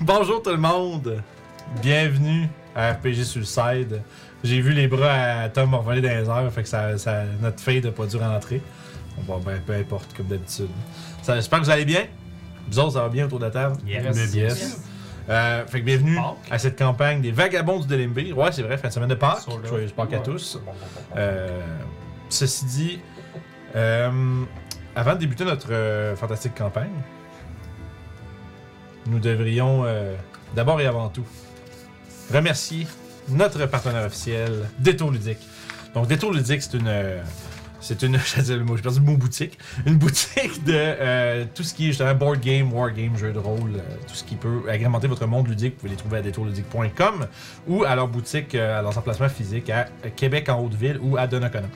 Bonjour tout le monde! Bienvenue à RPG Suicide. J'ai vu les bras à Tom envoler dans les airs, fait que ça, ça- notre fille n'a pas dû rentrer. Bon, ben, peu importe, comme d'habitude. Ça- J'espère que vous allez bien. Vous autres, ça va bien autour de la table? Yes. Yes. Yes. Euh, fait que bienvenue Pâques. à cette campagne des Vagabonds du Delimbé. Ouais, c'est vrai, fin de semaine de Pâques. Sort of. Joyeuse Pâques à Ouais. tous. Euh, ceci dit, euh, avant de débuter notre euh, fantastique campagne, nous devrions euh, d'abord et avant tout remercier notre partenaire officiel, Détour Ludique. Donc, Détour Ludique, c'est une. euh, c'est une, je disais le mot, j'ai perdu le mot boutique. Une boutique de euh, tout ce qui est justement board game, war game, jeu de rôle, euh, tout ce qui peut agrémenter votre monde ludique. Vous pouvez les trouver à détourludique.com ou à leur boutique, euh, à leurs emplacements physiques à Québec en Haute-Ville ou à Donnacona.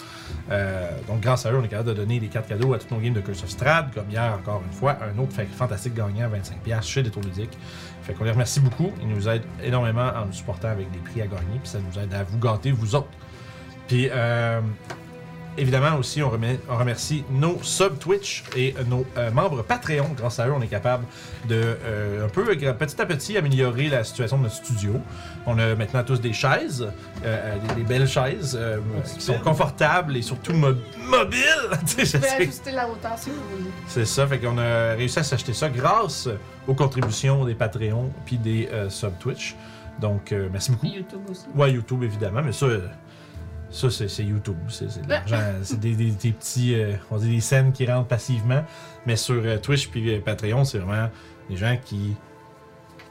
Euh, donc, grâce à eux, on est capable de donner des cartes cadeaux à tous nos games de Curse of Strad, comme hier encore une fois, un autre fait- fantastique gagnant à 25$ chez Détour Ludique. Fait qu'on les remercie beaucoup. Ils nous aident énormément en nous supportant avec des prix à gagner, puis ça nous aide à vous gâter, vous autres. Puis, euh, évidemment, aussi, on, remet- on remercie nos sub-Twitch et nos euh, membres Patreon. Grâce à eux, on est capable de, euh, un peu, gra- petit à petit, améliorer la situation de notre studio. On a maintenant tous des chaises, euh, des, des belles chaises, euh, qui sont confortables et surtout mo- mobiles. Tu sais, je Je vais sais- ajuster la hauteur si vous voulez. c'est ça, fait qu'on a réussi à s'acheter ça grâce aux contributions des Patreons puis des sub-Twitch. Donc, euh, merci beaucoup. YouTube aussi. Ouais, YouTube, évidemment, mais ça, euh, ça c'est c'est YouTube. C'est c'est de l'argent, c'est des, des- des petits, euh, on dit des scènes qui rentrent passivement. Mais sur euh, Twitch puis euh, Patreon, c'est vraiment des gens qui,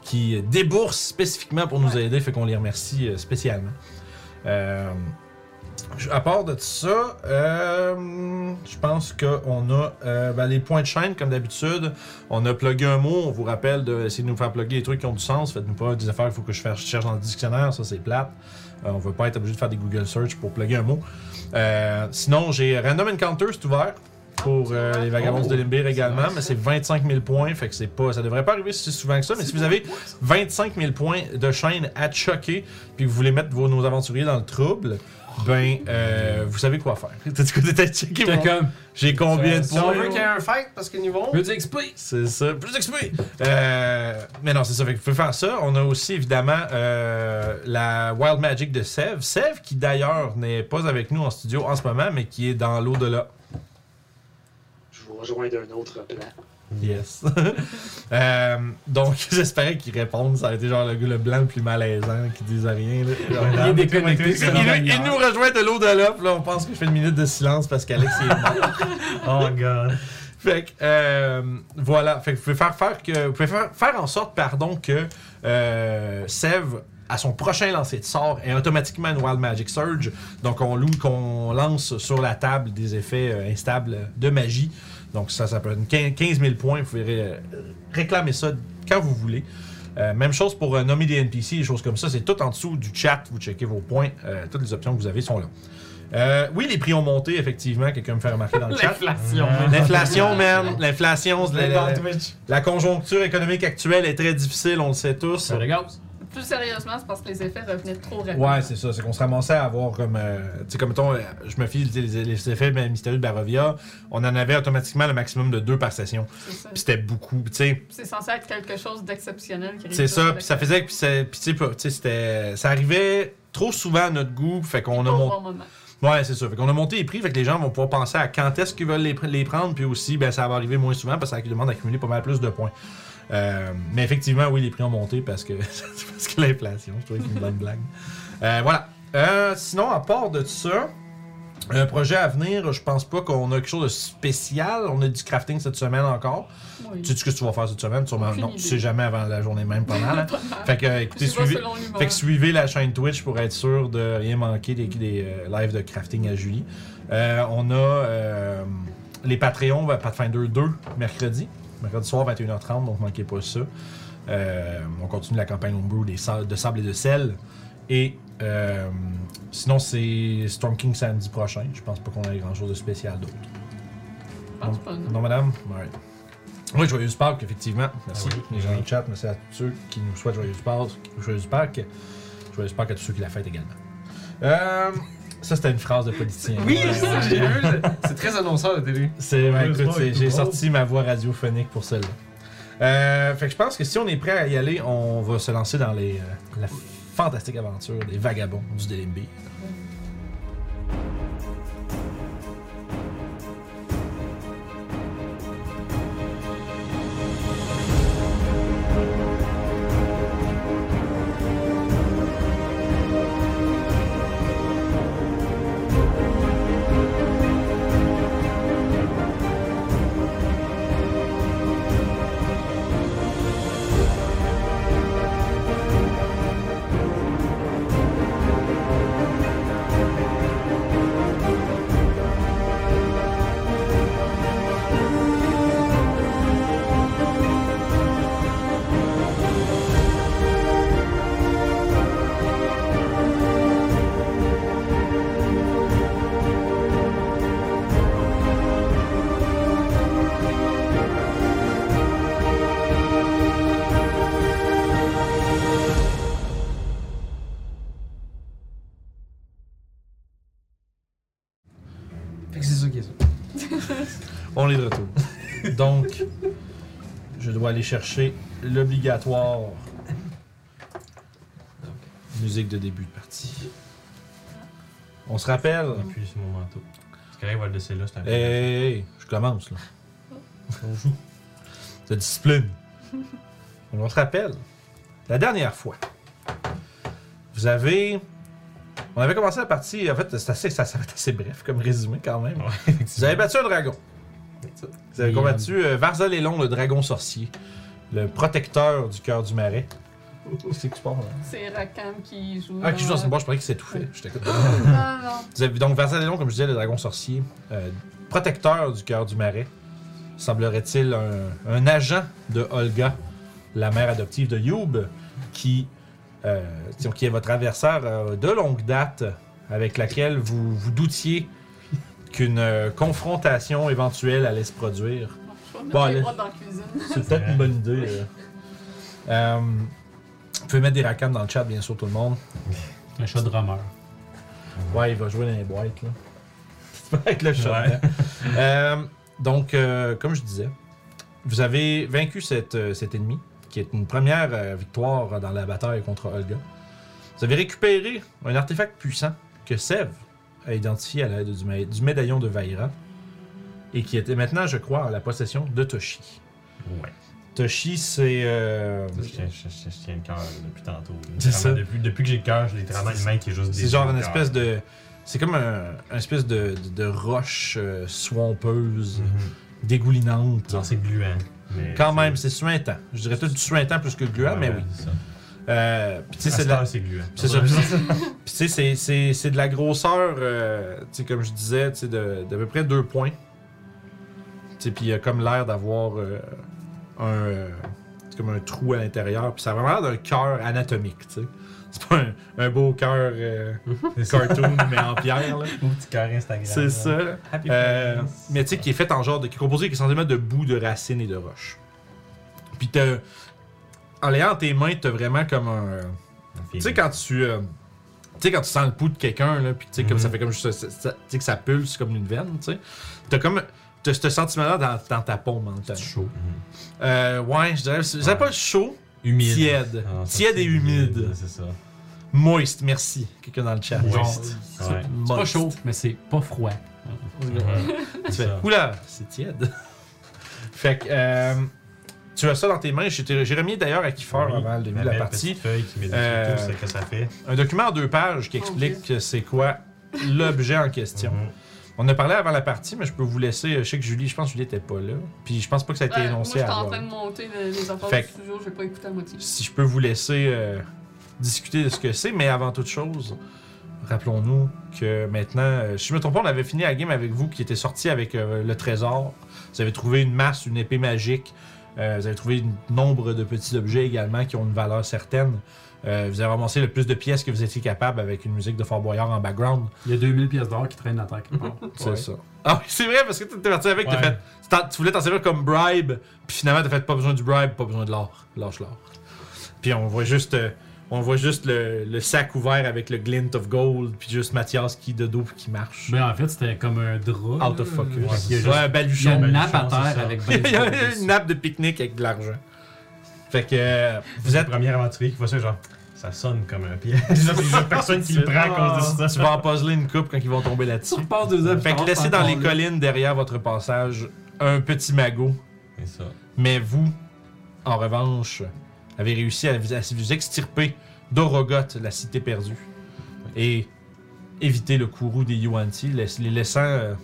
qui euh, déboursent spécifiquement pour nous aider, fait qu'on les remercie euh, spécialement. Euh, je- à part de ça, euh, je pense qu'on a euh, ben, les points de chaîne, comme d'habitude. On a plugué un mot, on vous rappelle d'essayer de, nous faire plugger les trucs qui ont du sens. Faites-nous pas des affaires qu'il faut que je fasse- je cherche dans le dictionnaire, ça c'est plate. Euh, on veut pas être obligé de faire des Google Search pour plugger un mot. Euh, sinon, j'ai Random Encounter, c'est ouvert pour euh, les Vagabonds Oh, de Limbir également, nice. mais c'est 25 000 points, fait que c'est pas, ça devrait pas arriver si souvent que ça, mais si vous avez 25 000 points de chaîne à choquer, puis que vous voulez mettre vos, nos aventuriers dans le trouble, ben, euh, vous savez quoi faire. T'as dit quoi, t'as checké, T'es mon- comme, J'ai combien de Si points? on veut qu'il y ait un fight parce que niveau. veux-tu expliquer? C'est ça. Plus d'XP! Euh, mais non, c'est ça. Fait que vous pouvez faire ça. On a aussi, évidemment, euh, la Wild Magic de Sève. Sève, qui d'ailleurs n'est pas avec nous en studio en ce moment, mais qui est dans l'au-delà. Je vous rejoins d'un autre plan. Yes. Euh, donc, j'espérais qu'ils répondent. Ça a été genre le, le blanc le plus malaisant qui disent rien. Là. Il est déconnecté, Il, c'est normal. il nous rejoint de l'au-delà. Puis là, on pense que je fais une minute de silence parce qu'Alex il est mort. Oh god. Fait que, euh, voilà. Fait que vous pouvez faire, faire, que, vous pouvez faire, faire en sorte, pardon, que euh, Sev, à son prochain lancer de sort, ait automatiquement une Wild Magic Surge. Donc, on loue, qu'on lance sur la table des effets euh, instables de magie. Donc, ça, ça peut être une quin- 15 000 points. Vous pouvez ré- réclamer ça quand vous voulez. Euh, même chose pour euh, nommer des NPC, des choses comme ça. C'est tout en dessous du chat. Vous checkez vos points. Euh, toutes les options que vous avez sont là. Euh, oui, les prix ont monté, effectivement. Quelqu'un me fait remarquer dans le chat. L'inflation. L'inflation, man. L'inflation, la, la- Twitch. la conjoncture économique actuelle est très difficile, on le sait tous. Ça regarde. Plus sérieusement, c'est parce que les effets revenaient trop rapidement. Ouais, c'est ça. C'est qu'on se ramassait à avoir comme. euh, tu sais, comme mettons, euh, je me fie les, les- les effets ben, mystérieux de Barovia, on en avait automatiquement le maximum de deux par session. C'est ça. Puis c'était beaucoup. Tu sais, C'est censé être quelque chose d'exceptionnel qui arrive c'est ça. juste Puis ça avec- faisait que. Puis c'est- puis tu sais, pas- tu sais, c'était. Ça arrivait trop souvent à notre goût. Fait qu'on a au monté. bon moment. Ouais, c'est ça. Fait qu'on a monté les prix, fait que les gens vont pouvoir penser à quand est-ce qu'ils veulent les, pr- les prendre, puis aussi, ben, ça va arriver moins souvent parce que ça demande d'accumuler pas mal plus de points. Euh, mais effectivement, oui, les prix ont monté parce que, parce que l'inflation, je trouvais que c'est une bonne blague. Euh, voilà. Euh, sinon, à part de ça, un projet à venir, je pense pas qu'on a quelque chose de spécial. On a du crafting cette semaine encore. Oui. Tu sais ce que tu vas faire cette semaine? Sûrement, Aucune non, tu idée. sais jamais avant la journée même, pas mal. hein. fait que, euh, écoutez, J'y vais suivez, selon hein. l'humeur. fait que suivez la chaîne Twitch pour être sûr de rien manquer des, des, euh, lives de crafting à Julie. Euh, on a euh, les Patreons à Pathfinder 2 mercredi. Mercredi soir 21h30, donc manquez pas ça. Euh, on continue la campagne Homebrew des sa- de sable et de sel. Et euh, sinon, c'est Storm King samedi prochain. Je pense pas qu'on ait grand chose de spécial d'autre. Je pense pas, non. Non, madame? Alright. Oui, joyeuse Pâques, effectivement. Merci, Ah oui, les gens oui. du chat. Merci à tous ceux qui nous souhaitent joyeuse Pâques. Joyeuse Pâques. Joyeuse Pâques à tous ceux qui la fêtent également. Euh, ça, c'était une phrase de politicien. Oui, Ouais, c'est ouais. ça, j'ai vu. C'est très annonceur de télé. C'est, ben, Joyeuse écoute, Pâques c'est- est tout j'ai drôle. sorti ma voix radiophonique pour celle-là. Euh, fait que je pense que si on est prêt à y aller, on va se lancer dans les, euh, la fantastique aventure des vagabonds du DLMB. Fait que c'est ça qui est ça. On est de retour. Donc, je dois aller chercher l'obligatoire. Musique de début de partie. On se rappelle. Appuie sur mon manteau. C'est correct, on va le laisser là, c'est un peu. Hey, hey, hey, je commence là. On joue. de discipline. On se rappelle, la dernière fois, vous avez. On avait commencé la partie, en fait, c'est assez, ça, ça va être assez bref comme résumé quand même. Vous avez battu un dragon. Vous avez Et, combattu euh, Varzalélon, le dragon sorcier, le protecteur du cœur du marais. C'est que tu parles, hein? C'est Rakam qui joue. Ah, qui joue dans- dans une boîte, je pensais qu'il s'étouffait. J'étais comme- Non, non. Vous avez donc Varzalélon, comme je disais, le dragon sorcier, euh, protecteur du cœur du marais. Semblerait-il un, un agent de Olga, la mère adoptive de Youb, qui, euh, disons, qui est votre adversaire euh, de longue date, avec laquelle vous vous doutiez qu'une euh, confrontation éventuelle allait se produire. Bon, Je vais mettre Bon, les allez. bras dans la cuisine. C'est peut-être une bonne idée. là. Euh, vous pouvez mettre des racames dans le chat, bien sûr, tout le monde. Un chat de rameur. Ouais, il va jouer dans les boîtes, là. Avec le chat. Ouais. Euh, donc, euh, comme je disais, vous avez vaincu cette, euh, cet ennemi, qui est une première euh, victoire dans la bataille contre Olga. Vous avez récupéré un artefact puissant que Sev a identifié à l'aide du, ma- du médaillon de Vaira, et qui était maintenant, je crois, en la possession de Toshi. Ouais. Toshi, c'est... euh, Je tiens, je, je- je tiens le cœur depuis tantôt. C'est ça. Vraiment, Depuis, depuis que j'ai le cœur, j'ai littéralement une main qui est juste C'est genre une espèce de. C'est comme un, un espèce de, de, de roche euh, Mm-hmm. swampeuse, dégoulinante. Genre, c'est gluant. mais Quand même, c'est suintant. Je dirais tout du suintant plus que gluant, Ouais, mais ouais, oui. c'est ça. Euh, Puis tu sais, À c'est de cette la- heure, c'est gluant. c'est ça. Puis tu sais, c'est- c'est- c'est de la grosseur, euh, tu sais, comme je disais, tu sais, de- d'à peu près deux points. Tu sais, Puis il y a comme l'air d'avoir euh, un. euh, c'est comme un trou à l'intérieur. Puis ça a vraiment l'air d'un cœur anatomique, tu sais. C'est pas un, un beau cœur euh, C'est ça. cartoon, mais en pierre, là. Mon petit cœur Instagram. C'est là. ça. Happy Euh, Friends. mais tu sais, qui est fait en genre de. qui est composé essentiellement de bouts de racines et de roches. Puis t'as. En l'ayant dans tes mains, t'as vraiment comme un. Tu sais, quand tu. euh, tu sais, quand tu sens le pouls de quelqu'un, là, puis tu sais, comme Mhm. ça fait comme juste. ça- ça- Tu sais, que ça pulse comme une veine, tu sais. T'as comme. T'as ce sentiment-là dans, dans ta paume en temps. chaud. Euh, ouais, je dirais. C'est Ouais. pas chaud, Humide. Tiède. Ah, ça, Tiède c'est et humide. C'est ça. moist, merci. Quelqu'un dans le chat. Moist. Genre, Ouais. C'est pas moist. chaud, mais c'est pas froid. Tu C'est fais, ça. oula, c'est tiède. fait que, euh, tu as ça dans tes mains. J'ai j'ai remis d'ailleurs à Kiefer Oui, avant le début de ma la belle partie. petite feuille qui m'édite Euh, tout ce que ça fait. Un document en deux pages qui Oh, explique yes. que c'est quoi l'objet en question. Mhm. On a parlé avant la partie, mais je peux vous laisser. euh, Je sais que Julie, je pense que Julie n'était pas là. Puis je pense pas que ça a été Ouais, Euh, moi, énoncé j'étais en avant. train de monter les, les affaires Fait du studio, j'ai pas écouté à moitié. Si je peux vous laisser euh, discuter de ce que c'est, mais avant toute chose, rappelons-nous que maintenant, euh, si je me trompe pas, on avait fini la game avec vous qui était sorti avec euh, le trésor. Vous avez trouvé une masse, une épée magique. Euh, vous avez trouvé un nombre de petits objets également qui ont une valeur certaine. Euh, vous avez ramassé le plus de pièces que vous étiez capable avec une musique de Fort Boyard en background. Il y a 2000 pièces d'or qui traînent à terre quelque part. C'est ça. Ah oui, c'est vrai, parce que t'es parti avec, t'as Ouais. fait. t'as- Tu voulais t'en servir comme bribe, puis finalement t'as fait pas besoin du bribe, pas besoin de l'or. Lâche l'or. Puis on voit juste. euh, on voit juste le, le sac ouvert avec le glint of gold, puis juste Mathias qui de dos puis qui marche. Mais Ben, en fait, c'était comme un drap. Out of là. focus. ouais, il y a juste- un Il y a baluchon. une ben, nappe à chance, c'est terre ça. avec Il y a 20 une nappe de pique-nique avec de l'argent. Fait que euh, vous Vous êtes êtes le premier aventurier qui voit ça, genre, ça sonne comme un piège. personne qui le prend à cause de Ah. Tu ça. vas en puzzler une coupe quand ils vont tomber Tu là-dessus. repars deux heures. Fait que laissez dans les collines derrière votre passage un petit magot. C'est ça. Mais vous, en revanche, avez réussi à, vous- à vous extirper d'Orogoth, la cité perdue, et éviter le courroux des Yuan-Ti, laiss- les laissant euh,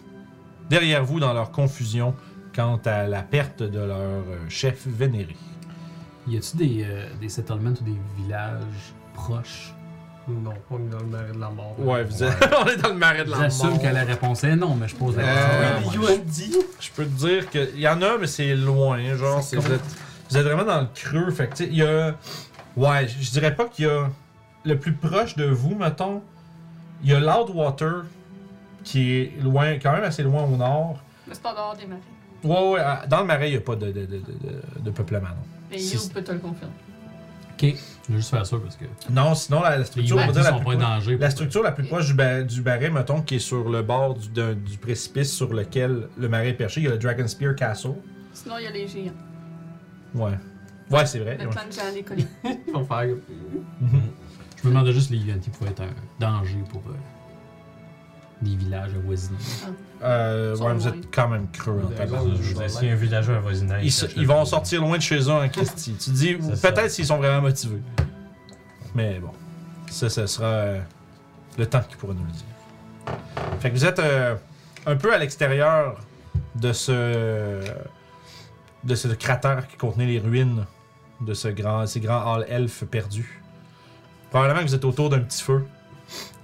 derrière vous dans leur confusion quant à la perte de leur euh, chef vénéré. Y a-tu des, euh, des settlements ou des villages proches Non, on est dans le marais de la mort. Ouais, vous êtes- on est dans le marais de la J'assume mort. que la réponse est non, mais je pose la Euh, question. You Ouais, and D. Je peux te dire qu'il y en a, mais c'est loin. hein, Genre, c'est- vous, êtes, vous êtes vraiment dans le creux. Fait que, tu sais, il y a. Ouais, je je dirais pas qu'il y a. Le plus proche de vous, mettons, il y a Loudwater, qui est loin, quand même assez loin au nord. Mais c'est en dehors des marais. Ouais, ouais, à- dans le marais, il n'y a pas de, de, de, de, de- de peuplement, non. Mais Si- You peut te le confirmer. Je veux juste faire ça parce que Non, sinon, la, la les structure, on va humains dire, la sont plus pas en proche- danger. La structure la plus proche du, ba- du marais, mettons, qui est sur le bord du, d'un- du précipice sur lequel le marais est perché, il y a le Dragon Spear Castle. Sinon, il y a les géants. Ouais. Ouais, c'est vrai. Le clan de géants des collines. Ils vont faire. comme- Mhm. Je me demandais juste les UNT pouvaient être un danger pour euh, les villages avoisinants. Euh, Ils sont ouais, vous loin. êtes quand même creux. en Ouais, tabarnak. Je veux dire, s'il y a un villageois voisinage. Ils, se- ils vont sortir loin de chez eux en Christie. tu dis, ou C'est ça. peut-être s'ils sont vraiment motivés. Mais bon, ça, ce sera euh, le temps qui pourra nous le dire. Fait que vous êtes euh, un peu à l'extérieur de ce de ce cratère qui contenait les ruines de ce grand, ces grands halls elfes perdus. Probablement que vous êtes autour d'un petit feu,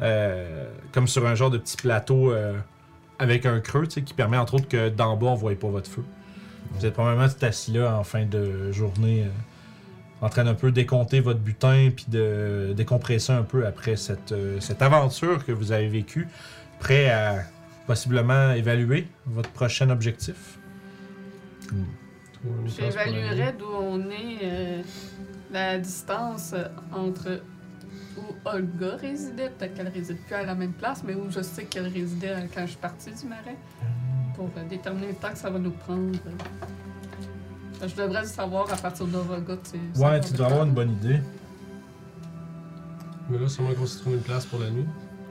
euh, comme sur un genre de petit plateau euh, avec un creux, tu sais, qui permet entre autres que d'en bas on ne voyait pas votre feu. Vous êtes probablement tout assis là en fin de journée, euh, en train d'un peu décompter votre butin puis de décompresser un peu après cette, euh, cette aventure que vous avez vécue, prêt à possiblement évaluer votre prochain objectif. Ouais, une place pour la vie. J'évaluerais d'où on est euh, la distance euh, entre où Olga résidait, peut-être qu'elle réside plus à la même place, mais où je sais qu'elle résidait euh, quand je suis partie du marais, pour euh, déterminer le temps que ça va nous prendre. Euh, Je devrais le savoir à partir d'Oroga. Ouais, tu dois avoir une bonne idée. Mais là, sûrement qu'on s'est trouvé une place pour la nuit.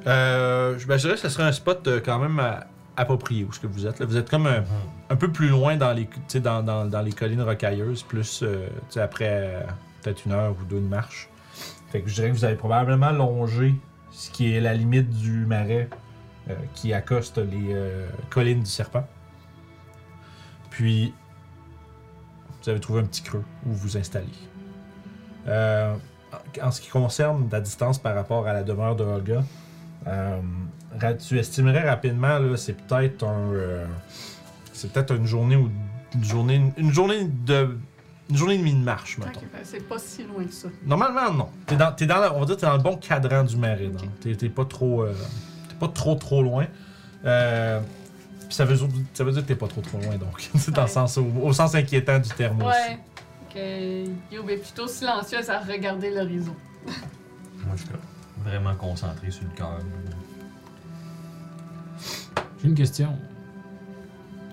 Euh, je, ben, je dirais que ce serait un spot euh, quand même euh, approprié où ce que vous êtes. là. Vous êtes comme un, un peu plus loin dans les, tu sais, dans, dans- dans les collines rocailleuses, plus euh, tu sais, après euh, peut-être une heure ou deux de marche. Fait que je dirais que vous avez probablement longé ce qui est la limite du marais euh, qui accoste les euh, collines du serpent. Puis vous avez trouvé un petit creux où vous installer. Euh, en- en ce qui concerne la distance par rapport à la demeure de Olga, euh, ra- tu estimerais rapidement, là, c'est peut-être un. euh, c'est peut-être une journée ou une journée. Une journée de. Une journée et demie de marche, mettons. C'est pas si loin que ça. Normalement, non. T'es dans, t'es dans la- on va dire que t'es dans le bon cadran du marais. donc. Ok. T'es, t'es pas trop. euh, t'es pas trop trop loin. Euh, pis ça veut, dire- ça veut dire que t'es pas trop trop loin, donc. C'est dans le Ouais. sens, au, au sens inquiétant du terme aussi. Ouais. Ok. Yob est plutôt silencieuse à regarder l'horizon. Moi, je suis comme vraiment concentré sur le cœur. J'ai une question.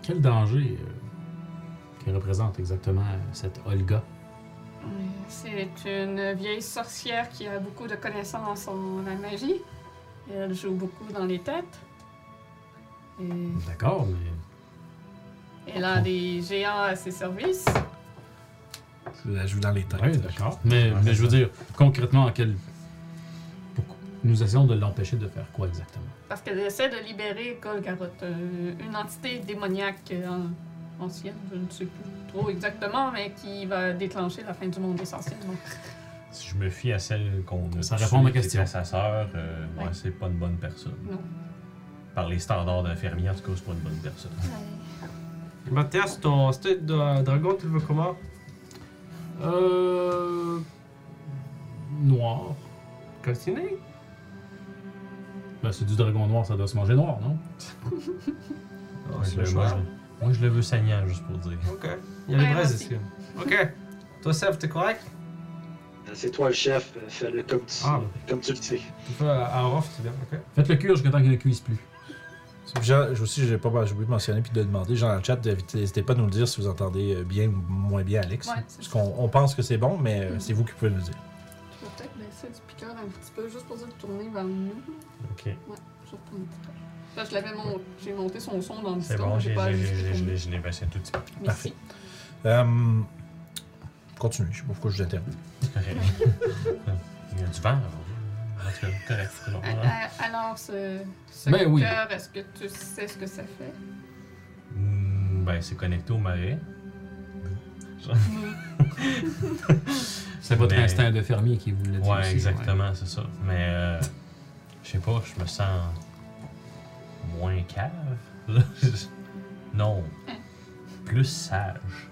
Quel danger euh, que représente exactement cette Olga C'est une vieille sorcière qui a beaucoup de connaissances en la magie. Elle joue beaucoup dans les têtes. Et D'accord, mais elle a des géants à ses services. Je la joue dans les têtes. Ouais, d'accord. Mais, mais je veux dire, concrètement, à quel. Pourquoi- Nous essayons de l'empêcher de faire quoi exactement Parce qu'elle essaie de libérer Golgaroth, euh, une entité démoniaque euh, an- ancienne, je ne sais plus trop exactement, mais qui va déclencher la fin du monde essentiel. Si je me fie à celle qu'on a Ça tuée, répond à ma qui était question. sa sœur, euh, ouais, Ouais. c'est pas une bonne personne. Non. Par les standards d'un fermier, en tout cas, c'est pas une bonne personne. Mathias, ton stade de dragon, tu le veux comment Euh. Noir. Calciné Ben, c'est du dragon noir, ça doit se manger noir, non Moi, je Ah, le- moi, je- moi, je le veux saignant, juste pour dire. Ok. Il y a les Ouais, braises merci. ici. Ok. Toi, Seb, t'es correct C'est toi le chef, euh, fais-le comme tu, Ah. comme tu le dis. Tu fais à à off, c'est bien. Ok. Faites le cure jusqu'à temps qu'il ne cuise plus. Jean- j'ai aussi, j'ai pas j'ai oublié de mentionner puis de demander, gens dans le chat, d'inviter- n'hésitez pas à nous le dire si vous entendez euh, bien ou moins bien Alex. Ouais, c'est parce ça. qu'on on pense que c'est bon, mais euh, Mhm. c'est vous qui pouvez nous le dire. Je vais peut-être baisser du piqueur un petit peu, juste pour dire de tourner vers nous. Ok. Juste pour une petite tâche. Là, je l'avais mon- j'ai monté son son dans le C'est système, bon, j'ai- j'ai pas j'ai- ajusté j'ai- pour je nous. l'ai- je l'ai baissé un tout petit peu. Merci. Euh, continuez, je sais pas pourquoi je vous interromps. C'est correct. Il y a du vent avant. En tout cas, correct. c'est Ah, normal. ah, Alors, ce, ce Ben oui. cœur, est-ce que tu sais ce que ça fait? ah. Hmm, Ben, c'est connecté au marais. C'est votre Mais- instinct de fermier qui vous l'a dit. Ouais, aussi, exactement, c'est ça. Mais, euh, je sais pas, je me sens moins cave. non, plus sage.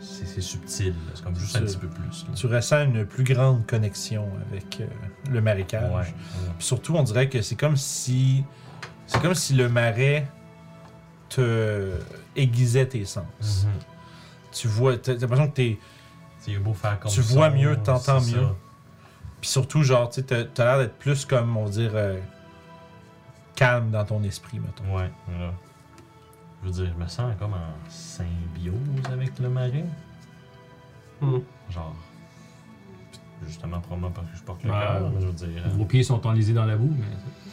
C'est c'est subtil, là. c'est comme juste un C'est- petit peu plus. là. Tu ressens une plus grande connexion avec euh, le marécage. Ouais, ouais. Puis surtout, on dirait que c'est comme si. C'est comme si le marais te aiguisait tes sens. Mhm. Tu vois, t'as t'as l'impression que t'es. C'est beau faire comme Tu ça, vois mieux, t'entends c'est ça. mieux. Puis surtout, genre, tu sais, t'as t'as l'air d'être plus comme, on va dire, euh, calme dans ton esprit, mettons. Ouais, voilà. Je veux dire, je me sens comme en symbiose avec le marais. Hmm. Genre. Justement, probablement parce que je porte le Ouais. cœur, mais je veux dire. euh, ouais. Vos pieds sont enlisés dans la boue, mais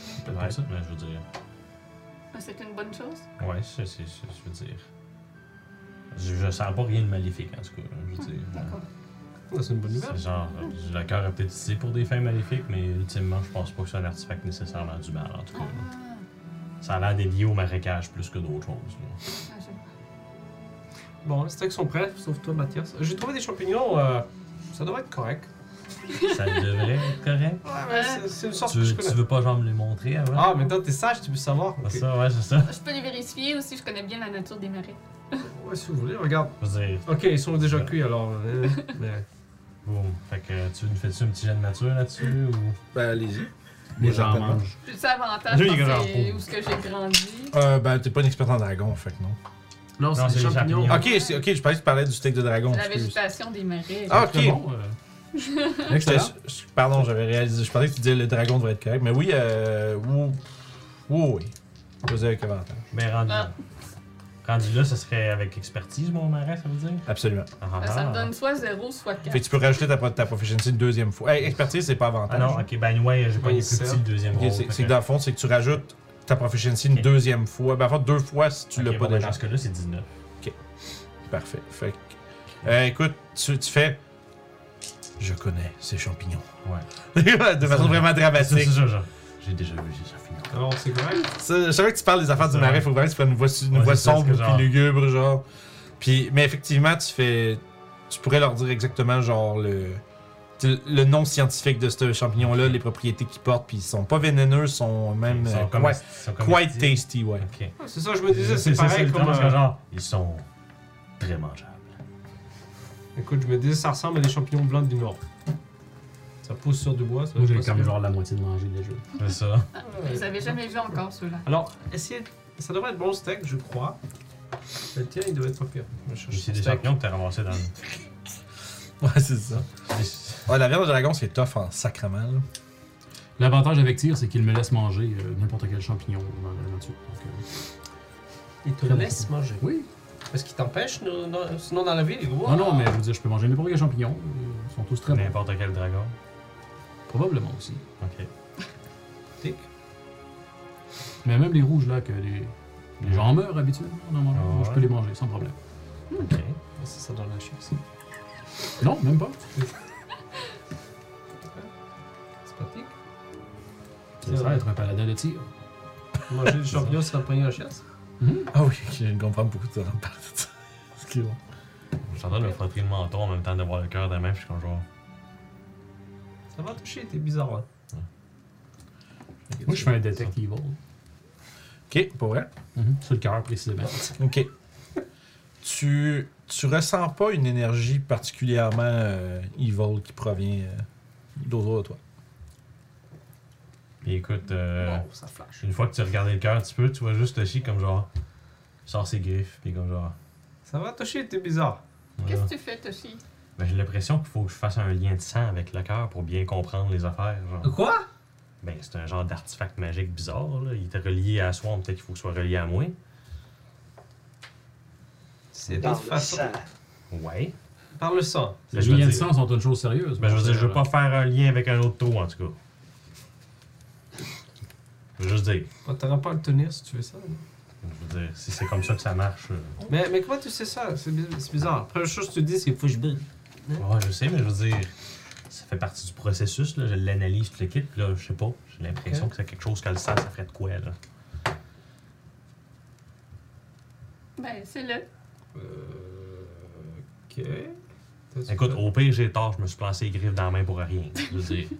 c'est peut-être Ouais, pas ça. mais je veux dire. Mais Ah, C'est une bonne chose? Ouais, c'est, c'est, c'est- je veux dire. Je, je sens pas rien de maléfique, en tout cas. Je veux dire. D'accord. Ouais, c'est une bonne nouvelle. C'est genre, euh, le cœur est peut-être utilisé pour des fins maléfiques, mais ultimement, je pense pas que c'est un artefact nécessairement du mal, en tout cas. Ah, Ça a l'air d'être lié au marécage plus que d'autres choses. là. ah, je- Bon, les steaks sont prêts, sauf toi, Mathias. J'ai trouvé des champignons, euh, ça devrait être correct. Ça devrait être correct. Ouais, mais c'est- c'est une sorte Tu que je veux, connais. tu veux pas, genre, me les montrer avant? Ah, mais toi, t'es sage, tu peux savoir. C'est Ok. ça, ouais, c'est ça. Je peux les vérifier aussi, je connais bien la nature des marais. Ouais, si vous voulez, regarde. Je veux dire, Ok, ils sont déjà cuits alors. euh, mais- boum. Fait que tu nous fais-tu un petit jet de nature là-dessus ou. Ben, allez-y. Les gens mangent. J'ai ça avantage Lui, parce il est grand. que c'est où ce que j'ai grandi. Euh, ben, t'es pas une experte en dragon, fait que non. Non, c'est c'est des les champignons. champignons. Ok, c'est- ok, je pensais que tu parlais du steak de Ah, dragon. La excuse. végétation des marais. Ah, ok. C'est bon. euh, J'étais- Excellent. je- Pardon, j'avais réalisé. Je pensais que tu disais le dragon devrait être correct. Mais oui, euh. ou- ou- Oui, Vous avez avantage. Mais rendu là. Rendu là, ce serait avec expertise, mon marais, ça veut dire? Absolument. Ah, Euh, ah, Ça ah. me donne soit 0, soit 4. Fait que tu peux rajouter ta, ta proficiency une deuxième fois. Hey, expertise, c'est pas Ah avantage. non, ok, ben ouais, j'ai pas Oui, eu plus c'est petit ça. le deuxième Ok, rôle. c'est fait c'est que- que dans le fond, c'est que tu rajoutes ta proficiency une Ok. deuxième fois. Ben, en fait, deux fois si tu Ok, l'as pas bon, ben, déjà. Dans ce cas-là, c'est 19. Parfait. Fait que- euh, écoute, tu, tu fais. Je connais ces champignons. Ouais. de façon vraiment C'est dramatique. ça, genre. J'ai déjà vu, j'ai déjà fini. Alors, c'est correct. Ça, Je savais que tu parles des affaires du C'est marais, vrai. faut vraiment que tu prennes une voix, su- une Ouais, voix c'est ça, sombre parce que genre- puis lugubre, genre. Puis, mais effectivement, tu fais. Tu pourrais leur dire exactement, genre, le. tu- Le nom scientifique de ce champignon-là, les propriétés qu'il porte, puis ils sont pas vénéneux, sont même Ils euh, sont comme- quite, ils sont comme- quite tasty, ouais. Ok. Ouais, Ah, C'est ça, je me disais, c'est ça, pareil le comme. terme, parce que euh, genre, ils sont très mangeables. Écoute, je me disais, ça ressemble à des champignons blancs du Nord. Ça pousse sur du bois, ça. Moi, je j'ai pense comme que- genre la moitié de manger déjà. C'est ça. Vous n'avez jamais vu encore ceux-là. Alors, essayez. Ça devrait être bon steak, je crois. Le tien, il doit être pas pire. Je cherche C'est un des steak. champignons que t'as ramassés dans. Ouais, c'est ça. Ouais, Ah, la viande de dragon, c'est tough en sacrement, là. L'avantage avec Tyr, c'est qu'il me laisse manger euh, n'importe quel champignon dans la nature. Donc, euh, Il te laisse manger. Oui. Parce qu'il t'empêche, non- non- sinon dans la ville, il est Non, non, mais je veux dire, je peux manger n'importe quel champignon. euh, Ils sont tous très bons. N'importe quel dragon. Probablement aussi. Ok. Tic. Mais même les rouges, là, que les, les gens meurent habituellement, on en mange. Ah Moi, je ouais. peux les manger sans problème. Ok. Ça, ça donne la chance. Non, même pas. C'est pas tic. C'est ça, être un paladin de tir. Manger des champignons, c'est la première chasse. Ah oui, je viens de comprendre beaucoup de temps parler de ça. Excuse-moi. Je suis en train de me frotter le menton en même temps de voir le cœur de la main, puis je suis comme genre. Ça va toucher, t'es bizarre, hein. ouais. Moi, je fais un detect evil. Ok, pour vrai. Sur le cœur, précisément. Ok. tu, tu ressens pas une énergie particulièrement euh, evil qui provient euh, d'autour de toi. Puis écoute, euh, Bon, ça flash. une fois que tu regardais le cœur un petit peu, tu vois juste le chi comme genre. il Sort ses griffes, puis comme genre. Ça va toucher, t'es bizarre. Qu'est-ce voilà. que tu fais, Toshi? Ben, j'ai l'impression qu'il faut que je fasse un lien de sang avec le cœur pour bien comprendre les affaires. Genre. Quoi Ben, c'est un genre d'artefact magique bizarre, là. Il était relié à Swarm, peut-être qu'il faut qu'il soit relié à moi. C'est de Dans toute le façon. sang. Ouais. Par le sang. Les Ben, je veux liens de dire- sang sont une chose sérieuse. euh, Ben, je veux mon dire, je cher. veux pas faire un lien avec un autre trou, en tout cas. Je veux juste dire. On t'aura pas à le tenir si tu veux ça. là. Je veux dire, si c'est comme ça que ça marche. euh, Mais, mais comment tu sais ça C'est bi- c'est bizarre. La première chose que tu dis, c'est faut que je brille. Ouais, je sais, mais je veux dire, ça fait partie du processus, là. Je l'analyse, tout le kit, puis là, je sais pas. J'ai l'impression que c'est quelque chose qu'elle sent, ça ferait de quoi, là. Ben, c'est le. Euh. Ok. T'as-tu Écoute, fait- au pire, j'ai tort, je me suis placé les griffes dans la main pour rien. Je veux dire,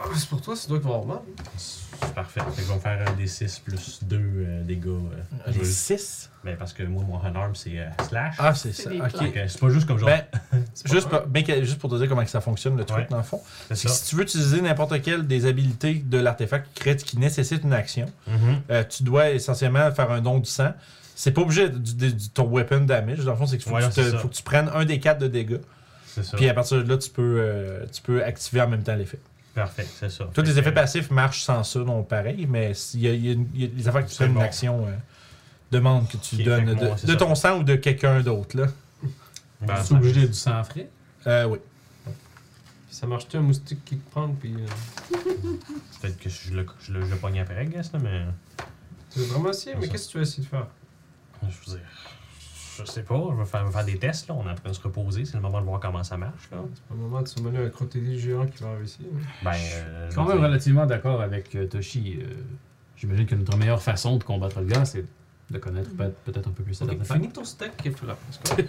Ah, c'est pour toi, c'est toi qui vas avoir mal. c'est parfait. Fait que je vais me faire un D6 plus 2 dégâts. euh, je Les veux juste- 6 ben, parce que moi, mon unarm, c'est euh, slash. Ah, c'est C'est ça. des Ok. Fait que c'est pas juste comme genre. Ben, C'est pas juste, grave. pour, ben, que- juste pour te dire comment que ça fonctionne, le truc, Ouais. dans le fond. c'est C'est ça. que si tu veux utiliser n'importe quelle des habilités de l'artefact qui, crée- qui nécessite une action, Mhm. euh, tu dois essentiellement faire un don du sang. C'est pas obligé du, du- du- ton weapon damage. Dans le fond, c'est qu'il faut, Ouais, que tu c'est te- ça. faut que tu prennes un des quatre de dégâts. C'est ça. Puis à partir de là, tu peux, euh, tu peux activer en même temps l'effet. Parfait, c'est ça. Tous Fait les que, effets passifs marchent sans ça, non pareil, mais s'il y a- il y a une- il y a les affaires qui C'est prennent bon. une action, euh, demande que tu Ok, donnes fait que de, moi, c'est de ça. ton sang ou de quelqu'un d'autre. là. ben, Tu es ça- obligé d'être du sang frais. Euh, oui. Puis ça marche-tu un moustique qui te prend, puis. euh, Peut-être que je le, je le, je le pogne après, I guess, là, mais. Tu veux vraiment essayer, mais Ça. qu'est-ce que tu vas essayer de faire Je veux dire, je sais pas, je vais faire, je vais faire des tests, là. On est en train de se reposer, c'est le moment de voir comment ça marche, là. C'est pas le moment de se mener à un crotté géant qui va réussir. hein. Ben, euh, je Quand veux même dire, relativement d'accord avec euh, Toshi. euh, J'imagine que notre meilleure façon de combattre le gars, c'est de connaître peut- peut-être un peu plus cet Ok, artefact. finis ton steak qui est là. parce que-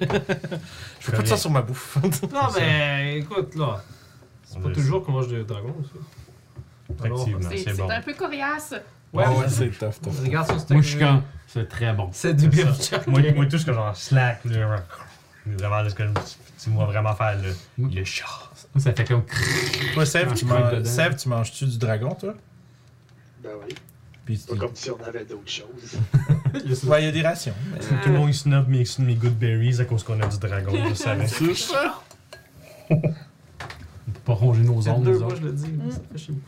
Je fais tout ça sur ma bouffe. Non, mais écoute, là. C'est On pas va toujours qu'on mange des dragons, ça. Alors, Effectivement, C'est c'est c'est bon. un peu coriace. Ouais, Ah mais- c'est tough, tough. Regarde son steak. Moi, je suis euh, quand. C'est très bon. C'est du beer C'est jerky. Moi, moi, tout ce que genre slack, là, genre, vraiment, là, ce que je- tu me vois vraiment faire, là. Oui. Le chat. Ça fait comme. Toi, Sèvres, Ah, tu, je crois que manges, dedans. Sèvres, tu manges-tu du dragon, toi? Ben oui. Puis, C'est pas comme si on avait d'autres choses. Ouais, il y a des rations. mais- Tout le monde snob mes, mes good berries à cause qu'on a du dragon, je savais. On peut pas ronger nos C'est ondes, deux nous fois, autres. je le dis. Mm. mais Ça fait chez vous.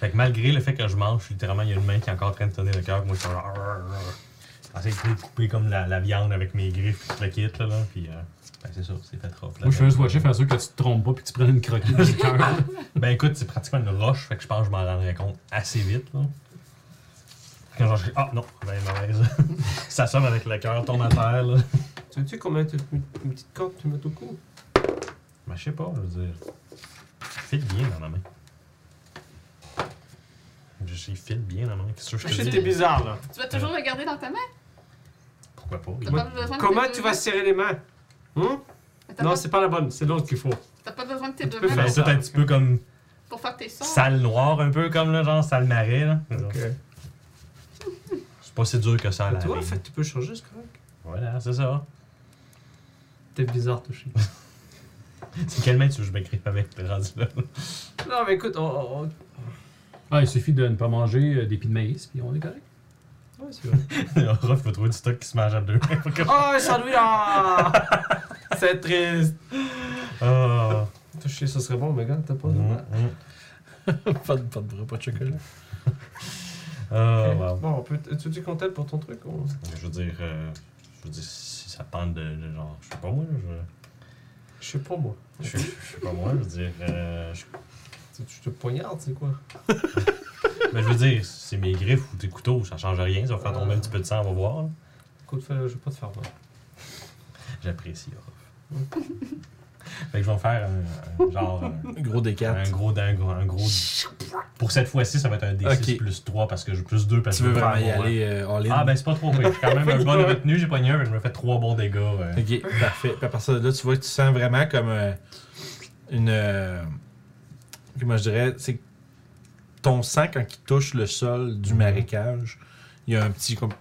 Fait que malgré le fait que je mange, littéralement, il y a une main qui est encore en train de tenir le cœur. Moi, je suis genre. arr, arr, arr. J'essaie de couper comme la, la viande avec mes griffes, tout le kit, là. là puis, euh, ben, c'est ça, c'est fait trop. Moi, je fais juste watcher, faire sûr que tu te trompes pas puis que tu prennes une croquette du cœur. Ben écoute, c'est pratiquement une roche, fait que je pense que je m'en rendrai compte assez vite, là. Quand genre, je- ah non, ben mauvaise. ça somme avec le cœur, tombe à terre, là. Tu sais-tu combien de- une petite corde tu mets au cou Ben je sais pas, je veux dire. File bien dans la main. Je sais, il file bien dans la main, qu'est-ce que je te Shit, dis? Ah, t'es bizarre, là. Tu vas toujours le garder dans ta main. Pourquoi pas? T'as pas besoin de Comment tes deux tu vas mains. serrer les mains Hum? T'as Non, pas- c'est pas la bonne, c'est l'autre qu'il faut. T'as pas besoin de tes deux peux Tu mains fais ça un petit peu comme pour faire tes sons. sale noire, un peu comme, là, genre sale marais, là. C'est pas si dur que ça, là. Tu vois, en fait, tu peux changer, c'est correct. Voilà, c'est ça. T'es bizarre, touché. C'est quelle main tu veux que je m'écrive avec, t'es rendu là? non, mais écoute, on. on- Ah, il suffit de ne pas manger euh, d'épis de maïs, puis on est correct. on- Ouais, c'est vrai. Rof va trouver du stock qui se mange à deux. oh, lui là C'est triste. Ah. Touché, ça serait bon, mais gars, t'as pas. Mm, mm. pas, de, pas de bras, pas de chocolat. Ah, Ok. wow. Bon, on peut. Tu tu comptais pour ton truc ou- Je veux dire, euh, je veux dire, si ça tente de, de genre, je sais pas moi, je, Je sais pas, moi. je, je sais pas moi, je veux dire, euh, je, Tu tu te poignardes, c'est quoi mais je veux dire, c'est mes griffes ou tes couteaux, ça change rien, ça va faire tomber un petit peu de sang, on va voir. là. Écoute, fais- je vais pas te faire mal. J'apprécie. ah. fait que je vais me faire un, un genre, un, Gros des quatre. un gros, un gros, un gros. Pour cette fois-ci, ça va être un D6 Ok. plus 3 parce que je plus 2 parce Tu que veux je vraiment faire y mon- aller euh, en ligne? Ah ben c'est pas trop pire, j'ai quand même une bonne retenue, j'ai pogné un, mais je me fais 3 bons dégâts. euh. Ok, parfait. Puis à partir de là, tu vois que tu sens vraiment comme euh, une. euh, comment je dirais C'est que ton sang, quand il touche le sol du marécage, il y a un petit. Comme,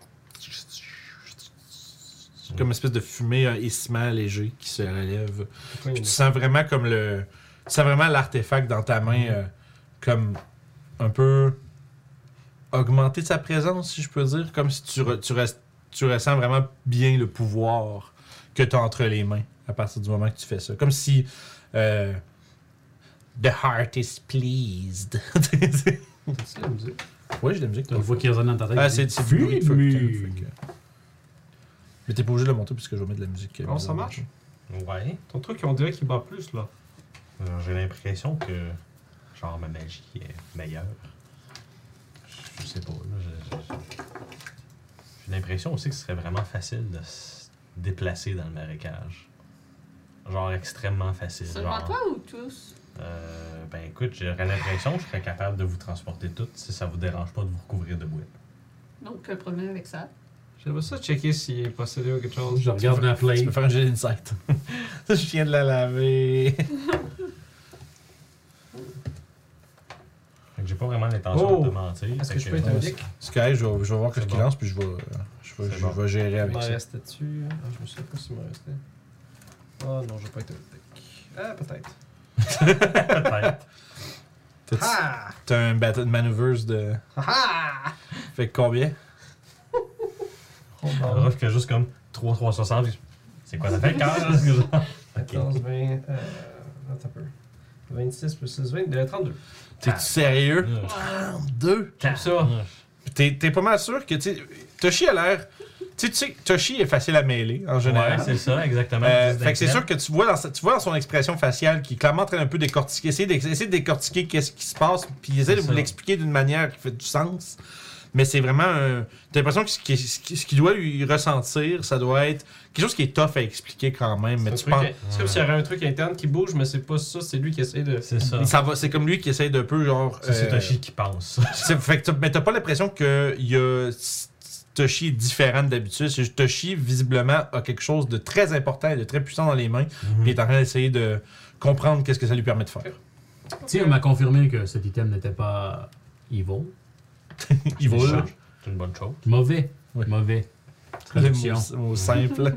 comme une espèce de fumée, un hissement léger qui se relève. Puis Pourquoi il y en tu a- sens vraiment comme le. Tu sens vraiment l'artefact dans ta main, euh, comme un peu augmenter sa présence, si je peux dire. Comme si tu, re- tu, res- tu ressens vraiment bien le pouvoir que tu as entre les mains à partir du moment que tu fais ça. Comme si. euh, The heart is pleased. C'est la musique. ouais, j'ai de la musique. Tu toi. le vois qui résonne dans ta tête. Ah, il c'est dit, c'est du bruit de feu. Fume. putain, fait que- Mais t'es pas obligé de le monter puisque je vais mettre de la musique. euh, Comment ça bizarre. marche? Ouais. Ton truc, on dirait qu'il bat plus, là. Alors, Euh, J'ai l'impression que, genre, ma magie est meilleure. Je- Je sais pas, là. je- je- je- J'ai l'impression aussi que ce serait vraiment facile de se déplacer dans le marécage. Genre, extrêmement facile. Seulement genre, toi ou tous? euh, ben écoute, j'aurais l'impression que je serais capable de vous transporter toutes si ça vous dérange pas de vous recouvrir de boue. Donc, un problème avec ça. J'aimerais ça checker s'il est possédé ou quelque chose. Je regarde ma Tu play. peux faire un jet d'insight. Ça, je viens de la laver. Fait que j'ai pas vraiment l'intention Oh! de te mentir. Est-ce fait que je peux être Ouais, un c'est- dick? C'est correct, je vais, je vais voir ce C'est qu'il bon. lance, puis je vais, je vais, C'est je bon. vais gérer Il m'en avec ça. restait dessus. Ah, je me souviens pas s'il m'en restait. Ah non, je vais pas être un dick. Ah, peut-être. Peut-être. T'as- Ah! T'as un battle de maneuvers de. Ah! Fait que combien Oh, non. Alors que juste comme 3 360, puis c'est quoi ça fait cœur? 14, 20, euh, attends un peu. 26 plus euh, 6, 22, 32. T'es-tu sérieux Ah. Deux Comme ça. Puis T'es t'es pas mal sûr que, tu sais, Toshi a l'air. Tu sais, tu sais, que Toshi est facile à mêler en général. Ouais, c'est ça, exactement. Euh, Plus fait que c'est d'inquiète. sûr que tu vois, dans sa- tu vois dans son expression faciale qui est clairement en train un peu décortiquer, essayer de, essayer de décortiquer qu'est-ce qui se passe, puis essayer de C'est vous ça. l'expliquer d'une manière qui fait du sens. Mais c'est vraiment un. T'as l'impression que ce qui- ce qui- ce qu'il doit lui ressentir, ça doit être quelque chose qui est tough à expliquer quand même. Mais C'est un tu truc penses. in- c'est comme s'il y avait un truc interne qui bouge, mais c'est pas ça, c'est lui qui essaie de. C'est ça. Ça va, c'est comme lui qui essaye de peu, genre. Ça, C'est euh, Toshi qui pense. c'est- fait que t'as- mais t'as pas l'impression que il y a- Toshi est différent d'habitude. C'est juste Toshi, visiblement, a quelque chose de très important et de très puissant dans les mains, puis il est en train d'essayer de comprendre qu'est-ce que ça lui permet de faire. Tiens, on m'a confirmé que cet item n'était pas evil. Il C'est vole. ça. C'est une bonne chose. Mauvais. Oui. Mauvais. Le Traduction. mot, mot simple.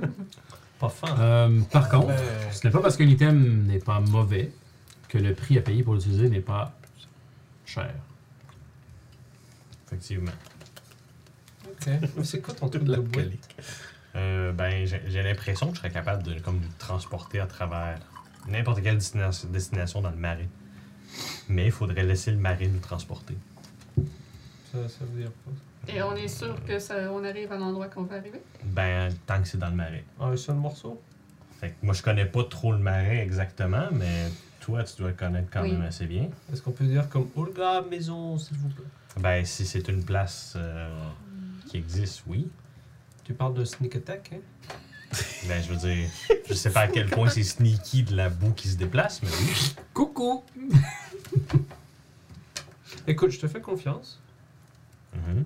Pas fan. Euh, par contre, Euh, ce n'est pas parce qu'un item n'est pas mauvais que le prix à payer pour l'utiliser n'est pas cher. Effectivement. ok. Mais c'est quoi ton truc de bois? Euh, ben, j'ai j'ai l'impression que je serais capable de comme, vous transporter à travers n'importe quelle destina- destination dans le marais. Mais il faudrait laisser le marais nous transporter. Ça, ça veut dire pas. Et on est sûr que ça, on arrive à l'endroit qu'on va arriver? Ben, tant que c'est dans le marais. Ah, Un seul morceau? Fait que moi, je connais pas trop le marais exactement, mais toi, tu dois le connaître quand Oui. même assez bien. Est-ce qu'on peut dire comme Olga Maison, s'il vous plaît? Ben, si c'est une place euh, qui existe, oui. Tu parles de sneak attack, hein? Ben, je veux dire, je sais pas à quel point c'est sneaky de la boue qui se déplace, mais oui. Coucou! Écoute, je te fais confiance. Mhm.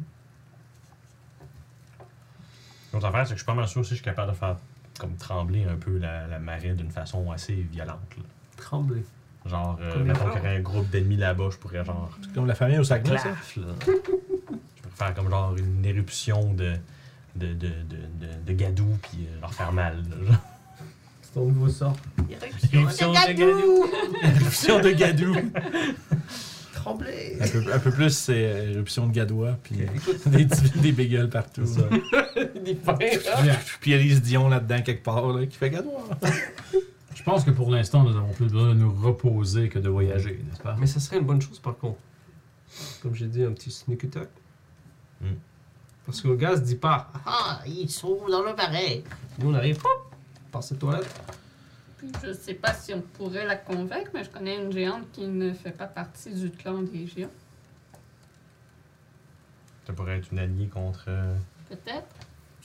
L'autre affaire, c'est que je suis pas mal sûr si je suis capable de faire comme trembler un peu la, la marée d'une façon assez violente. là. Trembler. Genre, euh, Combien de mettons fois? qu'il y aurait un groupe d'ennemis là-bas, je pourrais genre. Comme la famille au sac ça? Claf, là. Je pourrais faire comme genre une éruption de. De, de, de, de, de gadou, puis euh, leur faire mal. là, genre. C'est ton nouveau sort. Éruption de gadou! Éruption de gadou. Trembler! un, peu, un peu plus, c'est euh, éruption de gadois, puis Ok, écoute. euh, des, petits- des bégueules partout. Il fait, hein? Puis Elise Dion là-dedans, quelque part, là, qui fait gadois. Je pense que pour l'instant, nous avons plus besoin de nous reposer que de voyager, n'est-ce pas? Ah, Mais ça serait une bonne chose par contre. Comme j'ai dit, un petit sneak attack. Hmm. Parce que le gars se dit pas Ah, ils sont dans le pareil. Nous on arrive hop, par cette toilette. Puis je sais pas si on pourrait la convaincre, mais je connais une géante qui ne fait pas partie du clan des géants. Ça pourrait être une alliée contre. euh, Peut-être.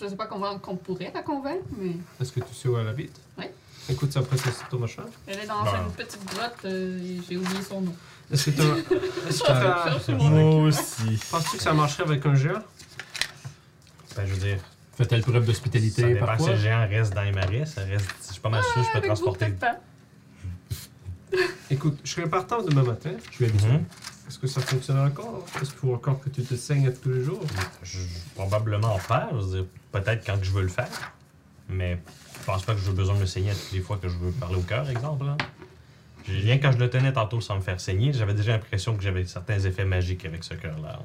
Je sais pas comment qu'on pourrait la convaincre, mais Est-ce que tu sais où elle habite Oui. Écoute, ça après ça, c'est ton machin. elle est dans Ben. une petite grotte euh, et j'ai oublié son nom. Est-ce que t'as- est-ce que t'as. Moi aussi. Penses-tu que ça marcherait avec un géant Ben, je veux dire, Fait-elle preuve Ça d'hospitalité dépend si parfois? le géant reste dans les marais, ça reste. Je suis pas mal sûr que je Ah, peux Avec vous, transporter. peut-être pas. Écoute, je serai partant demain matin. Je suis habitué. Mhm. Est-ce que ça fonctionne encore Est-ce qu'il faut encore que tu te saignes à tous les jours Je vais probablement en faire, je veux dire, peut-être quand je veux le faire. Mais je pense pas que j'ai besoin de me saigner à toutes les fois que je veux parler au cœur, exemple. hein. J'ai- Rien quand je le tenais tantôt sans me faire saigner, j'avais déjà l'impression que j'avais certains effets magiques avec ce cœur-là.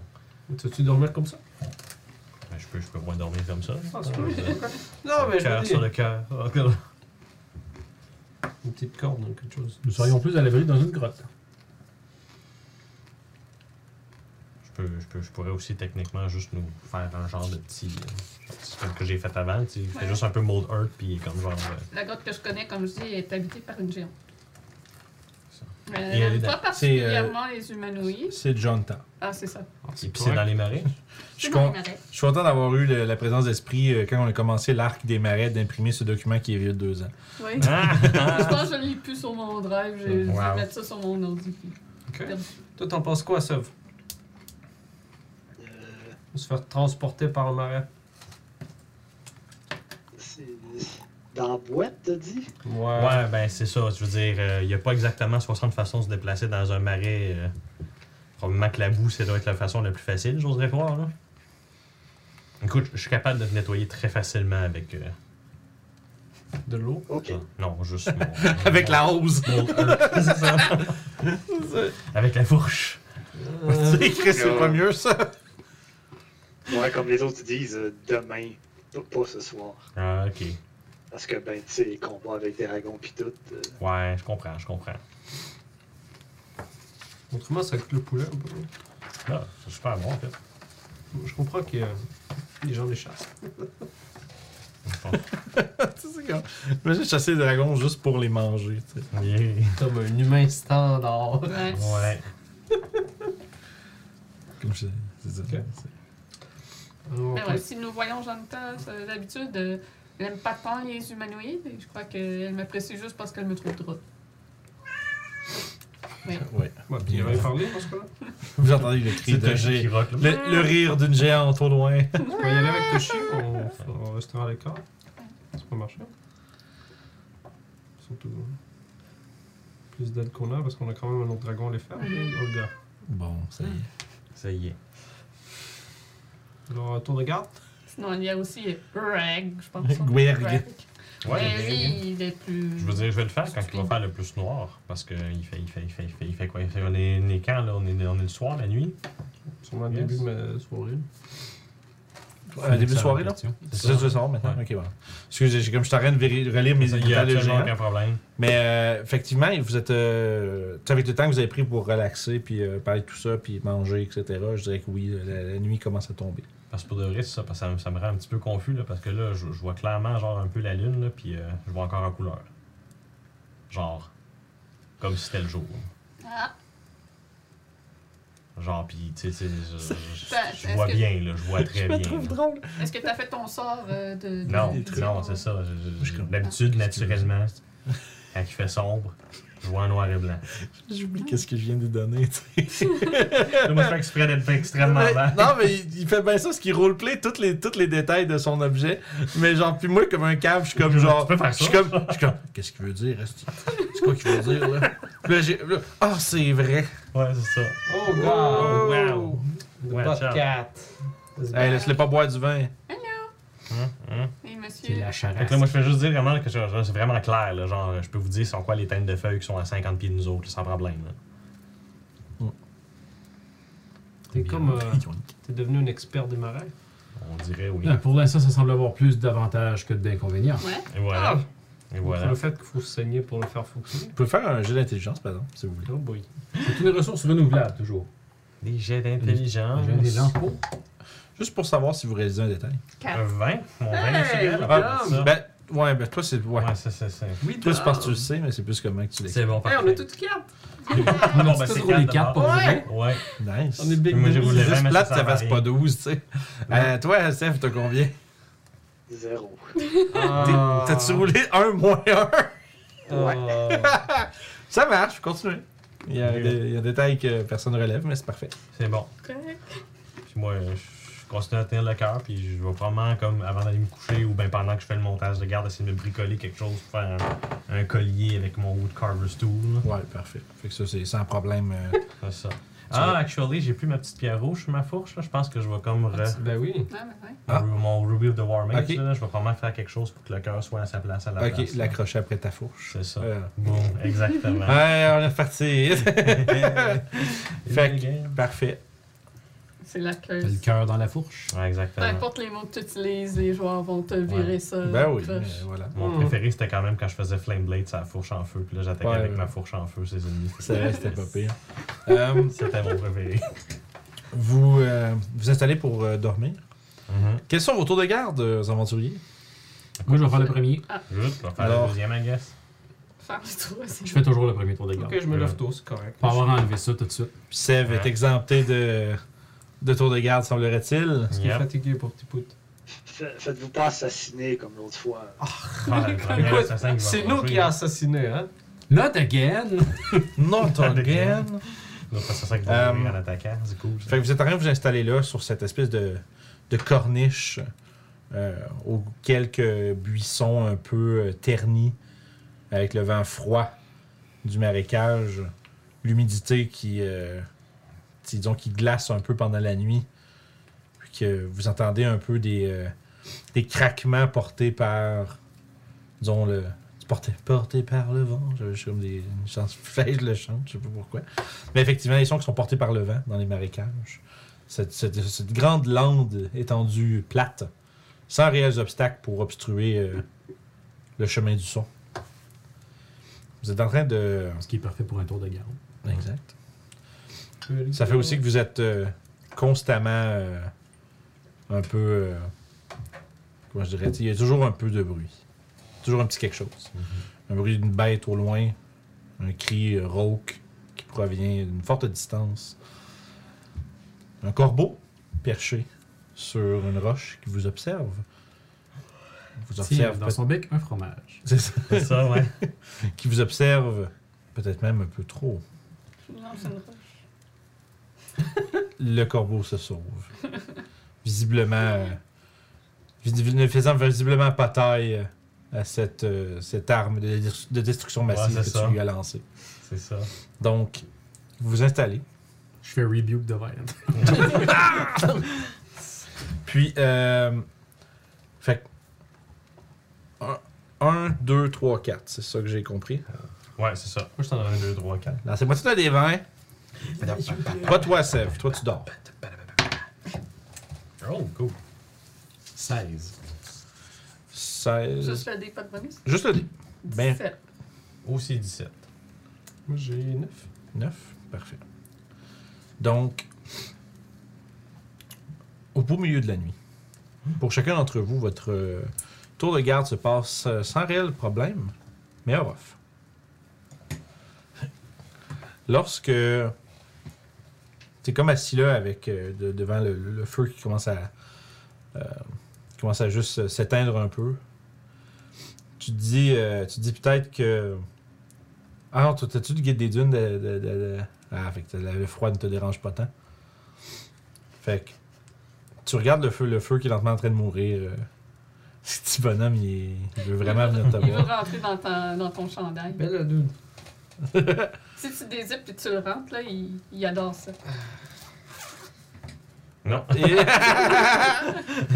Tu tu dormir comme ça Ben, je peux, je peux moins dormir comme ça. Ah, c'est cool. Ah, Non, mais je cœur veux sur dire, le cœur. Une petite corde ou quelque chose. Nous serions plus à l'abri dans une grotte. peux, je, peux, je pourrais aussi techniquement juste nous faire un genre de petit. euh, C'est comme que j'ai fait avant, tu sais. Je fais Ouais. juste un peu mold earth, puis comme genre. euh, La grotte que je connais, comme je dis, est habitée par une géante. Ça. Euh, Et elle est pas dans- c'est, euh, particulièrement les humanoïdes. C'est John Tan. Ah, c'est ça. puis c'est dans les marais. Je C'est suis dans les con- marais. Je suis content d'avoir eu le- la présence d'esprit euh, quand on a commencé l'arc des marais d'imprimer ce document qui est vieux de deux ans. Oui. Ah! je pense que je l'ai plus sur mon drive. Je je Wow. vais mettre ça sur mon ordi. puis Ok. perdu. Toi, t'en penses quoi, Sov Euh, Se faire transporter par un marais c'est. Dans la boîte, t'as dit Ouais, ben c'est ça. Je veux dire, il n'y a pas exactement 60 façons de se déplacer dans un marais. euh, probablement que la boue, ça doit être la façon la plus facile, j'oserais croire. Là. Écoute, je suis capable de me nettoyer très facilement avec. euh, De l'eau Ok. Non, juste mon. Avec la hose! mon- c'est ça. Avec la fourche. Tu sais, Chris, c'est pas mieux ça! Ah. Ouais, comme les autres ils disent, euh, demain, pas- pas ce soir. Ah, ok. Parce que, ben, tu sais, les combats avec des dragons pis tout. euh, Ouais, je comprends, je comprends. Autrement, ça coûte le poulet un peu. Là, Ah, c'est super bon, en fait. Je comprends que euh, les gens les chassent. Je pense. Tu sais, comme- Imagine chasser les dragons juste pour les manger. tu sais. Yeah. Comme un humain standard. Ah, Ouais. Ouais. Comme je c'est ça. Ok. C'est- Ben ouais, si nous voyons Jonathan, euh, d'habitude, euh, elle n'aime pas tant les humanoïdes et je crois qu'elle m'apprécie juste parce qu'elle me trouve drôle. Ouais. Ouais, puis il va y parler dans ce cas-là. Vous entendez le cri C'est de un G. qui rock, là. Le, le rire d'une géante au loin. Tu peux y aller avec Toshi, on, on restera à l'écart. Ça peut marcher. Surtout euh, plus d'aide qu'on a, parce qu'on a quand même un autre dragon à les faire, mais Olga. Bon, ça y est. Ça y est. Alors, tour de garde. Sinon, il y a aussi Rag, je pense. Gwerg. Rag. Ouais, Mais bien. lui, il est plus. Je veux dire, je vais le faire quand il va faire le plus noir. Parce qu'il fait, il fait, il fait, il fait, il fait quoi? Il fait, on, est, on est quand, là? On est, on est le soir, la nuit? Sûrement le Yes. début de ma soirée. Un début de soirée, là? C'est ça que tu veux savoir maintenant? Ouais. Ok, bon. Excusez, j'ai comme je t'arrête de véri- relire mes Il y a hein? états de absolument géant. aucun problème. Mais euh, effectivement, vous êtes. euh, tu sais, avec le temps que vous avez pris pour relaxer, puis euh, parler de tout ça, puis manger, etc., je dirais que oui, euh, la, la nuit commence à tomber. Parce que pour de vrai, c'est ça, parce que ça, me- ça me rend un petit peu confus, là, parce que là, je, je vois clairement, genre, un peu la lune, là, puis euh, je vois encore en couleur. Genre, comme si c'était le jour. Ah, Genre, puis, tu sais, tu sais, Ça- je- je, je est-ce vois que- bien, là, je vois très bien. là. drôle. est-ce que t'as fait ton sort euh, de. de- Non, de- non, c'est ça. je- je- Je suis comme- D'habitude, naturellement, quand il fait sombre, je vois en noir et blanc. J'oublie qu'est-ce que je viens de lui donner, tu sais. Là, Moi, je fais exprès d'être extrêmement Mais- bas. non, mais il, il fait bien ça, parce qu'il roleplay tous les, tous les détails de son objet. Mais genre, puis moi, comme un cave, je suis comme genre. Tu peux faire Je ça. suis comme. Je suis comme. Qu'est-ce qu'il veut dire, est-ce que- C'est quoi qu'il veut dire, là? Puis là, j'ai. là, Ah, c'est vrai! Ouais, c'est ça. Oh, wow! wow! Wow! Le Ouais, pot ciao. 4. Hey, laisse-le pas boire du vin. Hein, hein. Et C'est monsieur. la Fait charade. que là, moi, je fais juste dire vraiment que je- je- c'est vraiment clair. Là, genre, je peux vous dire sont quoi les teintes de feuilles qui sont à 50 pieds de nous autres, là, sans problème. là. T'es comme. euh, Ils ont une T'es devenu un expert des marais. On dirait oui. Là, pour l'instant, ça semble avoir plus d'avantages que d'inconvénients. Ouais. Et voilà. Et Pour voilà. le fait qu'il faut se saigner pour le faire fonctionner. Vous pouvez faire un jeu d'intelligence, par exemple, si vous voulez. Oh boy. C'est une ressource renouvelable, toujours. Des jets d'intelligence. J'ai des lampes. Juste pour savoir si vous réalisez un détail. Un 20. Mon 20 Hey, naturel. Ah, ça. ben, ouais, ben toi, c'est. Ouais. Ouais, ça, c'est ça. Oui, Toi, c'est parce que tu le sais, mais c'est plus comment que tu l'as. C'est bon, Hey, parfait. on a toutes quatre. Bon, On ben, a c'est tous roulé quatre quatre pour d'abord. le Ouais. Ouais. Nice. On est big Moi, j'ai baby. roulé. C'est vingt, juste mais plate, ça ça va fasse pas rien. 12, tu sais. Euh, toi, Steph, t'as combien Zéro. Ah. T'as-tu roulé un moins un? Ah. Ça marche, continuez. Il y, a, Ok. des, il y a des détails que personne ne relève, mais c'est parfait. C'est bon. Correct. Puis moi, je- je continue à tenir le cœur, puis je vais probablement, comme avant d'aller me coucher ou bien pendant que je fais le montage de garde, essayer de me bricoler quelque chose pour faire un, un collier avec mon Wood Carver's Tool. là. Ouais, parfait. Fait que ça, c'est sans problème. euh, C'est ça. Ah, actually, j'ai plus ma petite pierre rouge sur ma fourche. Là. Je pense que je vais comme re- Ben oui. Non, mais ouais. Ah. mon Ruby of the War Mage. Ok. Là, je vais probablement faire quelque chose pour que le cœur soit à sa place à la ok, Euh. place. là. l'accrocher après ta fourche. C'est ça. Voilà. Bon, exactement. Ouais, on est reparti. Fait que... parfait. C'est la queue. T'as le cœur dans la fourche. Ouais, Peu exactement. importe les mots que tu utilises, les joueurs vont te virer ça. Ben oui, Crush. euh, voilà. Mon Mhm. préféré, c'était quand même quand je faisais Flame Blade, sa fourche en feu, puis là, j'attaquais Ouais, avec ouais. ma fourche en feu ses ennemis. C'est vrai, c'était pas pire. Euh, C'était mon préféré. Vous euh, vous installez pour euh, dormir. Mhm. Quels sont vos tours de garde, euh, aux aventuriers? Moi, je vais faire le premier. Juste, on va faire Alors- le deuxième, I guess. Faire les trois, c'est Je fais toujours le premier tour de garde. Ok, je me lève tôt, c'est correct. Pour avoir enlevé ça tout de suite. Puis Sev est Ouais. exempté de, de tour de garde, semblerait-il. Parce qu'il est Yep. fatigué pour petit pout. Fa- Faites-vous pas assassiner comme l'autre fois. Ah, le premier Écoute, assassin qui va C'est frapper. nous qui a assassiné, hein? Not again! Not again. L'autre assassin qui va Euh, mourir en attaquant, c'est cool. ça. Fait que vous êtes en train de vous installer là, sur cette espèce de, de corniche, euh, aux quelques buissons un peu euh, ternis, avec le vent froid du marécage, l'humidité qui, euh, disons, qui glace un peu pendant la nuit, puis que vous entendez un peu des, euh, des craquements portés par, disons, le... Porté, porté par le vent. Je, je suis comme des une chance- je le chante, je sais pas pourquoi. Mais effectivement, les sons qui sont portés par le vent dans les marécages. Cette, cette- cette grande lande étendue plate, sans réels obstacles pour obstruer euh, le chemin du son. Vous êtes en train de. Ce qui est parfait pour un tour de garde. Exact. Ça fait aussi que vous êtes euh, constamment euh, un peu. euh, comment je dirais Il y a toujours un peu de bruit. Toujours un petit quelque chose. Mm-hmm. Un bruit d'une bête au loin, un cri euh, rauque qui provient d'une forte distance. Un corbeau perché sur une roche qui vous observe. Vous Tiens, observe dans peut- son bec, un fromage. C'est ça. C'est ça, ouais. qui vous observe peut-être même un peu trop. Non, c'est une roche. le corbeau se sauve. Visiblement. euh, vis- ne faisant visiblement pas taille euh, à cette, euh, cette arme de, de destruction massive Ouais, que c'est ça. tu lui as lancée. C'est ça. Donc, vous vous installez. Je fais rebuke de violent. Puis, euh, fait que- un- un, deux, trois, quatre. C'est ça que j'ai compris. Ouais, c'est ça. Moi, je t'en donne 1, 2, 3, 4. Lancez-moi tout un des 20. Pas toi, Sèvres. Toi, tu dors. Oh, cool. 16. 16. Juste le dé, pas de bonus. Juste le dé. Ben. 17. Aussi 17. Moi, j'ai 9. 9, parfait. Donc, au beau milieu de la nuit, pour chacun d'entre vous, votre euh, tour de garde se passe euh, sans réel problème, mais oh, hors off. Lorsque t'es comme assis là avec euh, de- devant le, le feu qui commence à euh, qui commence à juste euh, s'éteindre un peu, tu te dis euh, tu te dis peut-être que ah non, toi, t'as-tu le guide des dunes de, de- de- de- Ah, fait que t'as- le froid ne te dérange pas tant. Fait que tu regardes le feu, le feu qui est lentement en train de mourir. euh. Ce petit bonhomme, il, est- il veut vraiment venir te Il veut voir. rentrer dans, ta- dans ton chandail. Belle la dude. Si tu dézippes puis tu le rentres, là, il, il adore ça. Non. Et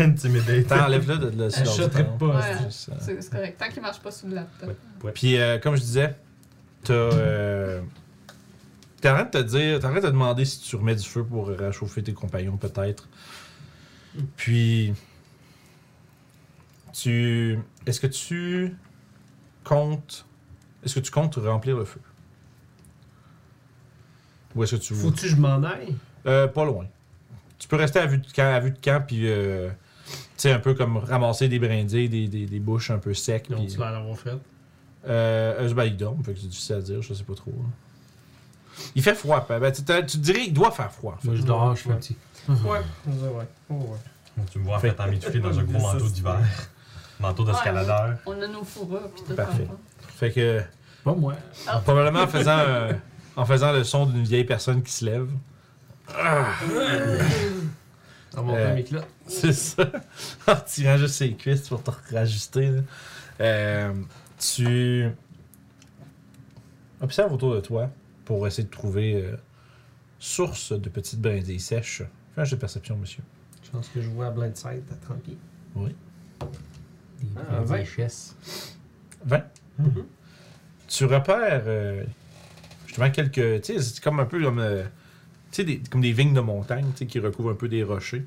Intimidé. t'enlèves-le de, de, de, Elle shotterait pas. Ouais. c'est- Ça. C'est c'est correct. Tant qu'il marche pas sous le laptop. Puis, euh, comme je disais, t'as. Euh, t'es en train de te dire, t'es en train de te demander si tu remets du feu pour réchauffer tes compagnons, peut-être. Puis. Tu. Est-ce que tu comptes. Est-ce que tu comptes remplir le feu? Ou est-ce que tu. Faut-tu que je m'en aille? Euh, pas loin. Tu peux rester à vue de camp, à vue de camp, puis. euh, tu sais, un peu comme ramasser des brindilles, des, des, des bouches un peu secs. Ils ont puis- l'air d'avoir fait. euh, eux, ben, il dorment, fait que c'est difficile à dire, je sais pas trop. là. Il fait froid, ben, ben, tu, te- tu te dirais qu'il doit faire froid. en fait. Moi, je dors, je fais un petit. Ouais. Ouais, ouais. Oh, ouais. Tu me vois en fait emmitouflé dans un gros manteau d'hiver. Manteau d'escaladeur. On a nos fourrures puis tout. Parfait. en bas. Fait que, Pas moi. Ah. probablement en faisant, euh, en faisant le son d'une vieille personne qui se lève. En montant Euh, mes clottes. C'est ça. en tirant juste ses cuisses pour te rajuster. là. Euh, tu observes autour de toi pour essayer de trouver euh, source de petites brindilles sèches. Fais un jeu de perception, monsieur. Je pense que je vois à Blindside à 30 pieds. Des Ah, vraies ouais. richesses. 20. Tu repères euh, justement quelques. Tu sais, c'est comme un peu comme, euh, tu sais, des, comme des vignes de montagne tu sais, qui recouvrent un peu des rochers.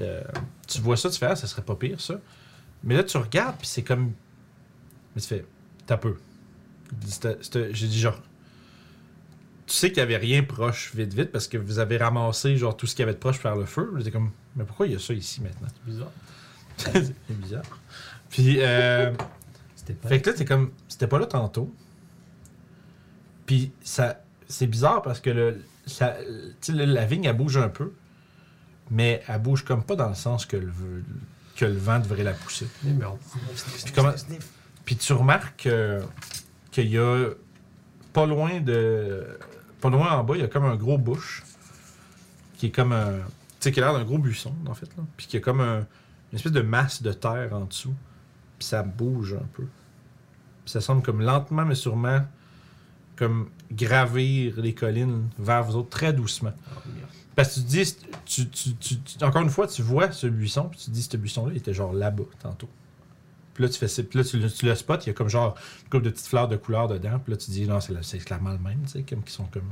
Euh, tu vois ça, tu fais, ah, ça serait pas pire ça. Mais là, tu regardes, puis c'est comme. Mais tu fais, t'as peu. C'est- c'est- J'ai dit genre. tu sais qu'il y avait rien proche vite vite parce que vous avez ramassé genre tout ce qu'il y avait de proche par le feu. J'étais comme mais pourquoi il y a ça ici maintenant C'est bizarre. C'est bizarre. Puis euh, C'était pas. fait que là t'es comme c'était pas là tantôt. Puis ça c'est bizarre parce que le ça tu sais, le- la vigne elle bouge un peu mais elle bouge comme pas dans le sens que le que le vent devrait la pousser. Mais merde. Puis, comment- puis tu remarques que- qu'il y a pas loin de. Pas loin en bas, il y a comme un gros bush qui est comme un. Tu sais, qui a l'air d'un gros buisson, en fait. Là. Puis qui a comme un- une espèce de masse de terre en dessous. Puis ça bouge un peu. Puis ça semble comme lentement, mais sûrement, comme gravir les collines vers vous autres très doucement. Ah, merde. Parce que tu te dis, tu- tu- tu- tu- encore une fois, tu vois ce buisson, puis tu te dis, ce buisson-là, il était genre là-bas, tantôt. Puis là, tu, fais, ça, puis là tu, le- tu le spots, il y a comme genre une couple de petites fleurs de couleur dedans, puis là, tu dis, non, c'est la- c'est clairement le même, tu sais, comme qui sont comme.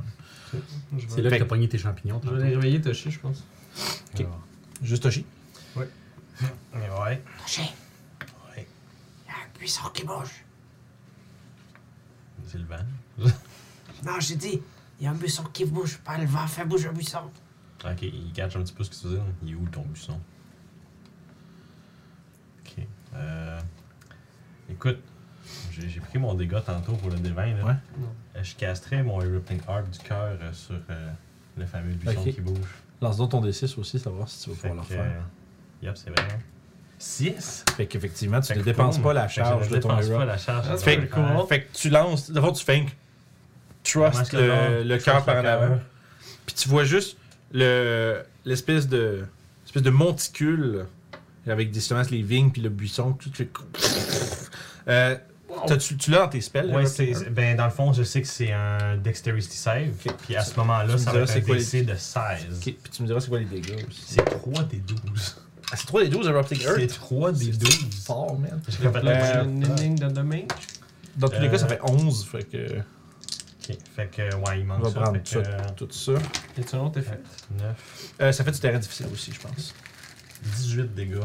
Je C'est vais, là Fait que t'as que- pogné tes champignons. je tantôt. Ah. vais aller réveiller Toshi, je pense. Ok. Juste Toshi. Mais ouais. Il y a un buisson qui bouge. C'est le vent. Non, j'ai dit, il y a un buisson qui bouge. Pas le vent fait bouger un buisson. Ok, il cache un petit peu ce que tu veux dire. Il est où ton buisson? Ok. Euh... Écoute, j'ai j'ai pris mon dégât tantôt pour le dévin. Là. Ouais. Non. Euh, Je casterai mon Rippling Harp du cœur euh, sur euh, le fameux buisson Ok. qui bouge. Lance donc ton D6 aussi, savoir si tu vas Fait pouvoir le que, refaire. euh, Yep, c'est vrai. 6! Fait qu'effectivement, tu ne dépenses pas la charge de ton Je ne dépense hero. pas la charge Ah, de Fait, mon que- hero. fait que tu lances, d'abord tu fais Comment est-ce trust que le, le je lance? cœur Trust par en le cœur. avant. Puis tu vois juste le l'espèce de espèce de monticule avec des semences, les vignes puis le buisson. Tout, fait- Euh, t'as- tu tu l'as dans tes spells. Ouais, là, c'est, Peter? c'est- ben dans le fond, je sais que c'est un dexterity save. Ok. Puis à ce moment-là, me ça diras va être un c'est quoi les- DC de 16. Ok, Puis tu me diras c'est quoi les dégâts aussi. C'est 3 des 12. Ah, c'est 3 des 12 Erupting C'est Earth. 3 des 12. fort, man. Je répète Euh, la J'ai prochaine. une ligne de demain. Dans tous les Euh, cas, ça fait 11. Fait que Ok, Fait que, ouais, il on manque va ça. prendre fait que, ça, euh, tout ça. Y a-tu un autre effet 9, Euh, ça fait du terrain difficile aussi, je pense. 18 dégâts.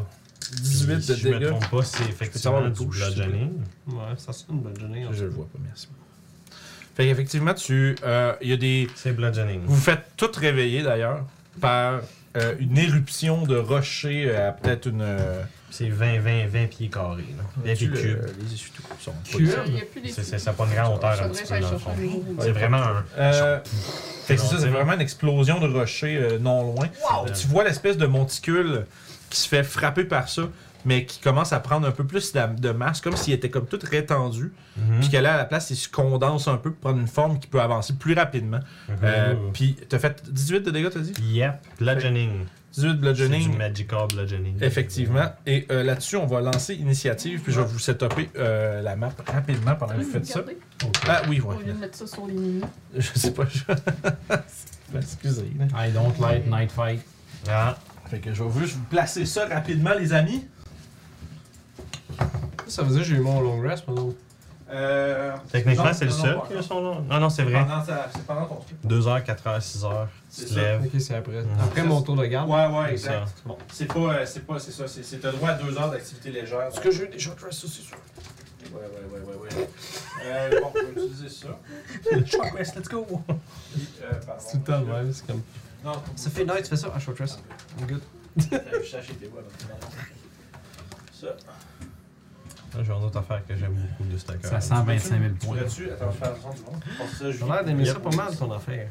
18 de Si Je me dégâts. trompe pas, c'est savoir effectivement le du bouche, bludgeoning. Ouais, ça sonne une bonne journée. en Je fait. le vois pas, merci beaucoup. Fait qu'effectivement, tu. euh, Il y a des. C'est bludgeoning. Vous vous faites toutes réveiller d'ailleurs par euh, une éruption de rochers euh, à peut-être une. euh, C'est 20, 20, 20 pieds carrés. là. 20 tu pieds le- cubes. Les essuie-tout sont pas Cube? ici. Il n'y a plus les C'est- c'est- Ça prend une grande hauteur un petit peu dans le fond. C'est Ouais. vraiment un. Euh, fait que c'est ça, Long c'est terme. vraiment une explosion de rochers euh, non loin. Tu vois l'espèce de monticule qui se fait frapper par ça, mais qui commence à prendre un peu plus de, de masse, comme s'il était comme tout rétendu, Mhm. puis que là, à la place, il se condense un peu pour prendre une forme qui peut avancer plus rapidement. Euh, Mhm. Puis, t'as fait 18 de dégâts, t'as dit Yep, bludgeoning. 18 de C'est bludgeoning. du magical bludgeoning. Effectivement. Et euh, là-dessus, on va lancer initiative, puis je vais vous setuper euh, la map rapidement pendant que vous faites ça. Ah oui, Au ouais. lieu de mettre ça sur les mini. Je sais pas. je- Ben, Excusez. là. I don't like night fight. Ah, Fait que je vais juste vous placer ça rapidement, les amis. Ça veut dire que j'ai eu mon long rest pendant. Euh, techniquement, non, c'est le non, seul non, pas qui a encore. son nom. Non, non, c'est vrai. Pendant ta- C'est pendant ton truc. 2h, 4h, 6h, tu C'est te ça. lèves. Ok, c'est après. Mm. Après mon tour de garde. Ouais, ouais, C'est exact. ça. Bon. C'est pas, euh, c'est pas, c'est ça. C'est c'est- t'as droit à deux heures d'activité légère. Est-ce que j'ai eu des short rests aussi sur Ouais, ouais, ouais, ouais, ouais. Euh, bon, on peut utiliser ça. Short rest, let's go! Puis, euh, pardon. C'est tout le temps le même. C'est comme. Non, Ça fait une heure que tu fais ça à short rest. Good. je cherche tes voix. Ça. J'ai une autre affaire que j'aime beaucoup de ce Ça cœur. sent 25 000 Tu points. voudrais-tu- Attends, je fais attention du monde. Pour ça, je J'ai l'air d'aimer Yep. ça pas mal ton affaire.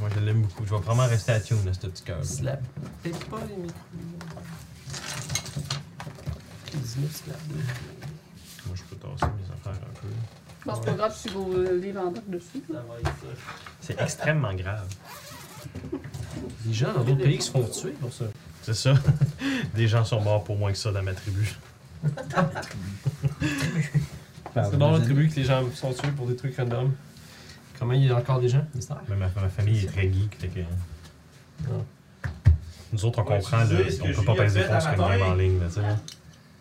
Moi, je l'aime beaucoup. Je vais vraiment rester à tune à ce petit cœur. Slap. Et pas les micros. Ok, 19 slap. Moi, je peux tasser mes affaires un peu. Bon, c'est pas grave si vos euh, livres en doc dessus. là. C'est extrêmement grave. Les gens dans d'autres pays qui se font tuer pour ça. C'est ça. Des gens sont morts pour moins que ça dans ma tribu. C'est dans la tribu que les gens sont tués pour des trucs random. Comment il y a encore des gens Mystère. Mais ma, ma famille est très geek, fait que... Ah. Nous autres, on Ouais, comprend, tu le- dis ce on que peut pas Julie a passer fait des à comme matin. même en ligne, là, tu sais. là.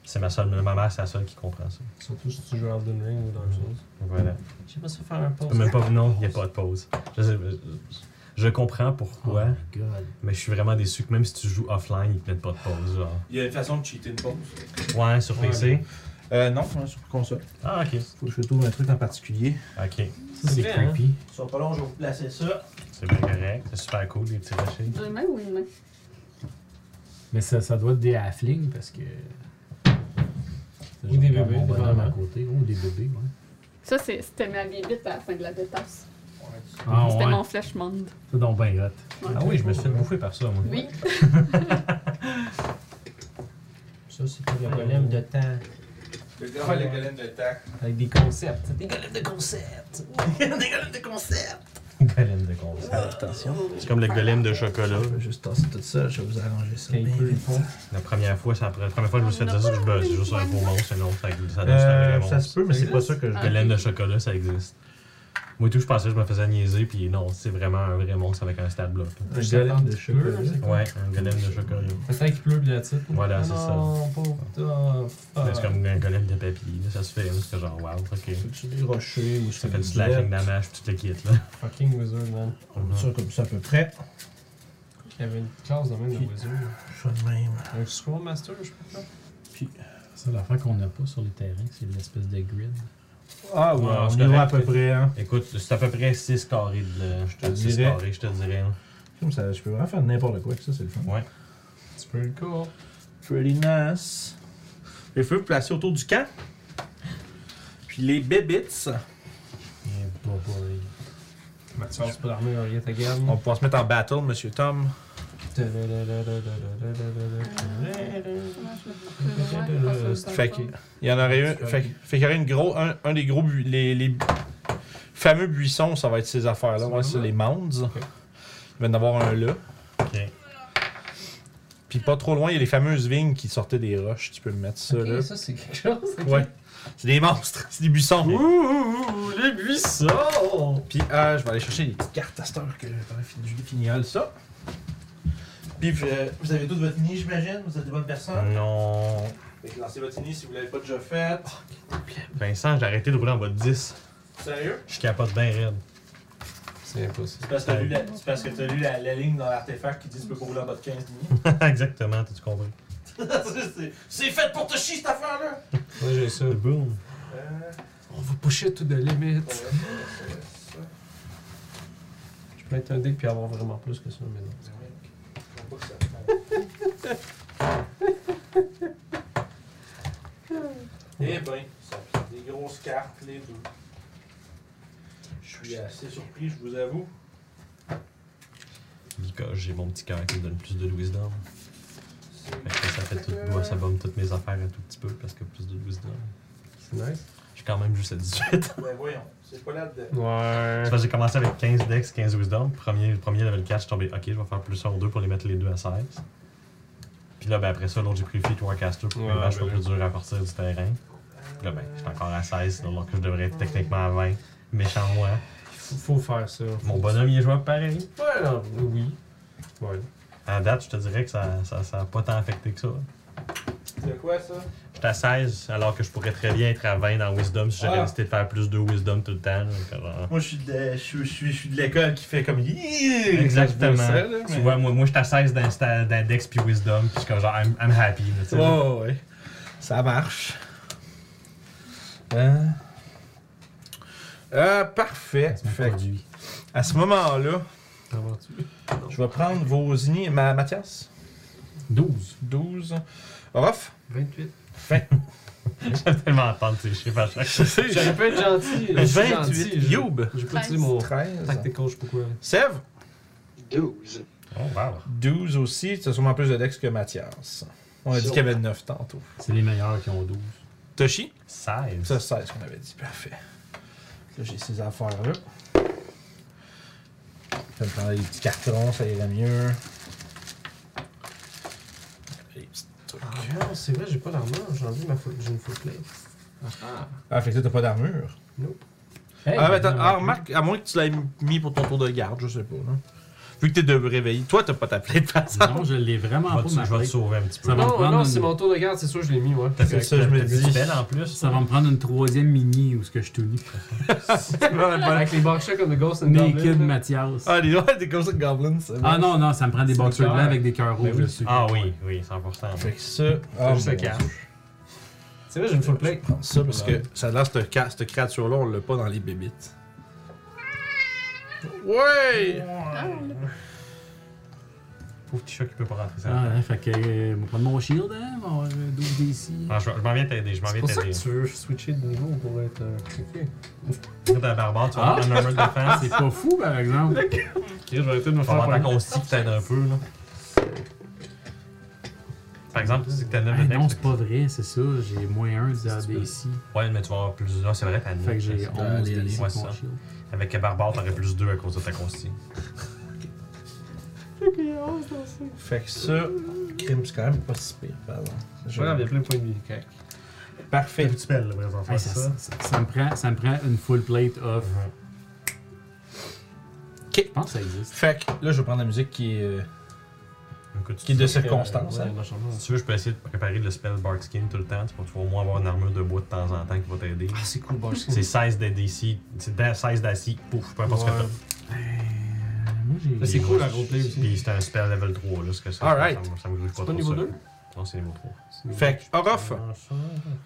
C'est ma seule, ma mère, c'est la seule qui comprend ça. Surtout si tu joues à Elden Ring ou dans le chose. Voilà. Je sais pas si faire un pause. Même pas, non, il n'y a pas de pause. Je, sais- je- je comprends pourquoi, Oh my god. mais je suis vraiment déçu que même si tu joues offline, ils te mettent pas de pause, genre. Il y a une façon de cheater une pause. Ouais, sur Ouais. PC. Euh, non, hein, sur console. Ah, ok. Faut que je trouve un truc en particulier. Ok. Ça, c'est vrai, hein? creepy. Sur pas long, je vais vous placer ça. C'est bien correct. C'est super cool, les petits rochers. Deux mains ou une main? Mais ça, ça doit être des halflings parce que. Ou des bébés, Mon bonhomme à dépendamment. côté. Ou des bébés, ouais. Ça, c'est- c'était ma vite à la fin de la détasse. Ah c'était ouais. mon flash monde. C'est donc ben hot. Ah oui, je me suis fait bouffer par ça, moi. Oui. Ça, c'est pour le golem de temps. Je vais faire le golem de tac. Avec des concepts. Des golems de concepts. des golems de concepts. Golem de concert. Ah, Attention. C'est comme le golem de chocolat. Je vais juste tasser tout ça, je vais vous arranger ça. bien vite. La première fois, ça, la première fois que je me suis fait dire ça, je buzz. C'est juste un faux monstre, un autre, ça, ça, Euh, ça, ça se peut, mais c'est pas ça que je Ah. veux. Golem de chocolat, ça existe. Moi et tout, je pensais que je me faisais niaiser, puis non, c'est vraiment un vrai monstre avec un stat block. Un golem de chocolat. Ouais, un golem de chocolat. Peut-être qu'il pleut, puis la titre. Voilà, c'est ça. Ah Non, pauvre. Ah. Mais C'est comme un golem de papier, là, ça se fait, là, c'est genre wow, ok. Faut-tu des rochers ou Ça fait du slashing damage, puis tu te quittes là. Ah, Fucking wizard, man. Ça, comme ça, à peu près. Il y avait une classe de même de Puis- wizard. Je fais de même. Un scroll master, je sais pas. Ça, l'affaire qu'on n'a pas sur les terrains, c'est l'espèce de grid. Ah, ouais, Ouais, on c'est y va à correct. peu près, hein. Écoute, c'est à peu près 6 carrés de. Je te dirais. carrés, je te dirais. là. Comme ça, je peux vraiment faire n'importe quoi avec ça, c'est le fun. Ouais. C'est pretty cool. Pretty nice. Les feux placés autour du camp. Puis les bébites. Yeah, boy, boy. Tu passes pas l'armée, on y est again. On pourra se mettre en battle, monsieur Tom. Fait que- Il y en aurait un. Fait, fait qu'il y aurait une gros, un, un des gros. bu- Les, les fameux buissons, ça va être ces affaires-là. Ouais, c'est les mounds. Il va y en avoir un là. Ok. Puis pas trop loin, il y a les fameuses vignes qui sortaient des roches. Tu peux me mettre ça là. Ok, ça c'est quelque chose. ok. Ouais. C'est des monstres, c'est des buissons. Ouh, les buissons! Puis ah, je vais aller chercher les petites cartes à cette heure que j'aurais fini, je vais finir ça. Puis euh, vous avez tous votre nid, j'imagine. Vous êtes des bonnes personnes. Non. Fait que lancez votre nid si vous l'avez pas déjà fait. Vincent, j'ai arrêté de rouler en bas de 10. Sérieux? Je capote bien raide. C'est impossible. C'est parce que t'as lu, la, c'est parce que t'as lu la, la ligne dans l'artefact qui dit tu peux pas rouler en bas de 15 nids. Exactement, t'as-tu compris? C'est- c'est- c'est fait pour te chier cette affaire-là! Moi j'ai ça. Boom. Euh, On va pusher tout de limite. Je peux être un deck puis avoir vraiment plus que ça, mais non. Eh ben, ça fait des grosses cartes, les deux. Je suis assez surpris, je vous avoue. Because j'ai mon petit cœur qui me donne plus de wisdom. Fait que ça fait tout. ouais, ça bombe toutes mes affaires un tout petit peu parce que plus de wisdom. C'est nice. Je suis quand même juste à 18. Ben voyons, c'est pas là-dedans. Ouais. Parce que j'ai commencé avec 15 dex, 15 wisdom. Premier, premier level 4, je suis tombé. Ok, je vais faire plus 1 ou 2 pour les mettre les deux à 16. Puis là, ben après ça, l'autre, j'ai pris Feet Warcaster pour que Ouais, les vaches soient ben plus dures à partir du terrain. Puis là, ben, je suis encore à 16, donc je devrais être techniquement à 20. Méchant moi. Faut, faut faire ça. Mon bonhomme, il est jouable pareil. Ouais, non, oui. Ouais. À date, je te dirais que ça n'a ça, ça a pas tant affecté que ça. C'est quoi ça? J'étais à 16, alors que je pourrais très bien être à 20 dans Wisdom si j'avais Ah. décidé de faire plus de Wisdom tout le temps. là, que genre- Moi, je suis de, je, suis- je suis- je suis de l'école qui fait comme. Exactement. Ça, là, Tu mais- vois, moi, moi j'étais à 16 dans, sta- dans Dex puis Wisdom, puis je suis comme genre, I'm, I'm happy. là, tu sais. Oh, ouais. Ça marche. Hein? Euh, parfait. Fait que, à ce moment-là, T'en vas-tu? je vais prendre vos ignis. Ma, Mathias? 12. 12. Orof? 28. J'aime tellement entendre ces chiffres à chaque fois. J'aurais pu être gentil. là, je suis gentil, 28. je- Youb? J'ai pas utilisé mon 13. tactical, je sais pas quoi. Sev? 12. Oh, wow. 12 aussi. Tu as sûrement plus de dex que Mathias. On a dit Sure. qu'il y avait 9 tantôt. C'est les meilleurs qui ont 12. Toshi? 16. Ça, c'est ce qu'on avait dit. Parfait. Là, j'ai ces affaires-là. Je vais me prendre les petits cartons, ça ira mieux. Les petits trucs. Ah non, c'est vrai, j'ai pas d'armure. J'ai enlevé ma full... J'ai une full plate. Ah, fait que toi, t'as pas d'armure. Hey, ah, mais attends, maintenant, ah, remarque, à moins que tu l'aies mis pour ton tour de garde, je sais pas. Là. Vu que t'es de réveillé, toi, t'as pas ta plaie de passage. Non, je l'ai vraiment Je vais pas. te- ma je vais te plaie. sauver un petit peu. Ça va me Non, prendre non, une- c'est mon tour de garde, c'est sûr, je l'ai mis, ouais. T'as c'est ça, je me t'as plus dis. de spells en plus. Ça va me prendre une troisième mini où ce que je te lis. Avec les barchats comme The Ghost and Naked Goblin, là. Mathias. ah, les ouais, t'es comme ça, Goblin. c'est Ah bon. non, non, ça me prend des C'est boxers blancs clair. avec des cœurs rouges Ben Ah, oui. dessus. Ah oui, oui, 100%. Fait que ça. Ah, Juste mon le cache. Dieu. C'est vrai, j'ai une full plate. prendre ça parce que ça a l'air, cette, ca- cette créature-là, on l'a pas dans les bébites. Ouais! Ah, on l'a pas. Pauvre petit chat qui peut pas rentrer ça. Ah, ouais, fait que. euh, prendre mon shield, hein, mon euh, 12 d'ici. Ah, je je m'en viens t'aider, je m'en C'est viens pour ça t'aider. que tu veux switcher de niveau pour être euh, cliqué. Toi, t'es un barbare, tu Ah. vas prendre un armored defense. C'est pas fou, par exemple. Ok, je vais arrêter de me Il va faire falloir prendre. qu'on se peut-être un peu, là. Par exemple, tu dis que t'as 9 Ah, de non, dex. c'est pas vrai, c'est ça. J'ai moins 1 d'ici. Ouais, mais tu vas avoir plus. Non, c'est vrai, t'as 9. Fait que j'ai 11 allez, d'ici ouais, pour ça. mon shield. Avec Barbare, t'aurais plus 2 à cause de ta consti. Fait que ça, crime, c'est quand même pas si pire, pardon. Je regarde, il y a plein de points de vie. Cac. Parfait. du spell, là, par Hey, ça, ça- ça me prend, ça me prend une full plate of. Mhm. Ok. Je pense que ça existe. Fait que là, je vais prendre la musique qui est, euh, Écoute, qui tu est de veux- circonstance. euh, Ouais, hein. on a changé. si tu veux, je peux essayer de préparer le spell Bark Skin tout le temps. Tu vas pouvoir au moins avoir une armure de bois de temps en temps qui va t'aider. Ah, c'est cool, Barkskin. C'est 16 de DC. C'est da- 16 d'ACI. Pouf, peu importe ce que t'as. Euh, moi, Là, j'ai. c'est cool, la gros play aussi. Puis c'est un spell level 3, là, ce que ça. Alright. Ça, me- ça me grue pas C'est pas trop niveau ça. 2? Non, c'est niveau 3. Fait que, Orof,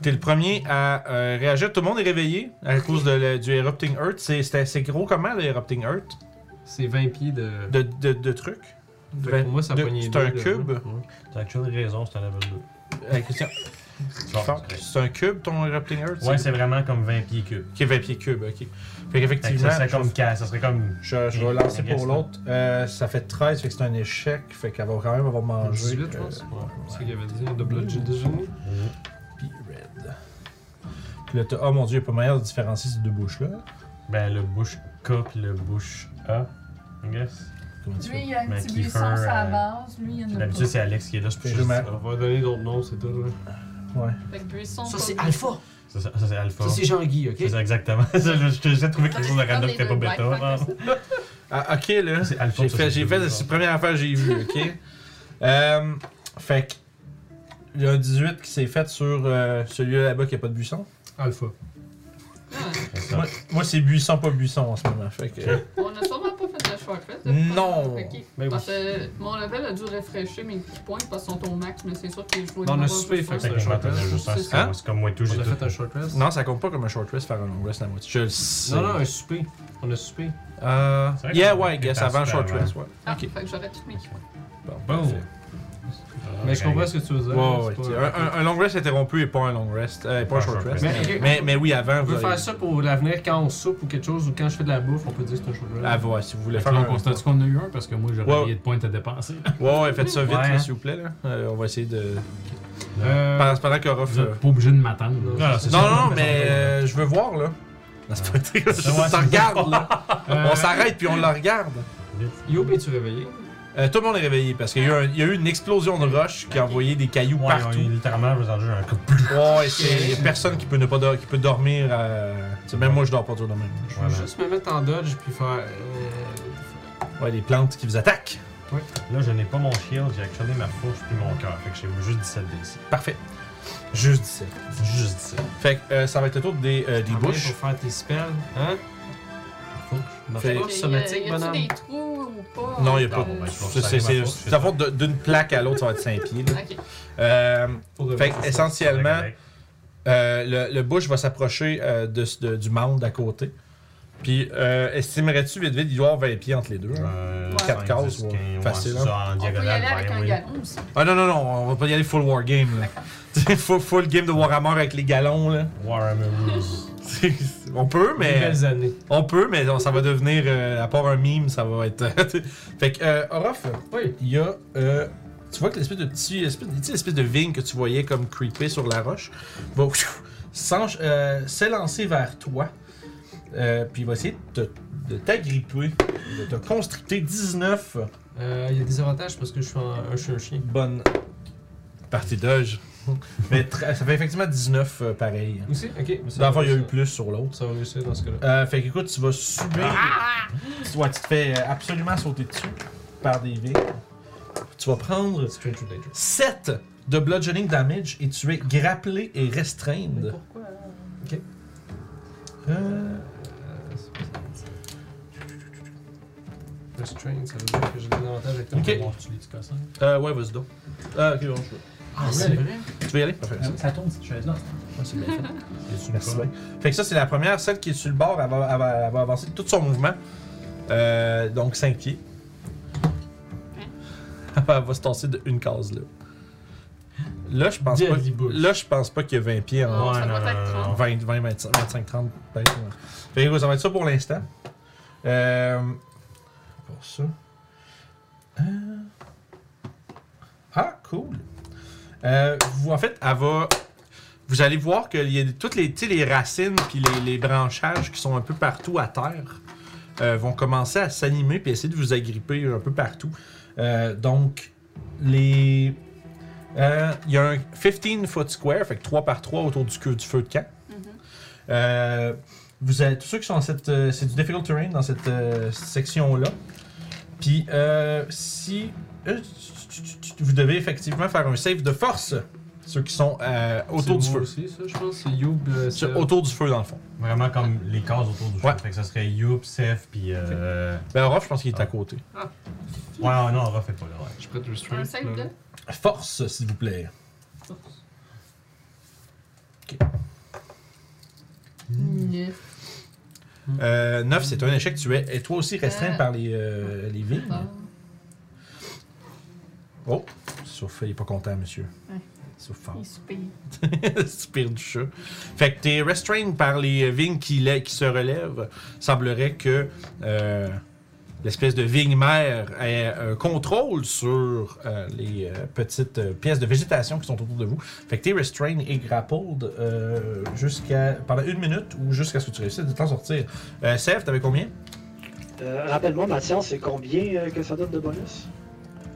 t'es le premier à euh, réagir. Tout le monde est réveillé à cause de le- du Erupting Earth. C'est, c'était- c'est gros comment, le Erupting Earth? C'est 20 pieds de. De, de, de trucs? Fait que Ben, pour moi, ça de- pognait c'est deux, un là. hein. cube. Ouais. T'as actuellement raison, c'est un level 2. Euh, Christian, Fort. c'est un cube, ton Erupting Earth? Ouais, c'est vraiment comme 20 pieds cubes. Qui est 20 pieds cubes, ok. Fait Fait que qu'effectivement, ça serait comme ca- ça serait comme je, je vais Et- lancer et pour reste, l'autre. Euh, ça fait 13, fait que c'est un échec. Fait qu'elle va quand même avoir mangé. 18, je euh, pense. ouais, C'est ce qu'il avait dit. Double j'ai déjà mis. Puis red. Puis là, t'as. Oh mon dieu, il n'y a pas moyen de différencier ces deux bouches-là. ben le bouche K puis le bouche A. I guess. Comment tu Lui, fais il y a un Mais petit Kiefer, buisson sur la euh, base. Lui, il y en a D'habitude c'est Alex qui est là, c'est pour Fais juste- jamais. On va donner d'autres noms, c'est tout. là. Ouais. pas. Fait que buisson, Ça, pas c'est buisson. Alpha. Ça, ça, ça, c'est Alpha. Ça, c'est Jean-Guy, ok? C'est ça, exactement. Ça, je je te laissais trouver quelque chose de random qui était pas bêta. genre. Ah, ok, là. C'est alpha, J'ai ça, fait, c'est j'ai le fait, bleu, c'est genre. la première affaire que j'ai vue, ok? Euh, fait que. Il y a un 18 qui s'est fait sur euh, celui là-bas qui a pas de buisson. Alpha. C'est ça. Moi, moi, c'est buisson, pas buisson en ce moment. Fait que. On a sûrement pas fait de shortcut. Non. Ben Parce oui. que mon level a dû rafraîchir mes points parce qu'ils sont au max, mais c'est sûr que je jouais Non, on a pas soupé, fait Fait que c'est que un short j'entends rest. juste un- C'est c'est ça. comme- c'est comme moi et tout, j'ai On a tout. fait un short rest. Non, ça compte pas comme un short rest faire un long rest à moitié. Je le sais. non, non, un souper. On a soupé. Euh, C'est vrai yeah, qu'on ouais, I guess, était avant super short avant. rest, ouais. Ah, Ok. fait que j'aurais toutes mes points. Bon, Boom. parfait. Mais je comprends ce que tu veux dire. Ouais, ouais, c'est pas- t'sais, un, un- un long rest était rompu et pas un long rest. Euh, pas un short rest. Mais- mais- Mais, mais oui, avant, On vous peut avez... faire ça pour l'avenir quand on soupe ou quelque chose ou quand je fais de la bouffe, on peut dire que c'est un short rest. Ah, ouais, si vous voulez Fait que faire là, un... on constate qu'on en a eu un parce que moi, j'aurais Ouais. oublié de points à dépenser. Ouais, ouais, faites ça vite, Ouais, là, hein. s'il vous plaît. Là. Euh, on va essayer de... Euh, Pendant, pendant qu'Orof... Vous euh, êtes pas obligé de m'attendre. là. Non, non, c'est Non, ça, non, on fait mais ça. euh, je veux voir, là. Non, c'est pas terrible. Ouais, On c'est- s'en regarde, là. euh, On s'arrête, puis on la regarde. Yob, es-tu ben, réveillé? Euh, tout le monde est réveillé, parce qu'il y, a eu un- il y a eu une explosion de roche qui a envoyé des cailloux Ouais, partout. on est littéralement, vous en jouez un coup. Ouais, il y a personne qui peut, ne pas dor- qui peut dormir. euh, tu sais, même moi, je dors pas trop demain. Je veux Voilà. juste me mettre en dodge puis faire. euh, Ouais, les plantes qui vous attaquent. Là, je n'ai pas mon shield, j'ai actionné ma fourche puis mon cœur. Fait que j'ai juste 17 d'ici. Parfait. Juste 17. Juste 17. Fait que euh, ça va être le tour des, euh, des Ah, t'en viens bouches. Pour faire tes spells, hein? euh, Ma Fait- force Fait que, somatique, y a- y a-tu bonhomme. des trous ou pas? Euh, Non, il n'y a pas. Bon, ben, je vais Ça, resserrer C'est ma c'est- fourche, c'est à fond de- d'une plaque à l'autre, ça va être 5 pieds. là. Ok. Euh, Pour de fait vrai. que, essentiellement, C'est correct. euh, le, le bush va s'approcher euh, de, de- du mound à côté. Puis, euh, estimerais-tu vite vite, il doit y avoir 20 pieds entre les deux? hein? Euh, Ouais. Quatre 5, cases, 10, ouais. 15, ouais, Facile, c'est hein. ça, en On peut y diagonale, aller avec ben un oui. galon aussi. Ah non, non, non, on va pas y aller full war game. Là. T'sais, full, full game de Warhammer avec les galons. Là. Warhammer Rules. C'est- on peut, Des mais. belles années. On peut, mais non, ça va devenir, euh, à part un mime, ça va être. fait que, euh, Orof, Oui. il y a. euh, tu vois que l'espèce de petit. Espèce, tu sais, l'espèce de vigne que tu voyais comme creeper sur la roche va pfiou, s'en- euh, s'élancer vers toi. Euh, puis il va essayer de, te- de t'agripper, de te constricter 19 Euh, Il y a des avantages parce que je suis un, je suis un chien. bonnes parties d'âge. mais tra- ça fait effectivement 19 euh, pareil. Aussi? Ok. mais ça Dans le va fond, il y a eu réussir. plus sur l'autre. Ça va réussir dans ce cas-là. Euh, fait qu'écoute, tu vas subir. Ah! Ouais, tu te fais euh, absolument sauter dessus par des vignes. Tu vas prendre Stranger Danger. 7 de bludgeoning damage et tu es grapplé et restreint. pourquoi? Euh, Le strain, ça veut dire que j'ai des avantages avec ton Ok. pouvoir. Tu l'es-tu cassé? euh, ouais, vas-y donc. Ah, ok, bon, je veux. Ah, c'est vrai? Tu veux y aller? Parfait. Ça tourne cette chaise-là. Ouais, c'est bien fait. C'est Merci bien. Fait que ça, c'est la première. Celle qui est sur le bord, elle va, elle va- elle va avancer tout son mouvement. Euh, donc 5 pieds. Elle va- elle va se tasser de une case là. Là, je pense pas. Daddy Bush. Là, je pense pas qu'il y a 20 pieds en Non, ça Ouais, non, doit être euh, non, non, 30. 20, 20, 25, 25, 30, peut-être. ouais. Fait que ça va être ça pour l'instant. Euh, pour ça. Euh, Ah, cool. Euh, vous, en fait, elle va. Vous allez voir qu'il y a toutes les, tu sais, les racines puis les, les branchages qui sont un peu partout à terre euh, vont commencer à s'animer puis essayer de vous agripper un peu partout. Euh, donc, les. Euh, Il y a un 15 foot square, fait que 3 par 3 autour du, queue- du feu de camp. Mhm. Euh, vous avez, tous ceux qui sont dans cette. euh, c'est du difficult terrain dans cette euh, section-là. Puis, euh, si. euh, vous devez effectivement faire un save de force, ceux qui sont euh, autour du moi feu. aussi, ça, je pense. C'est Youb. euh, Ceux c'est- Autour du feu, dans le fond. Vraiment comme les cases autour du Ouais. jeu. Fait que ça serait Youp, Seth, puis. Euh... Ben, Orof, je pense qu'il est à côté. Ouais, ouais, non, on refait pas là. Ouais. Je prête le Un strength. save là. de Force, s'il vous plaît. force. Ok. Neuf. Euh, 9, c'est un échec. Tu es, et toi aussi, restreint Euh. par les, euh, les vignes. Bon. Oh, sauf il est pas content, monsieur. Ouais. Sauf fort. Il se paye. C'est pire du chat. Fait que t'es restrained par les euh, vignes qui, la- qui se relèvent. Semblerait que euh, l'espèce de vigne mère ait un contrôle sur euh, les euh, petites euh, pièces de végétation qui sont autour de vous. Fait que t'es restrained et grappled euh, jusqu'à pendant une minute ou jusqu'à ce que tu réussisses de t'en sortir. Euh, Sèvres, t'avais combien? Euh, Rappelle-moi, Mathias, c'est combien euh, que ça donne de bonus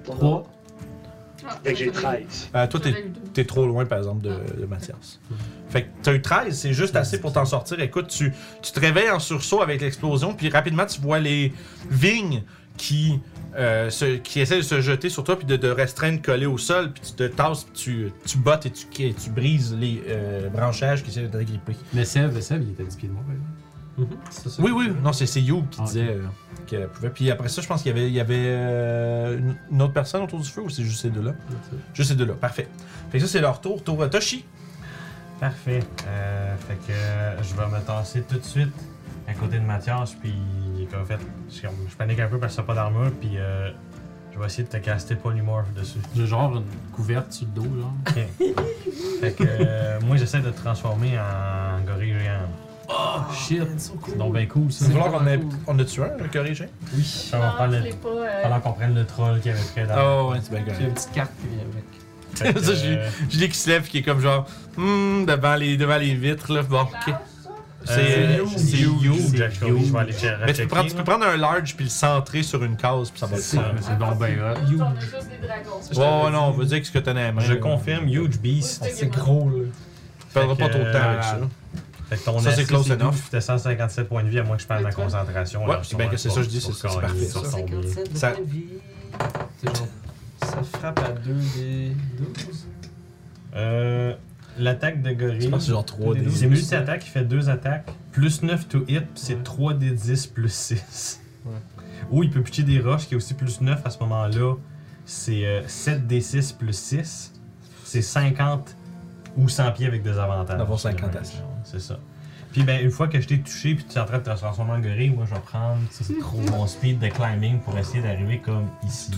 Ton Trois. ordre? Fait que j'ai 13. Euh, toi, Toi, t'es T'es trop loin, par exemple, de, de Mathias. Fait que t'as eu 13, c'est juste assez pour t'en sortir. Écoute, tu, tu te réveilles en sursaut avec l'explosion, puis rapidement, tu vois les vignes qui, euh, se- qui essaient de se jeter sur toi, puis de, de restreindre collé au sol, puis tu te tasses, puis tu, tu bottes et tu, et tu brises les euh, branchages qui essaient de t'agripper. Mais Seb, Seb, il était à 10 pieds de moi, par exemple. Mhm, c'est ça. Oui, oui, non, c'est c'est You qui Ah, ok. disait euh, qu'elle pouvait. Puis après ça, je pense qu'il y avait, il y avait euh, une- une autre personne autour du feu, ou c'est juste ces deux-là? Juste ces deux-là, parfait. Fait que ça, c'est leur tour. Tour à Toshi. Parfait. Euh, fait que euh, je vais me tasser tout de suite à côté de Mathias, puis en fait, je, comme- je panique un peu parce que t'as pas d'armure, puis euh, je vais essayer de te caster Polymorph dessus. J'ai genre une couverte sur le dos, genre. Ok. fait que euh, moi, j'essaie de te transformer en gorille géant. Oh, shit! Ah, man, so cool. C'est donc bien cool, ça. C'est vouloir qu'on ait- cool. on a tué un, le corrigé? Oui. On va Non, faire je le- l'ai pas. Pendant euh, qu'on prenne le troll qui avait près dans. Ah Oh, ouais, c'est bien Puis il y a une petite carte qui vient avec. Fait que, Ça, j'ai- euh, Julie qui se lève, qui est comme genre, hmm, devant les, devant les vitres, là. Bon, ok. C'est euh, huge. c'est huge, C'est actually. huge. Je vais aller checker. Mais tu peux, prendre, tu peux là. prendre un large puis le centrer sur une case, puis ça va le C'est faire. ça. C'est donc bien hot. Nous, on a juste des dragons. ben, euh, Ouais, ouais, non, on va dire que ce que t'en as à la main. Je là. confirme, huge beast. Ouais, C'est gros, là. Tu perdras pas Fait que, trop de temps euh, avec ça. Fait que ton Ça, c'est AC, close c'est enough. doux, puis t'as 157 points de vie à moins que je perde Ouais, ma toi. concentration. Ouais, alors c'est bien que c'est ça, je dis, sur- c'est- c'est sur- parfait, sur- ça. sur- sur- 57 de Ça- points de vie. C'est genre. Ça frappe à 2 des 12. Euh, L'attaque de Je gorille. pense que c'est genre 3 des- C'est des. multi-attaque, il fait deux attaques. Plus 9 to hit, puis c'est 3 des 10 plus 6. Ouais. Ou il peut pitcher des roches qui est aussi plus 9 à ce moment-là. C'est euh, 7 des 6 plus 6. C'est 50 ou 100 pieds avec des avantages. D'avoir 50 à ça. C'est ça. Puis ben, une fois que je t'ai touché puis tu es en train de te transformer en gorille, moi je vais prendre ça, c'est trop mon speed de climbing pour essayer d'arriver comme ici. là.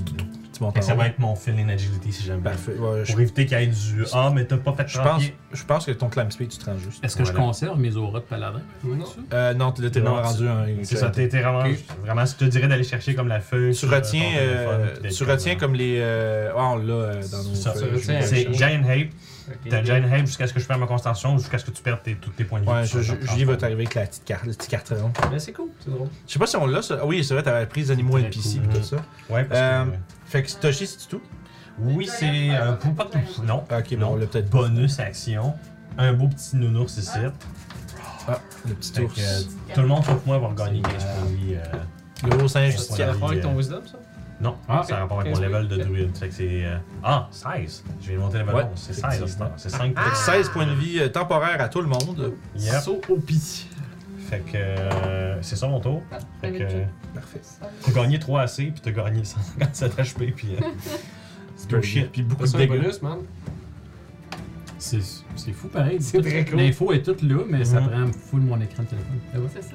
Tu montes Fait que ça en va haut. être mon fill in agility si jamais. Parfait. Ouais, Ben, je- Pour éviter qu'il y ait du Ah, mais t'as pas fait Je 30 pense, pieds. je pense que ton climb speed, tu te rends juste. Est-ce que je Voilà. conserve mes auras de paladin? Non. Euh, non, là, t'es Non, vraiment rendu un. C'est ça, t'es t'es vraiment. Ok. Vraiment, je te dirais d'aller chercher comme la feuille. Tu sur, euh, retiens, ton téléphone, euh, puis d'être tu retiens euh, comme les. euh, Ah, on l'a euh, dans nos. Ça, feuilles, ça je retient. vais C'est le chercher. Giant Hype. Ok. T'as Giant Hype jusqu'à ce que je perde ma concentration ou jusqu'à ce que tu perdes tes- tous tes points de vie. Ouais, Tu je- sors je- dans le Julie va transport. t'arriver avec la petite carte, le petit carton. Mais Ben, c'est cool, c'est drôle. Je sais pas si on l'a, ça. Ah Oui, c'est vrai, t'avais pris les animaux Très NPC cool. et tout ça. Ouais, parce que. Euh, Fait que Toshi, c'est tout. Oui, c'est. euh, pour- pas tout. Non. Ah, ok, bon, Non. on l'a peut-être pas. Bonus action. Un beau petit nounours ici. Ah, le petit Fait ours. que, euh, tout le monde sauf moi va regagner 15 points de vie. euh, Le gros singe c'est petit pas C'est grave. carton. rapport avec ton wisdom, ça Non, Ah, ça a rapport avec 15 mon level de oui. druide. Fait que c'est. euh, Ah, 16. Je viens de monter le level Ouais, 11. C'est 16 à ce effectivement. temps. C'est 5 Fait que 16 points de vie euh, temporaires à tout le monde. Yep. So OP. Fait que euh, c'est ça mon tour. Fait que euh, Parfait. t'as gagné 3 AC, puis t'as gagné 157 HP, puis euh, C'est bullshit, Puis beaucoup T'as de ça un dégâts. bonus, man C'est c'est fou pareil. C'est Tout- très cool. L'info est toute là, mais ça Mhm. prend full mon écran de téléphone. Ah ouais. C'est ça.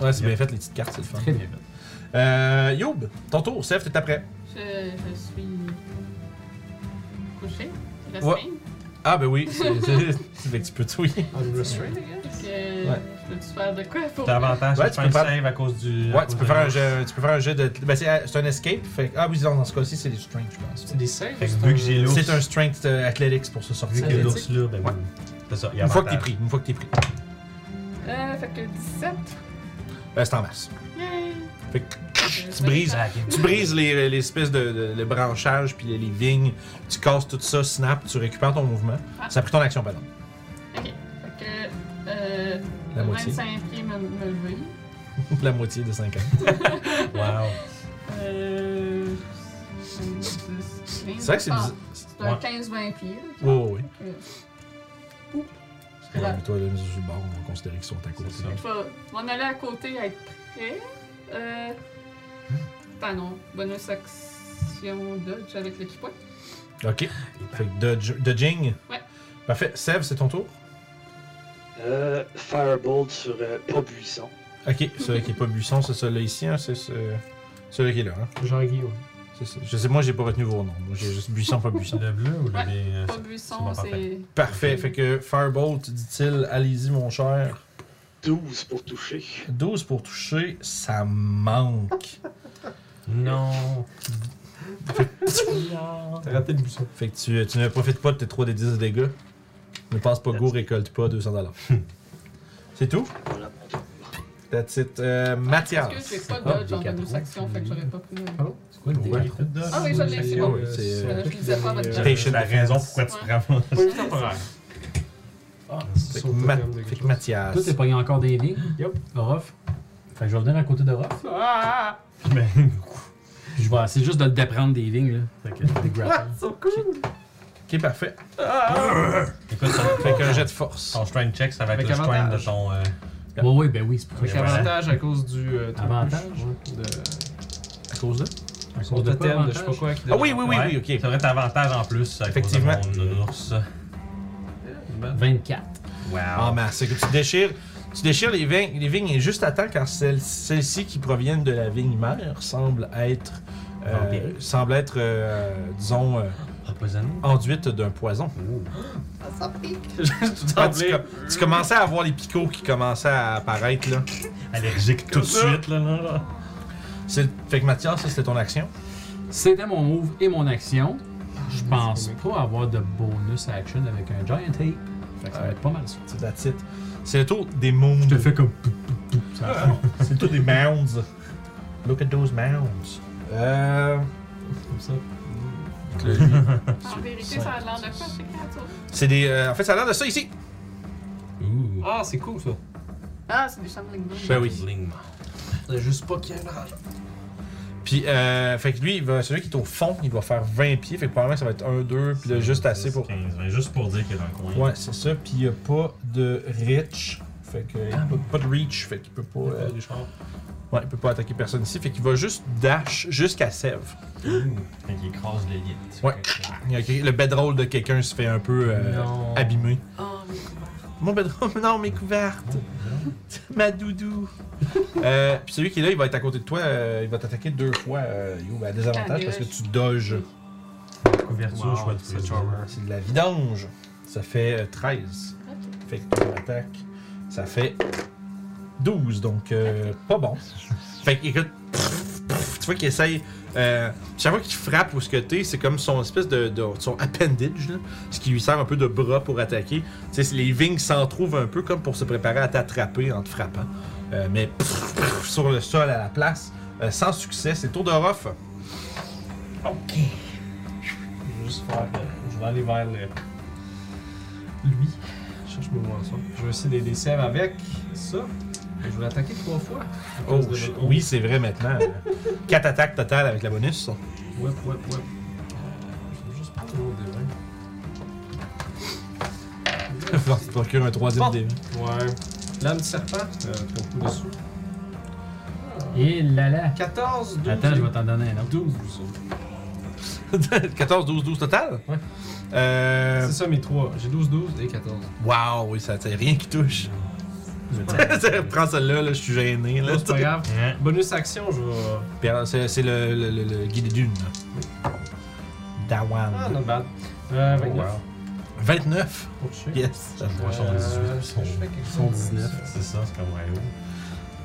Ouais, c'est bien fait, les petites cartes, c'est le fun. Très bien fait. Euh, Youb, ton tour, Seth, t'es après. Je, je suis couchée. Ouais. restreinte. Ah, ben oui, c'est c'est- fait que tu peux tout, oui. Unrestrained. Fait que, Ouais. Je peux-tu faire de quoi pour. T'as avantage Ouais, sur tu faire peux un faire- save à cause du. à Ouais, cause tu peux, de faire un la- jeu, tu peux faire un jeu de. Ben, c'est c'est un escape. Fait que- ah, oui, non, dans ce cas-ci, c'est des strengths, je pense. C'est des saves. Fait que c'est vu que j'ai l'ours, C'est un strength euh, athletics pour se vu sortir. que de- l'ours là, ben Ouais. oui. C'est ça, il y a Une fois que t'es avantage. pris, une fois que t'es pris. Euh, fait que 17. Ben, c'est en masse. Yay! Fait que tu brises, tu brises les, les espèces de, de- le branchage puis les, les vignes, tu casses tout ça, snap, tu récupères ton mouvement. Ah. Ça a pris ton action, pardon. Ok. Fait que. Euh, La moitié. 25 pieds me, me lever. La moitié de 5 ans. Wow. Euh. C'est vrai que c'est Ah, bizarre. C'est un Ouais. 15-20 pieds. Ouais, ouais, ouais. Euh, Ouais, Ouais. mais toi, là, nous, sur le bord, on va considérer qu'ils sont à côté. C'est ça. Je vais m'en aller à côté être prêt. Euh. Pas non. Bonus action dodge avec le point. Ok. Fait que dodge- dodging. Ouais. Parfait. Sev, c'est ton tour. Euh, Firebolt sur euh, pas buisson. Ok. Celui qui est pas buisson, c'est celui-là ici, hein, c'est ce... celui qui est là. Hein. Jean-Guillaume. C'est ça. Je sais, moi, j'ai pas retenu vos noms. Moi, j'ai juste buisson, pas buisson. Le bleu ou le euh, Ouais. bien. Pas bon, buisson, parfait. c'est. Parfait. Fait que Firebolt, dit-il, allez-y, mon cher. 12 pour toucher. 12 pour toucher, ça manque. Non. T'as raté le buisson. Fait que tu, tu ne profites pas de tes 3 des 10 de dégâts. Ne passe pas go, récolte pas 200$. c'est tout? Voilà mon tour. That's it. Euh, Parce que Mathias. j'ai pas de Ah, dodge des en quatre bonus roues, action, fait que j'aurais pas pu. C'est quoi le Ouais. dégât? Ah oui, je l'ai, Ah, c'est bon. Ouais, c'est, euh, toi je qui disais pas à l'avais, votre euh, chat. C'est la raison pourquoi tu Ouais. prends. Pas juste temporaire. Ah, Fait c'est que, son Ma- totem de fait quelque que chose. Mathias. Toi, t'es pogné encore des lignes. Yup. Orof. Fait que je vais venir à côté d'Orof. Ah! Mais. Puis je vais essayer juste de le déprendre des lignes, là. Fait que des grapples. So cool! Ok, parfait. Ah. Écoute, ton- Fait qu'un jet de force. ton strength check, ça va être Avec le strength de avantage. ton. euh, Ouais, ouais, ben oui, c'est pour ça que Avec Ouais. avantage à cause du. euh, truc Avantage? de- À cause de. À Son cause de quoi, totem de je avantage? sais pas quoi. qui Ah oui, donne- oui, oui, oui, ok. Ça aurait être avantage en plus. à cause de Effectivement. mon nounours. Ben, 24. Ah, Wow. mais c'est que tu déchires, tu déchires les vignes, les vignes et juste à temps quand celles- celles-ci qui proviennent de la vigne mère semblent être, euh, Vampiriques. semblent être, euh, disons, euh, Empoisonné. enduites d'un poison. Ça pique! Juste tout Ah, tu, tremblé. com- tu commençais à voir les picots qui commençaient à apparaître là. Allergique tout de ça. suite, là. là, là. C'est- Fait que Mathias, ça, c'était ton action. C'était mon move et mon action. Je pense pas avoir de bonus action avec un Giant Ape. Fait que ça va être pas mal ça. C'est that's it. C'est le tour des mounds. Je te fais comme. pou, pou, pou, ça va. C'est le tour des mounds. Look at those mounds. Euh... Comme ça. En vérité, ça a l'air de quoi, ces créatures? C'est des. euh, en fait, ça a l'air de ça ici. Ouh. Ah, c'est cool ça. Ah, c'est des chambrings. Ben oui. Bling. C'est juste pas qu'il y ait un rage. Puis, euh, fait que lui, il va, celui qui est au fond, il va faire 20 pieds. Fait que probablement, ça va être 1, 2, puis là, juste assez pour. 15, ouais, juste pour dire qu'il est dans le coin. Ouais, c'est ça. Puis, il n'y a pas de reach. Fait que, il y a pas, pas de reach. Fait qu'il peut pas. euh, Des chars. ouais, il peut pas attaquer personne ici. Fait qu'il va juste dash jusqu'à Sèvres. Fait qu'il écrase l'élite. Ouais. Il y a que- Le bedroll de quelqu'un se fait un peu euh, Non. abîmer. Oh, mais couvert. Mon bedroll, non, mes couvertes. Ma doudou. euh, puis celui qui est là, il va être à côté de toi. euh, il va t'attaquer deux fois, euh, Yo, à désavantage, parce que tu doges. Couverture, Wow, choix de c'est prise. charmer. Ah, C'est de la vidange. Ça fait euh, 13. Fait que ton attaque, ça fait 12. Donc, euh, pas bon. Fait que, écoute, pff, pff, tu vois qu'il essaye. euh, chaque fois qu'il frappe ou ce que t'es, c'est comme son espèce de, de- son appendage, là, ce qui lui sert un peu de bras pour attaquer. Tu sais, les vignes s'en trouvent un peu comme pour se préparer à t'attraper en te frappant. Euh, mais pff, pff, sur le sol à la place, euh, sans succès, c'est tour de rough. Ok. Je vais juste faire. euh, Je vais aller vers le. Lui. Je cherche mes mots ensemble. Je vais essayer des, des sèves avec ça. Et je vais l'attaquer trois fois. À Oh, cause de shit. votre- oui, c'est vrai maintenant. 4 attaques totales avec la bonus. Ouais, ouais, ouais. Euh, je vais juste prendre mon dé Il va falloir que tu te procures un troisième Bon. dé. Ouais. L'âme du serpent. Euh, ton coup dessous. Et là là. 14, 12. Attends, je vais t'en donner un autre. 12, vous autres. 14, 12, 12 total? Ouais. Euh, C'est ça mes trois. J'ai 12, 12 et 14. wow, oui, ça, c'est rien qui touche. Prends celle-là, là, je suis gêné. Là, Là, c'est pas grave. Hein? Bonus action, je vais. Puis, euh, c'est, c'est le, le, le, le guide d'une. Dawan. Ah, not bad. Euh, 29. Oh, wow. 29? Pour sûr. Yes! Ça joue sur 18. Euh, est-ce que je fais quelque Son chose? 19. C'est ça, c'est comme oh, Mario.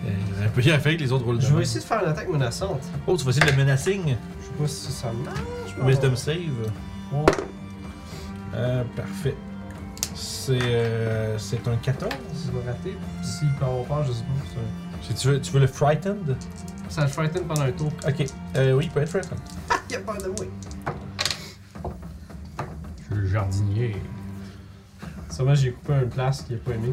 Euh, un peu rien fait que les autres roulent de Je même. vais essayer de faire une attaque menaçante. Oh, tu vas essayer de Oh. le menacing? Je sais pas si ça marche. mais- Wisdom save. Ouais. Euh, parfait. C'est, euh, c'est un 14? Je vais rater. S'il peut avoir peur, je sais pas. ça- Si tu veux, tu veux le frightened? Ça le frighten pendant un tour. Ok. Euh, oui, il peut être frightened. Il a peur de moi. Je suis le jardinier. Sûrement, j'ai coupé une place qu'il a pas aimé.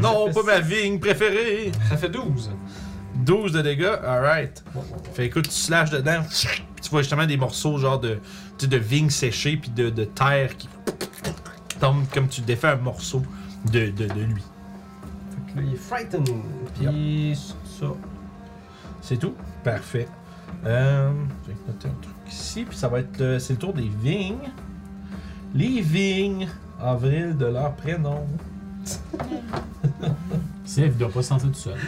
Non, fait pas six. ma vigne préférée! Ça fait 12. 12 de dégâts, alright. Bon, bon, bon. Fait écoute, tu slashes dedans, tu vois justement des morceaux genre de, tu sais, de vigne séchée puis de, de terre qui tombe comme tu défais un morceau de, de, de lui. Fait que là, il est frightened. Puis ça. C'est tout? Parfait. Euh, je vais noter un truc ici, puis ça va être le, c'est le tour des vignes. Les vignes, avril de leur prénom. Si elle ne doit pas se sentir tout seul.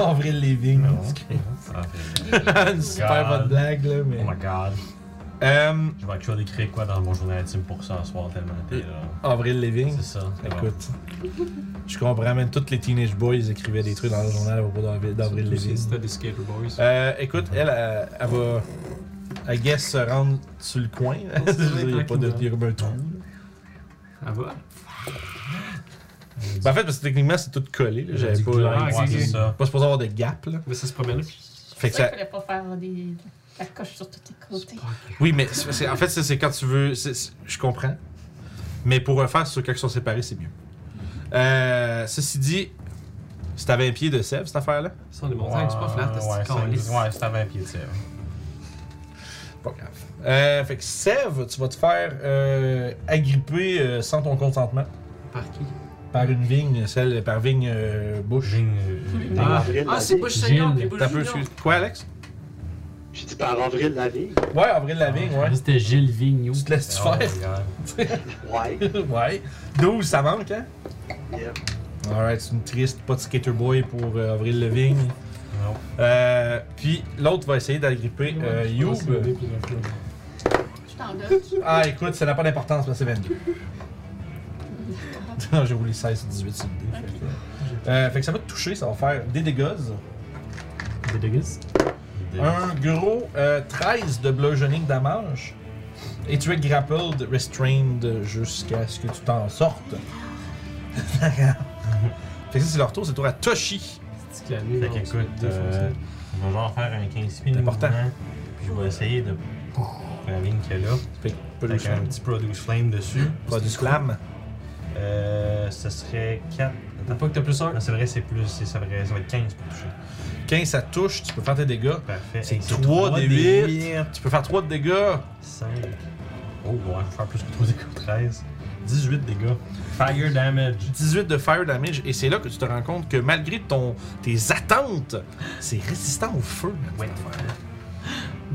Avril les vignes. Ah! Non. Ah, fait- Une super God. bonne blague là, mais. Oh my god. Euh, Je vais actually écrire quoi dans mon journal intime pour ce soir tellement t'es là. avril les vignes. C'est ça. c'est bon. Écoute, je comprends même tous les teenage boys écrivaient des trucs dans le journal à propos d'Avril- d'Avril Surtout si Lavigne. c'était des skater boys. Euh, écoute, elle, elle, elle va, I guess, se rendre sur le coin. il n'y a pas de il y a comme un trou. Ah, Elle va. Ben, en fait, parce que techniquement, c'est tout collé. là. J'avais Du pas, gloire, pas, Ah, Ouais, c'est ça. pas supposé avoir de gap. Là. Mais ça se promène. Fait C'est que ça ça- qu'il fallait pas faire des... la coche sur tous les côtés. oui, mais c'est- c'est- en fait, c'est c'est quand tu veux. c'est- c'est- Je comprends. Mais pour refaire sur quand ils sont séparés, c'est mieux. Euh, ceci dit, c'est à 20 pieds de Sèvres, cette affaire-là. Ça, on est montagne, c'est pas flat, Ouais, c'est ouais, qu'on lisse. c'est- Ouais, c'est à 20 pieds de serre. Pas grave. Euh, fait que Sève, tu vas te faire euh, agripper euh, sans ton consentement Par qui par une vigne, celle par vigne euh, bouche. Vigne. Ah, Avril ah, la c'est vigne. Bush Senior, Gilles. puis Bush T'as peu, Junior. excuse- Quoi, Alex J'ai dit par avril la vie. Ouais, avril la vigne, ouais. C'était Gilles Vigneault. Tu Ah, te laisses Oh my faire God. Ouais. Ouais. 12, ça manque, hein Yeah. Alright, c'est une triste, pas de skater boy pour euh, Avril Lavigne. Non. Euh, puis l'autre va essayer d'agripper euh, Ouais, Youb. c'est le dé, puis le flot. Je t'en donne. Ah, écoute, ça n'a pas d'importance, parce que c'est 22. Non, j'ai roulé 16 sur 18 sur le dé. fait que- Euh, fait que ça va te toucher, ça va faire des dégâts. Des dégueulasses. Un gros euh, 13 de bludgeoning damage. Et tu es grappled, restrained jusqu'à ce que tu t'en sortes. fait que ça, c'est leur tour, c'est le tour à Toshi. C'est qu'il y a nu, Fait non, qu'écoute, c'est euh, défoncé. je vais genre faire un 15 pieds C'est de important. mouvement, Puis je vais essayer de. La ligne qu'il y a là. Fait que pas de Avec un flamme. petit produce flame dessus. Pas du flamme. Euh. Ce serait 4. Faut pas que t'as plus un. Non, c'est vrai, c'est plus. c'est- Ça, va- ça va être 15 pour toucher. 15, ça touche, tu peux faire tes dégâts. Parfait. C'est Et trois trois des des huit. huit. Tu peux faire 3 de dégâts. 5. Oh, ouais, je vais faire plus que 3 dégâts. 13. 18 dégâts. Fire damage. 18 de fire damage. Et c'est là que tu te rends compte que malgré ton, tes attentes, c'est résistant au feu. man, cette Ouais. affaire-là.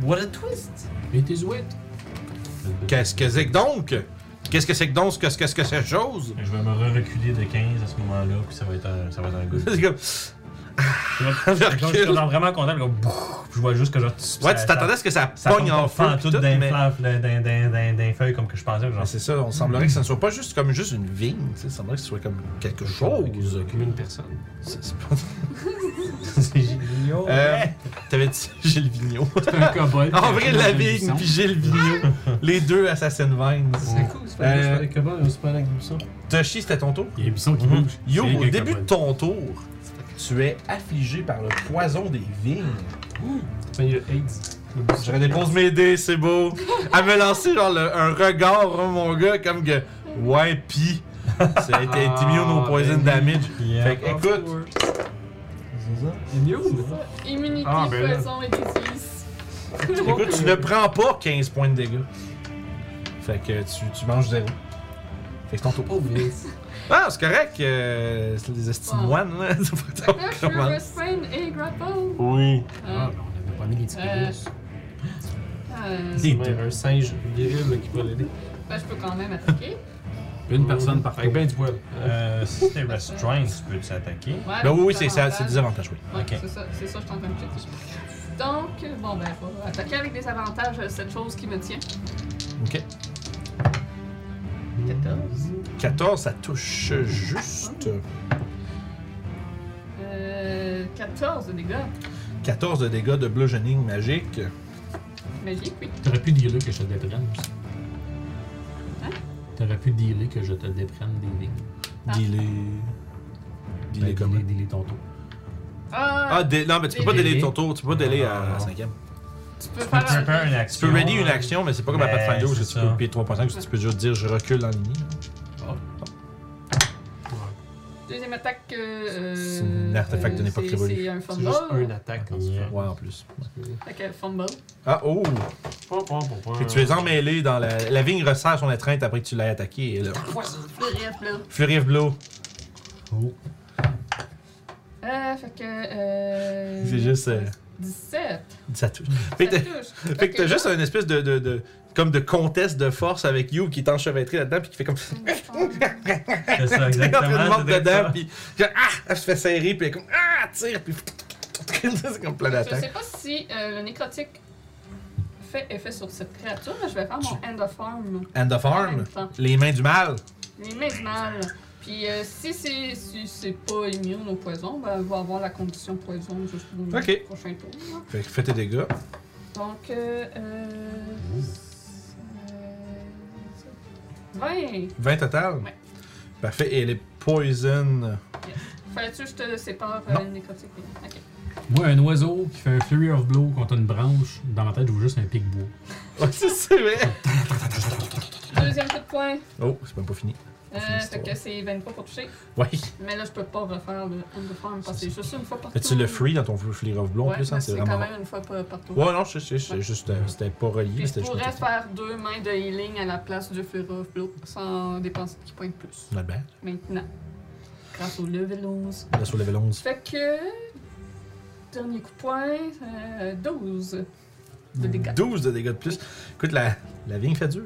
What a twist Et tes ouettes. Qu'est-ce que c'est que donc? Qu'est-ce que c'est que donc? Qu'est-ce que c'est que cette chose? Je vais me re-reculer de 15 à ce moment-là, puis ça va être un, ça va être un good. C'est comme- Je suis genre- je suis genre vraiment content, puis comme, bouf, puis je vois juste que genre. Ouais, tu t'attendais à ce que ça ça pogne en feu. tout pis tout, d'un mais- flaf- d'un- d'un- d'un- d'un- d'un feuille comme que je pensais. Genre, Mais c'est ça, on semblerait que ça ne soit pas juste comme juste une vigne, tu sais, ça semblerait que ce soit comme quelque chose. Comme une personne. C'est- c'est pas- c'est génial. Euh, T'avais dit Gilles Vigneault. C'est un kobold. En vrai, la vigne vigne. puis Gilles Vigneault. les deux Assassin Vines. C'est cool, c'est Euh, pas juste avec Cobalt, on se prend avec Buisson. Toshi, c'était ton tour? Il y a des buissons qui Mhm. bougent. Yo, C'est au les début de kobolds. ton tour, tu es affligé par le poison des vignes. Enfin, il y a AIDS. Le Buisson. Je redépose mes dés, c'est beau. Elle me lancer genre le- un regard, hein, mon gars, comme que ouais pis. Ça a été été immune au poison damage. Yeah. Fait que écoute, Il est où Immunité, Ah, ben là. poison et délices. écoute, tu ne prends pas 15 points de dégâts. Fait que tu, tu manges zéro. Fait que c'est ton tour. Oh, Ah, c'est correct, euh, c'est les estimoines, là. C'est pas Là, trop Ah, je suis comment- restrained et grapple. Oui. Ah, mais on n'avait pas mis les petits Euh, pouces. Ah, Euh, C'est même un singe viril là, qui pourrait l'aider. ben, je peux quand même attaquer. Une personne par Fait que ben du poil. Euh, si t'es restrained, tu peux t'attaquer. Ouais, Ben oui, oui, c'est des ça, avantages. c'est des avantages, oui. Ah, Ouais, Ok. C'est ça, c'est ça, je suis en train de checker. Donc, bon, ben, on va attaquer avec des avantages euh, cette chose qui me tient. Ok. 14. 14, ça touche juste. Euh, 14 de dégâts. 14 de dégâts de bludgeoning magique. Magique, oui. T'aurais pu dealer que je te déprenne aussi. Hein? T'aurais pu dealer que je te déprenne des lignes. Ah. Dealer. Ben, Dealer comment? Dealer, dealer ton tour. Ah, dé- non, mais tu peux pas Délai. délai ton tour, tu peux pas délai Non, non, à non. 5 tu peux Tu peux faire prepare une un. Tu action. peux ready une ouais. action, mais c'est pas comme à Ben, Pathfinder où c'est est-ce que tu ça. peux payer 3.5, parce que tu peux juste dire je recule en ligne. Deuxième attaque. euh, C'est un artefact de euh, l'époque c'est- révolue. C'est un C'est juste une fumble. attaque quand tu Yeah. fais. Ouais, en plus. Fait que fumble. Ah, oh! Pom, pom, pom, pom. Fait que tu es emmêlé dans la. La vigne resserre son étreinte après que tu l'aies attaqué. Et là, Bref, là. Flurry of Blow. Euh, fait que. Euh, C'est juste. euh, 17. ça touche. Ça Fait que t'as- touche. Fait que t'as juste un espèce de, de, de- comme de contest de force avec You qui est enchevêtré là-dedans puis qui fait comme t'es C'est ça, en exactement. train de mordre c'est ça. dedans puis genre, ah elle se fait serrer puis elle est comme ah elle tire puis c'est comme plein Je sais d'attaques. pas si euh, le nécrotique fait effet sur cette créature, mais je vais faire mon end of arm End of en même arm, temps. les mains du mal. Les mains du mal. Puis euh, si c'est si c'est pas immune au poison, ben, elle va avoir la condition poison jusqu'au Ok. prochain tour. là. Fait que fais tes dégâts. Donc, euh, euh, euh, 20! 20 total. Ouais. Parfait. Et elle est poison. Fallait-tu que je te sépare euh, Non. le nécrotique? Ok. Moi, un oiseau qui fait un flurry of blow contre une branche, dans ma tête, je vois juste un pic bois. Ouais, c'est ça, ouais. Deuxième coup de poing. Oh, c'est même pas fini. Euh, Fini fait l'histoire. que c'est 23 pour toucher. Ouais. Mais là, je peux pas refaire le end of arm parce que c'est juste une fois par tour. Mais tu le free dans ton flurry of blow en Ouais, plus, hein, mais c'est c'est vraiment. quand même une fois par, par tour. Ouais, non, je sais, je sais, juste, euh, c'était pas relié, mais Puis je c'était juste. pourrais une question. faire deux mains de healing à la place du Fury of Blow sans dépenser qui pointe plus. Not bad. Maintenant. Grâce au level 11. Là, sur level 11. Fait que. Dernier coup de poing, euh, 12 de dégâts. 12 de dégâts de plus. Écoute, la, la vigne fait dur.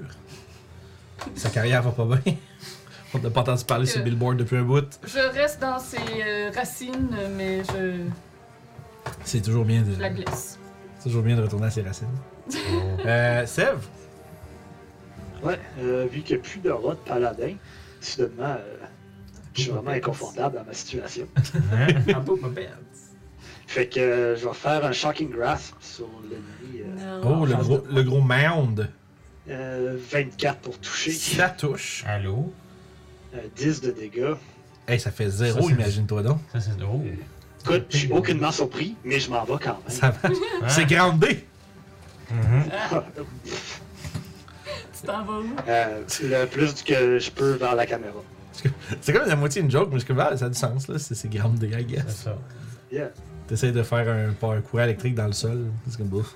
Sa carrière va pas bien. On n'a pas entendu parler sur Euh. Billboard depuis un bout. Je reste dans ses euh, racines, mais je C'est toujours bien de, la glisse. c'est toujours bien de retourner à ses racines. Euh, Sève, Ouais, euh, vu qu'il n'y a plus d'aura de paladin, soudainement, euh, je suis vraiment inconfortable dans ma situation. Ah, bon, ma belle. Fait que euh, je vais faire un Shocking Grasp sur l'ennemi. euh, oh, le gros, le gros mound. euh, 24 pour toucher, Ça touche. Allô? euh, 10 de dégâts. Hey, ça fait Ça, zéro, c'est- imagine-toi donc. Ça, c'est. Oh! Écoute, je suis aucunement surpris, mais je m'en vais quand même. Ça va. Ah. C'est grandé. Mhm. Tu t'en vas Oh. où? Euh, le plus que je peux vers la caméra. C'est comme la moitié une joke, mais je suis comme, ah, ça a du sens, là. C'est c'est grandé, I C'est guess. ça. Yeah. T'essayes de faire un, par- un courant électrique dans le sol. C'est comme, bouf.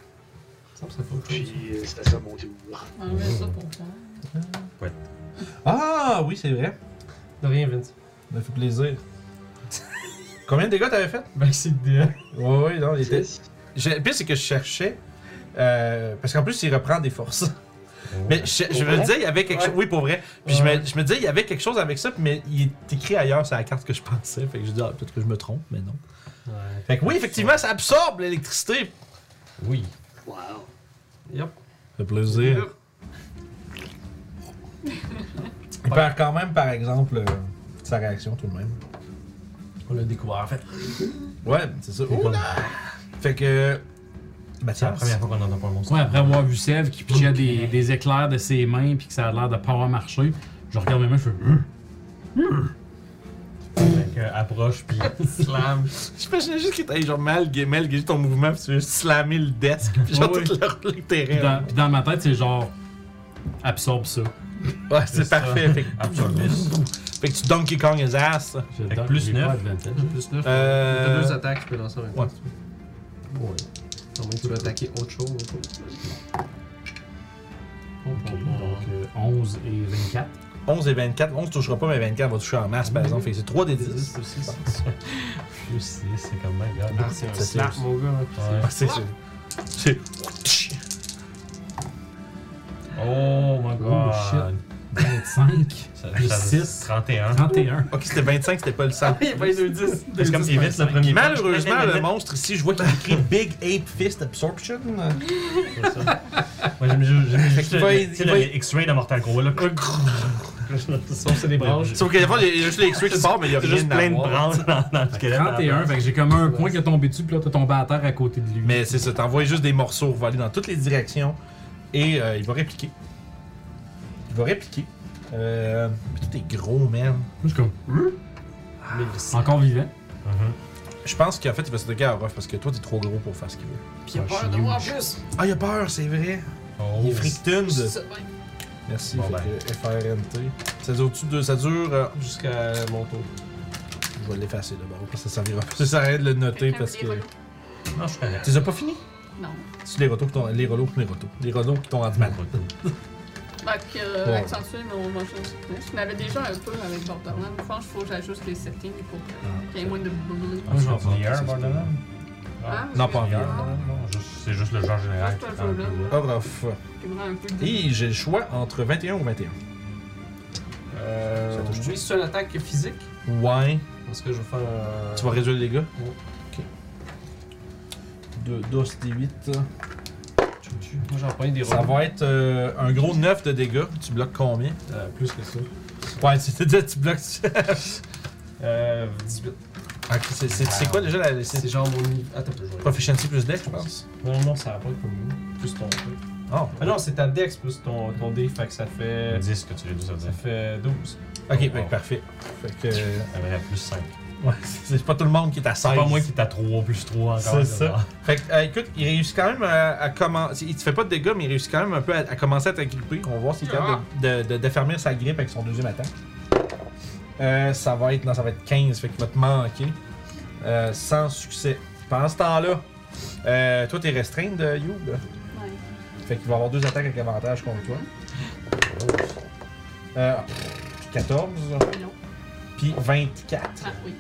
Ça me serait pas autre chose. Puis euh, c'était ça mon tour. Enlevez ça pour toi. Ah, oui, c'est vrai. De rien, Vince. Ça m'a fait plaisir. Combien de dégâts t'avais fait? Ben, c'est de. Ouais, ouais, non, il était. Six. J'ai- Le pire, c'est que je cherchais. euh, parce qu'en plus, il reprend des forces. Mais je, je me vrai? disais, il y avait quelque chose. Oui, pour vrai. Puis je, me, je me disais, il y avait quelque chose avec ça, mais il est écrit ailleurs sur la carte que je pensais. Fait que je dis, ah, peut-être que je me trompe, mais non. Ouais. Fait que oui, effectivement, ça absorbe l'électricité. Oui. Wow. Yep. Ça fait plaisir. Il perd quand même, par exemple, euh, sa réaction tout de même. On l'a découvert, en fait. Ouais, c'est ça. C'est Ouh, pas- Fait que. ben, c'est la Mathias. première fois qu'on entend pas le mot. ça. Ouais, après avoir vu Sev qui pigeait des, des éclairs de ses mains puis que ça a l'air de pas avoir marché, je regarde mes mains, je fais. Hum! Fait que, euh, approche puis slam. J'imaginais juste que t'avais genre mal gamel, juste ton mouvement, puis tu veux juste slammer le desk, puis genre Ouais, tout le, le Puis terrain. dans, puis dans ma tête, c'est genre. Absorbe ça. Ouais, c'est C'est ça. parfait. Fait que, Absorbus. fait que tu Donkey Kong his ass. Je Fait que donne- plus j'ai neuf. pas advantage. Plus 9. T'as Euh, deux attaques, tu peux lancer en même temps. ouais. si tu veux. Ouais. À moins que tu veux attaquer autre chose. autre chose. Pom, pom, pom. Donc euh, 11 et 24. 11 et 24. 11 touchera pas, mais 24 va toucher en masse, par exemple. Fait que c'est 3 des 10. Dix, six. Plus 6, c'est comme même grave. Ah, c'est un Ça, c'est slap, juste. mon gars. hein. Ouais. Ah, c'est sûr. C'est. Oh my god. Oh, shit. 25, Ça, Plus ça- six. Ah, 31. 31 Ok, c'était 25, c'était pas le 100. Il pas les deux 10. C'est comme évite le premier match. Malheureusement, le monstre ici, je vois qu'il écrit Big Ape Fist Absorption. C'est ça. Moi, j'aime ju- j'aime juste qu'il le, va- le, tu sais, il va- le X-ray de Mortal Kombat. Là. Sauf c'est des branches. Sauf que des fois, il y a juste les X-rays qui sortent, mais il y a C'est rien juste à plein de voir. branches dans, dans le squelette. 31, fait que j'ai comme un point qui est tombé dessus, puis là, t'es tombé à terre à côté de lui. Mais c'est ça, t'envoies juste des morceaux voler dans toutes les directions et euh, il va répliquer. Il va répliquer. Euh, mais tout est gros, man. Moi, je suis comme, euh! encore vivant. Mhm. Je pense qu'en fait, il va s'attaquer à Ruff parce que toi, t'es trop gros pour faire ce qu'il veut. Puis il a Ouais, peur je de suis moi en huge. plus. Ah, il a peur, c'est vrai. Oh. Il est freaked. Ça, ouais. Merci, Bon, fait ben. que FRNT. Ça dure de, ça dure. euh, Jusqu'à mon tour. je vais l'effacer d'abord, parce que ça servira. Ça sert à rien de le noter Quelqu'un parce veut que. des relots? Non, je suis correct. Tu les as pas fini? Non. C'est les retours qui t'ont. Les relots, les retours. Les relots qui t'ont rendu mal. Fait que, euh, Ouais. accentuer mon motion sickness. Je n'avais déjà un peu avec Borderlands. Je pense qu'il faut que j'ajuste les settings pour qu'il y ait moins de boulot. Ah, je vais en Ça, VR, hein, c'est- Borderlands. Ah, Non, pas en VR, VR. non, juste- C'est juste le genre général. Juste qui un prend le jeu, là. plus haut. Ah, Ruff. Qui me rend un peu dégoûtée. Et j'ai le choix entre 21 ou 21. Euh, Ça touche-tu? oui, c'est une attaque physique. Ouais. Parce que je vais faire. euh, Tu vas réduire les dégâts? Ouais. Ok. Deux DOS D8. Moi, j'en prends des Ça rebonds. va être euh, un gros 9 de dégâts. Tu bloques combien? Euh, plus que ça. Ouais, tu, tu bloques. Euh, 18. Ok, c'est- c'est c'est quoi déjà la. C'est C'est genre mon. Attends, un peu, je vais- Proficiency plus deck, je pense. Non, non, ça va pas être comme nous. Plus ton. Oh. Ah non, c'est ta dex plus ton, ton dé, fait que ça fait. 10 que tu réduis ça Ça dire. fait 12. Ok, Oh, ben, wow. parfait. Fait que. Ça va être plus 5. Ouais, c'est pas tout le monde qui est à 16. C'est pas moi qui t'a 3 plus 3 encore. C'est là. ça. Fait que, euh, écoute, il réussit quand même à, à commencer. Il te fait pas de dégâts, mais il réussit quand même un peu à, à commencer à t'agripper. On va voir s'il est capable de, de, de- d'affermir sa grippe avec son deuxième attaque. Euh, ça va être. Non, ça va être 15, fait qu'il va te manquer. Euh, sans succès. Pendant ce temps-là, euh, toi, t'es restreint de Youb. Ouais. Fait qu'il va avoir deux attaques avec avantage contre toi. Euh, 14, Non. puis 24. Ah oui.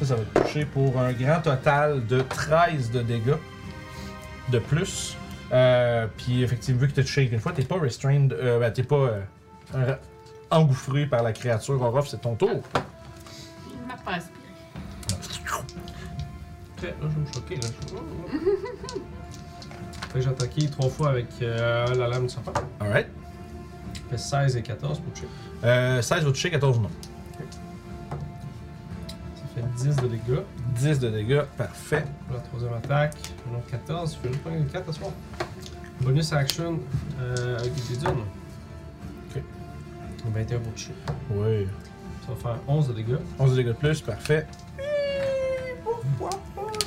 Ça, ça va te toucher pour un grand total de 13 de dégâts de plus. Euh, puis effectivement, vu que t'es touché une fois, t'es pas restrained, euh, ben, t'es pas euh, ra- engouffré par la créature. Orof, c'est ton tour. Il m'a pas aspiré. Ok, là, Ah, je vais me choquer. Là. fait que j'ai attaqué 3 fois avec euh, la lame du serpent. Alright. Ça fait 16 et 14 pour tuer. Euh, 16 va toucher, 14 non. Ça fait 10 de dégâts. 10 de dégâts, parfait. Pour la troisième attaque, un autre 14. Je vais juste prendre une 4 à ce soir. Bonus action euh, avec des dunes. Ok. 21 pour tuer. Oui. Ça va faire 11 de dégâts. 11 de dégâts de plus, parfait.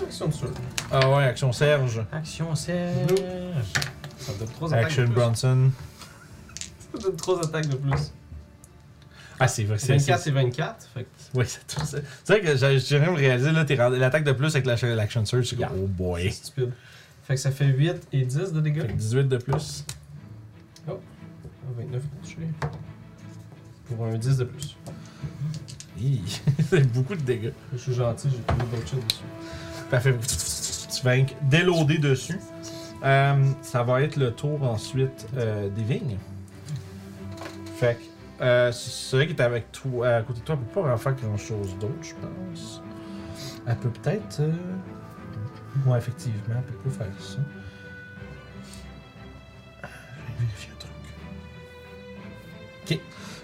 Action sûre. Ah ouais, action Serge. Action Serge. Ah, Ça me donne 3 attaques. Action de plus. Bronson. Ça me donne 3 attaques de plus. Ah, c'est vrai, c'est 24 et 24. Fait que Oui, c'est tout. C'est c'est vrai que j'ai j'ai rien réalisé, là, t'es rendu- l'attaque de plus avec la- l'action Surge, c'est comme, oh boy. c'est stupide. Fait que ça fait 8 et 10 de dégâts. Fait que 18 de plus. Ah, 29 pour toucher. Pour un 10 de plus. Hi, c'est beaucoup de dégâts. Je suis gentil, j'ai trouvé d'autres choses dessus. Parfait. Tu vainques déloader dessus. Euh, ça va être le tour ensuite euh, des vignes. Fait que euh, celui qui est avec toi, à côté de toi, peut pas en faire grand chose d'autre, je pense. Elle peut peut-être. euh, Ouais, effectivement, elle peut pas faire ça. Je vais vérifier un truc. Ok.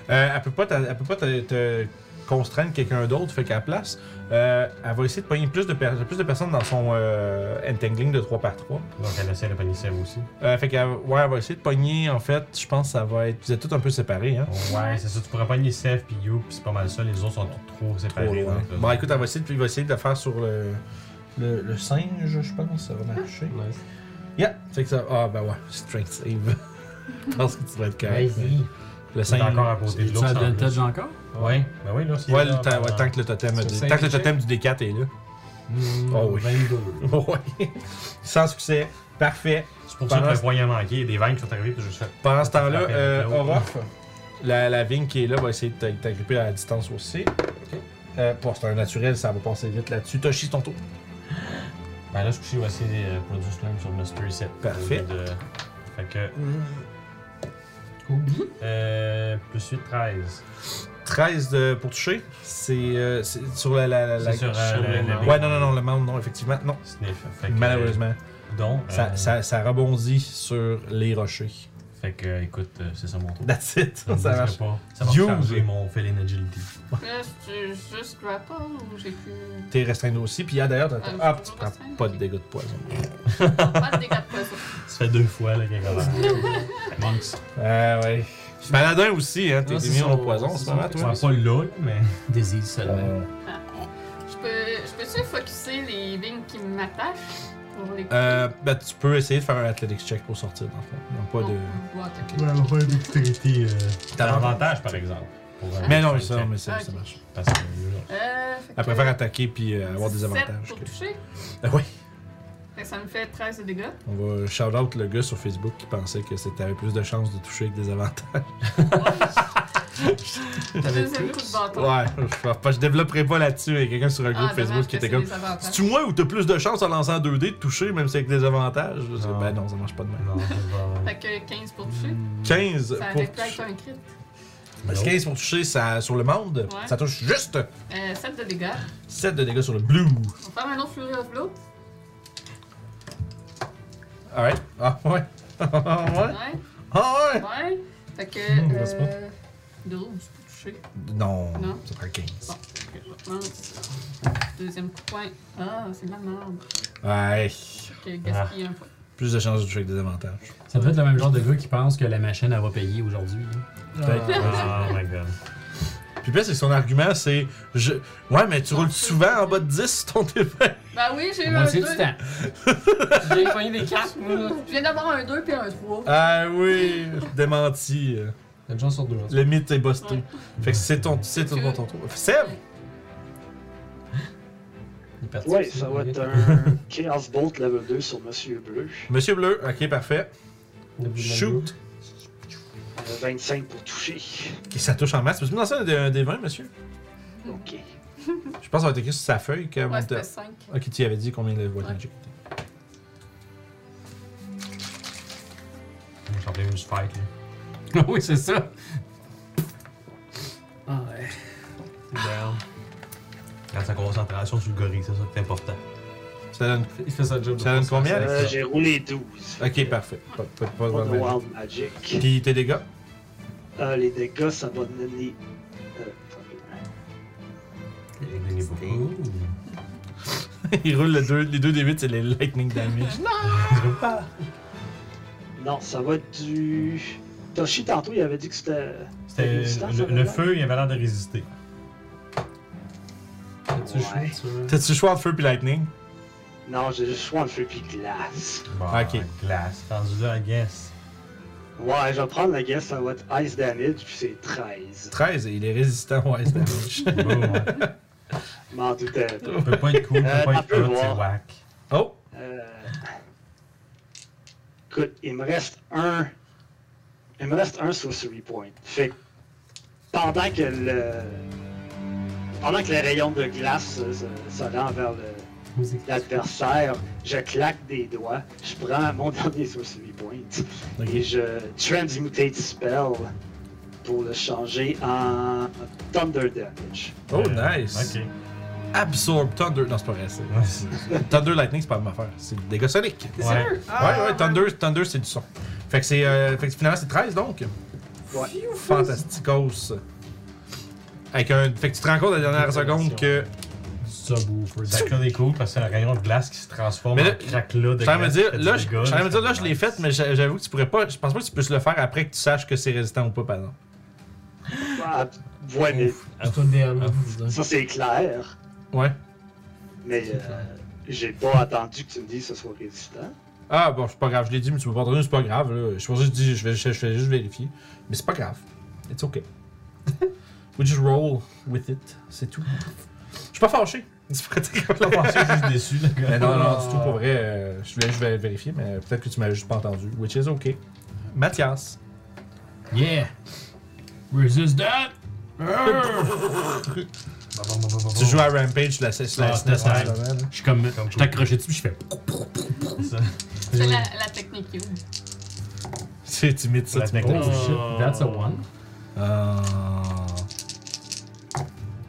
Euh, elle peut pas, t'a- elle peut pas te, te constraindre quelqu'un d'autre, fait qu'à la place, euh, elle va essayer de pogner plus de, per- plus de personnes dans son euh, entangling de 3x3. Donc elle essaie de panier Seb aussi. Euh, fait qu'elle ouais, elle va essayer de pogner, en fait, je pense que ça va être... Vous êtes tous un peu séparés, hein? Ouais, c'est ça. Tu pourrais pogner Seb puis You, puis c'est pas mal ça. Les autres sont tous trop séparés. Trop loin. entre eux. Bon, écoute, elle va essayer, de- il va essayer de faire sur le, le, le singe, je pense, ça va marcher. Nice. Yeah! Fait que ça... Ah, ben ouais, strength save. je pense que tu vas être correct. mais Vas-y. Le C'est singe... encore à côté de Es-tu l'autre. à Advantage encore? Ouais, ben oui, là, c'est. Ouais, le temps- ouais, tant que le totem, C'est du- ça, tant que le Michel? totem du D4 est là. Mm. Oh oui. 22. Ouais. Sans succès. Parfait. C'est pour ça que le voyant manqué, il y a des vannes qui sont arrivées, puis je fais. Pendant ce temps-là, Frapper euh, avec le haut. Orof, la, la vigne qui est là va essayer de t'a- t'agripper à la distance aussi. Euh, bon, c'est un naturel, ça va passer vite là-dessus. Toshi, c'est ton tour. Ben là, je suis aussi euh, Produce Slam sur Mystery Set. Parfait. Au lieu de- Fait que. cool. Euh, plus 8, 13. 13 de- euh, pour toucher. C'est euh, c'est sur la. la, la- C'est la- sur, euh, sur le- le- le- Ouais, non, non, non, le mount, non, effectivement. Non, Sniff. Fait que, malheureusement. euh, donc, Ça, euh, ça, ça rebondit sur les rochers. Fait que, euh, écoute, euh, c'est ça mon tour. That's it. me Ça dérange marche. pas. Ça va Yo! changer mon Feline Agility. Là, je suis juste grapple ou j'ai plus. T'es restreint aussi. Puis ah, d'ailleurs, t'as- Ah, ah, je tu suis prends restreint, pas ok. de dégâts de poison. Pas de dégâts de poison. Ça fait deux fois, là, qu'il y a Monks. Ah ouais. Paladin aussi, hein. T'es Non, c'est mis son- au poison en c'est ce son moment, petit toi. pas là, mais. Disease seulement. Je peux- je peux-tu focusser les vignes qui m'attachent pour les. Euh, ben, tu peux essayer de faire un athletics check pour sortir, dans le fond. Ils n'ont pas de. Bon, ok. Ouais, on va faire une dextérité. T'as T'as- l'avantage, par exemple. pour, euh, Mais non, faire ça, le mais check, ça, ça Ok. marche. Parce que. euh, Euh, fait Elle que préfère attaquer puis euh, avoir des 17 avantages. pour que- toucher. Ah ouais. Fait que ça me fait 13 de dégâts. On va shout out le gars sur Facebook qui pensait que c'était- t'avais plus de chances de toucher avec des avantages. Deuxième coup de bâton. Ouais, je, pas, je développerai pas là-dessus. Il y a quelqu'un sur un groupe Ah, Facebook dommage qui que était c'est comme. des avantages. C'est-tu moi ou t'as plus de chances en lançant 2D de toucher, même si avec des avantages? Je dis, Non. Ben non, ça marche pas de même. Non, c'est pas. Fait que 15 pour toucher. 15 Ça pour aurait pu être toucher. un crit. Parce que 15 pour toucher ça, sur le monde, Ouais. ça touche juste Euh, 7 de dégâts. 7 de dégâts sur le blue. On va faire un autre Fury of Blow. Alright. Ah ouais. Ah ouais. Ouais. Ah ouais. Ouais. Fait que. Hmm, reste pas. Euh, 12 pour toucher. Non, Non. ça prend 15. Bon. Fait que je recommence. Deuxième coup de poing. Ah, c'est de la merde. Ouais. Fait que gaspiller un point. Plus de chances de toucher avec des avantages. Ça peut être le même genre de gars qui pense que la machine, elle va payer aujourd'hui. Peut-être. Oh my god. Ah. Puis là, c'est que son argument, c'est. Je... Ouais, mais tu roules souvent en bas de 10 sur ton téléphone. Bah oui, j'ai eu Moi, un c'est 2. du temps. J'ai pogné des cartes, moi. Je viens d'avoir un 2 puis un 3. Ah oui, démenti. euh. T'as une chance sur deux. hein. Le mythe est busté. Ouais. Fait que c'est ton, c'est ton, ton, ton tour. Seb! Il est parti. Ouais, ça va être un Chaos Bolt level 2 sur Monsieur Bleu. Monsieur Bleu, ok, parfait. Le bout de la gueule. Shoot! Euh, 25 pour toucher. Ok, ça touche en masse. Peux-tu me lancer un, dé- un des 20, monsieur? Ok. Je pense que ça va être écrit sur sa feuille. Que Ah, mon Ouais, te- c'était 5. Ok, tu y avais dit combien de voix Ouais. magic. Je suis en train de se fight, là. oui, c'est ça. Ah ouais. Down. Quand sa concentration sur le gorille, c'est ça qui est important. Ça donne, Il fait sa job. de ça donne force, combien? ça. Euh, J'ai roulé 12. Ok, parfait. Pas, pas, pas de Pas voix de magic. Wild Magic. Puis tes dégâts? Euh, les dégâts, ça va donner. euh, Il est donné beaucoup. Il roule le deux- les 2 D8, c'est les lightning damage. non, ça va être du. Toshi, tantôt, il avait dit que c'était. C'était hein? le, le feu, il avait l'air de résister. T'as-tu Ouais. shoot, tu veux? T'as-tu le choix entre feu puis lightning? Non, j'ai juste choix le feu puis glace. Bon, Ok. Glace. Rendu là, I guess. Ouais, je vais prendre la guess, ça va être Ice Damage, puis c'est 13. 13, et il est résistant au ice damage. Boom. M'en doutais. pas. peut pas être cool, peut Euh, pas t'as être peu hot, c'est voir. whack. oh! Euh, Écoute, il me reste un. Il me reste un sorcery point. Fait que pendant que le. Pendant que les rayons de glace se, se, se rendent vers le- Musique. l'adversaire, je claque des doigts, je prends mon dernier sorcery point Ok. et je transmutate spell pour le changer en thunder damage. Oh, Euh, nice! Ok. Absorb Thunder. Non, c'est pas vrai. c'est- Ouais, c'est- Thunder Lightning, c'est pas la même affaire. C'est des dégâts soniques. Ouais. Ah, ouais, ouais, Thunder, Thunder c'est du son. Fait que, c'est, euh, fait que finalement, c'est 13 donc. Ouais. Fantasticos. Avec un... Fait que tu te rends compte à la dernière seconde que. Subwoofer. Ça crée des coups parce que c'est un rayon de glace qui se transforme Mais là, en craquelas de Je suis en train de me dire, glace qui fait du là, je, dégât, je suis en train de me dire, là, je ça l'ai fait, mais j'a- j'avoue que tu pourrais pas. Je pense pas que tu puisses le faire après que tu saches que c'est résistant ou pas, par exemple. Ah, Ouais, mais Ah, C'est un DM, je veux dire. ça c'est clair. Ouais. Mais euh, j'ai pas attendu que tu me dises que ce soit résistant. Ah, bon, c'est pas grave, je l'ai dit, mais tu peux pas entendre, c'est pas grave, là. Je pensais que je dis, je vais, je, je vais juste vérifier. Mais c'est pas grave. It's okay. We just roll with it. C'est tout. Je suis pas fâché. C'est pas très grave. Je pensais juste déçu, le gars. Mais non, non, du tout pour vrai. euh, je, voulais, je vais vérifier, mais peut-être que tu m'avais juste pas entendu. Which is okay. Mathias. Yeah. Resist that. Bah, Tu joues à Rampage sur la, sur la Ah, SNES en ouais. ce moment, là. Je suis comme. bah, Comme Je oh, t'accrochais dessus puis je fais. Ça. C'est la, la technique. you. C'est timide, ça, tu Attaque. m'écoutes. Oh shit, that's a one. Euh,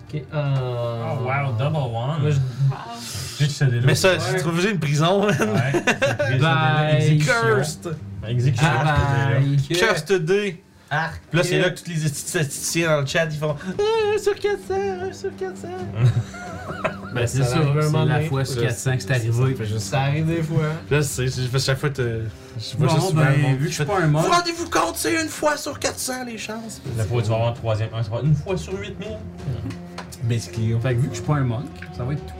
Ok, euh... Oh wow, double one. Moi, je- Wow. J'ai ce dé-là. Mais ça, Ouais. j'ai trouvé une prison, man. Ouais. Bye. Cursed! Exécution. Ah, bye. Cursed D! Arc. Puis là, c'est là que tous les statisticiens dans le chat, ils font Ah, un sur 400, un sur 400. Ben, c'est Ça ça, arrive un c'est moment la donné. fois sur Ça, 400 que c'est ça fait arrivé. juste- Ça arrive des fois. Là, c'est c'est- parce que chaque fois, t'es- je vois ça Bon, souvent, le ben, monde vu que je qui suis fait, pas un mode, Vous rendez-vous compte, c'est une fois sur 400 les chances. La fois où tu vas avoir un troisième un, ça va être une fois sur 8000. Basically, fait que ben, vu que je suis pas un monk, ça va être tout.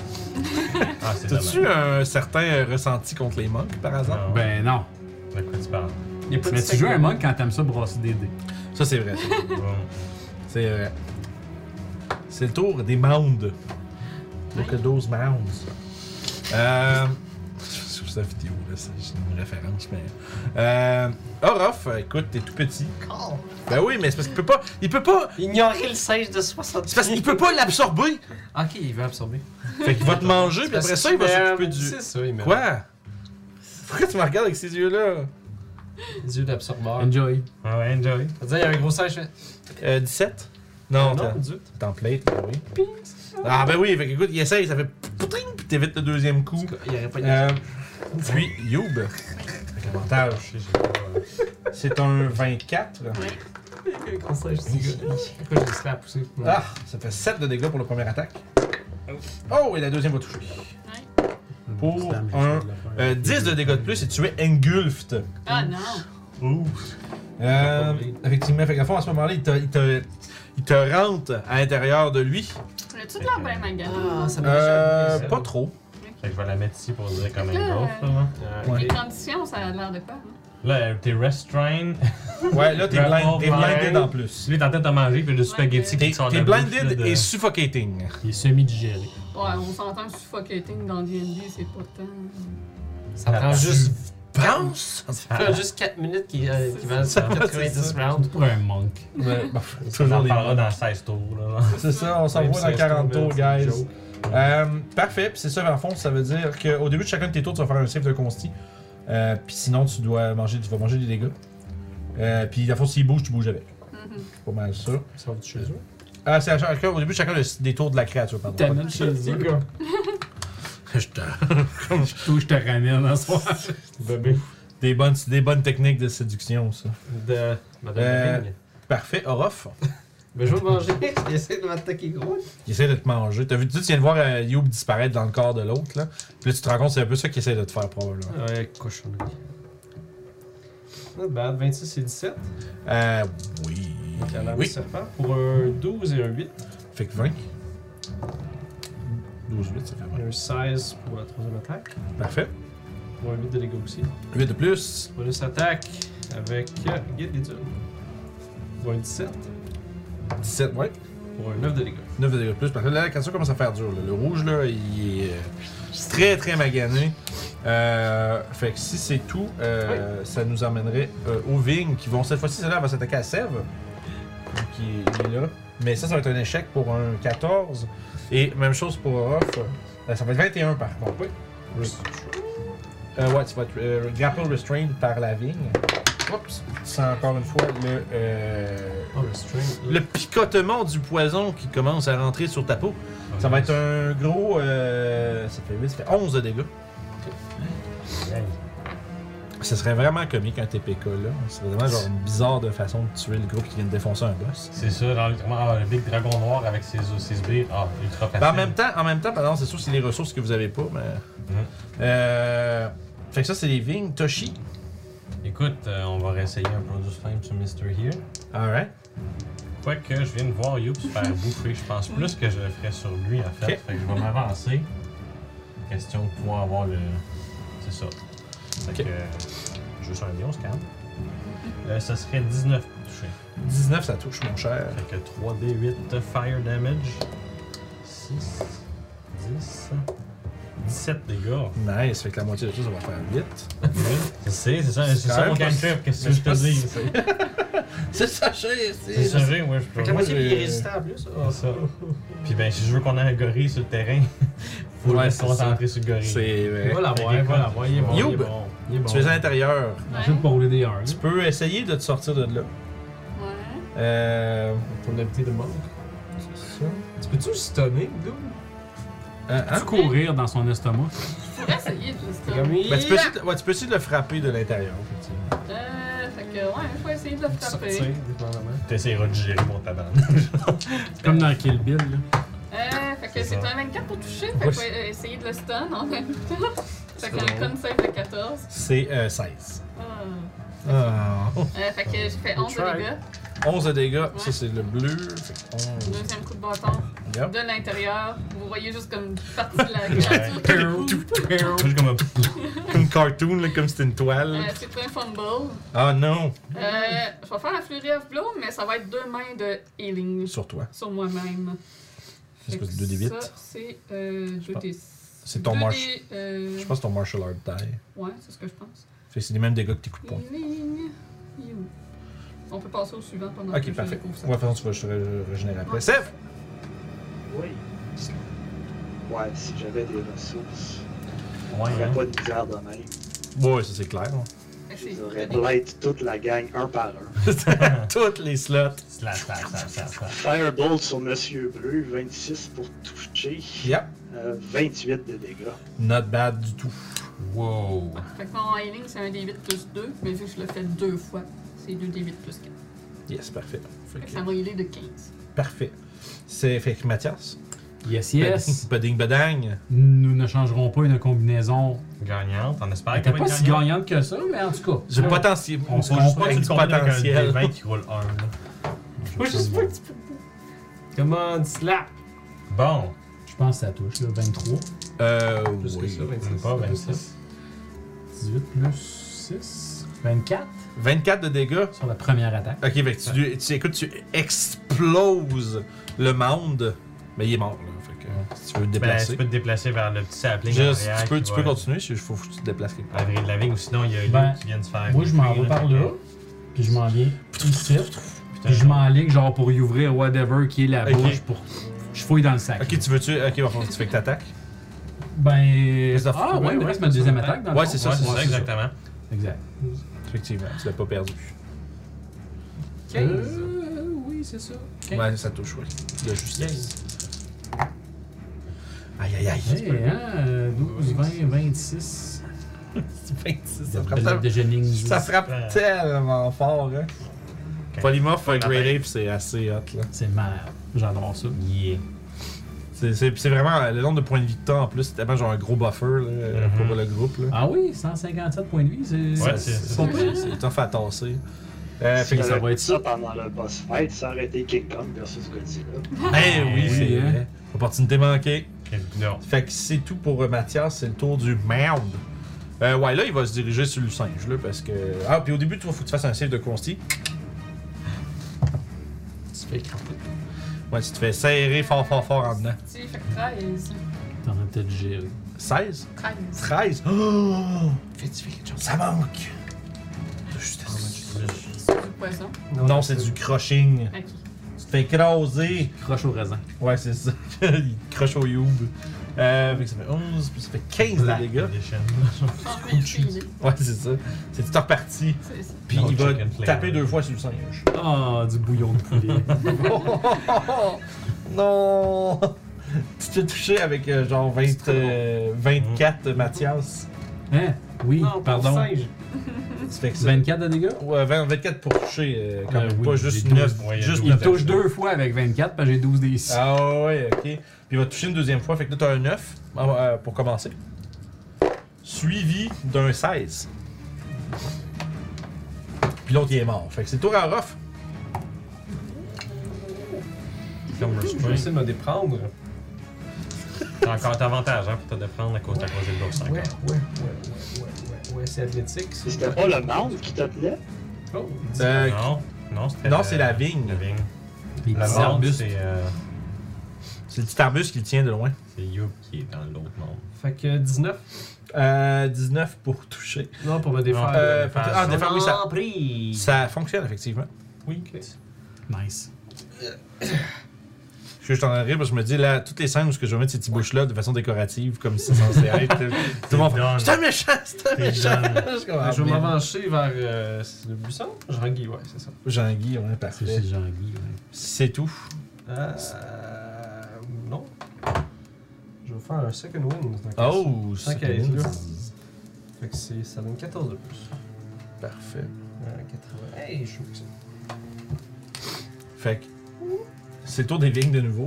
Ah, c'est T'as-tu un certain euh, ressenti contre les monks par hasard? Non. Ben non. De quoi tu parles? Mais tu joues un monk quand t'aimes ça brasser des dés. Ça, c'est vrai. ça. Bon. c'est vrai. C'est le tour des mounds. Look at those mounds. Euh. Je trouve ça vidéo, là, c'est c'est une référence, mais. Euh. Orof, écoute, t'es tout petit. Ben oui, mais c'est parce qu'il peut pas. Il peut pas. Oh. Ignorer le singe de 60. C'est parce qu'il peut pas l'absorber. Ok, il veut absorber. Fait qu'il va te manger, puis après ça, il va s'occuper du. C'est ça, il met Quoi? Pourquoi tu me regardes avec ces yeux-là? les yeux d'absorbeur. Enjoy. Ah ouais, enjoy. C'est-à-dire, il y a un gros singe. fait- Euh, 17? Non, non, t'as- zut. template, ben oui. Ah ben oui, fait que, écoute, il essaye, ça fait poutring, puis t'évites le deuxième coup. Il aurait pas Euh, puis Youb, avec avantage, Je sais, j'ai pas. euh, c'est un 24. eu un gros singe, ce gars. Pourquoi j'ai laissé la pousser? Ah, ça fait 7 de dégâts pour la première attaque. Oh, et la deuxième va toucher. Pour un euh, 10 de dégâts de plus et tu es engulfed. Ah non! Ouh. Euh, effectivement, fait qu'à fond, à ce moment-là, il te, il, te, il te rentre à l'intérieur de lui. As-tu de la bien manganée? Ah, ça m'a Euh, déjà- pas trop. Fait que je vais la mettre ici pour dire comme Là, un golf. euh, Là, hein. Ah, ouais. Les ok. conditions, ça a l'air de quoi? hein? là t'es restrained. Ouais, là, t'es blind- t'es blinded en plus. Tu es en train de manger, puis le spaghetti T'es qui te sort de t'es la bouche, blinded là, de- et suffocating. Il est semi-digéré. Ouais, on s'entend que suffocating dans D&D, c'est pas tant... Ça prend juste. Pense! Ça prend juste 4 minutes qui euh, qui valent Ça va, c'est 90 ça. rounds. Pour un monk. On bah, Toujours en les parlera dans 16 tours. Là, C'est ça, on s'envoie dans 40 tours, guys. Euh, parfait, puis c'est ça, en fond, ça veut dire qu'au début de chacun de tes tours, tu vas faire un save de consti. Euh, puis sinon, tu dois manger, tu vas manger des dégâts. Euh, puis la fois, s'il bouge, tu bouges avec. Mhm. C'est Pas mal ça. Ça va de chez eux. Ah, c'est à chacun, au début de chacun de- des tours de la créature, pardon. T'amènes chez C'est eux. gars. Je te- Tout, je te ramène en soir. Bébé. des, bonnes, des bonnes techniques de séduction, ça. De Madame Euh, Ring. Parfait, Orof. Ben, je vais manger. Il essaie de m'attaquer gros. Il essaie de te manger. T'as vu, tu viens de voir euh, Youb disparaître dans le corps de l'autre, là. Puis là, tu te rends compte, c'est un peu ça qu'il essaie de te faire, probablement. Ouais, cochonnerie. Not Ah, bad, 26 et 17. Euh, oui. Canard Oui. serpent pour un 12 et un 8. Fait que 20. 12, 8, ça fait Et 20. un 16 pour la troisième attaque. Parfait. Pour un 8 de dégâts aussi. 8 de plus. Bonus attaque avec euh, Guide des Dunes. Pour un 17. 17, ouais. Pour un 9 de dégâts. 9 de dégâts de plus. Parce que là, la créature commence à faire dur. là. Le rouge, là, il est euh, très, très magané. Euh, fait que si c'est tout, euh, ça nous emmènerait euh, aux vignes qui vont cette fois-ci, celle-là elle va s'attaquer à Sève. Donc, il est, il est là. Mais ça, ça va être un échec pour un 14. Et même chose pour Orof. Euh, Ça va être 21 par contre. Oui. Rest- Euh, ouais, tu vas être euh, grapple restrained par la vigne. Oups. C'est encore une fois le. euh, Oh, le string. le picotement du poison qui commence à rentrer sur ta peau. Ça va être un gros. euh, ça fait 8, ça fait 11 de dégâts. Ce serait vraiment comique un TPK là. Ce serait vraiment genre une bizarre de façon de tuer le groupe qui vient de défoncer un boss. C'est ça, dans le, ah, le big dragon noir avec ses, ses sbires. Ah, ultra facile. Ben, en même temps, en même temps, pardon, c'est sûr que c'est les ressources que vous avez pas, mais. Euh, fait que ça, c'est les vignes. Toshi. Écoute, euh, on va réessayer un Produce Flame sur Mr. Here. Alright. Quoique je viens de voir Youp se faire bouffer, je pense plus que je le ferais sur lui en fait. Ok. Fait que je vais m'avancer. Question de pouvoir avoir le. C'est ça. Fait Ok. que. euh, Je veux sur un lion, c'est calme. Euh, ça serait 19 pour toucher. 19, ça touche, mon cher. Fait que 3d8 fire damage. 6, 10, 17 dégâts. Nice. Fait que la moitié de tout, ça va faire 8. Tu sais, c'est ça, c'est quand ça mon même pas- cantrip, qu'est-ce que je te dis? C'est sachet, C'est ça, ouais, je Fait que peux. la moitié j'ai- il est résistant en plus. Oh. C'est ça. Puis ben, si je veux qu'on ait un gorille sur le terrain, Faut Ouais, ouais, se c'est concentrer sur le gorille. C'est vrai. Va la voir, va la voir. Il est bon. Youb, il est bon. Il est bon. Tu es à l'intérieur. Imagine pour rouler des 1. Tu peux essayer de te sortir de là. Ouais. Euh. Ton habité de mort. Tu peux-tu stunner, dude? hein, hein? Tu courir dans son estomac. Faudrait essayer de T'es ça. comme, Ben, tu, peux essayer de, ouais, tu peux essayer de le frapper de l'intérieur, effectivement. Euh, fait que, ouais, je vais essayer de le Sortir, frapper. dépendamment. T'essaieras de gérer mon tabarnak. Comme dans Kill Bill. Là. Euh, fait que C'est c'est ça. un 24 pour toucher, fait que Ouais. je vais essayer de le stun en même temps. Fait qu'un con save de 14. C'est euh, 16. Ah. Ah. Euh, fait que j'ai fait 11 de try. dégâts. 11 de dégâts, Ouais. ça c'est le bleu. Fait que 11. Deuxième coup de bâton. Yep. De l'intérieur, vous voyez juste comme une partie de la créature. qui roule. Juste comme un. Comme cartoon, là, comme c'était une Euh, toile. c'est pas un fumble. Ah non! Euh, je vais faire la Flurry of Blow, mais ça va être deux mains de healing sur, Sur toi. moi-même. C'est Fait quoi, que 2d8? Ça, c'est euh, pense- 2d6. c'est ton 2D, marche. euh, Je pense que ton martial art taille. Ouais, c'est ce que je pense. Fait que c'est les mêmes dégâts que tes coups de poing. Healing. You. On peut passer au suivant pendant que Ok, je parfait. découvre ça. Ouais, de toute façon, tu vas juste ré- régénérer après. Ouais. Sef! Oui. Ouais, si j'avais des ressources, Ouais, j'aurais hein. pas de misère de même. Ouais, ça c'est clair. hein. Fait que Je c'est les aurais deux D8. blight toute la gang, un par un. Toutes les slots. Slash, slash, slash, slash, slash. Fireball sur Monsieur Bleu, 26 pour toucher, Yep. euh, 28 de dégâts. Not bad du tout. Wow. Fait que mon healing, c'est un D8 plus 2, mais vu que je le fais deux fois, c'est 2D8 plus 4. Yes, parfait. Fait Fait que- que ça m'a healé de 15. Parfait. C'est fait que Mathias. Yes, yes. Bading badang. Ben, Nous ne changerons pas une combinaison. Gagnante, on espère Elle qu'elle était va Ah, pas être si gagnante. gagnante que ça, mais en tout cas. J'ai Ouais. potentiel. On se faut juste comprend pas que tu du le combines avec un des potentiel. 20 qui roule 1. Moi, je sais pas que tu peux Come on, slap! Bon, Je pense que ça touche, là. 23. Euh, Plus que oui. ça, 26. on Ah, pas ben, Ben, 26. 18 plus 6. 24 24 de dégâts. sur la première attaque. Ok, fait que tu, tu- écoute, tu exploses le monde. Mais il est mort, là. Fait que si tu veux te Ben, déplacer. tu peux te déplacer vers le petit sapling. Juste, en arrière tu peux, qui tu va peux continuer, il faut que tu te déplaces quelque À part. Avril de la vigne, ou sinon il y a lui Ben, qui vient de se faire. Moi, je m'en bouffer, vais par là, puis je m'en viens ici, Putain, puis je m'enligne genre pour y ouvrir whatever qui est la Ok. bouche pour. Je fouille dans le sac. Ok, tu veux tu. Ok, enfin, tu fais que t'attaques. Ben. Reste à Ah, fouiller, ouais, ouais, reste c'est ma deuxième attaque. attaque dans le Ouais, fond. c'est Ouais, ça, c'est ça, c'est ça. exactement. Exact. Effectivement, tu l'as pas perdu. 15. Euh, oui, c'est ça. 15. Ouais, ça touche, oui. De justice. Aïe, aïe, aïe. Hey, hein, euh, 12, 20, 26. 26, ça frappe Belle tellement- de Jennings. Ça frappe tellement fort, hein. Ok. Polymorph avec Ah ben. Great Ape, c'est assez hot, là. C'est merde. J'adore ça. Yeah. C'est- C'est c'est vraiment le nombre de points de vie que t'as en plus, c'est tellement genre un gros buffer là, Mhm. pour le groupe. Là. Ah oui, 157 points de vie, Ah, c'est. Ouais, Ça, c'est- c'est c'est- pas pire, c'est tough à tasser. Euh, fait que ça ça- va être Ça, pendant le boss fight, ça aurait été King Kong versus Godzilla. Ben oui, Oui, c'est hein. vrai. Opportunité manquée. Ok, Non. Fait que c'est tout pour euh, Mathias, c'est le tour du merde. Euh, ouais, là, il va se diriger sur le singe, là, parce que. Ah, puis au début, tu vas faut que tu fasses un save de consti. Tu fais cramper. Ouais, tu te fais serrer fort, fort, fort en dedans. Tu fait que 13. T'en as peut-être géré. 16? 13. 13. Oh, Fais, tu fais quelque chose. ça manque. De justesse. C'est du poison. Non, c'est du crushing. Ok. Tu te fais écraser. Croche au raisin. Ouais, c'est ça. il te crush au youb. Euh, fait que ça fait 11, puis ça fait 15 de Black dégâts. Edition. Change mes filets. Ouais, c'est ça. C'est tout reparti. C'est ça. Puis No il va chicken flavor. taper deux fois sur le singe. Ah, du bouillon de poulet. Oh, non! Tu t'es touché avec euh, genre 20, euh, 24 Mathias. hein? Oui, Non, pardon. pardon. Singe. Ça fait que ça- 24 de dégâts? Ouais, 20 24 pour toucher, euh, quand Euh, même. oui, pas juste j'ai douze, 9. ouais, il y a juste douze. Il neuf. touche deux fois avec 24, parce que j'ai 12 des 6. Ah ouais, ok. Puis il va te toucher une deuxième fois. Fait que là, t'as un 9 euh, pour commencer. Suivi d'un 16. Puis l'autre, il est mort. Fait que c'est le tour à Ruff. Comme le Je vais essayer spring. de me déprendre. T'as encore d'avantage hein, pour te déprendre à cause de la croisée de l'ours Ouais, ouais, encore. ouais, ouais, ouais, ouais, ouais, c'est athlétique. ça. C'était pas le monde qui te tenait? Oh, Euh, Non, non, c'était. euh, non, c'est la vigne. La vigne. Puis La petits vigne, arbustes. c'est. euh, C'est le petit arbuste qui le tient de loin. C'est Youb qui est dans l'autre monde. Fait que 19. Euh, 19 pour toucher. Non, pour me défaire. Euh, défense. ah, défense, oui, ça, Ah! Compris. Ben, ça fonctionne effectivement. Oui. Nice. Je que je t'en rire parce que je me dis, là, toutes les scènes où ce que je vais mettre ces petits bouches-là de façon décorative, comme si c'est censé être. euh, Tout le monde fait, Done. C'est un méchant, c'est un T'es méchant. done. Je suis comme, Fait ah, que je vais merde. m'avancer vers euh, c'est le buisson. Jean-Guy, ouais, c'est ça. Jean-Guy, on est C'est parfait. c'est Jean-Guy. ouais. C'est tout. Euh, non. Je vais faire un second win. donc, Oh, Tant c'est qu'à être là. cool. Fait que c'est, ça donne 14 de plus. Parfait. Euh, 80. Hey, je trouve que ça. Fait que c'est le tour des vignes de nouveau.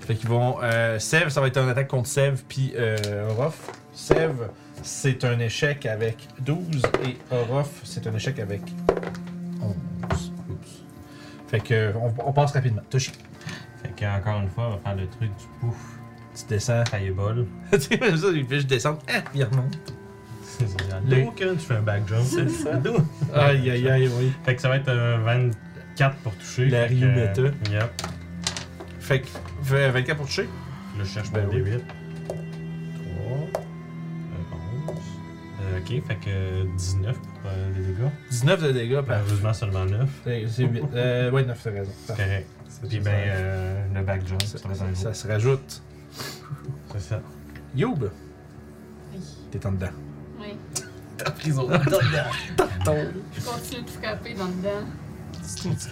Fait qu'ils vont. Euh, Sève, ça va être un attaque contre Sève, puis euh, Orof. Sève, c'est un échec avec 12 et Orof, c'est un échec avec 11. Oups. Fait que on, on passe rapidement. Toshi, Fait qu'encore une fois, on va faire le truc du pouf. tu descends. Fireball. tu sais, même ça, il fait juste descendre. Ah, il remonte. C'est genre, Le- Doken, tu fais un back jump. C'est ça. Aïe, aïe, aïe, oui. Fait que ça va être un 24 pour toucher. La Fait que, Ryumeta. euh, Yep. Fait que fait 24 pour toucher. Là, je cherche Ben mon oui. D8. 3, 11. ok, fait que euh, 19 pour euh, les dégâts. 19 de dégâts par. Malheureusement, seulement 9. C'est 8. Euh, ouais, 9, t'as raison. C'est correct. Puis ça. ben, euh, le back jump, Ça- ça va être un ça gros. se rajoute. C'est ça. Youb, Oui. t'es en dedans. Oui. Prison. Je continue de frapper dans le dent.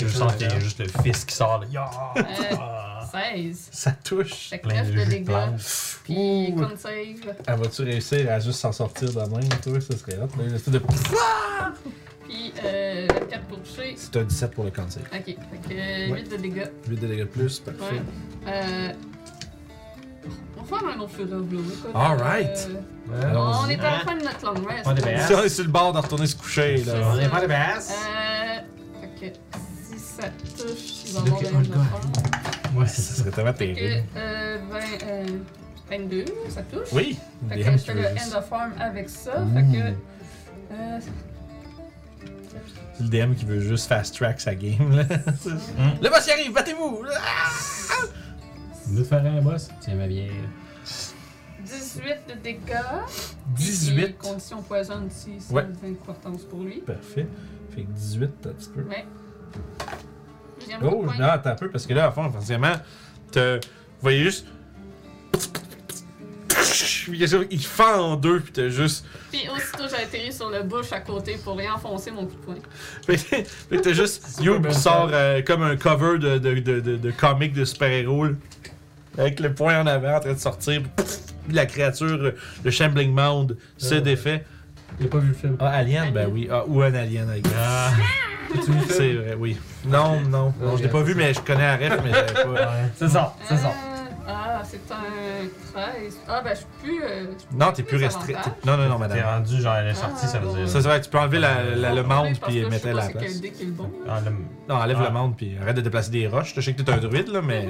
Je sens qu'il y a juste le fils qui sort. là. Yah! Euh, Ah! 16. Ça touche. Fait que Plein 9 de de jus de dégâts. plantes. Puis, con save. Elle va-tu réussir à juste s'en sortir de même, toi? Ça serait hot. là. Une espèce de- Puis, euh, 4 pour toucher. C'est un 17 pour le cancer. Ok, fait que Ouais. 8 de dégâts. 8 de dégâts de plus, Ouais. parfait. Euh. On va faire un autre Fureur Bleu. écoute. All right. Euh, Allons-y. on est à la fin de notre long rest. Pas de BS. Si Hein? on est sur le bord de retourner se coucher, C'est là. ça. On est pas de basse! Euh. Fait que si ça touche, ils là vont avoir que de oh, Olga l'effort. Ouais, Ça serait tellement Fait terrible. que euh, 20, euh, 22, ça touche. Oui! Fait Des que hams, je tu fais veux le juste- Mmh. end of form avec ça. Fait que. Euh, C'est le DM qui veut juste fast track sa game, là. Le boss y arrive, battez-vous! Ah! Nous faire un boss. Tiens ma bière. 18 de dégâts. Et 18. Condition poison si c'est Ouais. de importance pour lui. Parfait. Fait que 18, un petit peu. Ouais. Deuxième Oh, point. non, attends un peu, parce que là, à fond, forcément, te... vous voyez juste. Il fend en deux, puis t'as juste. Puis aussitôt, j'ai atterri sur le bush à côté pour réenfoncer mon coup de poing. Fait que fait que t'as juste. You qui sort euh, comme un cover de, de, de, de, de comic de super-héros, là, avec le poing en avant en train de sortir. Puis la créature, euh, le Shambling Mound, se Euh. défait. Il a pas vu le film. Ah, Alien, ben oui. Ah, ou un Alien, I guess. Ah! As-tu vu le C'est film? vrai, oui. Non, non, non, je l'ai pas vu, mais je connais Aref, mais j'avais pas. C'est ça, c'est ça. Euh, Ah, c'est un 13. Ah, ben, je suis plus. euh, je peux Non, t'es plus plus restreint. avantage. t'es- Non, non, non, T'es madame. rendu, genre, elle est sortie, Ah, ça veut bon. dire. Ça, c'est vrai, tu peux enlever la, la- le Parce monde que puis je sais mettre pas la c'est quel place. dé qui est le bon. Ah, là. le... Non, enlève Ah. le monde puis arrête de déplacer des roches. Je sais que t'es un druide là, mais.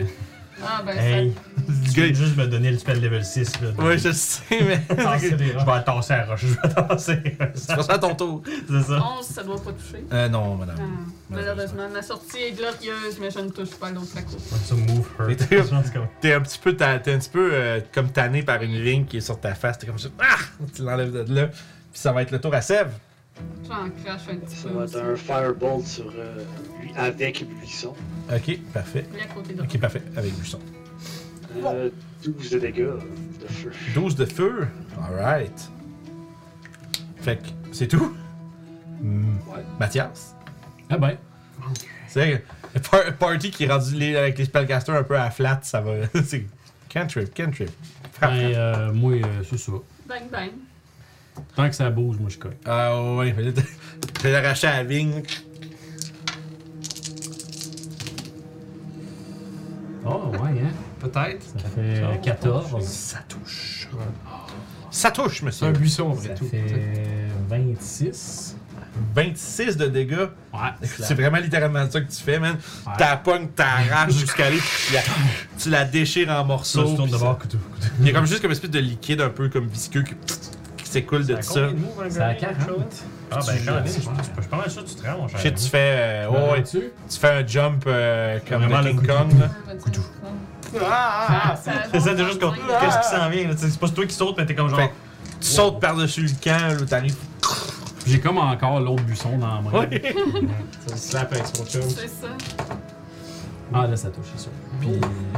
Ah, ben, Hey! ça. Le Tu gars, veux il- juste me donner le spell level 6, là. Ouais, je sais, mais. Tasser des roches. Je vais la tasser à la roche, je vais tasser. Tu fais ça à ton tour. C'est ça. 11, ça doit pas toucher. Euh, non, Ah, madame. malheureusement, ma sortie est glorieuse, mais je ne touche pas l'autre à cause. Ça move her. Fait que- Genre, c'est Ah. comme- T'es un petit peu, ta- t'es un petit peu euh, comme tanné par une ligne qui est sur ta face. T'es comme ça. Ah! Tu l'enlèves de là. Puis ça va être le tour à Sèvres. J'en crache un petit Ça peu. va aussi. être un fireball sur, euh, lui- avec buisson. Ok, parfait. Lui à côté de Ok, parfait. Avec Buisson. Euh, 12 de dégâts de feu. 12 de feu. Alright. Fait que c'est tout. Hmm. Ouais. Mathias. Ah ben. C'est que par- Party qui est rendu les- avec les spellcasters un peu à flat, ça va. c'est cantrip, cantrip. ben euh, moi, euh, c'est ça. Bang, bang. Tant que ça bouge, moi je colle. Ah ouais, fallait te- fallait l'arracher à la vigne. Oh ouais, hein? Peut-être. Ça fait 14. Ça touche. Ouais. Ça touche, C'est un monsieur. buisson, en vrai, Ça tout. fait 26. 26 de dégâts. Ouais, C'est vraiment littéralement ça que tu fais, man. Ouais. T'as pognes, t'arraches jusqu'à aller, puis tu la, tu la déchires en Ça, morceaux. tu tournes de puis bord, couteau, couteau. ça- Il y a comme juste comme une espèce de liquide un peu comme visqueux qui, qui s'écoule de tout ça. C'est à 40. Ah, ben, Tu quand même, je joues. je- je suis pas mal sûr que tu te rends, mon cher. Shit, tu fais. euh, ouais, ouais, tu, tu? tu fais un jump euh, comme Vraiment le le King coup de- Kong, là. Coudou. Ah, ah, ah. C'est ça, t'es juste comme. Qu'est-ce qui s'en vient, là? Tu sais, C'est pas toi qui sautes, mais t'es comme genre. Fait- Tu sautes par-dessus le camp, là, t'arrives. J'ai comme encore l'autre buisson dans la main. Ouais. Ça slap avec son chum. C'est ça. Ah, là, ça touche, c'est sûr. Puis,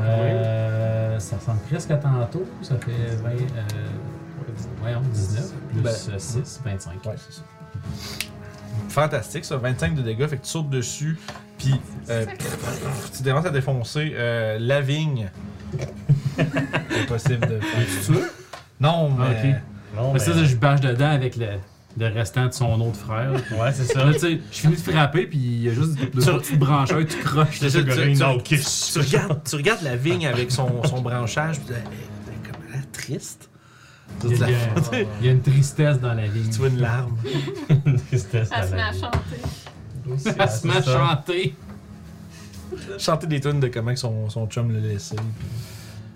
euh, ça ressemble presque à tantôt. Ça fait 20, euh, ouais, 19, plus Ben, 6, 25. Ouais, c'est ça. Fantastique, ça. 25 de dégâts, fait que tu sautes dessus, puis euh, tu commences à défoncer euh, la vigne. Impossible de Tu veux? Non, mais. Ok. Non, Après Ben, ça, ça, je bâche dedans avec le, le restant de son autre frère. Ouais, c'est ça. Là, tu sais, je finis de frapper, puis il y a juste deux trois petites brancheurs, tu croches. Tu- tu- tu- Non, tu- tu regardes- Tu regardes la vigne avec son, son branchage, puis t'es comme elle est triste. Tu Il y, a, la- il y a- il y a une tristesse dans la vie. tu vois une larme. Tristesse Elle se à met à la vie. chanter. Elle se met à chanter. Chanter des tunes de comment que son, son chum l'a laissé.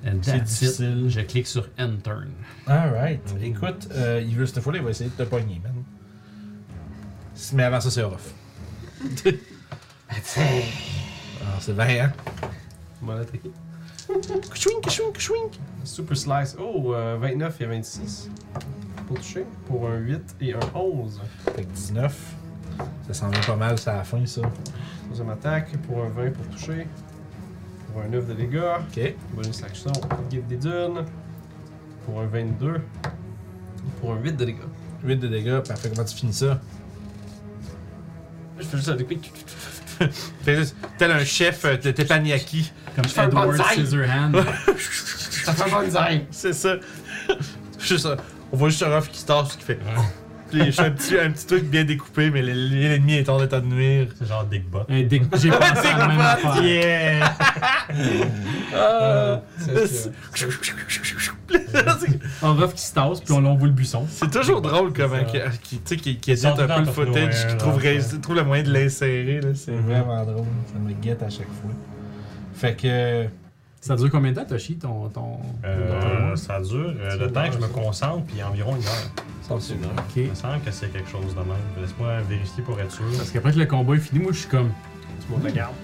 And C'est that's it. difficile. Je clique sur End Turn. Alright. Écoute, euh, il veut cette fois-là, il va essayer de te pogner, man. Si- Mais avant ça, c'est rough. Alors, c'est 20, hein? Bon, attaqué. Kchouink, kchouink, kchouink! Super Slice. Oh, euh, 29 et 26. Pour toucher. Pour un 8 et un 11. Fait que 19. Ça s'en vient pas mal, ça à la fin, ça. Deuxième attaque. Pour un 20 pour toucher. Pour un 9 de dégâts. Ok. Bonus action. Guide des dunes. Pour un 22. Pour un 8 de dégâts. 8 de dégâts, parfait. Comment tu finis ça? Je fais juste un déclic. Fais juste- Tel un chef euh, de teppanyaki. Comme fais un Edward bonsaï. Scissorhand. Ça fait bonsaï! C'est ça. juste, euh, on voit juste un rough qui se tasse, qui fait. Puis je fais un petit, un petit truc bien découpé, mais l- l'ennemi est en état de nuire. C'est genre Dick Bot. Un dick- J'ai pensé à la même Euh, affaire. Yeah! Ah! C'est ce que- Un rough qui se tasse, puis on l'envoie le buisson. C'est toujours drôle comment qui, qui, tu sais, qui, qui édite Ils sont un peu le dans Top footage, qui Nowhere, trouve, là, ré- ouais. trouve le moyen de l'insérer. là, C'est vraiment drôle. Ça me guette à chaque fois. Fait que. Ça dure combien de temps, Toshi, ton. ton... Euh, ça dure euh, le temps que je me concentre, puis environ une heure. Ok. Il me semble que c'est quelque chose de même. Laisse-moi vérifier pour être sûr. Parce qu'après que le combat est fini, moi, je suis comme. Tu montes la garde.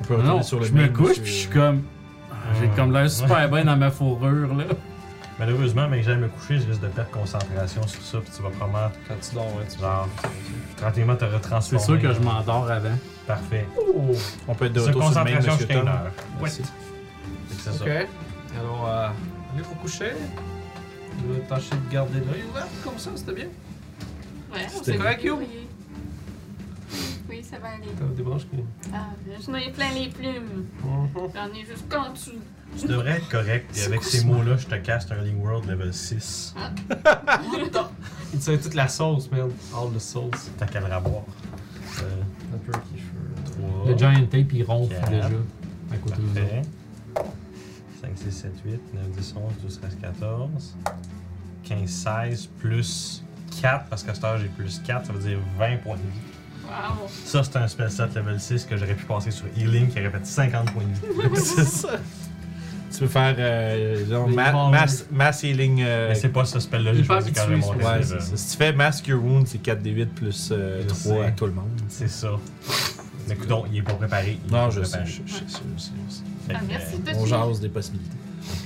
On peut Non, retourner non, sur le euh, je me main, couche, monsieur. puis je suis comme. ah, J'ai Euh, comme l'air super bien dans ma fourrure, là. Malheureusement, mais que j'aille me coucher, je risque de perdre concentration sur ça, puis tu vas probablement, Quand tu dors, ouais, tu genre, tranquillement te C'est retransformer. sûr que je m'endors avant. Parfait. Oh! On peut être de Sur retour sur le main, concentration monsieur jusqu'à une Tom. heure. Ouais. Merci. Fait que C'est Ok. ça. Alors, euh, allez vous coucher. Je vais tâcher de garder l'œil ouvert comme ça, c'était bien. Ouais, on C'était s'est correct, bien you? débrouillé. Oui, ça va aller. T'as des branches qui. Ah, j'en ai plein les plumes. Mhm. J'en ai jusqu'en dessous. Tu devrais être correct, et avec ces mots-là, je te casse Sterling World level 6. Il te sert toute la sauce, man. All the sauce. T'as qu'à le revoir. Euh, Un peu qui cheveux. trois. Le giant tape, il ronfle Quatre. déjà. À côté de nous autres. Parfait. 5, 6, 7, 8, 9, 10, 11, 12, 13, 14. 15, 16, plus 4, parce qu'à cette heure j'ai plus 4, ça veut dire 20 points de vie. Wow. Ça, c'est un spell set level 6 que j'aurais pu passer sur Healing qui aurait fait 50 points de vie. C'est ça. Tu peux faire euh, genre, Les ma- bombes. mass, mass healing. euh, Mais c'est pas ce spell-là, j'ai Il parle choisi qui quand même tue, mon c'est ouais, level. c'est ça. Si tu fais Mask Your Wound, c'est 4d8 plus Je 3 sais. à tout le monde. C'est ça. Mais écoute, il est pas préparé. il est Non, pas je sais. préparé. je- je- je- je- je- Fait Ah, que, merci euh, de On tout. jase des possibilités.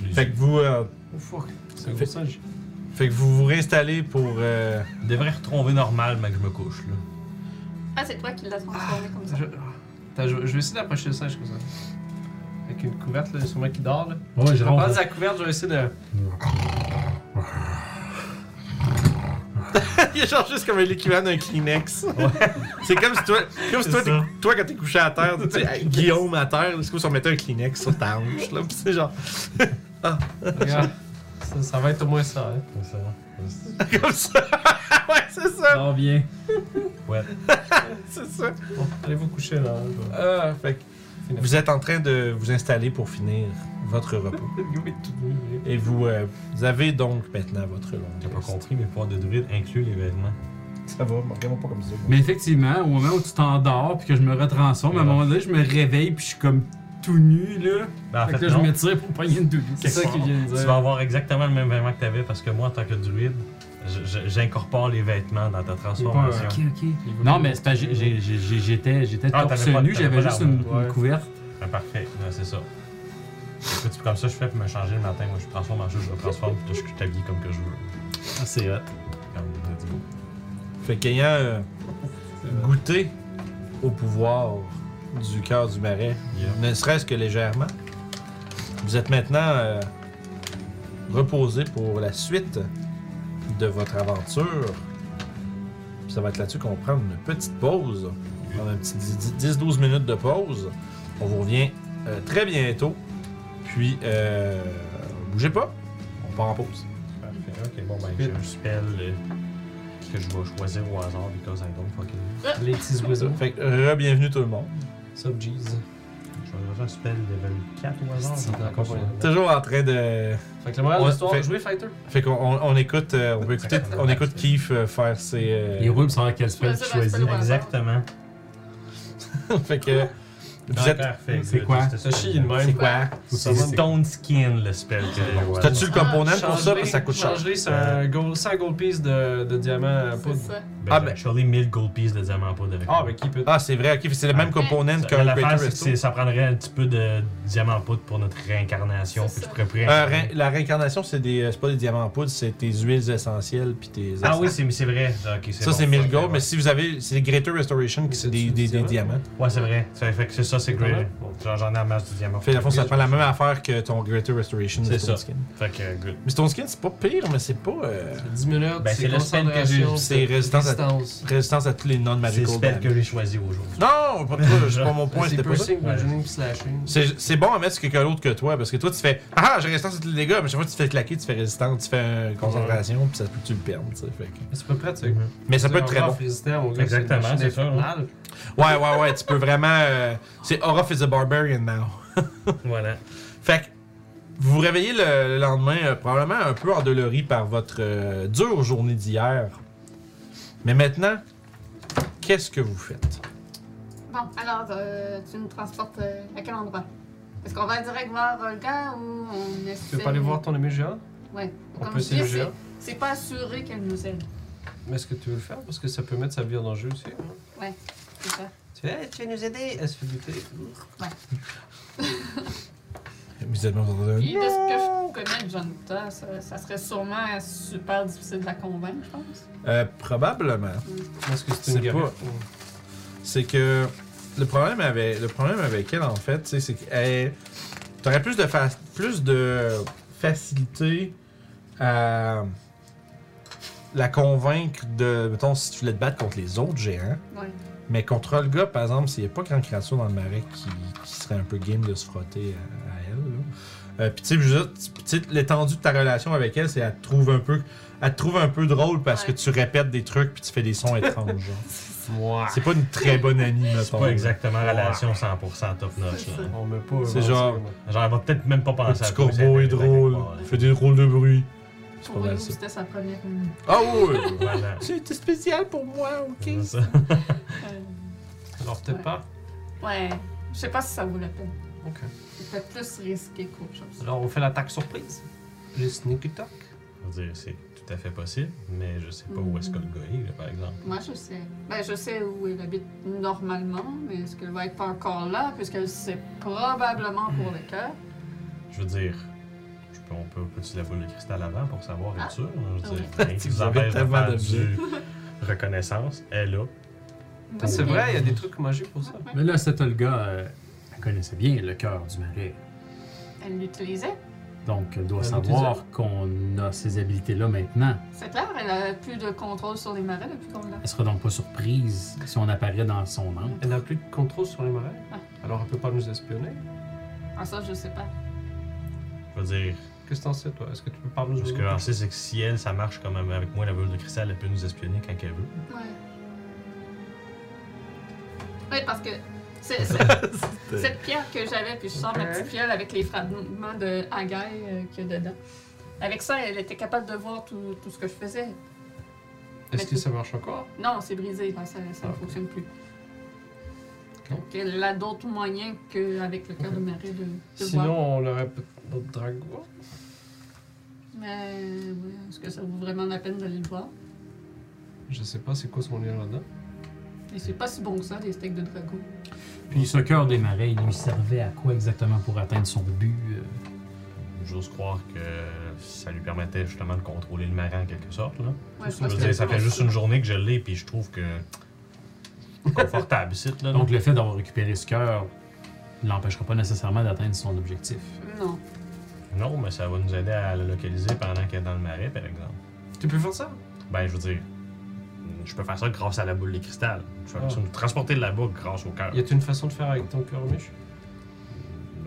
plus- Fait que vous, euh, Oh fuck. C'est un Fait- gros singe. fait que vous vous réinstallez pour. euh, Je devrais retrouver normal, mais que je me couche. là. Ah, c'est toi qui l'as transformé comme ça. Je... Attends, je, je vais essayer d'approcher le singe comme ça. Avec une couverte, là, sûrement qui dort, là. Ouais, Je je vais prendre ronfle. sa couverte, je vais essayer de. Il est genre juste comme l'équivalent d'un Kleenex. C'est comme si toi, comme si toi, C'est ça. t'es- toi, quand t'es couché à terre, tu sais, Guillaume à terre, c'est comme si on mettait un Kleenex sur ta hanche. Là, pis c'est genre, Regarde. ça, ça va être au moins ça, hein. C'est ça. comme ça. ouais, c'est ça, Dors bien. Ouais. c'est ça. Bon, allez vous coucher, là. hein, je vais- Ah, fait que vous êtes en train de vous installer pour finir votre repos. Guillaume est tout nu, Et vous, euh, vous avez donc maintenant votre longue J'ai pas rest. compris, mes pouvoirs de druide incluent les vêtements. Ça va, mais regarde-moi pas comme ça. Mais effectivement, au moment où tu t'endors puis que je me retransforme, à un moment donné, je me réveille puis je suis comme tout nu là. Ben, en fait, fait, que là, non. je me tire pour pogner une doudou. Quelque part, Tu vas avoir exactement le même vêtement que t'avais parce que moi, en tant que druide, je- je- j'incorpore les vêtements dans ta transformation. Ok, ok. Non, mais c'est parce que j'ai- j'ai- j'ai- j'étais j'étais Ah, torse t'avais pas- nu, t'avais j'avais pas juste une, d'armure. une Ouais. couverte. Ah, parfait, Ouais, c'est ça. Écoute, comme ça, je fais pour me changer le matin. Moi, je transforme en jeu, je me transforme, puis je t'habille comme que je veux. Ah, c'est hot. Comme, let's go. Fait qu'ayant euh, C'est vrai. goûté au pouvoir du cœur du marais, ne serait-ce que légèrement. Vous êtes maintenant euh, reposé pour la suite de votre aventure. Puis ça va être là-dessus qu'on prend une petite pause. On prend un petit 10-12 minutes de pause. On vous revient euh, très bientôt. Puis, euh, bougez pas. On part en pause. Parfait, ok, bon, ben, j'ai un spell euh, que je vais choisir au hasard because I don't fucking know. Les petits oiseaux. Fait que, re-bienvenue tout le monde. Sub G's. Je vais choisir un spell level 4 au hasard. C'est encore sur- pas Toujours en train de. Fait que le moral de Ouais, l'histoire, fait- jouer Fighter. Fait qu'on on- on écoute, euh, on peut écouter, on écoute Keith euh, faire ses. euh, Les roues, savoir quel spell tu Choisir un spell choisis. au hasard. Exactement. fait que vous êtes. Ah, Parfait. C'est quoi? C'était Ce ça, chi, il C'est même. quoi C'est Stone Skin, le spell que j'ai au hasard. T'as-tu le component pour ça Changer- parce que ça coûte cher Changer, c'est un gold, 100 gold piece de, de diamant euh, C'est poudre. ça. Ben, Ah, ah, ben- ben. Actually, 1000 gold pieces de diamant poudre avec Ah, mais qui peut. Ah, c'est vrai, ok, c'est le même Ouais. component Ça- qu'un L'affaire, Greater c'est que Resto. c'est- ça prendrait un petit peu de diamant poudre pour notre réincarnation. C'est Fait que ça. tu pourrais plus Euh, ré- la réincarnation, c'est des, euh, c'est pas des diamants en poudre, c'est tes huiles essentielles puis tes. Ah essences. oui, c'est mais c'est vrai. Ah, Ok, Ça, bon. c'est 1000 gold, Ouais. mais si vous avez. C'est les Greater Restoration, qui c'est des, des- des diamants. Ouais, c'est vrai. Ça fait que c'est ça, c'est Comment? great. Genre, J'en ai amassé du diamant. Fait, dans le fond, ça prend la même affaire que ton Greater Restoration de C'est Stone ça. Skin. Fait que, euh, good. Mais Stone Skin, c'est pas pire, mais c'est pas. euh, 10 minutes, Ben, c'est c'est le spell que j'ai- concentration, c'est résistance à- résistance. résistance à tous les C'est le non-magical spell que damage. j'ai choisi aujourd'hui. Non, pas, de- c'est pas mon point, Ben, C'est c'était pas ça. piercing, Ouais. bludgeoning, puis slashing. C'est c'est bon à mettre sur quelqu'un d'autre que toi, parce que toi, tu fais Ah, ah, j'ai résistance à tous les dégâts, mais chaque fois que tu te fais claquer, tu fais résistance, tu fais une concentration, puis ça se peut que tu le perdes, tu sais. fait que- C'est pas prêt, tu sais. Mm-hmm. Mais ça peut être très bon. Mhm. Exactement, c'est ça, Ouais, ouais, ouais, tu peux vraiment. euh, C'est Orof is a barbarian now. Voilà. Fait que vous vous réveillez le, le lendemain, euh, probablement un peu endolori par votre euh, dure journée d'hier. Mais maintenant, qu'est-ce que vous faites Bon, alors, euh, tu nous transportes euh, à quel endroit? Est-ce qu'on va direct voir Olga ou on essaie... Tu veux pas aller voir ton ami géant Ouais. On Comme peut je dis, essayer le c'est- géant. C'est pas assuré qu'elle nous aide. Mais est-ce que tu veux le faire Parce que ça peut mettre sa vie en danger aussi. hein. C'est ça. Tu fais, Hey, tu veux nous aider Elle se fait buter. Vous êtes dans un- Puis de ce que je connais de Jonathan, ça, ça serait sûrement super difficile de la convaincre, je pense. Euh, Probablement. Est-ce que c'est une C'est guerre pas- c'est que le problème avec le problème avec elle en fait, tu sais, c'est qu'elle t'aurais plus de fa- plus de facilité à la convaincre de mettons si tu voulais te battre contre les autres géants, Ouais. mais contre le gars par exemple, s'il n'y a pas grand créature dans le marais qui, qui serait un peu game de se frotter à, à elle. là. Euh, puis tu sais, juste- tu sais, l'étendue de ta relation avec elle, c'est elle te trouve un peu elle te trouve un peu drôle parce Ouais. que tu répètes des trucs puis tu fais des sons étranges. genre. Moi. C'est pas une très bonne amie, mettons. C'est pas exactement relation 100% top notch. C'est ça. là. On met pas. C'est on genre- sait, moi. Genre, elle va peut-être même pas Le penser petit toi, corbeau c'est- est drôle, il fait des drôles de bruit. C'est pas Pour nous, mal ça. c'était sa première nuit. Ah oui! Voilà. C'était spécial pour moi, ok? C'est ça. Euh, Alors peut-être Ouais. pas. ouais. Je sais pas si ça vaut la peine. Ok. C'est peut-être plus risqué qu'autre chose. Alors on fait l'attaque surprise. Le sneak attack. Je veux dire, C'est tout à fait possible, mais je sais pas où est-ce que le gars est, là, par exemple. Moi, je sais. Ben, je sais où elle habite normalement, mais est-ce qu'elle va être pas encore là, puisqu'elle sait probablement pour le cœur. Ah, Je veux dire, je peux- on peut petit la boule de cristal avant pour savoir Ah. être sûr. hein? Je veux dire, Ah. rien qui Vous vous avez empêche de tellement faire d'objets. du reconnaissance. Elle là. Ah, c'est vrai, il y a des trucs magiques pour ça. Mais là, cet Olga, euh, elle connaissait bien le cœur du marais. Elle l'utilisait. Donc, elle doit Elle savoir qu'on a ces habilités-là maintenant. C'est clair, elle a plus de contrôle sur les marais depuis qu'on l'a. Elle sera donc pas surprise si on apparaît dans son ombre. Elle n'a plus de contrôle sur les marais. Ah. Alors elle peut pas nous espionner. Ah, ça, je sais pas. Je veux dire, Qu'est-ce que t'en sais toi Est-ce que tu peux pas nous ce que j'en sais, c'est que si elle, ça marche comme avec moi, la boule de cristal, elle peut nous espionner quand elle veut. Ouais. Oui, parce que c'est, c'est- cette pierre que j'avais, puis je sors ma petite fiole avec les fragments de Hagaï qu'il y a dedans. Avec ça, elle était capable de voir tout, tout ce que je faisais. Est-ce que ça marche encore Non, c'est brisé, là, ça, ça ne Ah. fonctionne plus. Ok. Donc, elle a d'autres moyens qu'avec le cœur de marée de, de voir. Sinon on aurait d'autres dragons. Mais ouais, est-ce que ça vaut vraiment la peine d'aller le voir? Je sais pas c'est quoi son lien là-dedans. Et c'est pas si bon que ça, des steaks de dragon. Puis ce cœur des marais, il lui servait à quoi exactement pour atteindre son but? euh? J'ose croire que ça lui permettait justement de contrôler le marin en quelque sorte. Là. Ouais, je Je pense veux que- dire, ça fait juste une journée que je l'ai, puis je trouve que confortable ici, là. Donc le fait d'avoir récupéré ce cœur ne l'empêchera pas nécessairement d'atteindre son objectif. Non. Non, mais ça va nous aider à le localiser pendant qu'elle est dans le marais, par exemple. Tu peux faire ça? Ben, je veux dire, je peux faire ça grâce à la boule de cristal. Je vais Ah. nous transporter de là-bas grâce au cœur. Y a-t-il une façon de faire avec ton cœur mûche?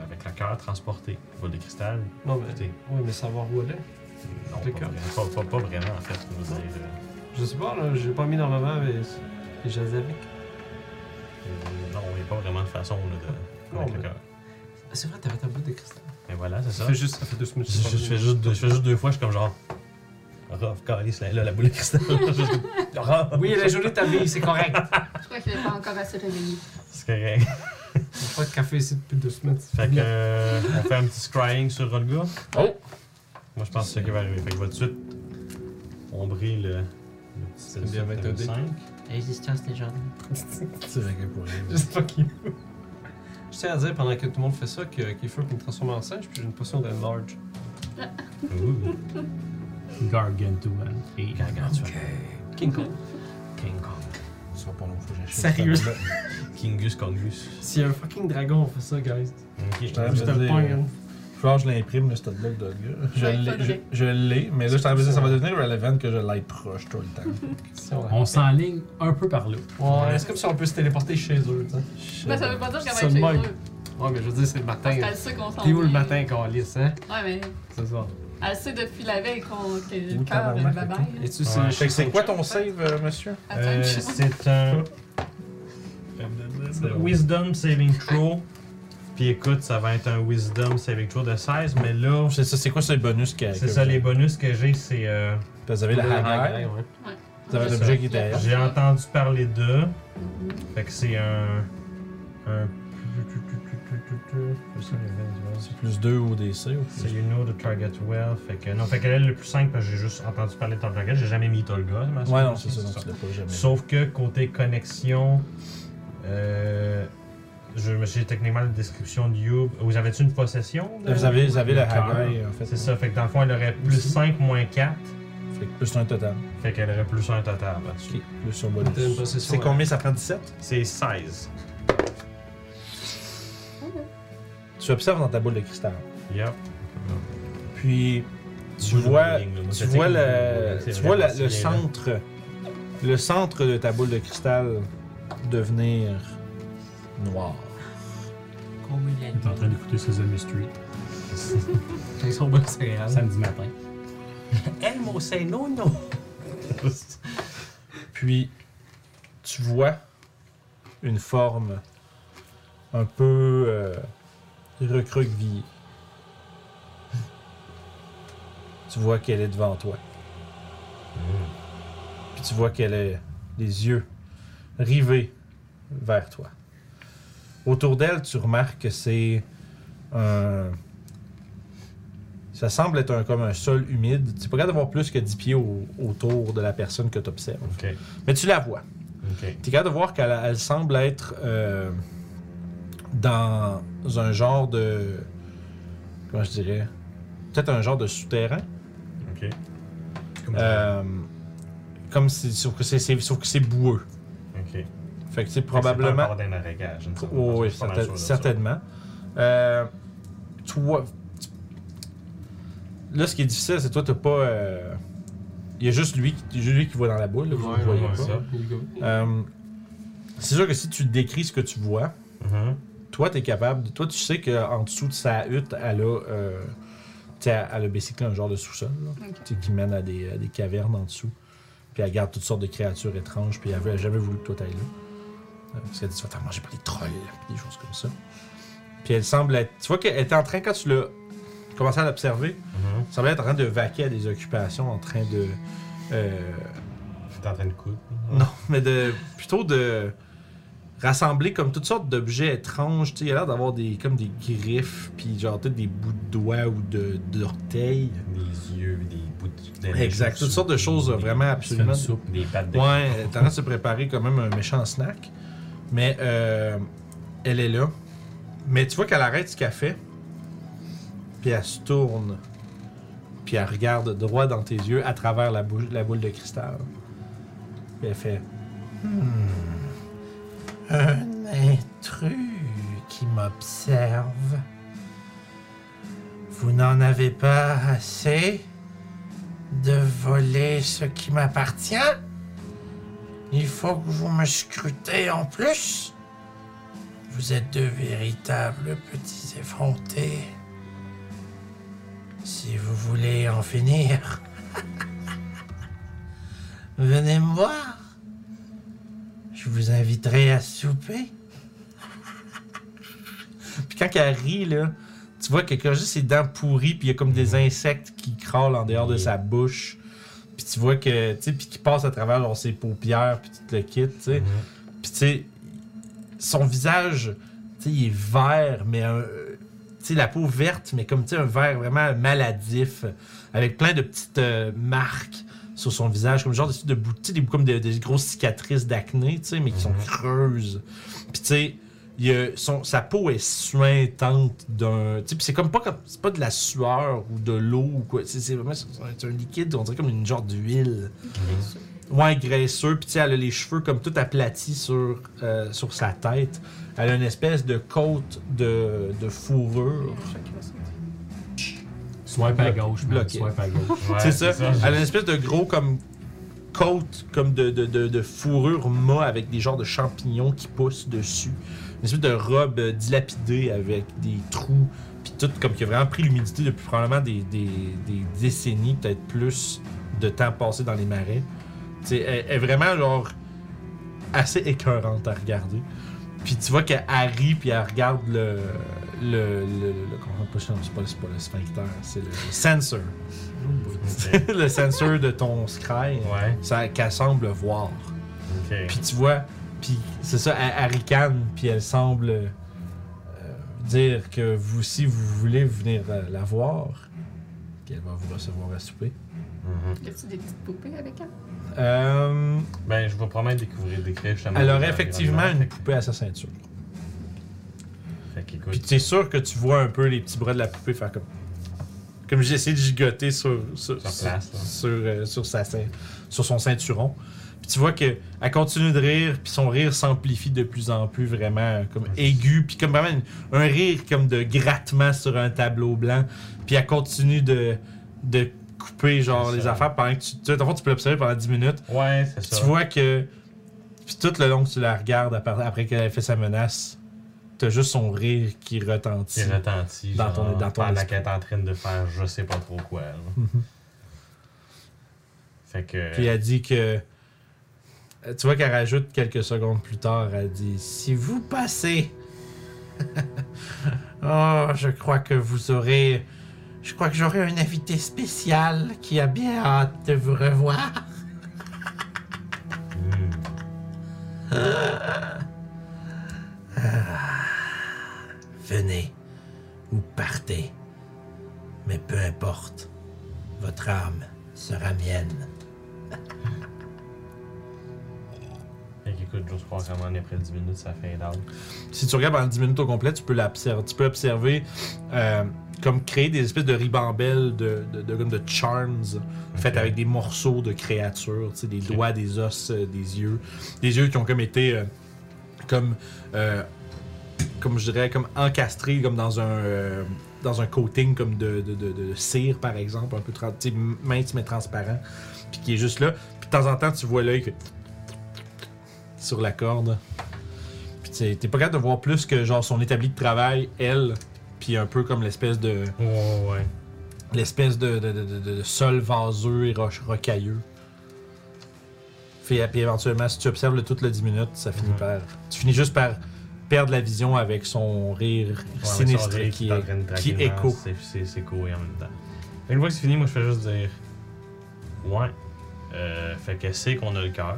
Avec le cœur transporté. La boule de cristal, Non, mais. Écoutez. Oui, mais savoir où elle est. non, Le pas, cœur. vraiment, pas, pas- pas vraiment, en fait. Je veux dire, euh, Je sais pas, là, j'ai pas mis dans ma main, mais. Et j'avais avec. non, il n'y a pas vraiment de façon là, de. Non, avec le mais- cœur. Ah, c'est vrai, t'avais ta boule de cristal. Mais voilà, c'est ça. Ça fait juste, ça fait deux semaines. Je, je- je fais juste deux, je fais juste deux fois, je suis comme genre. Rof, calice, là, là, la boule de cristal. Juste- Rof. Oui, elle a jolie ta vie, c'est correct. Je crois qu'il n'est pas encore assez réveillé. C'est correct. J'ai pas de café ici depuis deux semaines. Fait que. euh, on fait un petit scrying sur Olga. Oh! Moi, je pense que c'est ça qui va arriver. Fait que je vais tout de suite. On brille le. Le petit bien mettre un dé. 5. Résistance légendaire. C'est vrai que pour rien. Juste fucking. Je tiens à dire pendant que tout le monde fait ça que Kiefer peut me transformer en singe, puis j'ai une potion de large. Ouh. Gargantuan. Et Gargantua. King Kong. King Kong. Ce sera pas long, faut que j'achète. Sérieux? ce tableau-là. Kingus Kongus. Si un fucking dragon fait ça, guys. Ok. t'en Je te le dire, pogne. euh, hein. Faut que je l'imprime, le tableau de gars. Je Ouais, l'ai- faudrait. je- Je l'ai, mais là, je t'en avais dit, ça va devenir relevant que je l'aille proche tout le temps. Si on- On s'enligne un peu par là. Ouais, c'est comme si on peut se téléporter chez eux, tu sais. Mais Ben, ça veut pas dire C'est qu'elle le va même. être chez eux. Ouais, mais je veux dire, c'est le matin. Parce qu'elle sait qu'on s'en T'es où le vient. matin, Calis, hein? Ouais, mais C'est ça. elle sait depuis la veille qu'on que Ou le cœur euh, est tabarnak, bye ok. Et bye. tu Ouais. sais, Fait que c'est quoi ton save, euh, monsieur? Euh, c'est un. Wisdom saving throw. Puis écoute, ça va être un Wisdom saving throw de 16, mais là. C'est ça, c'est quoi ce bonus que. C'est que ça, vous- les bonus que j'ai, c'est. euh, Parce que Vous avez la hagar, ouais. vous avez C'est l'objet ça. qui est derrière. J'ai entendu parler d'eux. Fait que c'est un. Un. C'est plus 2 au DC ou C'est plus you know the target well. Fait que non, fait que là, le plus simple, parce que j'ai juste entendu parler de ton target, j'ai jamais mis Tolga. ma Ouais, non, solution, c'est ça, non, tu l'as pas jamais. Sauf que côté connexion, euh, je me suis techniquement la description de You. Vous avez-tu une possession de- Vous avez, vous avez la Le cœur. hagar, en fait. C'est ça, fait que dans le fond, elle aurait plus 5 moins 4, Fait que plus un total. fait qu'elle aurait plus 1 total là-dessus. Ok, plus son T'as une bonus. possession, C'est ouais. combien ça prend 17 C'est 16. Tu observes dans ta boule de cristal. Yep. Puis tu Moi, vois, j'ai une ligne, là. Moi, tu c'est vois, une la- ligne, là. tu C'est vois la- vraiment le stylé, là. centre, le centre de ta boule de cristal devenir noir. Comme il a Il est en train d'écouter Sesame Street Ils sont bonnes céréales. samedi matin. Elle m'a c'est non, non. Puis tu vois une forme un peu euh, recroquevillée. Tu vois qu'elle est devant toi. Puis tu vois qu'elle a les yeux rivés vers toi. Autour d'elle, tu remarques que c'est un. Ça semble être un, comme un sol humide. Tu peux pas capable de voir plus que 10 pieds au- autour de la personne que tu observes. ok, Mais tu la vois. ok. Tu es capable de voir qu'elle elle semble être euh, dans un genre de. Comment je dirais Peut-être un genre de souterrain. Ok. Euh, comme si, sauf que c'est- c'est sauf que c'est boueux. Ok. Fait que c'est C'est pas probablement. encore des marécages, je ne sais pas. Oh, oui, Je suis pas mal certain- sûr de ça. certainement. Euh, toi. Là, ce qui est difficile, c'est toi, t'as pas. euh, Il y a juste lui, qui- juste lui qui voit dans la boule. là, vous le voyez ouais, pas. ça. Euh, c'est sûr que si tu décris ce que tu vois, Mhm. toi, t'es capable. de- toi, tu sais qu'en dessous de sa hutte, elle a. euh, tu sais, elle a basically un genre de sous-sol, là, Ok. tu sais, qui mène à des, à des cavernes en dessous. Puis elle garde toutes sortes de créatures étranges, puis elle avait jamais voulu que toi t'ailles là. Euh, Parce qu'elle dit Tu vas te faire manger par des trolls, puis des choses comme ça. Puis elle semble être. Tu vois qu'elle était en train, quand tu l'as commencé à l'observer, Mhm. elle semblait être en train de vaquer à des occupations, en train de. euh, J'étais en train de coudre. non, mais de plutôt de rassembler comme toutes sortes d'objets étranges. Tu sais, il a l'air d'avoir des comme des griffes, puis genre peut-être des bouts de doigts ou de d'orteils. Des yeux, des bouts de. des- Exact, toutes sortes de choses euh, vraiment absolument. Une soupe. Des pattes de. Ouais, elle est en train de se préparer quand même un méchant snack. Mais euh, elle est là. Mais tu vois qu'elle arrête ce qu'elle fait. Puis elle se tourne. Puis elle regarde droit dans tes yeux à travers la, bou- la boule de cristal. Puis elle fait. Hmm. Un intrus qui m'observe. Vous n'en avez pas assez de voler ce qui m'appartient Il faut que vous me scrutez en plus Vous êtes de véritables petits effrontés. Si vous voulez en finir, venez me voir. Je vous inviterai à souper. Puis quand elle rit, là, tu vois qu'elle a juste ses dents pourries, puis il y a comme des insectes qui crawlent en dehors de sa bouche. Puis tu vois que, tu sais, puis qui passent à travers genre, ses paupières, puis tu te le quittes, tu sais. Puis tu sais, son visage, tu sais, il est vert, mais un- tu sais, la peau verte, mais comme tu sais, un vert vraiment maladif, avec plein de petites euh, marques sur son visage, comme genre des, de, bou- tu sais, des, comme des, des grosses cicatrices d'acné, tu sais, mais qui sont creuses. Puis tu sais, il y a- son- sa peau est suintante d'un. Tu sais, puis c'est comme pas comme. C'est pas de la sueur ou de l'eau ou quoi. C'est c'est vraiment c'est un- c'est un liquide, on dirait comme une genre d'huile. Ouais, graisseux. Puis tu sais, elle a les cheveux comme tout aplatis sur, euh, sur sa tête. Elle a une espèce de côte de, de fourrure. Swipe à gauche, man. Bloqué. Swipe à gauche. Ouais, c'est ça. j'ai- Elle a une espèce de gros comme côte, comme de, de, de, de fourrure mât avec des genres de champignons qui poussent dessus. Une espèce de robe euh, dilapidée avec des trous, puis tout comme qui a vraiment pris l'humidité depuis probablement des, des, des décennies, peut-être plus, de temps passé dans les marais. Tu sais, elle elle est vraiment genre assez écœurante à regarder. Puis tu vois qu'elle rit, puis elle regarde le. le. le. le. le- comment on appelle ça? c'est pas, c'est pas le sphincter, c'est le sensor. Ok. le sensor de ton scry, Ouais, ça qu'elle semble voir. ok. Puis tu vois, puis c'est ça, elle, elle ricane, puis elle semble euh, dire que vous, si vous voulez venir euh, la voir, qu'elle va vous recevoir à souper. Mhm. Y a-tu des petites poupées avec elle? Euh, Ben, je vais probablement découvrir, décrire justement. elle les aurait effectivement environnements. une poupée à sa ceinture. Fait qu'écoute, Puis t'es sûr que tu vois un peu les petits bras de la poupée faire comme. Comme j'ai essayé de gigoter sur, sur, Sur place, là. sur, euh, sur sa ceint- sur son ceinturon. Puis tu vois que elle continue de rire, puis son rire s'amplifie de plus en plus vraiment euh, comme aigu, puis comme vraiment une- un rire comme de grattement sur un tableau blanc. Puis elle continue de, de couper genre C'est les ça. affaires pendant que tu, tu, sais, dans le fond, tu peux l'observer pendant 10 minutes. Ouais, c'est Puis ça. tu vois que. Puis tout le long que tu la regardes à part- après qu'elle ait fait sa menace, t'as juste son rire qui retentit. Qui retentit Dans ton- genre, dans ton pendant esprit. qu'elle est en train de faire je sais pas trop quoi. là. Mhm. Fait que. Puis elle dit que. euh, Tu vois qu'elle rajoute quelques secondes plus tard, elle dit Si vous passez. Oh, je crois que vous aurez. Je crois que j'aurai un invité spécial qui a bien hâte de vous revoir. Mhm. Ah, Venez ou partez. Mais peu importe, votre âme sera mienne. Fait qu'écoute, j'ose croire qu'à un moment donné, après 10 minutes, ça fait out. Si tu regardes pendant 10 minutes au complet, tu peux l'observer. Tu peux observer euh, comme créer des espèces de ribambelles de, de, de- comme de charms faites avec des morceaux de créatures, tu sais, des Ok. doigts, des os, euh, des yeux. Des yeux qui ont comme été euh, comme euh, comme je dirais comme encastrés comme dans un euh, dans un coating comme de, de, de- de cire par exemple, un peu tran- tu sais, mince mais transparent, puis qui est juste là. Puis de temps en temps, tu vois l'œil que- sur la corde. Puis tu sais, t'es pas capable de voir plus que genre son établi de travail, elle, puis un peu comme l'espèce de Ouais, ouais, ouais. l'espèce de, de, de- de- de sol vaseux et roche- rocailleux. Puis, puis éventuellement, si tu observes le tout le 10 minutes, ça finit Mhm. par. Tu finis juste par perdre la vision avec son rire Ouais, sinistre mais son rire qui, est en est- train de qui traquer le écho. vent, c'est- C'est c'est cool en même temps. Fait que une fois que c'est fini, moi je fais juste dire. Ouais. Euh, fait qu'elle sait qu'on a le cœur.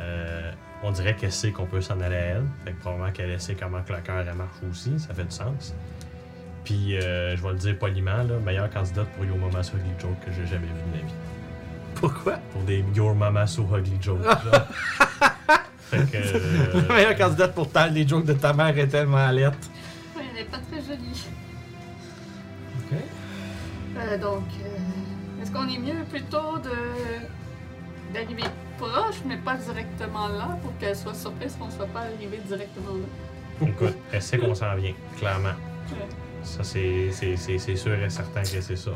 Euh, on dirait qu'elle sait qu'on peut s'en aller à elle. Fait que probablement qu'elle sait comment que le cœur elle marche aussi. Ça fait du sens. Puis euh, je vais le dire poliment, là, meilleure candidate pour Yo Mama So Ugly Joke que j'ai jamais vu de ma vie. Pourquoi Pour des Your Mama So Ugly Joke. genre. fait que. euh, La meilleure candidate pour ta- les jokes de ta mère est tellement alerte. Ouais, elle est pas très jolie. Ok. Euh, donc, euh, est-ce qu'on est mieux plutôt de d'arriver proche, mais pas directement là, pour qu'elle soit surprise qu'on ne soit pas arrivé directement là. Écoute, elle sait qu'on s'en vient, clairement. Ouais. Ça, c'est c'est- c'est- c'est sûr et certain que c'est ça.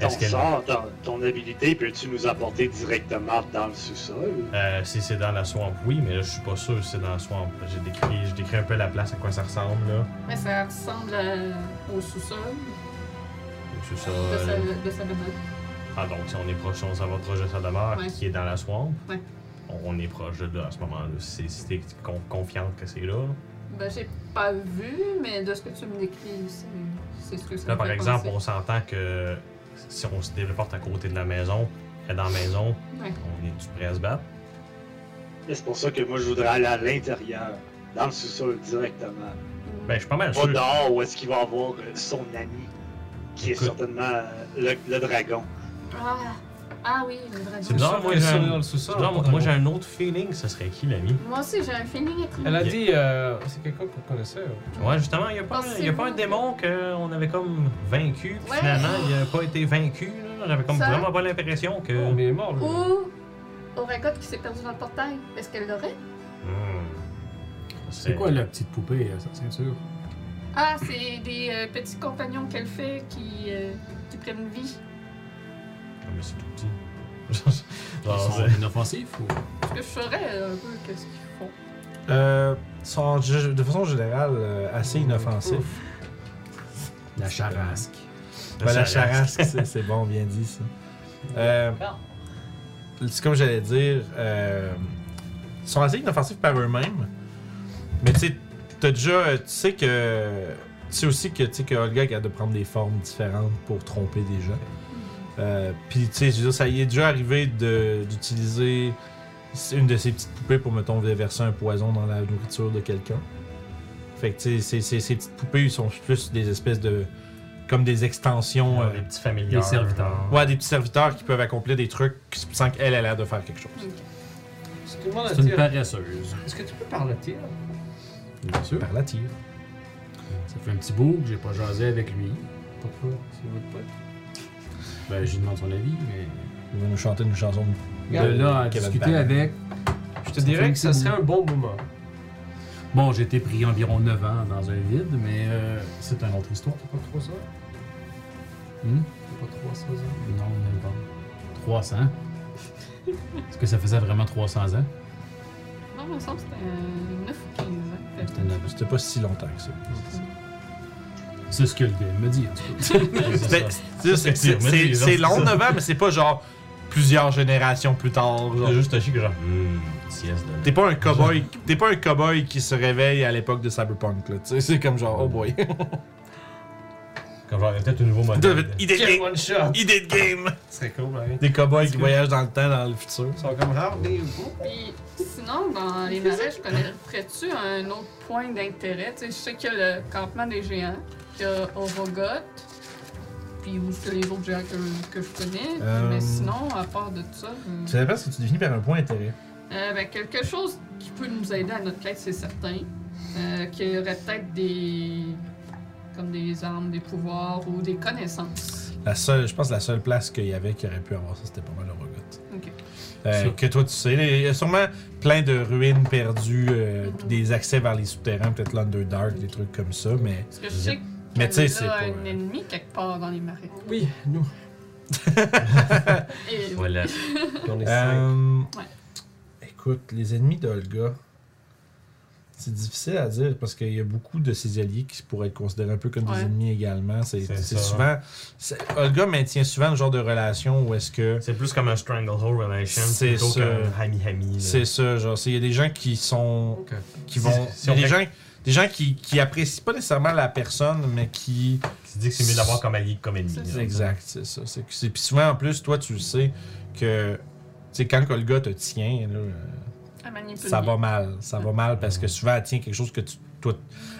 Ton Est-ce qu'elle. sort, ton, ton habilité, peux-tu nous apporter directement dans le sous-sol? Euh, si c'est dans la swamp, oui, mais là, je suis pas sûr si c'est dans la swamp. J'ai décrit, j'ai décrit un peu la place, à quoi ça ressemble, là. Mais ça ressemble à- au sous-sol C'est ça. de, euh, sa, de sa demeure. Ah, donc, si on est proche, on s'en va proche de sa demeure, Ouais. qui est dans la swamp. Ouais. On est proche de là à ce moment-là. Si si t'es con- confiante que c'est là. Ben, j'ai pas vu, mais de ce que tu me décris, c'est- c'est ce que ça Là, me par fait exemple, on penser. s'entend que si on se déporte à côté de la maison, elle est dans la maison, Ouais. on est-tu prêt à se battre? Et C'est pour ça que moi, je voudrais aller à l'intérieur, dans le sous-sol directement. Ben, je suis pas mal Pas sûr. dehors où est-ce qu'il va avoir euh, son ami, qui est Écoute. certainement euh, le, le dragon. Ah, ah oui, le C'est dragon. bizarre, Sûr moi, que j'ai ça, un- dans le sous-sol, Non, moi, Ah, pas moi, de j'ai un autre feeling, ce serait qui l'ami? Moi aussi, j'ai un feeling avec lui. Elle a Yeah. dit, euh, c'est quelqu'un qu'on connaissait. euh. Ouais, justement, il n'y a, pas, Pensez-vous y a pas un démon qu'on avait comme vaincu, puis Ouais. finalement, il n'a pas été vaincu. là. J'avais comme Ça? vraiment pas l'impression que. Oh, mais il est mort, là. Ou au racotte qui s'est perdu dans le portail. Est-ce qu'elle l'aurait? Hmm. C'est quoi la petite poupée, euh, sa ceinture? Ah, c'est des euh, petits compagnons qu'elle fait qui, euh, qui prennent vie. Ah, mais c'est tout petit. Ils Genre, sont c'est- inoffensifs ou. Est-ce que je saurais euh, un peu qu'est-ce qu'ils font? Euh, sont g- de façon générale euh, assez inoffensifs. La charasque. Ben, la charasque, c'est- c'est bon, bien dit ça. Euh, c'est comme j'allais dire, euh, ils sont assez inoffensifs par eux-mêmes. Mais tu sais, t'as déjà, euh, tu sais que, tu sais aussi que tu sais que Olga est capable de prendre des formes différentes pour tromper des gens. Euh, Puis tu sais, je veux dire, ça y est déjà arrivé de- d'utiliser une de ces petites poupées pour mettons verser un poison dans la nourriture de quelqu'un. Fait que tu sais, ces- ces- ces petites poupées, ils sont plus des espèces de, comme des extensions. euh, Les petits familiers. Les serviteurs. Ouais, des petits serviteurs qui peuvent accomplir des trucs sans qu'elle ait l'air de faire quelque chose. Est-ce que tout le monde a C'est une tiré- paresseuse. Est-ce que tu peux parler, là? Bien sûr. Par la tire. Ça fait un petit bout que j'ai pas jasé avec lui. Pourquoi? Tu veux pas? Ben, j'ai demandé son avis, mais. Il va nous chanter une chanson. De là à Kevin discuter Barron. avec. Je te dirais que petit ça serait bout. un bon moment. Bon, j'ai été pris environ 9 ans dans un vide, mais euh, c'est une autre histoire. T'as pas trop ça? Hmm? T'as pas trop ça, ça? Non, même pas. 300. Est-ce que ça faisait vraiment 300 ans? Non, il me semble que c'était euh, 9 ou 15 ans. C'était 9 C'était pas si longtemps que ça. C'est ce que le DM me dit, en tout cas. C'est- ça. C'est c'est- c'est- mais c'est- c'est- c'est long, c'est- 9 ans, mais c'est pas genre plusieurs générations plus tard. genre. J'ai juste un chic genre. Hmm, sieste de T'es pas un cowboy, t'es pas un cowboy qui se réveille à l'époque de Cyberpunk là. tu sais, C'est comme genre oh boy. Comme genre, il y a peut-être un nouveau modèle. Idée de Quel game. one shot! Idée de game. C'est cool, hein? Des cowboys qui voyagent dans le temps, dans le futur. Ils sont comme rares, mais Puis sinon, dans les marais, je connaîtrais-tu un autre point d'intérêt? Tu sais, je sais qu'il y a le campement des géants, qu'il y a Orogoth, puis où c'est les autres géants que, que je connais. Euh, Mais sinon, à part de ça, euh, C'est parce que tu définis par un point intérêt. euh, ben, quelque chose qui peut nous aider à notre quête, c'est certain. Euh, qu'il y aurait peut-être des. comme des armes, des pouvoirs ou des connaissances. La seule, je pense que la seule place qu'il y avait qui aurait pu avoir ça, c'était pas mal le Rogoth. Ok. Euh, Sûr. que toi tu sais, il y a sûrement plein de ruines perdues, euh, puis des accès vers les souterrains, peut-être l'Underdark, des trucs comme ça, mais Parce que je sais Mais tu sais, qu'il c'est y a pas- euh, un ennemi quelque part dans les marais. Oui, nous. Et- Voilà. Puis on est cinq. Euh, Ouais. Écoute, les ennemis d'Olga, c'est difficile à dire parce qu'il y a beaucoup de ses alliés qui pourraient être considérés un peu comme Ouais. des ennemis également. C'est C'est c'est ça. souvent. c'est- Olga maintient souvent le genre de relation où est-ce que. C'est plus comme un stranglehold relation C'est plutôt ça. qu'un hami-hami. là. C'est ça, genre, c'est- il y a des gens qui sont. Ok. qui Si- vont. si il y a on des, fait- gens, des gens qui, qui apprécient pas nécessairement la personne, mais qui. Tu te dis que c'est mieux d'avoir comme allié que comme ennemi. C'est là. ça. Exact, c'est ça. C'est que c'est- Puis souvent, en plus, toi, tu le sais que. Tu sais, quand Olga te tient, là. euh, à manipuler. ça va mal. Ça va mal parce que souvent, elle tient quelque chose que tu. Toi,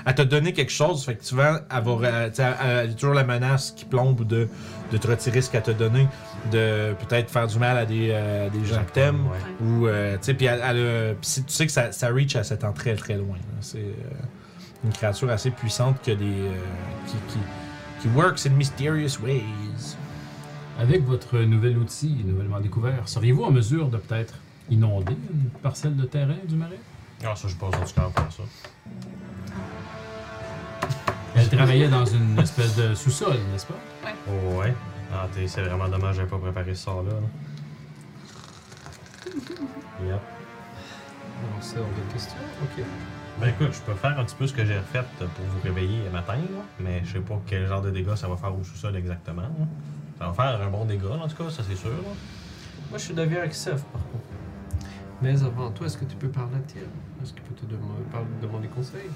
elle t'a donné quelque chose, fait que souvent, elle va. re- tu sais, Elle, elle a toujours la menace qui plombe de, de te retirer ce qu'elle t'a donné, de peut-être faire du mal à des, euh, des gens que t'aimes. Ouais. Ou, euh, tu sais, puis elle- elle, euh, puis si- tu sais que ça, ça reach à s'étendre très très loin. là. C'est euh, une créature assez puissante que des, euh, qui, qui, qui works in mysterious ways. Avec votre nouvel outil, nouvellement découvert, seriez-vous en mesure de peut-être inonder une parcelle de terrain du marais? Ah, ça, je passe dans du camp pour ça. Elle travaillait dans une espèce de sous-sol, n'est-ce pas? Oh, ouais. Ah, t'es- c'est vraiment dommage, j'avais pas préparé ce sort-là. là. Yep. On sait, on a des questions. Ok. Ben écoute, je peux faire un petit peu ce que j'ai refait pour vous réveiller le matin, là, mais je sais pas quel genre de dégâts ça va faire au sous-sol exactement. là. Ça va faire un bon dégât, là, en tout cas, ça c'est sûr. là. Moi, je suis d'accord avec Seth, par contre. Mais avant toi, est-ce que tu peux parler à Thierry Est-ce qu'il peut te demander, par- demander conseil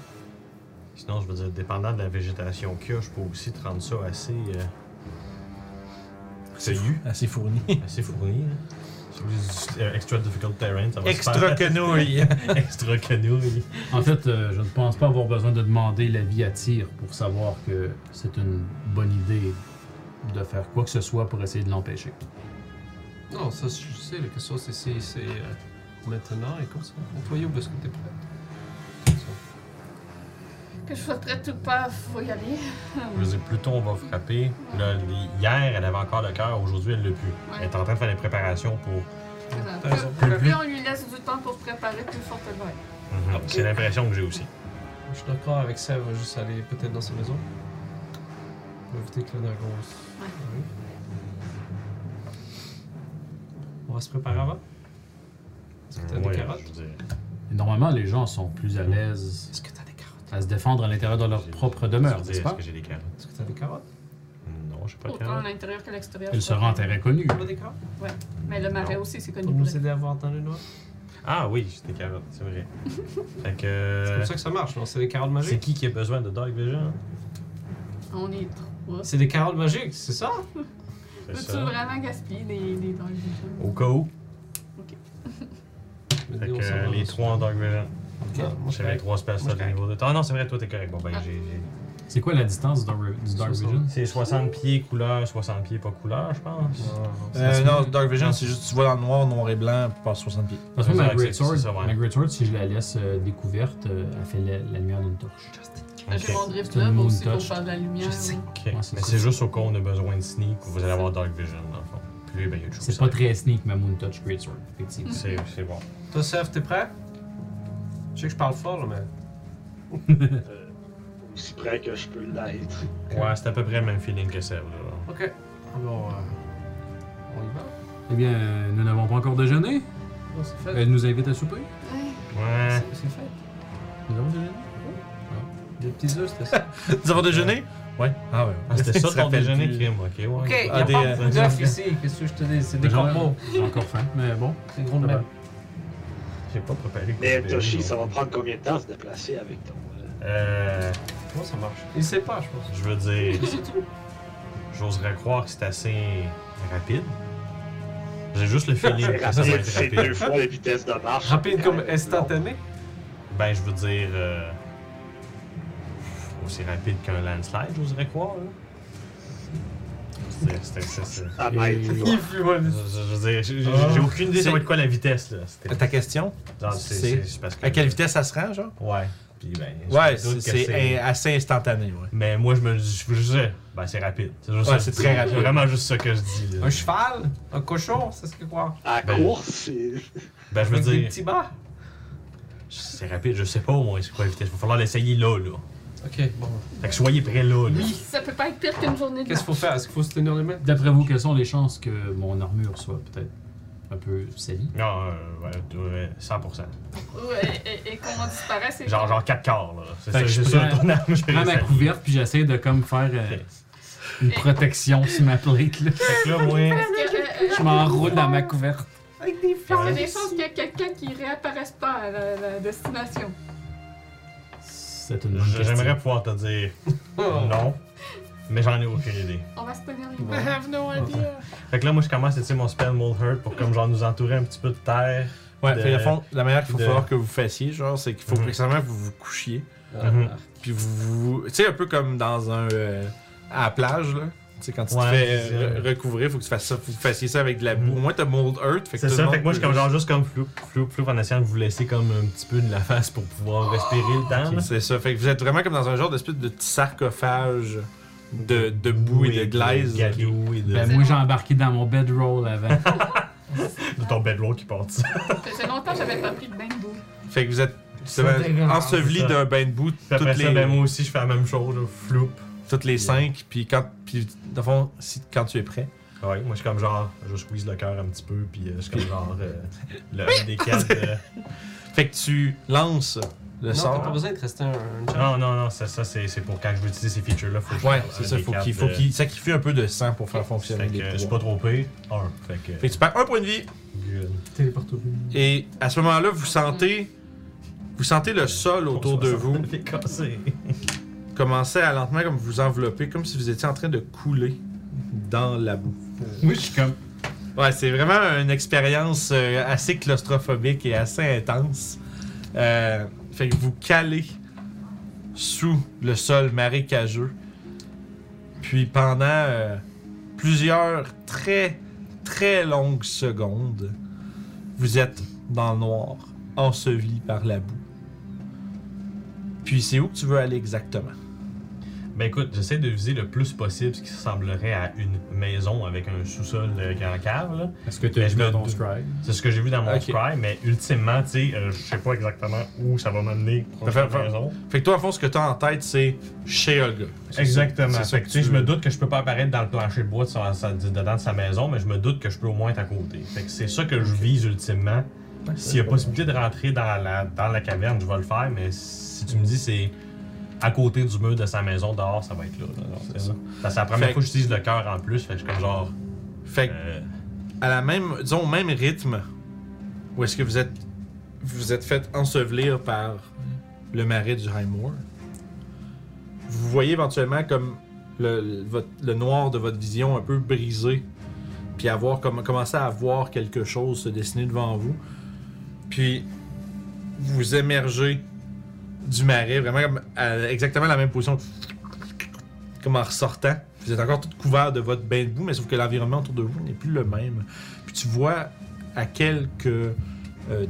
Sinon, je veux dire, dépendant de la végétation qu'il y a, je peux aussi te rendre ça assez. euh, C'est Assez fourni. assez fourni. hein. Si vous dites, euh, Extra difficult terrain, ça va se Extra faire. quenouille. Extra canouille. En fait, euh, je ne pense pas avoir besoin de demander l'avis à Tyr pour savoir que c'est une bonne idée de faire quoi que ce soit pour essayer de l'empêcher. Non, ça, je sais. La question, c'est si c'est euh, maintenant et comme ça. Nettoyez où est-ce que t'es prêt. Que je sois prête ou pas, faut y aller. Je veux dire, plus tôt on va frapper. Là, les- hier, elle avait encore le cœur, aujourd'hui, elle l'a plus. Elle est en train de faire les préparations pour. Ah, Plus, plus- plus on lui laisse du temps pour se préparer, plus forte elle va être. Mm-hmm. Ah, C'est l'impression que j'ai aussi. Je suis d'accord avec Seb, on va juste aller peut-être dans sa maison. Pour éviter que le dragon s- Ouais. arrive. On va se préparer avant Est-ce que t'as Ouais, des carottes je veux dire. Et normalement, les gens sont plus à l'aise Est-ce que t'as des carottes à se défendre à l'intérieur de leur propre Je veux demeure, dire, n'est-ce Est-ce pas? que j'ai des carottes? Est-ce que t'as des carottes Non, j'ai pas de Autant à carottes. l'intérieur que l'extérieur. Elle sera en terrain connu. On a des carottes Mais le marais aussi, c'est Pour connu pour nous aider à voir dans le noir Ah oui, j'ai des carottes, c'est vrai. fait C'est que. comme ça que ça marche, non C'est des carottes C'est magiques qui qui a besoin de Dark Vision? elle. On est trois. C'est des carottes magiques, c'est ça C'est Peux-tu vraiment gaspiller des, des dents Au cas où. Fait Maintenant, on que s'en va euh, les dans- trois en Dark Vision. Ok, moi, je J'avais suis trois spells Moi, je slots suis de niveau 2. Ah non, c'est vrai, toi t'es correct. Bon ben, Ah. j'ai. j'ai- C'est quoi la distance du Dark, du Dark Vision? C'est 60 pieds couleur, 60 pieds pas couleur, je pense. Euh, non, Dark Vision, c'est juste tu vois dans le noir, noir et blanc, puis par 60 pieds. Parce que ma Ouais, c'est- Great Sword, c'est ça, ouais. ma Great Sword, si je la laisse euh, découverte, euh, elle fait la, la lumière d'une torche. Ok. J'ai mon drift C'est là, une moi moon aussi, pour touch. faire de la lumière. Ok. Ouais, c'est Mais ça. c'est juste au cas où on a besoin de sneak, vous allez avoir Dark Vision dans le fond. Puis lui, ben, il y a toujours C'est ça. pas très sneak, ma Moon Touch Great Sword, effectivement. C'est c'est bon. Toi, Seth, t'es prêt Je sais que je parle fort, là, mais. Aussi près que je peux l'être. Ouais, c'est à peu près le même feeling que Seb. là. Ok. Alors, euh, on y va Eh bien, euh, nous n'avons pas encore déjeuné. Euh, Non, c'est fait. Euh, Elle nous invite à souper. Ouais. C'est c'est fait. Nous avons déjeuné. Des petits œufs, c'était ça. Nous avons déjeuné? Ouais. Ah ouais. Ah, c'était ça Je me ton rappelle déjeuner, plus. Kim. Ok, ouais. Ok, il y Ah, a des, pas euh, d'œufs ici. Qu'est-ce Bah, que je te dis C'est des J'en- combos. J'ai encore faim, mais bon. C'est gros de Ouais. même. J'ai pas préparé. Mais quoi, Toshi, non. ça va prendre combien de temps se déplacer avec ton. euh, Euh. Comment ça marche Il sait pas, je pense. Je veux dire, j'oserais croire que c'est assez rapide. J'ai juste le feeling que ça va rapide, être c'est deux rapide. fois la vitesse de marche. Rapide comme Ouais, instantané Ben, je veux dire, euh, aussi rapide qu'un landslide, j'oserais croire. là. C'est- c'est- c'est- c'est- non, À mètre, Et- ouais. If you want. Je je veux dire, j'ai- j'ai Ah. j'ai aucune idée ça va être quoi la vitesse. là. C'était- Ta question? genre, c'est- c'est- c'est parce que- À quelle vitesse ça se rend, genre? Ouais. Puis, ben, je Ouais, doute c'est que c'est in- assez instantané, ouais. Mais moi, je me je veux juste dire, ben, c'est rapide. C'est juste Ouais, ça. c'est très rapide. vraiment juste ça que je dis. là. Un cheval Un cochon C'est ce que quoi À Ben, course, c'est. Ben, je veux Avec Des dire. petits bas C'est rapide, je sais pas moi c'est quoi la vitesse. Il va falloir l'essayer là, là. Ok, bon. Fait que soyez prêts là, là. Ça peut pas être pire qu'une journée de Qu'est-ce qu'il faut marche. faire Est-ce qu'il faut se tenir les mains D'après vous, quelles sont les chances que mon armure soit peut-être un peu salie? Non, euh, ouais, t- ouais, 100%. Ouais, et, et qu'on disparaît, c'est. Genre, genre 4 quarts, là. C'est Fait ça, que je c'est ça prends- ton arme. Je prends ma couverte puis j'essaie de comme faire euh, une protection sur ma plate. Là. Fait que là, moi, Parce que, euh, euh, Je m'enroule dans ma couverte. parce qu'il y a des chances qu'il y a quelqu'un qui réapparaisse pas à la, la destination. C'est une bonne j- j'aimerais question. pouvoir te dire Oh. non, mais j'en ai aucune idée. On va se tenir les I mains. have no idea. Fait que là, moi, je commence à utiliser mon spell Mold Hurt pour comme genre nous entourer un petit peu de terre. Ouais, De- fait, au fond, la manière qu'il faut de- falloir que vous fassiez, genre, c'est qu'il faut Mhm. précisément que vous vous couchiez. Ah, Mhm. Puis vous. vous- tu sais, un peu comme dans un. euh, à la plage, là. Tu sais, quand tu Ouais, te fais c'est euh, ça. re- recouvrir, faut que tu fasses ça, faut que vous fassiez ça avec de la boue. Mhm. Au moins, t'as Mold Earth. Fait que C'est tout le ça, monde fait que moi, je suis comme peut genre juste comme flou, flou, flou, en essayant de vous laisser comme un petit peu de la face pour Ah, pouvoir respirer le temps. juste- là. C'est ça, fait que vous êtes vraiment comme dans un genre d'espèce de petit sarcophage de, de boue et de glaise. Ben, galou et de. Ben, moi, j'ai embarqué dans mon bedroll avant. de ton bedroll qui part de ça. Ça faisait longtemps que j'avais pas pris de bain de boue. Fait que vous êtes C'est dégueulasse. enseveli C'est ça. d'un bain de boue Puis toutes après ça, ben les, moi aussi, je fais la même chose, là, floup. toutes les cinq, puis quand, puis dans le fond, si, quand tu es prêt. Ouais, moi, je suis comme genre, je squeeze le cœur un petit peu, puis euh, je suis comme genre, euh, le un des quatre. euh, Fait que tu lances le Non, t'as sort. pas besoin de rester un, un Non, champ. non, non, ça, ça c'est c'est pour quand je veux utiliser ces features-là, faut que Ouais, je- c'est un ça, des faut quatre qu'il faut de- qu'il sacrifie un peu de sang pour faire fonctionner Fait les que, euh, je suis pas pouvoirs. trop pire. Un. Fait que. Fait que tu perds un point de vie, good. Téléporte au bout. et à ce moment-là, vous sentez, vous sentez le sol autour de vous Fait casser. commencer à lentement comme vous envelopper, comme si vous étiez en train de couler dans la boue. Oui, je suis comme. Ouais, c'est vraiment une expérience euh, assez claustrophobique et assez intense. Euh, fait que vous calez sous le sol marécageux. Puis pendant euh, plusieurs très très longues secondes, vous êtes dans le noir, enseveli par la boue. Puis c'est où que tu veux aller exactement? Ben écoute, j'essaie de viser le plus possible ce qui ressemblerait à une maison avec un sous-sol euh, qui est en cave, là. Est-ce que tu Mais Ben, as je vu me dans ton doute. scribe? C'est ce que j'ai vu dans mon Ok. scry, mais ultimement, tu sais, euh, je sais pas exactement où ça va m'amener. Fait- prochaine fait- maison. Fait que toi, en fond, ce que t'as en tête, c'est chez Olga. C'est ça. Exactement. C'est ça Fait que que, tu sais, tu je me veux. doute que je peux pas apparaître dans le plancher de bois de sa- sa- dedans de sa maison, mais je me doute que je peux au moins être à côté. Fait que c'est ça que je vise ultimement. Ben, S'il y a possibilité de rentrer dans la, dans la caverne, je vais le faire, mais si tu me dis c'est à côté du mur de sa maison dehors, ça va être là. là. Alors, c'est ça. Parce que C'est la première Fait fois que j'utilise le cœur en plus, fait que je suis comme genre. Fait que euh, à la même, disons, au même rythme, où est-ce que vous êtes, vous êtes fait ensevelir par le marais du High Moor, vous voyez éventuellement comme le, le- votre- le noir de votre vision un peu brisé, puis avoir comme, commencer à voir quelque chose se dessiner devant vous, puis vous émergez du marais, vraiment comme à exactement la même position, comme en ressortant. Vous êtes encore tout couvert de votre bain de boue, mais sauf que l'environnement autour de vous n'est plus le même. Puis tu vois à quelques euh,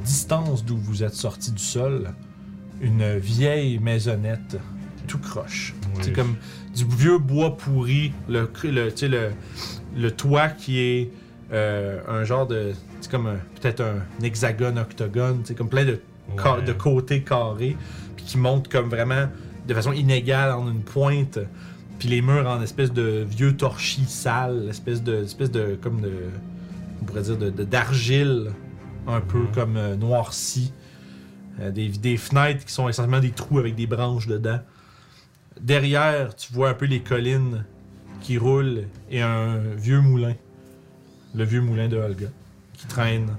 distances d'où vous êtes sorti du sol, une vieille maisonnette tout croche. ouais, C'est comme du vieux bois pourri, le, cr- le, tu sais, le, le toit qui est euh, un genre de. C'est comme un- peut-être un, hexagone, octogone, c'est comme plein de, ouais. ca- de côtés carrés, puis qui monte comme vraiment de façon inégale en une pointe, puis les murs en espèce de vieux torchis sale, espèce de. espèce de. comme de. on pourrait dire de- de- d'argile, un peu Mhm. comme euh, noirci. Euh, des, des fenêtres qui sont essentiellement des trous avec des branches dedans. Derrière, tu vois un peu les collines qui roulent et un vieux moulin. Le vieux moulin de Olga qui traîne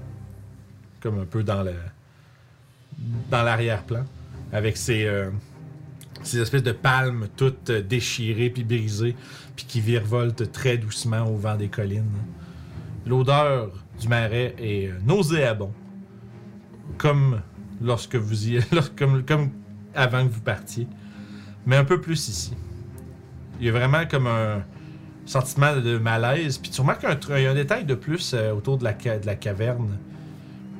comme un peu dans le dans l'arrière-plan avec ses euh, ces espèces de palmes toutes euh, déchirées puis brisées puis qui virevoltent très doucement au vent des collines. L'odeur du marais est euh, nauséabond comme lorsque vous y lorsque- comme, comme avant que vous partiez mais un peu plus ici. Il y a vraiment comme un sentiment de malaise. Puis tu remarques un, tr- un détail de plus euh, autour de la, ca- de la caverne.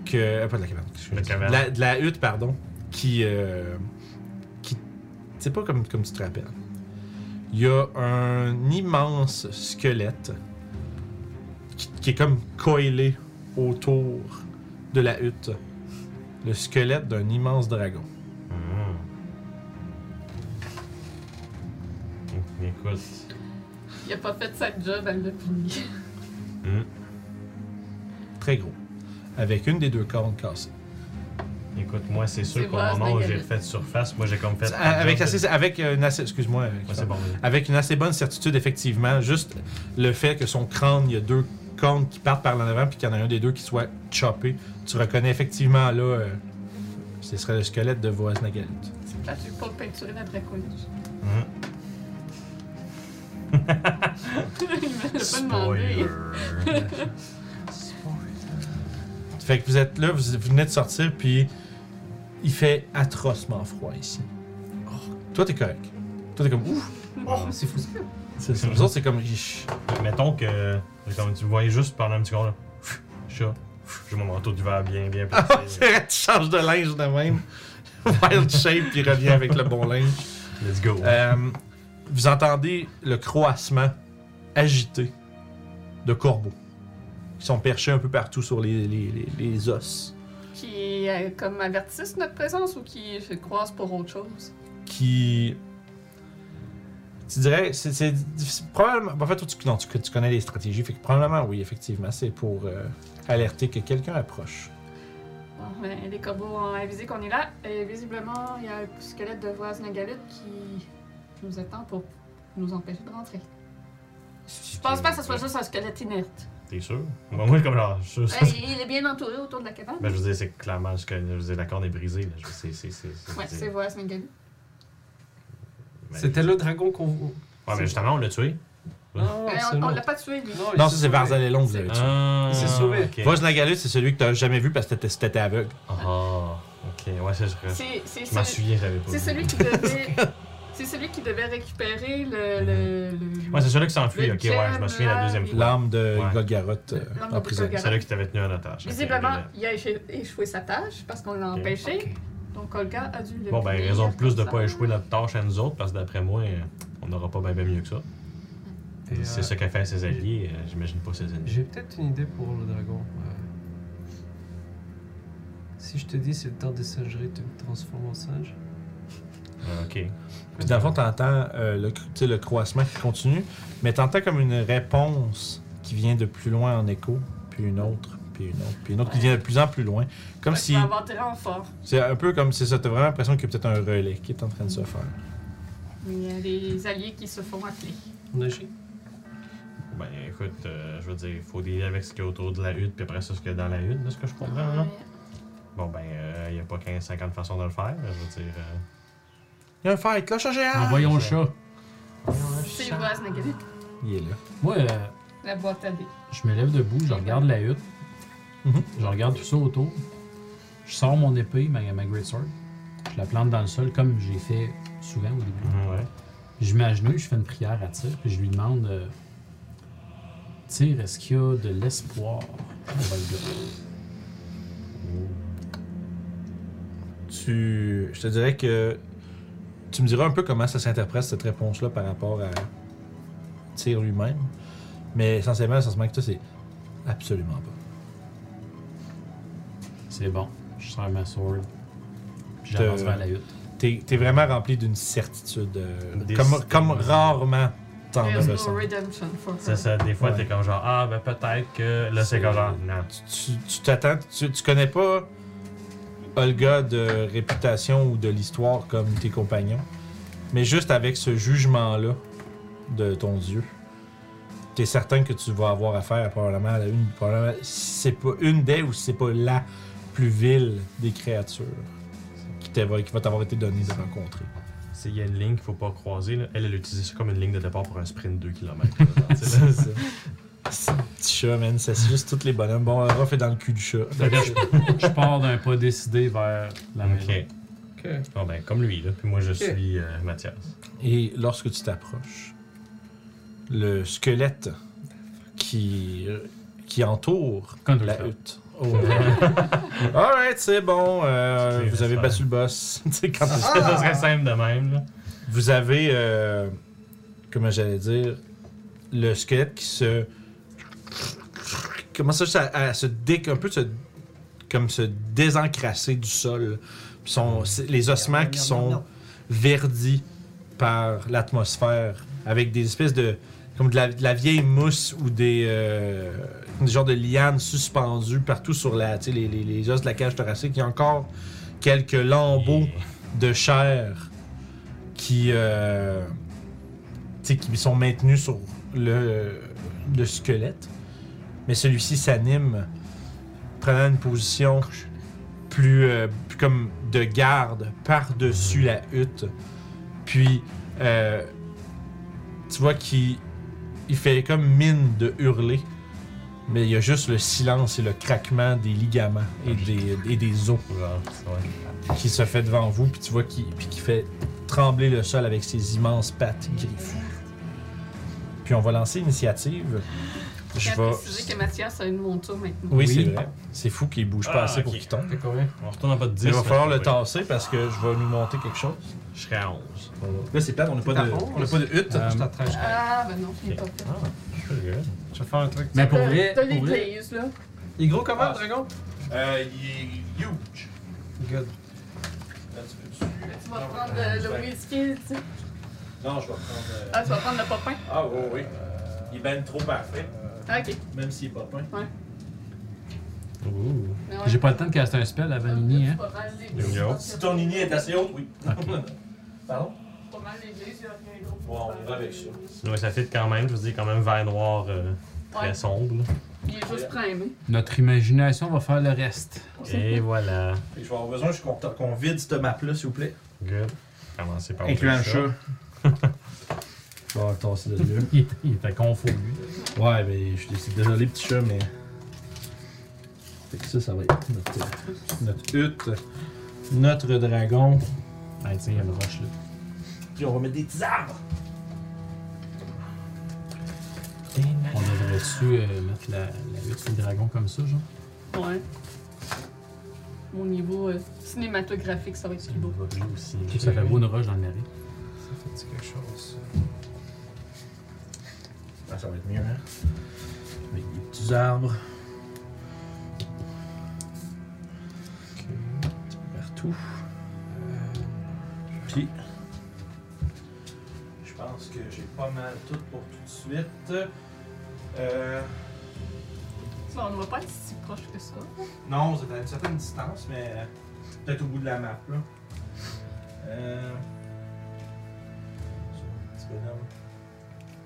Que, euh, pas de la caverne. qu'est-ce que je La dis? caverne. La- de la hutte, pardon. Qui. euh, qui c'est pas comme, comme tu te rappelles. Il y a un immense squelette qui, qui est comme coilé autour de la hutte. Le squelette d'un immense dragon. Mhm. Écoute. Il a pas fait sa job, elle l'a puni. très gros, avec une des deux cornes cassées. Écoute, moi, c'est C'est sûr hein, qu'au vrai, c'est moment où j'ai dégueulasse. refait surface, moi, j'ai comme fait. Ah, Avec Ouais, assez, avec une assez, excuse-moi, euh, c'est bon. avec une assez bonne certitude effectivement, juste le fait que son crâne, il y a deux cornes qui partent par l'en avant puis qu'il y en a un des deux qui soit choppé, tu reconnais effectivement là, euh, ce serait le squelette de Voisnagelt. C'est pas j'ai pas peinturé la draconite. Mhm. Il me l'a pas demandé. Fait que vous êtes là, vous vous venez de sortir puis il fait atrocement froid ici. Oh, Toi t'es correct, toi t'es comme ouf, Oh, c'est fou ça. c'est ça. Les autres c'est comme Ish. Mettons que, comme tu voyais juste pendant un petit second, là, pff, chat, pff, j'ai mon manteau d'hiver bien, bien Ah, placé. c'est vrai, tu changes de linge de même. Wild shape, puis revient avec le bon linge. Let's go. Euh, vous entendez le croassement agité de corbeaux. qui sont perchés un peu partout sur les, les, les- les os, Qui euh, comme avertissent notre présence ou qui se croisent pour autre chose? qui... Tu dirais, c'est c'est difficile- probablement... En fait, toi, tu, non, tu, tu connais les stratégies, fait que probablement, oui, effectivement, c'est pour euh, alerter que quelqu'un approche. Bon, ben, les corbeaux ont avisé qu'on est là. Et visiblement, il y a un squelette de voise Nagalut qui nous attend pour nous empêcher de rentrer. Je pense pas que ce soit juste un squelette inerte. T'es sûr? Bon, moi, comme genre, je suis sûr. Euh, il est bien entouré autour de la cabane. Ben, je veux dire, c'est clairement ce que. Je veux dire, la corde est brisée. Là. Je veux dire, c'est- c'est- c'est- c'est- Ouais, c'est- c'est voise Nagalut. ben, C'était le dragon qu'on. Ouais, mais justement, on l'a tué. Non, Euh, on- on l'a pas tué, lui. Non, Non, ça, c'est Varzalelon, vous avez tué. Ah, Il s'est sauvé. ok. Vos Nagalut, c'est celui que t'as jamais vu parce que t'étais- t'étais aveugle. Ah, ok. Ouais, ça, je, C'est c'est- je m'en c'est- souviens, j'avais pas c'est vu. celui qui devait. C'est celui qui devait récupérer le. le, le- Ouais, c'est celui qui s'enfuit, Le ok, ouais, je me jam, euh, souviens la là, deuxième puis- fois. L'âme de Ouais. Golgaroth euh, L'âme de emprisonnée. C'est celui qui t'avait tenu en otage. ok, Visiblement, ok. il a échoué, échoué sa tâche parce qu'on l'a Ok. empêché. Donc Olga a dû le. Bon, ben, punir raison de plus de comme pas ça. échouer notre tâche à nous autres, parce que d'après moi, euh, on n'aura pas bien mieux que ça. Et, C'est euh, ça qu'a fait à ses alliés, euh, j'imagine pas ses ennemis. J'ai peut-être une idée pour le dragon. Euh, Si je te dis c'est le temps des singeries, tu me transformes en singe. Ah, ok. Puis dans le fond, t'entends euh, le, tu sais, le croissement qui continue, mais t'entends comme une réponse qui vient de plus loin en écho, puis une autre, puis une autre, puis une autre qui Ouais. vient de plus en plus loin. Comme Ouais, si. Il va avoir des renforts. C'est un peu comme si ça, t'as vraiment l'impression qu'il y a peut-être un relais qui est en train de se faire. Mais il y a des alliés qui se font appeler. On agit. Ben, écoute, euh, je veux dire, il faut dealer avec ce qu'il y a autour de la hutte, puis après ça, ce qu'il y a dans la hutte, de ce que je comprends, là. Bon, ben, il n'y a pas 15-50 façons de le faire, mais je veux dire. euh, Il y a un fight, cloche à géant! Ben, Envoyons le chat. C'est voise Nagalit, Il est là. Moi, euh, la boîte à dés. je me lève debout, je regarde la hutte. Mhm. Je regarde tout ça autour. Je sors mon épée, ma, ma Great Sword. Je la plante dans le sol comme j'ai fait souvent au début. ouais. Je m'agenouille, je fais une prière à Tyr, puis je lui demande euh, Tyr, est-ce qu'il y a de l'espoir pour Olga Tu. Je te dirais que. Tu me diras un peu comment ça s'interprète, cette réponse-là, par rapport à. Tyr lui-même. Mais essentiellement, le sentiment que tu as, c'est. Absolument pas. C'est bon, je sers ma sword. puis J'avance Euh, vers la hutte. T'es t'es vraiment rempli d'une certitude. euh, Des- comme, comme rarement t'en as There's no ressenti. redemption for her. C'est ça, des fois, Ouais. t'es comme genre, ah, ben, peut-être que. Là, c'est comme genre, non. tu tu t'attends, tu, tu connais pas Olga de réputation ou de l'histoire comme tes compagnons, mais juste avec ce jugement-là de ton Dieu, tu es certain que tu vas avoir affaire probablement à une, probablement, si c'est pas une des ou si c'est pas la plus vile des créatures qui, t'ava- qui va t'avoir été donnée de rencontrer. C'est- Il y a une ligne qu'il faut pas croiser, là. Elle, elle a utilisé ça comme une ligne de départ pour un sprint de 2 km. Là, tu sais, là. C'est ça. C'est un Petit chat, man, ça c'est juste tous les bonhommes. Bon, Ruff est dans le cul du chat. Fait que je, je pars d'un pas décidé vers la maison. ok. Ok. Bon, ben, comme lui, là. Puis moi, je suis euh, Mathias. Et lorsque tu t'approches, le squelette qui, qui entoure Contre la le hutte. Oh, ouais. Alright, c'est bon. euh, C'est vous avez ça. battu le boss. Tu sais, quand- Ah! ça serait simple de même, là. vous avez, euh, comment j'allais dire, le squelette qui se. commence juste à, à se dé... un peu se... comme se désencrasser du sol. Puis son- c'est- les ossements qui sont verdis par l'atmosphère avec des espèces de. comme de la, de la vieille mousse ou des. euh, des genres de lianes suspendues partout sur la, tu sais, les, les- les os de la cage thoracique. Il y a encore quelques lambeaux de chair qui, euh, tu sais, qui sont maintenus sur le, le squelette. Mais celui-ci s'anime, prenant une position plus, euh, plus comme de garde par-dessus la hutte. Puis, euh, tu vois qu'il il fait comme mine de hurler. Mais il y a juste le silence et le craquement des ligaments et des, et des os Genre, ouais. qui se fait devant vous, puis tu vois qui, puis qui fait trembler le sol avec ses immenses pattes griffues. Puis on va lancer l'initiative. Je Tiens à vais. préciser que Mathias a une monture maintenant. Oui, Oui. c'est vrai. C'est fou qu'il bouge pas Ah, assez pour ok. qu'il tombe. T'es combien? On retourne en bas de 10. Il va mais falloir je le vais- tasser parce que je vais nous monter quelque chose. Je serai à 11. Là, c'est plate, on n'a pas, C'est de- à fond, on a pas de hutte. Je t'attrape. Ah, ben non, je l'ai pas fait. Je suis le gars. Je vais faire un truc. Mais pour vrai, T'as pour vrai, Ah. l'église, là. Il est gros comment, le dragon? Euh, il est huge. Good. Là, tu peux dessus. Tu vas prendre le, le whisky, tu sais. Non, je vais prendre. euh, Ah, tu vas prendre le popin. Ah, oui, oui. Il est ben trop parfait, Ah, ok. même s'il est pas peint. Mais ouais. j'ai pas le temps de caster un spell à Vanini, hein. Pas mal les- Yo. Si ton ini est assez haute, oui. Pardon? Pas mal l'église, il y a rien gros. Ouais, on va avec ça. Ouais, ça fit quand même, je veux dire, quand même vert noir euh, très Ouais. sombre. là. Il est juste primé. Notre imagination va faire le reste. Et voilà. Fait que je vais avoir besoin juste qu'on qu'on vide cette map-là, s'il vous plaît. Good. Commencez par Incluant le ça. chat. Bon, le tasser de là. Il était- il était confus, lui. Ouais, mais je suis désolé, petit chat, mais. Fait que ça, ça va être notre, notre hutte, notre dragon. Ah, tiens, il y a une roche là. Puis on va mettre des petits arbres. On devrait-tu euh, mettre la, la hutte sur le dragon comme ça, genre Ouais. Mon niveau euh, cinématographique, ça va être plus beau. Roger aussi. Ça fait beau une roche dans le mérite. Ça fait quelque chose. Ah, ça va être mieux, hein. Avec des petits arbres. Un petit peu partout. Euh, Puis. Je pense que j'ai pas mal tout pour tout de suite. Euh. On ne va pas être si proche que ça. Non, c'est à une certaine distance, mais euh, peut-être au bout de la map, là. Euh... Un petit bonhomme.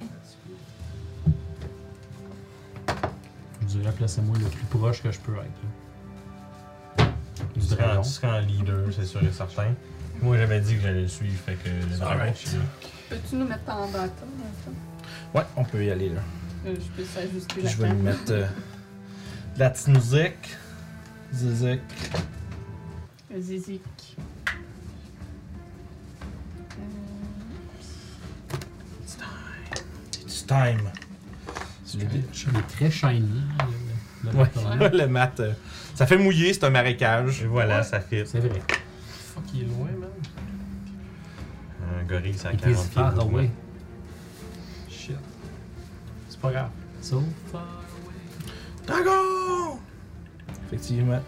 Un petit peu. Je dirais, placez-moi le plus proche que je peux être. Là. Tu Du seras, dragon. en- tu seras en leader, c'est sûr et certain. Moi, j'avais dit que j'allais le suivre, fait que le dragon. Alright. je suis là. Peux-tu nous mettre en bâton? attends? Ouais, on peut y aller, là. Euh, Je peux s'ajuster Puis la je vais lui table. mettre euh, de la petite musique. Zizek. Un zizik. It's time. Tu le dis? Il est très shiny. Le, le Ouais. bâton. le mat. euh, ça fait mouiller, c'est un Et marécage. voilà, ça fit. C'est vrai. Fuck, il est loin, man. Un gorille, ça a It is 40 pieds. de far mouvement. away. Shit. C'est pas grave. So far Dragon! Effectivement.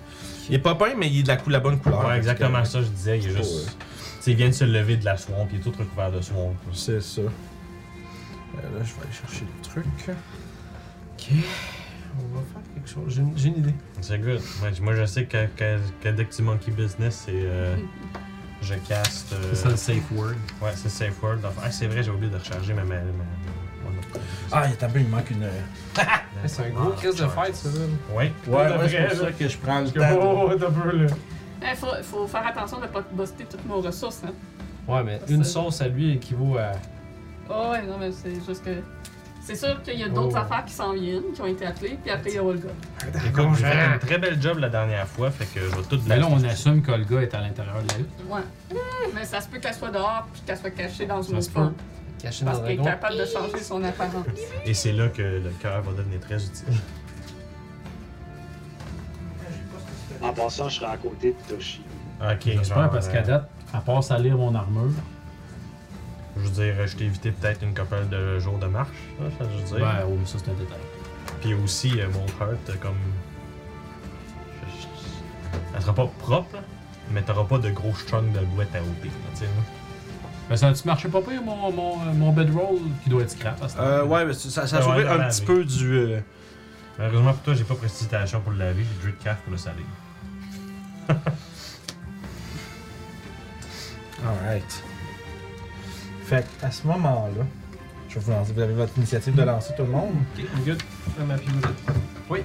Il est pas peint, mais il est de la, cou- la bonne couleur. Ouais, exactement ça, je disais. Il est Oh, ouais. juste. Tu sais, il vient de se lever de la swamp, il est tout recouvert de swamp. C'est ça. Euh, là, je vais aller chercher le truc. Ok. On va faire quelque chose. J'ai une, j'ai une idée. C'est good. Ouais, moi, je sais que, que, que dès que tu monkey business, c'est. euh, je caste. euh, C'est ça le safe word. Ouais, c'est safe word. Enfin, ah, c'est vrai, j'ai oublié de recharger ma. ma, ma- ma- Ah, il est un peu, il manque une. Hey, C'est un Ah, gros crise de fight, ça, là. Ah, Ouais. Oh, Ouais, Pour de ouais, c'est vrai, pour là. ça que je prends le Oh, temps. oh, oh, t'as peu, là. Il Eh, faut, faut faire attention de ne pas buster toutes nos ressources. Hein. Ouais, mais Ça, une ça- sauce à lui équivaut à. Oh, ouais, non, mais c'est juste que. C'est sûr qu'il y a d'autres Oh. affaires qui s'en viennent, qui ont été appelées, puis après il y a Olga. Écoute, j'ai fait un très bel job la dernière fois, fait que je vais tout Mais Ben là, on assume qu'Olga est à l'intérieur de la hutte. Ouais. Mmh, mais ça se peut qu'elle soit dehors, puis qu'elle soit cachée dans Ça une se autre peut. forme. Caché dans Parce le qu'elle est dragon. capable de changer son apparence. Et c'est là que le cœur va devenir très utile. En passant, je serai à côté de Toshi. Ok. euh, J'espère parce qu'à date, à part salir mon armure, Je veux dire, je t'ai évité peut-être une couple de jours de marche, là, ça, je veux dire. ben oui, mais ça c'est un détail. Puis aussi, euh, mon heart, euh, comme. je- je- Elle sera pas propre, là, mais t'auras pas de gros chunks de boîte à ôter, là, tu sais. là. Ben ça tu marchais pas pire mon, mon, euh, mon bedroll qui doit être scrap à ce Euh, temps-là. ouais, mais ça, ça Ouais, sauverait ouais, un ouais, petit mais- peu du. euh, Malheureusement pour toi, j'ai pas prestidigitation pour le laver, j'ai druid calf pour le saler. Alright. Fait que, à ce moment-là, je vais vous lancer. Vous avez votre initiative de lancer tout le monde. Ok, good. Ah, Fais ma pirouette. Ok,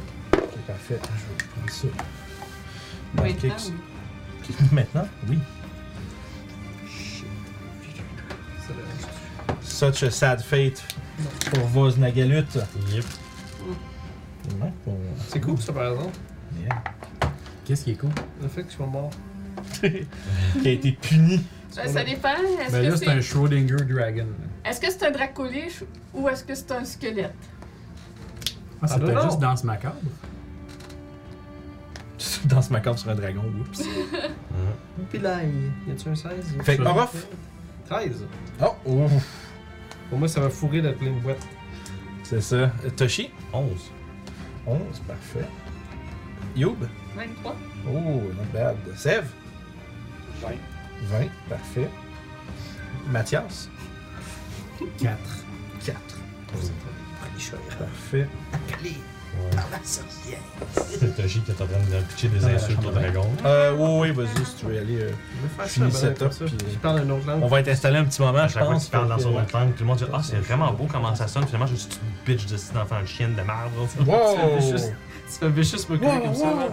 parfait. Ah, Je vais prendre ça. Maintenant, Ok, oui. ok, Maintenant, oui. C'est le- Such a sad fate pour Vos Nagalut. Yep. Ouais, pour- C'est cool, ça, par exemple. Yeah. Qu'est-ce qui est cool? Le fait que je sois mort. Qui a été puni. Ben, ça dépend. Est-ce Ben que là, c'est c'est un Schrödinger Dragon. est-ce que c'est un dracoliche ou est-ce que c'est un squelette? Ah, c'est Ah, peut-être non. juste danse macabre. Dans ce macabre sur un dragon, oups. Puis là, y a-tu un 16 Fait que, Orof. 13. Oh, oh, Pour moi, ça va fourrer de plein de boîtes. c'est ça. Euh, Toshi, 11. 11, parfait. Youb, 23. oh, not bad. Sev, 20. 20, parfait. Mathias, 4. 4. Parfait. C'est Toshi qui est en train de pitcher des Ah, la insultes au chambre dragon. Euh, oui, oui, vas-y, si tu veux y aller. euh, Je vais faire Finis ça. ben, setup, comme ça. puis- Je parle une autre langue. On va être installé un petit moment, À je chaque fois pense. qu'il parle dans fait son que- autre langue, tout le monde dit Ah, c'est vraiment beau comment ça sonne. Finalement, je suis une bitch de cet enfant chienne de merde. Wow! Tu fais juste- Tu fais vicious me comme ça. là.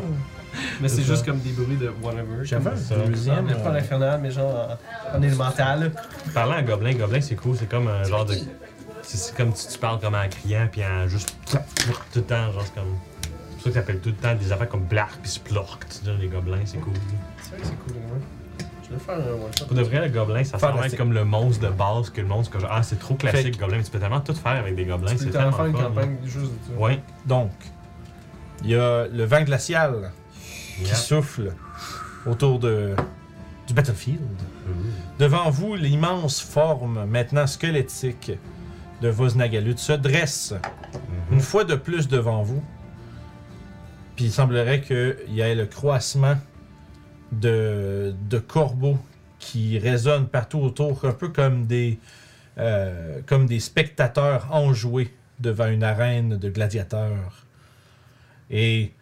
Mais c'est C'est juste ça. comme des bruits de whatever. J'avais Comme- un deuxième. Non, Pas en euh, infernal, mais genre Ah, en- en élémental. Parlant à Gobelin, Gobelin, c'est cool. C'est comme un genre de. C'est c'est comme si tu parles comme en criant, puis en juste. Tout le temps, genre, c'est comme. C'est pour ça que t'appelles tout le temps des affaires comme Blark, puis Splork. Tu dis, les gobelins, c'est cool. C'est vrai que c'est cool, ouais. Je vais faire un one shot. Pour de vrai, le gobelin, ça semble être Fantastique. comme le monstre de base que le monstre que je- Ah, c'est trop classique, Fait que- gobelin, mais tu peux tellement tout faire avec des gobelins, Tu peux c'est t'en tellement faire une fun. campagne juste de ça. Ouais. Donc, il y a le vent glacial qui Yeah. souffle autour de, du battlefield. Devant vous, l'immense forme, maintenant squelettique, de Voznagalut se dresse une fois de plus devant vous. Puis il semblerait qu'il y ait le croissement de, de corbeaux qui résonnent partout autour, un peu comme des, euh, comme des spectateurs enjoués devant une arène de gladiateurs. Et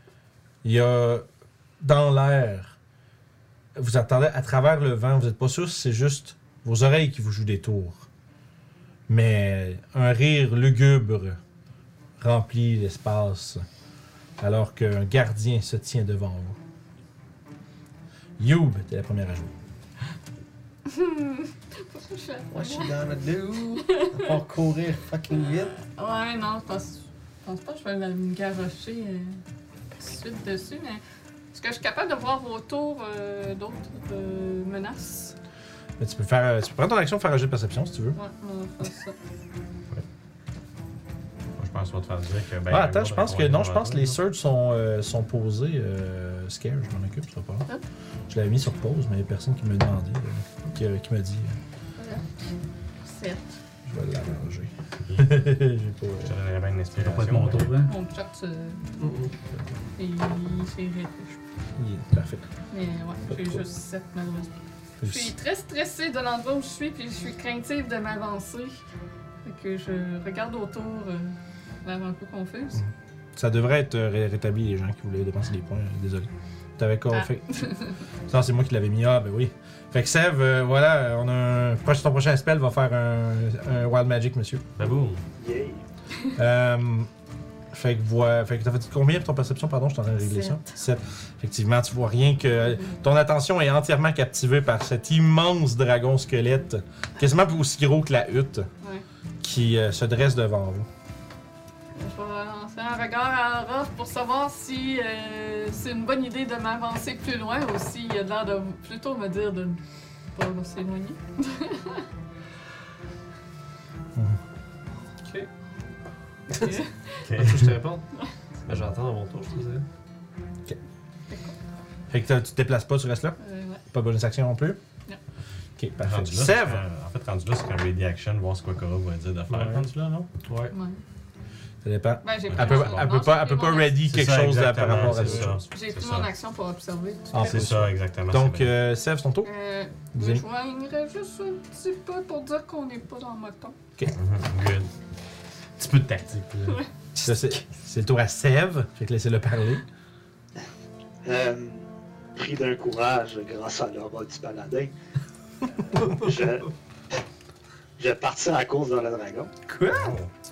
il y a dans l'air, vous entendez à travers le vent, vous n'êtes pas sûr si c'est juste vos oreilles qui vous jouent des tours. Mais un rire lugubre remplit l'espace alors qu'un gardien se tient devant vous. Youb, t'es la première à jouer. Je suis la What she première. gonna do? À part courir fucking vite. Ouais, non, je pense, je pense pas que je vais la- me garrocher euh, tout de suite dessus, mais est-ce que je suis capable de voir autour euh, d'autres euh, menaces? Mais tu peux faire, tu peux prendre ton action pour faire un jeu de perception si tu veux. Ouais, on va faire ça. Moi, je pense qu'on va te faire dire que. Ben, ah, attends, je pense que non, je pense que les seuls. surges sont, euh, sont posés. euh, scare, je m'en occupe, ça va pas. grave. Je l'avais mis sur pause, mais il y a personne qui me demandait, euh, qui, euh, qui m'a dit. euh, Sept. je vais l'arranger. Je te J'ai pas. euh, donnerai bien une Ça pas être inspiration. mon tour, hein? Mon chat, euh, c'est c'est réfléchi. il est parfait. Mais ouais, j'ai juste sept malheureusement. Je suis Réussi. très stressée de l'endroit où je suis, puis je suis craintive de m'avancer. Fait que je regarde autour, euh, l'air un peu confuse. Ça devrait être euh, ré- rétabli les gens qui voulaient dépenser des points. euh, Désolé. T'avais quoi Ah. fait Non, c'est moi qui l'avais mis. Ah, ben oui. Fait que Sev, euh, voilà, on a un... proche- ton prochain spell va faire un, un Wild Magic, monsieur. Baboum. Yay! Euh, fait que vois, fait que t'as fait combien pour ton perception, pardon, je t'en ai réglé ça. 7. Effectivement, tu vois rien que ton attention est entièrement captivée par cet immense dragon squelette, quasiment aussi gros que la hutte, Ouais. qui euh, se dresse devant vous. Je vais lancer un regard à Rof pour savoir si euh, c'est une bonne idée de m'avancer plus loin ou s'il a l'air de plutôt me dire de ne pas s'éloigner. Ok. Ok. Faut que je te réponds. Ben, j'attends à mon tour, je te disais. Fait que t'as- tu te déplaces pas, tu restes là. Euh, ouais. Pas bonne action non plus. Non. Ok, parfait. Rendu là, Sève! c'est un- En fait, rendu là, c'est un ready action, voir ce qu'Okora va dire de faire. Ouais. Rendu là, non Ouais. Ouais. Ça dépend. Ben, j'ai Elle pris peut, mon- elle non, peut pas, j'ai elle peut pris pas mon ready C'est quelque ça, chose à- par exactement, rapport à c'est ça. ça. action. J'ai C'est pris ça. mon action pour observer. tout Ah, à fait. C'est ça, exactement. Donc, c'est bien. euh, Sève, c'est ton tour. Euh, Dis- rejoindre juste un petit peu pour dire qu'on n'est pas dans le moton. Mhm, Good. Petit peu de tactique. là. Ça, C'est c'est le tour à Sève. Fait que laissez-le parler. Euh, pris d'un courage grâce à l'aura du paladin, je, je partis à la course dans le dragon. Quoi?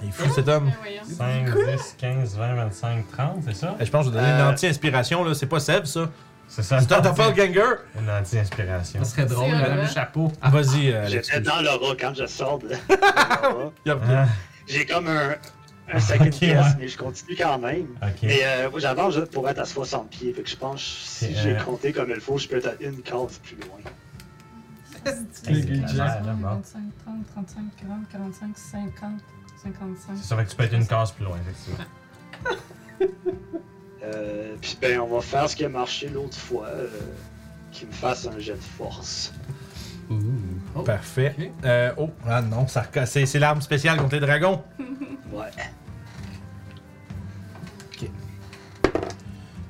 Il est fou cet homme. Ben, voyons. 5, 10, 15, 20, 25, 30, c'est ça Eh, Je pense que je vais donner Euh. une anti-inspiration, là. C'est pas Seb, ça. C'est ça. C'est un doppelganger. Une anti-inspiration. Ça serait drôle, C'est elle a vrai. le chapeau. Ah, vas-y, euh, Alex. J'étais dans l'aura quand je sors de, de l'aura. Il y a- Hein? Ah, J'ai comme un, un second Ok, guess, ouais. mais je continue quand même. ok. Mais euh, moi, j'avance juste pour être à 60 pieds, fait que je pense que Et, si j'ai euh, compté comme il faut, je peux être à une case plus loin. Hey, c'est clair, là, bon. 25, 30, 35, 40, 45, 50, 55. C'est ça, fait que tu peux être une case plus loin, effectivement. Euh, Puis ben, on va faire ce qui a marché l'autre fois, euh, qu'il me fasse un jet de force. Oh. Parfait. Ok. Euh, oh, ah non, ça reca- c'est c'est l'arme spéciale contre les dragons. Ouais.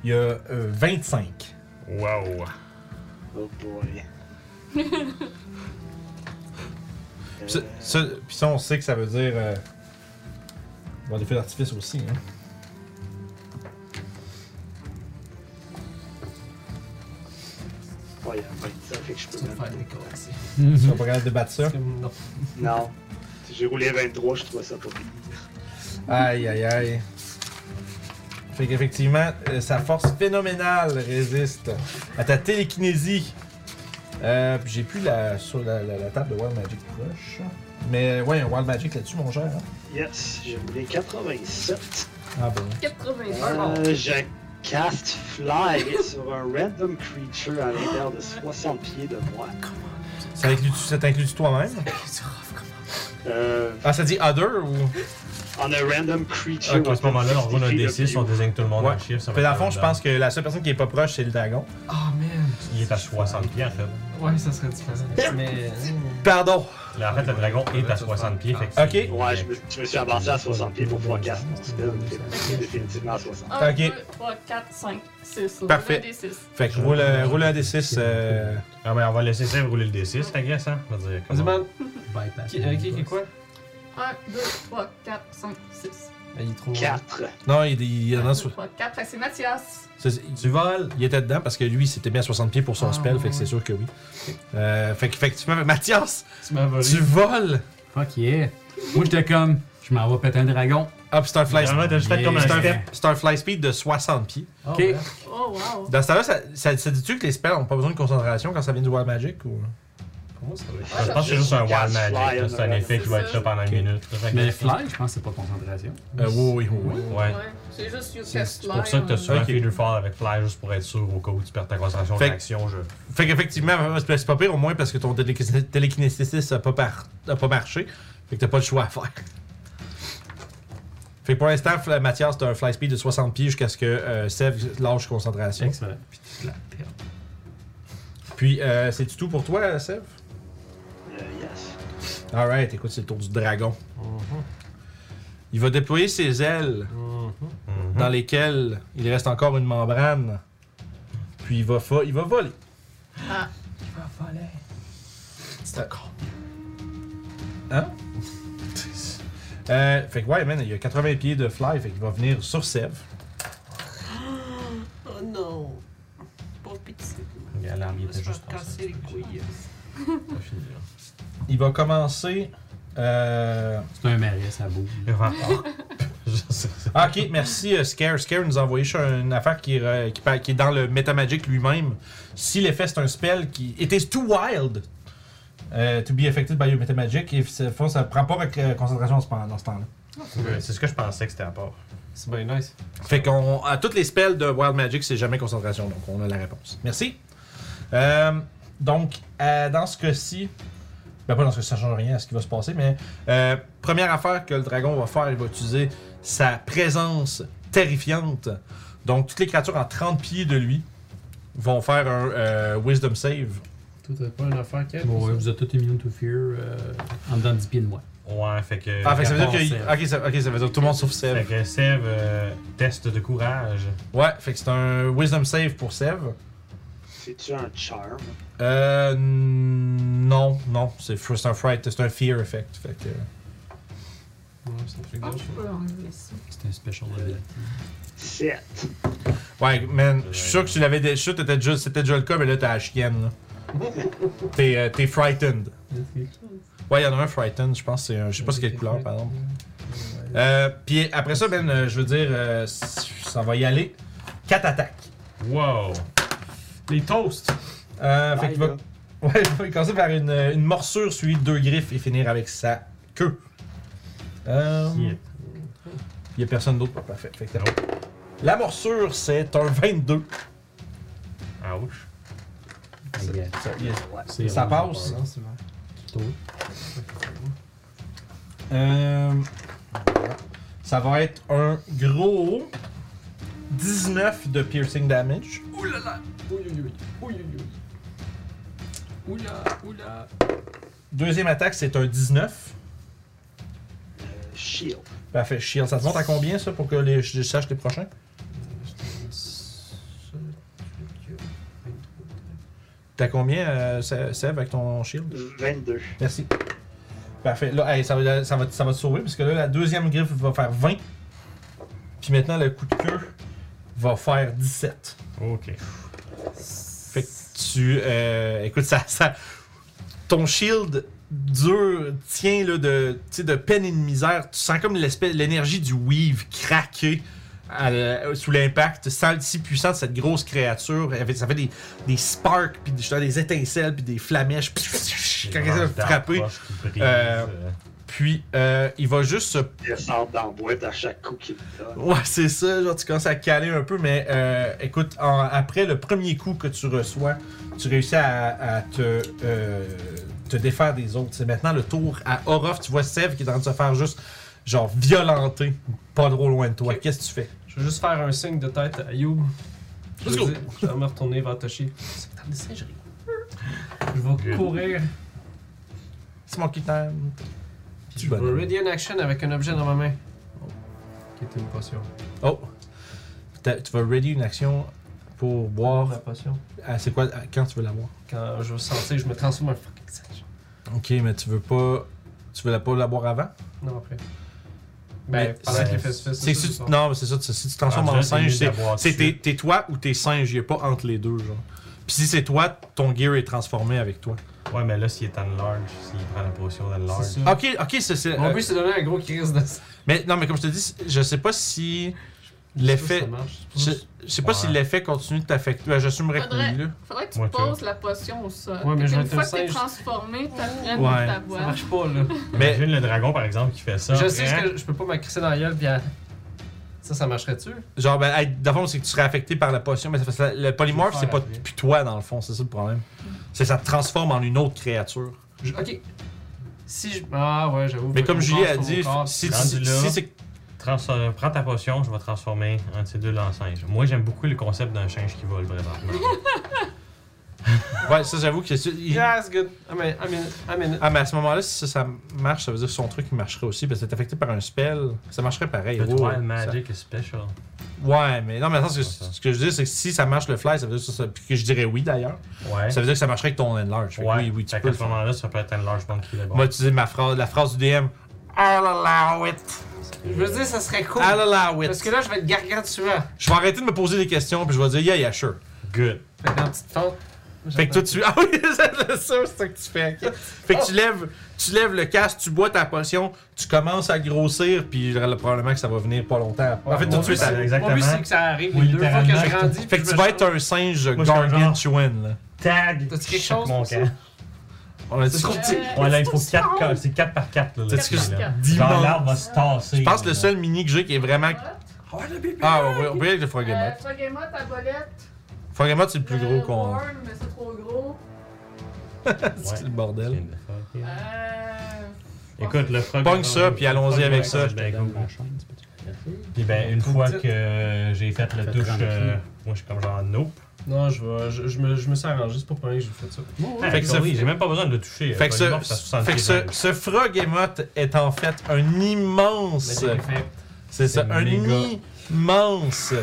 Il y a euh, 25. Wow. Oh boy. Euh, Puis ça- ça, puis ça, on sait que ça veut dire. Euh, bon, des feux d'artifice aussi. Hein. ouais, il y a un point de ça, fait que je peux même- faire des corrections. Mhm. Tu vas pas capable de battre ça. Parce que non. Non. J'ai roulé 23, je trouvais ça pas pire. Aïe, aïe, aïe. Fait qu'effectivement, euh, sa force phénoménale résiste à ta télékinésie. Euh, puis j'ai plus la, sur la, la- la table de Wild Magic proche. Mais ouais, un Wild Magic là-dessus, mon cher. hein. Yes, j'ai roulé 87. Ah bon. 81. Euh, je cast Fly sur un random creature à l'intérieur de 60 pieds de moi. Ça inclut- ça t'inclut toi-même Euh, Ah, ça dit other ou. on a random creature. Ok, à ce moment-là, on roule un D6, on désigne tout le monde Ouais. en chiffre. ça va Fait dans être le fond, je pense que la seule personne qui est pas proche, c'est le dragon. Ah, man. Il est à 60 pieds en fait. Ouais, ça serait différent. Mais. euh, Pardon! Là, en fait, le dragon est à 60 pieds. Fait que Ok. c'est- Ouais, je me, je me suis avancé à 60 pieds pour pouvoir cast mon spell. C'est définitivement à 60. 1, Ok. 2, 3, 4, 5, 6. Parfait. des 6. Fait que je roule, euh, roule un D6. euh, Ah, mais on va laisser ça rouler le D6, I guess, hein. On va dire. Vas-y, comment- man. Bypass. Qui, euh, qui, qui est quoi 1, 2, 3, 4, 5, 6. Ben, Il est trop. 4. Non, il, il, il en a sur- 3, 4. Fait que c'est Mathias. c'est- il- Tu voles. il était dedans parce que lui, c'était bien à 60 pieds pour son Ah, spell, ouais. fait que c'est sûr que oui. Euh, fait que- fait que tu fais- Mathias, Tu m'as volé. tu voles! Fuck yeah. Moi, j'étais comme, je m'en vais péter un dragon. Hop, c'est un fly Vraiment, speed. t'as juste fait Yeah. comme un C'est un, step. c'est un fly speed de 60 pieds. Ah, Ok. ouais. Oh, wow. Dans ce temps-là, ça, ça, ça dit-tu que les spells n'ont pas besoin de concentration quand ça vient du Wild Magic ou. Comment ça va être? Je pense que c'est juste un wild Cast magic. fly, là, C'est un euh, effet qui va être là pendant une minute. là, fait que- Mais fly, je pense que c'est pas concentration. Euh, oui, oui, oui. oui. Ouais. C'est juste You C'est Cast c'est pour ça que t'as Lion. souvent Ok. fait deux fois avec fly juste pour être sûr au cas où tu perds ta concentration Fait que- d'action. Je... Fait qu'effectivement, c'est pas pire au moins parce que ton télékin- télékinésiste a pas, par- a pas marché. Fait que t'as pas le choix à faire. Fait que pour l'instant, Fla- Mathias, t'as un fly speed de 60 pieds jusqu'à ce que euh, Sev lâche concentration. Excellent. Puis, euh, c'est-tu tout pour toi, Sev? Euh, yes. Alright, écoute, c'est le tour du dragon. Il va déployer ses ailes dans lesquelles il reste encore une membrane. Puis il va, fa- il va voler. C'est encore. Hein? Euh, fait que ouais, man, il y a 80 pieds de fly, fait qu'il va venir sur Sev. Oh non. Pauvre petit. Regarde, L'arme il Je était vais juste te casser les couilles. Pas fini, là. Il va commencer. Euh... C'est un marais, ça bouge. Il va faire- Je sais- ah, ok, merci euh, Scare. Scare nous a envoyé sur une affaire qui est, euh, qui, par- qui est dans le Metamagic lui-même. Si l'effet c'est un spell qui. It is too wild euh, to be affected by your Metamagic. Et ça, faut- ça prend pas avec, euh, concentration en ce- dans ce temps-là. Ouais, C'est ce que je pensais que c'était à part. C'est bien nice. Fait qu'on. À toutes les spells de Wild Magic, c'est jamais concentration, donc on a la réponse. Merci. Euh, donc, euh, dans ce cas-ci. Ben pas dans ce cas ça change rien à ce qui va se passer, mais euh, première affaire que le dragon va faire, il va utiliser sa présence terrifiante. Donc toutes les créatures en 30 pieds de lui vont faire un euh, Wisdom Save. Toi, t'as pas une affaire qu'elle Bon, ouais, vous êtes tous immune to fear euh, en dedans de 10 pieds de moi. Ouais, fait que. Ah, fait que ça veut dire bon, que. ok, ça, ok, ça veut dire tout le monde sauf Fait Sev. que Sève, euh, test de courage. Ouais, fait que c'est un Wisdom Save pour Sev. C'est-tu un charm? Euh. Non, non. C'est fr- c'est un fright, c'est un fear effect. Fait que. Ouais, ça fait Ah, gauche. je peux enlever ça. C'est un special ability. 7. Ouais, man, je suis sûr que tu l'avais. dé- Je suis sûr que t'étais déjà- c'était déjà le cas, mais là, t'es à la chienne, là. t'es euh, t'es frightened. Ouais, il y en a un frightened, je pense. que c'est un- Je sais pas c'est quelle couleur, par exemple. Euh, Puis après ça, ben, euh, je veux dire, euh, ça va y aller. 4 attaques. Wow! Les toasts! Euh, fait qu'il va. Ouais, il va commencer par une, une morsure suivie de deux griffes et finir avec sa queue. Euh, Yeah. Il n'y a personne d'autre. Pas parfait. Fait que t'as- La morsure, c'est un 22. Ah, Ouch. Yeah. Ça, il- C'est Ah, ça rond, passe. rond, c'est vrai. tout. Euh, ça va être un gros 19 de piercing damage. Ouh là là! Ouh, ouh, ouh, ouh, ouh, ouh. Ouh là, ouh là. Deuxième attaque, c'est un 19. Euh, shield. Parfait, shield. Ça te monte à combien, ça, pour que les, je sache les prochains? T'as combien, euh, Se- Seb, avec ton shield? 22. Merci. Parfait. Là, hey, ça, va, ça, va, ça va te sauver, parce que là, la deuxième griffe va faire 20. Puis maintenant, le coup de queue va faire 17. Ok. Fait que tu. euh, écoute, ça, ça. Ton shield dur tient là, de, tu sais, de peine et de misère. Tu sens comme l'espèce- l'énergie du weave craquer à la- sous l'impact. Sans le si puissant de cette grosse créature. Elle fait- Ça fait des, des sparks, puis des, des étincelles, puis des flamèches. Quand elle essaie de frapper. Euh, Puis euh, il va juste se Descendre dans la boîte à chaque coup qu'il me donne. Ouais, c'est ça. Genre, tu commences à caler un peu, mais euh, écoute, en- après le premier coup que tu reçois, tu réussis à, à te, euh, te défaire des autres. C'est maintenant le tour à Orof. Tu vois Sev qui est en train de se faire juste, genre, violenter, pas trop loin de toi. Ok. Qu'est-ce que tu fais? Je vais juste faire un signe de tête à Youb. Je Let's vais go. dire- Je vais me retourner vers Toshi. C'est putain de singerie. Je vais courir. C'est mon qui t'aime. Je vais ready in action avec un objet dans ma main. Oh. Qui était une potion. Oh! T'as- Tu vas ready une action pour La boire. potion. Ah, c'est quoi? ah, Quand tu veux la boire? Quand je vais sentir, je me transforme en fucking singe. Ok, mais tu veux pas. Tu veux la pas la boire avant? Non, après. Mais Ben, pendant c'est- que les fesses fesses. C'est si tu- non, mais c'est ça, c'est- si tu te transformes en singe, c'est- c'est t'es- t'es toi ou t'es singe, il a pas entre les deux, genre. Puis si c'est toi, ton gear est transformé avec toi. Ouais, mais là, s'il est en large, s'il prend la potion d'en large. C'est ça. Ok, ok, c'est- c'est. Mon euh, but, c'est de donner un gros crise de ça. mais non, mais comme je te dis, je sais pas si l'effet. Ça marche. Je, je sais pas Ouais. si l'effet continue de t'affecter. Ouais, J'assumerais que Faudrait- oui, là. Faudrait que tu Ouais, tu poses la potion au sol. Ouais, mais je vais Une être fois un que t'es singe. transformé, t'apprennes Ouais. ta Ça voix. marche pas, là. Mais- Mais... Imagine le dragon, par exemple, qui fait ça. Je sais Hein? ce que je peux pas m'accrisser dans la gueule, pis ça, ça marcherait-tu? Genre, ben, hey, dans le fond, c'est que tu serais affecté par la potion, mais ça fait ça- le polymorphe, Je vais c'est faire pas après. puis toi, dans le fond, c'est ça le problème. C'est ça te transforme en une autre créature. Je- Ok. Si je. Ah ouais, j'avoue. Mais faut comme que je Julie pense a sur mon dit, corps. si, tu- Rendu là. si c'est Trans- euh, prends ta potion, je vais transformer un de ces deux en singe. Moi, j'aime beaucoup le concept d'un singe qui vole, présentement. Ouais, ça j'avoue que c'est- il- Yeah, it's good. Ah, I'm in, I'm in, I'm in it. Ah mais à ce moment-là, si ça, ça marche, ça veut dire que son truc il marcherait aussi, parce que t'es affecté par un spell, ça marcherait pareil. le ouais, Wild ouais, Magic is special. ça- Ouais, mais non, mais dans le sens que ce ce que je dis, c'est que si ça marche le fly, ça veut dire que, ça, puis que je dirais oui d'ailleurs, Ouais. ça veut dire que ça marcherait avec ton enlarge. Fait que ouais. Oui, oui, tu Fait peux qu'à le ce faire. moment-là, ça peut être un large bomb qui est On bon. va utiliser ma phrase, la phrase du DM. I'll allow it. Je veux dire, ça serait cool. I'll allow Parce it. que là, je vais être gargantuan. Je vais arrêter de me poser des questions, puis je vais dire yeah, yeah, sure. Good. Fait que dans la petite fente. Fait que toi, tu. Ah oui, c'est ça, c'est ça que tu fais. ok. Fait que tu lèves, tu lèves le casque, tu bois ta potion, tu commences à grossir, puis là, probablement que ça va venir pas longtemps. en fait, tout de suite, ça- c'est- Mon but, exactement. c'est que ça arrive Oui, les deux fois que je littéralement. grandis. Fait puis que je tu me vas être un singe Moi, je suis un genre- gargantuan, là. Tag! T'as-tu quelque Choc chose mon pour ça? camp. On a dit qu'on Euh, dit- Ouais, là, il qu'est-ce faut que tu 4 parles? C'est 4 par 4. T'as-tu que c'est Genre, Genre, d'immense. l'arbre va se tasser. Je pense que là. le seul mini que j'ai qui est vraiment. Ah, on va on va y aller avec le Euh, Frogemote. Frogema, ta bolette. Frogemote, c'est le plus le gros qu'on. Warn, mais c'est trop gros. C'est le C'est bordel. une fucking- Euh, Écoute, le frog. Pogne ça, puis allons-y avec Ouais, ça. ben, go. Puis ben, une fois que euh, j'ai fait le Fait touche, trente euh, pieds. moi je suis comme genre nope. Non, je, vais, je, je me, je me suis arrangé, c'est pour pas que j'ai fait ça. Fait Fait que que ça- Ah, ben j'ai même pas besoin de le toucher. Fait que Euh, polymorphe, ce, se fait que ce, sentir ce Frogemote est en fait un Mais immense. j'ai fait. C'est ça, C'est un méga. immense.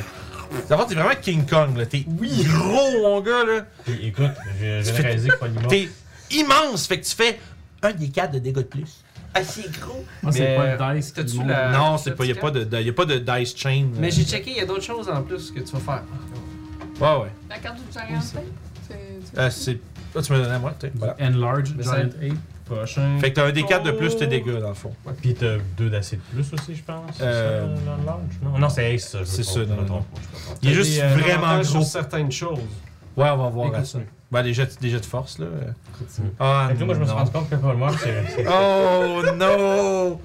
D'abord, t'es vraiment King Kong, là. T'es gros, mon gars, là. bien. Puis écoute, j'ai j'ai Fait- réalisé que polymorphe. T'es immense, fait que tu fais un des quatre de dégâts de plus. Ah, c'est gros. Moi, c'est Mais, pas le dice. qui t'as-tu monte. la- Euh, non, c'est le pas, y a petit pas de, de- y a pas de dice chain. Mais euh. j'ai checké, il y a d'autres choses en plus que tu vas faire. Ouais, ouais. La carte du giant c'est- ape, c'est- c'est- Ah, c'est. Ah, tu me donnes à moi, tu sais. Voilà. Enlarge, Mais Giant ça- Ape. Prochain. Fait que t'as un des quatre de plus tes dégâts, dans le fond. Puis t'as deux d'acier de plus aussi, je pense. Euh, C'est ça, dans le large? Non, non c'est Ace, ça. je me c'est trompe, ça, je non, me non, trompe pas, je me trompe. Il est juste vraiment euh, sur gros. certaines choses. Ouais, on va voir Et à ça. continue. Ben, des jets, des jets de force, là. euh. Ah, Fait que là, moi je me suis non. rendu compte que polymorphe, c'est. c'est- Oh, no!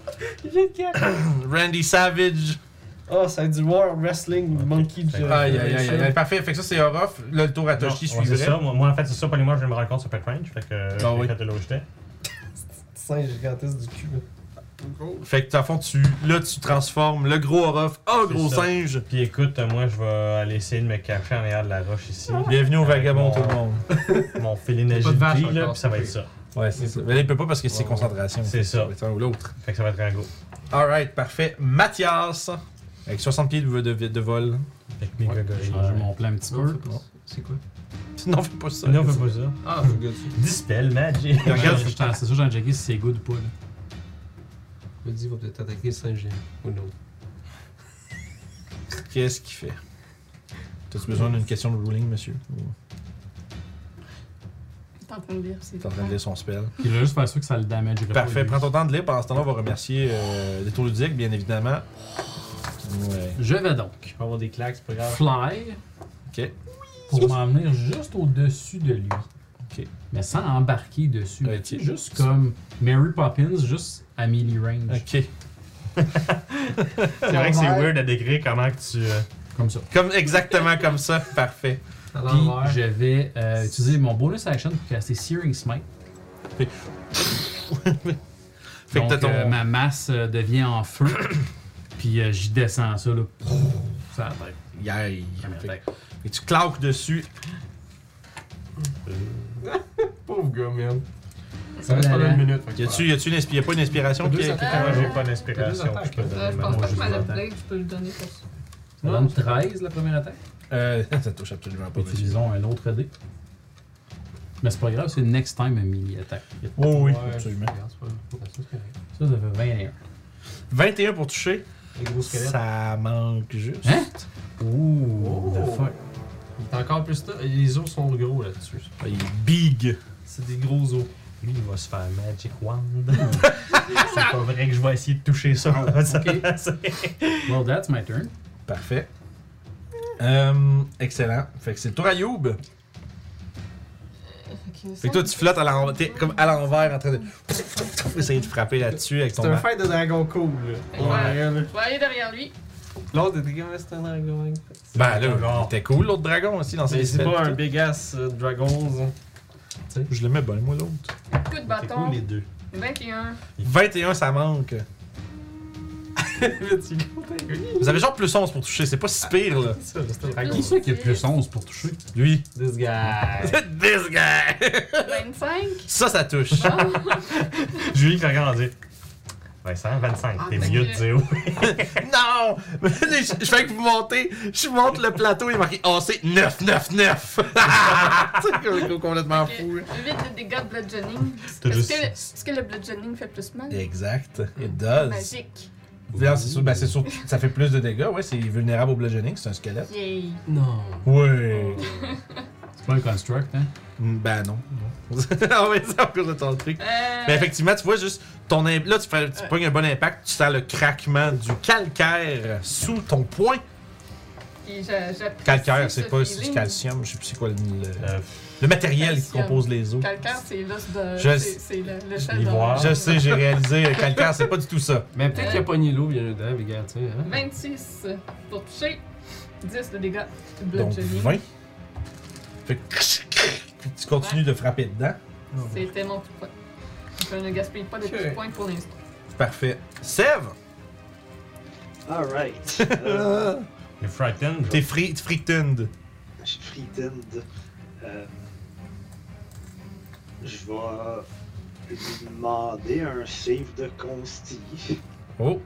Randy Savage. Ah, ça a du War Wrestling Ok. Monkey Fait que- Jam. Aïe, aïe, aïe, aïe. Parfait. Fait que ça, c'est Orof. Là, le tour à Toshi Non, ouais, c'est suivrait. ça. Moi, moi, en fait, c'est ça, polymorphe, je me rends compte, ça peut être range. Fait que euh, Ah oui. j'ai fait de là où j'étais. Singe gigantesque du cul. Fait que, dans le fond, tu, là, tu transformes le gros orof en C'est gros ça. singe. Puis écoute, moi, je vais aller essayer de me cacher en arrière de la roche ici. Bienvenue au Avec vagabond, mon- tout le monde. Mon filet de Pas de vache là, encore, puis ça va c'est être ça. Ouais, c'est ça. Mais là, il peut pas parce que c'est Ouais, concentration. C'est ça. va être un ou l'autre. Fait que ça va être un go. Alright, parfait. Mathias, avec 60 pieds de, de, de vol. Fait que mes Ouais. gogoles. Je vais mon plan un petit peu. C'est quoi Non, fais pas ça. Non, on fait pas ça. Ah, je regarde ça. Dispel Magic. Il regarde, Je- je- C'est sûr, j'ai checké si c'est good ou pas. là. Je me dis, il va peut-être attaquer le singe géant. Ou non. qu'est-ce qu'il fait. T'as-tu besoin d'une question de ruling, monsieur? Ou T'es en train de lire, c'est T'es en train de lire son spell. Puis il va juste faire sûr que ça le damage. Parfait, prends ton temps de lire. Pendant ce temps-là, on va remercier euh, Détour Ludique, bien évidemment. Ouais. Je vais donc Je peux avoir des claques, c'est pas grave. fly Ok. pour m'en venir juste au-dessus de lui. Ok. Mais sans embarquer dessus. Ouais, Mais tu sais, tu- juste comme Mary Poppins, juste à melee range. Ok. C'est vrai que c'est weird à décrire comment que tu. euh, Comme ça. Comme, exactement comme ça. Parfait. À Puis l'envers. je vais euh, utiliser mon bonus action pour casser Searing Smite. Fait que Donc, t'as ton. euh, ma masse euh, devient en feu. Puis euh, j'y descends ça, là. Ça la tête. Yay. Première Fait tête. que- fait que tu claques dessus. Pauvre gars, man. Oh Ça reste là pas là. une minute. fait que Y a-tu, y a-tu une, inspi- y a pas une inspiration? Deux qui- attaques. qui- Moi, j'ai pas T'as d'inspiration. deux Je peux attaques, te Euh, donner je ma- pense Moi, pas que je ma vous entends. upgrade, je peux le donner pour ça. Ça donne 13, la première attaque. Euh, ça touche absolument pas. monsieur. Utilisons un autre dé. Mais c'est pas grave, c'est next time un melee attaque. Oui, oui, Ouais, absolument. regarde, c'est pas- c'est correct. Ça, ça fait 21. 21 pour toucher. Les gros squelettes. Ça manque juste. Hein? Oh. Ouh, the fuck. Il est encore plus tough. Les os sont gros là-dessus. Il est big. C'est des gros os. Lui, il va se faire Magic Wand. c'est pas vrai que je vais essayer de toucher ça. Ah, Ça- Well, that's my turn. Parfait. Euh, excellent. Fait que c'est le tour à Youb. Euh, Fait que toi, tu flottes à l'envers. T'es comme à l'envers en train de. Essayer de frapper là-dessus avec C'est ton. un arc. fight de dragon cool. là. Ouais. Ouais, là. Je vais aller derrière lui. L'autre était comme c'est un dragon. Ben là, il était cool l'autre dragon aussi dans Mais ses c'est pas un big ass euh, dragon. Je l'aimais bien, moi, l'autre. Coup de bâton. les deux? 21. 21, ça manque. Petit gros, t'es- oui, Vous avez genre plus 11 pour toucher, c'est pas si pire, là. ça, C'est un dragon. Qui c'est qui a plus 11 pour toucher? Lui. This guy. This guy! 25. Ça, ça touche. Oh, Julie qui regarde dit Vincent, 25, Ah, t'es ben mieux de oui. dire oui. non! je, je fais que vous montez, je monte le plateau, il est marqué oh, c'est 9, 9, 9! c'est comme- complètement Ok. fou. là. 8 de dégâts de bludgeoning. T'as Est-ce juste- que, le- est-ce que le bludgeoning fait plus mal? Exact, it does. Magique. Là, c'est sûr, ben, c'est sûr, ça fait plus de dégâts, ouais, c'est vulnérable au bludgeoning, c'est un squelette. Yay. Non. Ouais. C'est pas un construct, hein? Mm, Ben non. non. ah ouais, c'est à cause de ton truc. Euh, Mais effectivement, tu vois juste ton im- là tu fais tu Ouais. pognes un bon impact, tu sens le craquement du calcaire sous ton poing. et j'a- j'apprécie Calcaire, ce c'est pas c'est du feeling. calcium, je sais plus c'est quoi le, le- Euh, le matériel qui Calcium. compose les os. Calcaire, c'est l'os de. Je- c'est- C'est le, le chef L'ivoire. de- Je sais, j'ai réalisé le calcaire, c'est pas du tout ça. Mais peut-être qu'il a pogné l'eau, il y en a dedans, mais regarde, tu sais. hein. 26 pour toucher. 10 de dégâts de Donc bludgeoning. 20. Fait que tu continues de frapper dedans. C'était mon coup de poing. Je ne gaspille pas de Ok. coups de poing pour l'instant. Parfait. Sève, Alright. Euh, le Frightened, t'es free, frightened. je suis frightened. Euh, je vais lui demander un save de consti. Oh.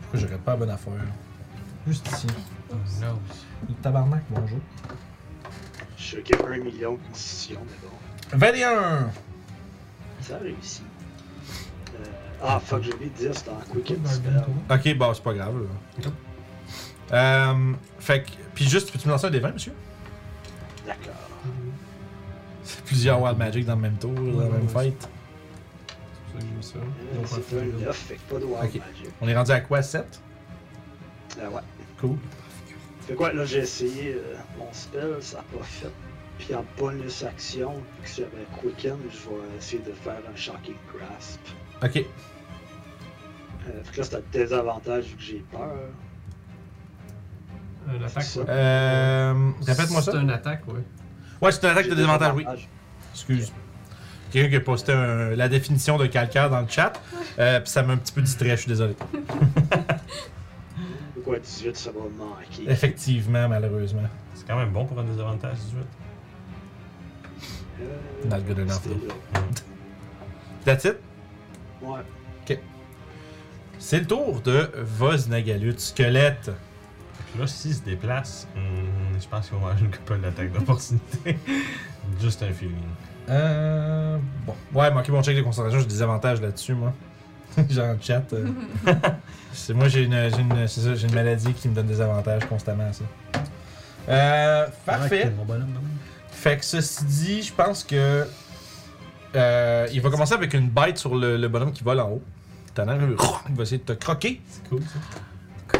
Pourquoi j'aurais pas la bonne affaire? Juste ici. Non. Le tabarnak, bonjour. Je suis qu'il y a un million de constitution, mais bon. 21! Ça réussit. Euh, ah, fuck, j'ai oublié de dire, c'est en quick and spell. Ok, bah c'est pas grave. Là. Euh, fait que, puis juste, peux-tu me lancer un des 20, monsieur? D'accord. C'est plusieurs Wild Magic dans le même tour, dans la même fight. C'est pour ça que j'ai mis ça. Euh, Donc, on c'est fait un le- 9, fait que pas de wild Ok. magic. On est rendu à quoi, 7? Euh, ouais. Cool. Fait quoi, là, j'ai essayé euh, mon spell, ça n'a pas fait. Puis en bonus action, vu que j'avais Quicken, je vais essayer de faire un Shocking Grasp. Ok. Euh, fait que là, c'est un désavantage vu que j'ai peur. Euh, L'attaque, C'est ouais. Euh, Répète-moi ça. C'est une attaque, ouais. Ouais, c'est une attaque J'ai de désavantage, oui. désavantage. Excuse. quelqu'un qui a posté un- la définition de calcaire dans le chat. Euh, Puis ça m'a un petit peu distrait, je suis désolé. Pourquoi 18, ça va manquer. Eh, Effectivement, malheureusement. C'est quand même bon pour un désavantage 18. Euh, Not good enough, c'était though. là. That's it. Ouais. C'est le tour de Voznagalut, squelette. Puis là, s'il se déplace, hmm, je pense qu'il va manger une couple d'attaque d'opportunité. Juste un feeling. Euh. Bon. Ouais, manquer mon check de concentration, j'ai des avantages là-dessus, moi. Genre un chat. euh. c'est moi, j'ai une, j'ai une, c'est ça, j'ai une maladie qui me donne des avantages constamment à ça. Euh, parfait. Mon bonhomme, non? Fait que ceci dit, je pense que. euh, il va commencer avec une bite sur le, le bonhomme qui vole en haut. T'en as un- Il va essayer de te croquer. C'est cool ça.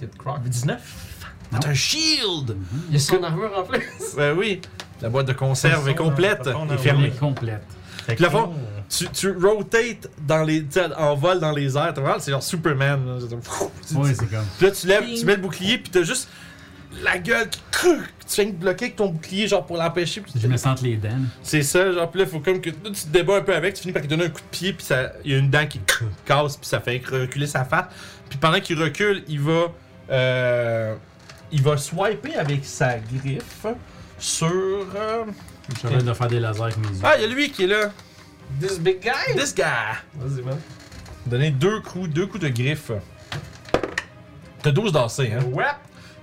Get croc. 19. T'as un shield! Il y a son armure en plus. Ben oui. La boîte de conserve est complète et fermée. est complète. Fait Puis la que- fois- Tu, tu rotates dans les, tu sais, en vol dans les airs. t'as vraiment- C'est genre Superman. là. C'est comme- tu- Oui, tu- c'est comme. Puis là, tu lèves, tu mets le bouclier, puis t'as juste la gueule qui crue. Tu viens de bloquer avec ton bouclier, genre pour l'empêcher. puis tu- Je me sens entre les dents. là. C'est ça, genre, puis là, faut comme que tu te débats un peu avec, tu finis par lui donner un coup de pied, puis ça- il y a une dent qui casse, puis ça fait reculer sa face. Puis pendant qu'il recule, il va. euh, il va swiper avec sa griffe sur. euh, Je suis en train de faire des lasers avec mes yeux. Ah, il y a lui qui est là! This big guy. This guy! Vas-y man. Donner deux coups, deux coups de griffe. T'as 12 d'assez, hein? Ouais.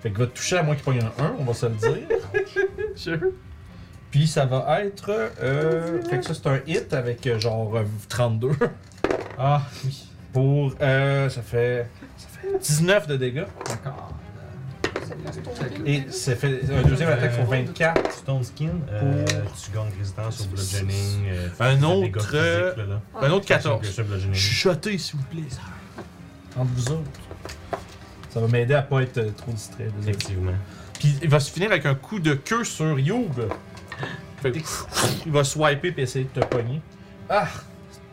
Fait qu'il va te toucher à moins qu'il pogne un 1, on va se le dire. Sure. Puis ça va être. Euh, fait que ça, c'est un hit avec euh, genre euh, 32. Ah oui. Pour. Euh, ça, fait, ça fait 19 de dégâts. D'accord. Et ça fait un deuxième attaque Euh, sur 24. Stone Skin, euh, Oh. tu gagnes résistance au bludgeoning. euh, Un des autre, dégâts physiques, euh, là, là. Un autre 14. Sur le bludgeoning. Chuchotez, s'il vous plaît, ça. Entre vous autres. Ça va m'aider à pas être euh, trop distrait. désolé. Effectivement. Puis il va se finir avec un coup de queue sur Youb. Fait que, il va swiper puis essayer de te pogner. Ah!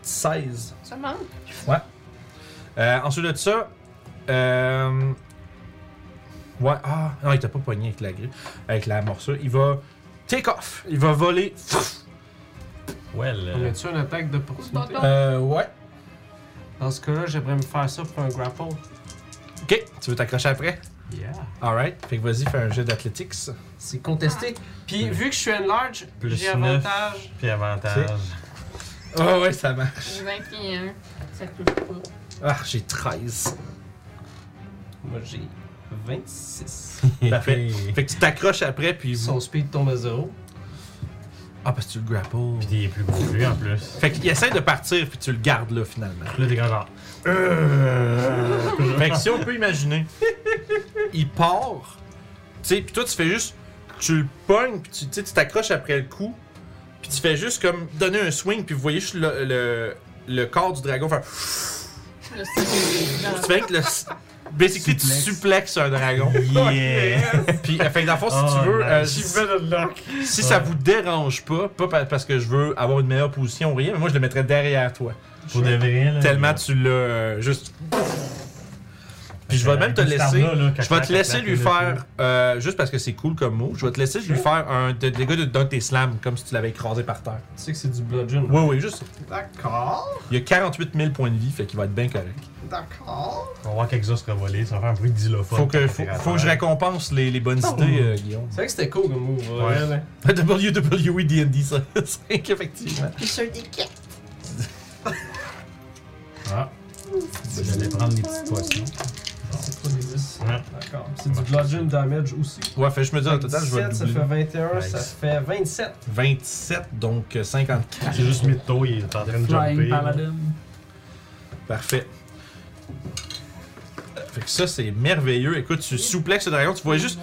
16. Ça manque. Ouais. Euh, ensuite de ça, euh... ouais, ah, non, il t'a pas pogné avec la griffe, avec la morsure. Il va take off, il va voler. Well, On euh, a-tu une attaque d'opportunité? Pardon. Euh, ouais. Dans ce cas-là, j'aimerais me faire ça pour un grapple. Ok, tu veux t'accrocher après? Yeah. Alright, fait que vas-y, fais un jeu d'athlétiques. C'est contesté. Puis Oui. vu que je suis large, Plus j'ai neuf. avantage. puis avantage. Oh ouais, ça marche. 21. Ça touche pas. Ah, j'ai 13. Moi j'ai 26. Parfait. Fait que tu t'accroches après, puis vous... Son speed tombe à zéro. Ah, parce que tu le grapples. Puis il est plus gros que lui en plus. Fait qu'il essaie de partir, puis tu le gardes là, finalement. Là, t'es comme genre. Fait que si on peut imaginer, il part, tu sais, puis toi tu fais juste, tu le pognes, puis tu tu sais, tu t'accroches après le coup, puis tu fais juste comme donner un swing, puis vous voyez juste le, le, le corps du dragon faire. Le seul- Tu fais que le. Basically, tu suplexes un dragon. Yeah! Puis, euh, fait que dans le fond, si Oh, tu veux, euh, nice. si, lock. si ça vous dérange pas, pas pa- parce que je veux avoir une meilleure position ou rien, mais moi je le mettrais derrière toi. Pour de vrai, là. Tellement il- tu l'as euh, juste. Puis Fait je vais que, même te avec cette laisser. arme-là, euh, là, Je vais te clac, laisser clac, lui clac, faire, euh, juste parce que c'est cool comme mot, je vais te laisser lui faire un dé- dégât de dunk tes slam, comme si tu l'avais écrasé par terre. Tu sais que c'est du bludgeon. Oui, oui, juste. D'accord. Il y a 48 000 points de vie, fait qu'il va être bien correct. D'accord. On va voir quelque chose se revoler, ça va faire un bruit de xylophone. Faut que, quand faut, on est à faut que je terre. récompense les, les bonnes idées, euh, Guillaume. C'est vrai que c'était cool comme move. Ouais. là. WWE D&D 5, effectivement. Ah. J'allais prendre les petites potions. C'est pas des 10. Ouais. D'accord. C'est du bludgeon damage aussi. Ouais, fait, je me dis, en total, je vais 17, le ça doubler. fait 21, ça Nice. fait 27. 27, donc euh, 54. C'est juste Mytho, il est en train de Flying jumper. Paladin. Parfait. Euh, Fait que ça, c'est merveilleux. Écoute, tu souplexes le dragon, tu vois juste...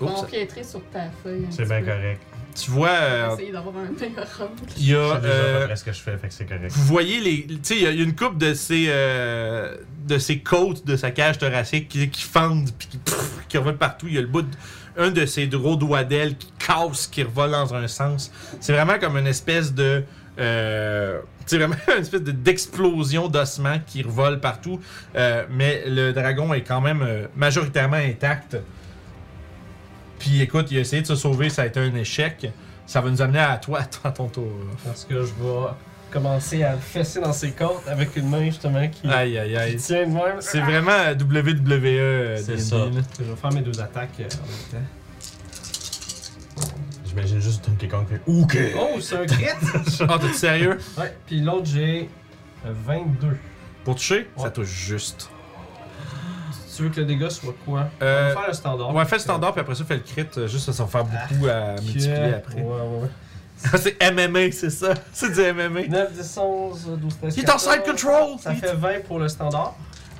Oups, On piétrait sur ta feuille. un C'est petit bien peu. correct. tu vois... On va euh, essayer d'avoir un meilleur homme. Il y a... Je sais déjà à euh, peu près ce que je fais, fait que c'est correct. Vous voyez les. Tu sais, il y a- il y a une coupe de ces. euh, de ces côtes de sa cage thoracique qui, qui fendent puis qui, pff, qui revolent partout. Il y a le bout de- un de ses gros doigts d'aile qui casse, qui revole dans un sens. C'est vraiment comme une espèce de. euh, c'est vraiment une espèce de- d'explosion d'ossements qui revolent partout. Euh, mais le dragon est quand même euh, majoritairement intact. Puis écoute, il a essayé de se sauver, ça a été un échec. Ça va nous amener à toi, à ton tour. Parce que je vais commencer à le fesser dans ses côtes avec une main justement qui, Aïe, aïe, qui aïe. tient de même. C'est vraiment euh, WWE. euh, C'est D&D, ça. là. Je vais faire mes deux attaques euh, en même J'imagine juste Donkey Kong fait OK. temps. Oh, c'est un crit! Ah, t'es sérieux? ouais, puis l'autre j'ai euh, 22. Pour toucher, ça Ouais. touche juste. Tu veux que le dégât soit quoi? Euh, On va faire le standard. Ah, On va faire le standard, puis après ça, fait le crit. euh, Juste, ça va faire beaucoup à Que- multiplier après. Ouais, ouais, ouais. c'est MMA, c'est ça. C'est du MMA. 9, 10, 11, 12, 13, Il est en side 14. control! Ça fait 20 pour le standard.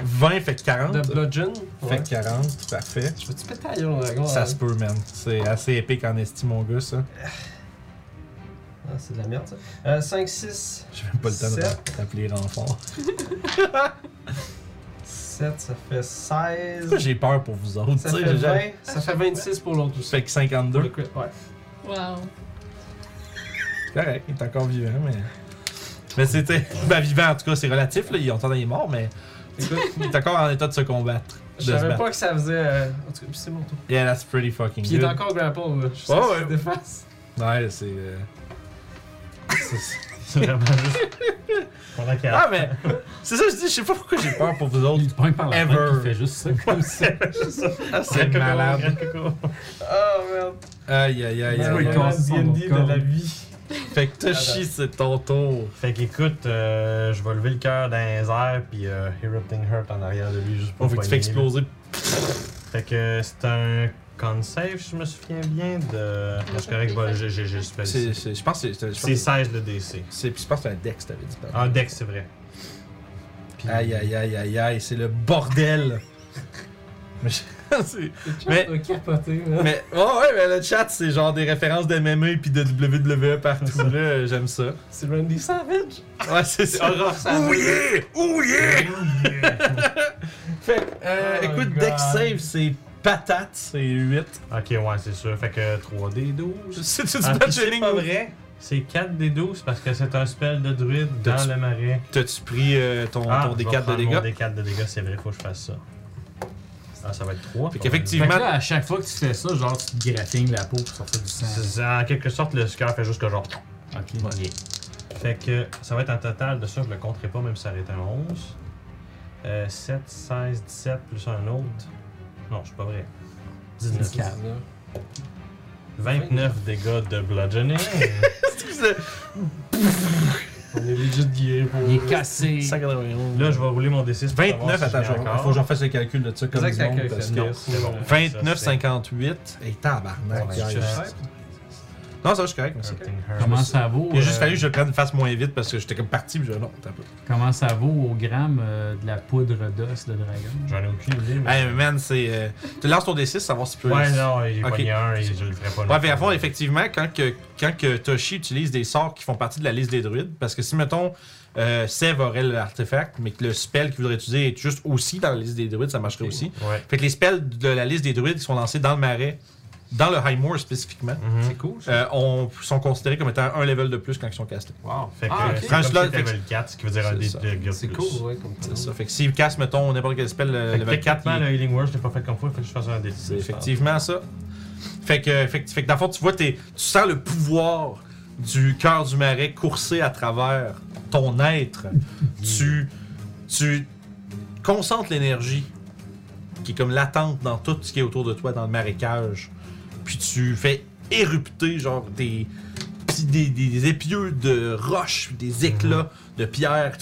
20 fait 40. De bludgeon. Fait 40, parfait. Je vais-tu péter à gueule, mon dragon? Ça hein? se peut, man. C'est assez épique en esti, mon gars, ça. Ah, c'est de la merde, ça. Euh, 5, 6, J'ai même pas le temps Sept. de t'appeler l'enfant. 7, ça fait 16. Pourquoi j'ai peur pour vous autres? Ça tu sais, fait j'ai jamais- 20, ça fait 26 pour l'autre aussi. Fait que 52. Pour le crit, ouais. Wow. Correct, il est encore vivant, mais. Mais c'était. Ben, vivant, en tout cas, c'est relatif, là. Il entend, il est mort, mais. Écoute, Il est encore en état de se combattre. De je se savais battre. pas que ça faisait. euh, En tout cas, puis c'est mon tour. Yeah, that's pretty fucking Puis il good. est encore grapple, là. Je sais Ouais, pas ouais. si c'est défense. Ouais, c'est. euh, c'est- C'est vraiment juste. Pendant qu'il y a- Ah, mais. C'est ça, je dis, je sais pas pourquoi j'ai peur pour vous autres. Il te pointe par la Ever. main, il fait juste ça comme ça. Ah, c'est Coco, malade. Grand Coco. Oh merde. Aïe, aïe, aïe. C'est aïe. il casse son D&D corps. de la vie. Fait que Toshi, c'est ton tour. Fait qu'écoute, euh, je vais lever le cœur dans les airs, puis euh, Erupting Hurt en arrière de lui juste pour On fait que tu le fais poigner, exploser. là. Fait que c'est un con save, si je me souviens bien, de. Non, c'est correct, bah, j'ai j'ai- j'ai juste pas C'est- dit. c'est- Je pense que c'est. je pense C'est que- 16 le DC. C'est, puis je pense que c'est un Dex, t'avais dit. pardon. Ah, Dex, c'est vrai. Puis- Aïe, aïe, aïe, aïe, aïe, c'est le bordel. mais, je- c'est- Mais- Mais. Un capoté, là. mais- oh ouais, mais le chat, c'est genre des références de MMA puis de WWE partout, là, euh, j'aime ça. C'est Randy Savage. Ouais, c'est ça. Oh yeah! Oh yeah! fait que, euh, Oh écoute, God. Dex Save, c'est patate, c'est 8. Ok, ouais, c'est sûr. Fait que 3D12. C'est tu Ah, patch c'est inning, pas ou- vrai. C'est 4D12 parce que c'est un spell de druide dans T'as-tu- le marais. T'as-tu pris euh, ton, ton Ah, je vais D4 de prendre dégâts? Mon D4 de dégâts, c'est vrai, faut que je fasse ça. Ah, ça va être 3. Fait Fait que qu'effectivement, là, à chaque fois que tu fais ça, genre, tu te gratignes la peau pour sortir du sang. En quelque sorte, le score fait juste que genre. Ok. Ouais. Fait que ça va être un total de ça, je le compterai pas, même si ça aurait été un 11. Euh, 7, 16, 17, plus un autre. Non, c'est pas vrai. 19. Ah, 29 dégâts de bludgeoning. On est legit guéri pour. Il est cassé. 191. Là, je vais rouler mon D6. pour 29, savoir si attends, j'ai je- encore. faut que j'en fasse le calcul de ça comme C'est du ça que monde, t'as parce que- calculé. Non, c'est bon. 29, Ça, c'est- 58. Et tabarnak. Ouais, il y a- je- Hum. Non, ça, je suis correct, merci. Something hurts. Comment ça vaut Il a juste euh, fallu que je le prenne face moins vite parce que j'étais comme parti, puis je non, t'as pas. Comment ça vaut au gramme euh, de la poudre d'os de dragon J'en ai aucune idée. mais- Hey, man, c'est. euh, Tu lances ton D6, savoir si tu peux. Ouais, non, j'ai Ok. pogné un et je le ferai pas. Ouais, mais à fond, effectivement, quand, que, quand que Toshi utilise des sorts qui font partie de la liste des druides, parce que si, mettons, euh, Sev aurait l'artefact, mais que le spell qu'il voudrait utiliser est juste aussi dans la liste des druides, ça marcherait aussi. Ouais. Fait que les spells de la liste des druides qui sont lancés dans le marais, dans le High Moor spécifiquement, Mhm. cool. euh, on- sont considérés comme étant un level de plus quand ils sont castés. Wow. Fait que Ah, ok. c'est comme si Franchement, t'étais fait que- level 4, ce qui veut dire un C'est dé ça. de dégâts C'est plus. cool, ouais, comme C'est ça. Fait que s'il casse, mettons, n'importe quel spell, le Fait que level 4, techniquement, il- le Healing Word, je l'ai pas fait comme fois, faut que je fasse un dé. c'est effectivement ça. Fait que, fait, que- fait que dans le fond, tu vois, t'es- tu sens le pouvoir du cœur du marais courser à travers ton être. tu, tu concentres l'énergie qui est comme latente dans tout ce qui est autour de toi, dans le marécage. Puis tu fais érupter, genre, des, petits- des, des, des épieux de roches, puis des éclats Mhm. de pierres,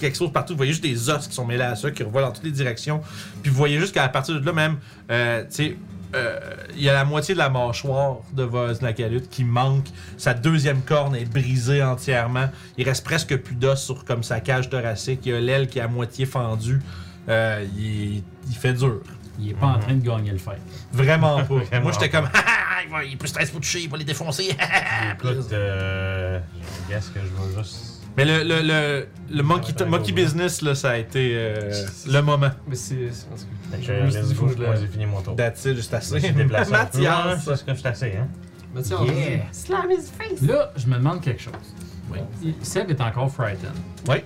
qui explosent partout. Vous voyez juste des os qui sont mêlés à ça, qui revolent dans toutes les directions. Puis vous voyez juste qu'à partir de là, même, euh, tu sais, euh, il y a la moitié de la mâchoire de Voznakalut qui manque. Sa deuxième corne est brisée entièrement. Il reste presque plus d'os sur comme sa cage thoracique. Il y a l'aile qui est à moitié fendue. Euh, il, est- il fait dur. Il est pas en train de gagner le fight. Vraiment pas. Vraiment Moi, j'étais pas. comme, Ah, ah, il va- il est plus stress pour toucher, il va les défoncer. Écoute, euh, je guess que je vais juste. Mais le, le, le, le monkey, Ouais, ouais, monkey ouais. business, là, ça a été euh, le moment. Mais c'est. c'est- en tout cas, Fait que, je me suis dit, let's faut go, que je le- moi j'ai fini mon tour. That's it, juste Je me assez. suis déplacé un peu. Ouais, Mathias. C'est ce que je suis assez, hein. Mais tiens, on dit- Slam his face! Là, je me demande quelque chose. Oui. Il- Seb est encore frightened. Oui.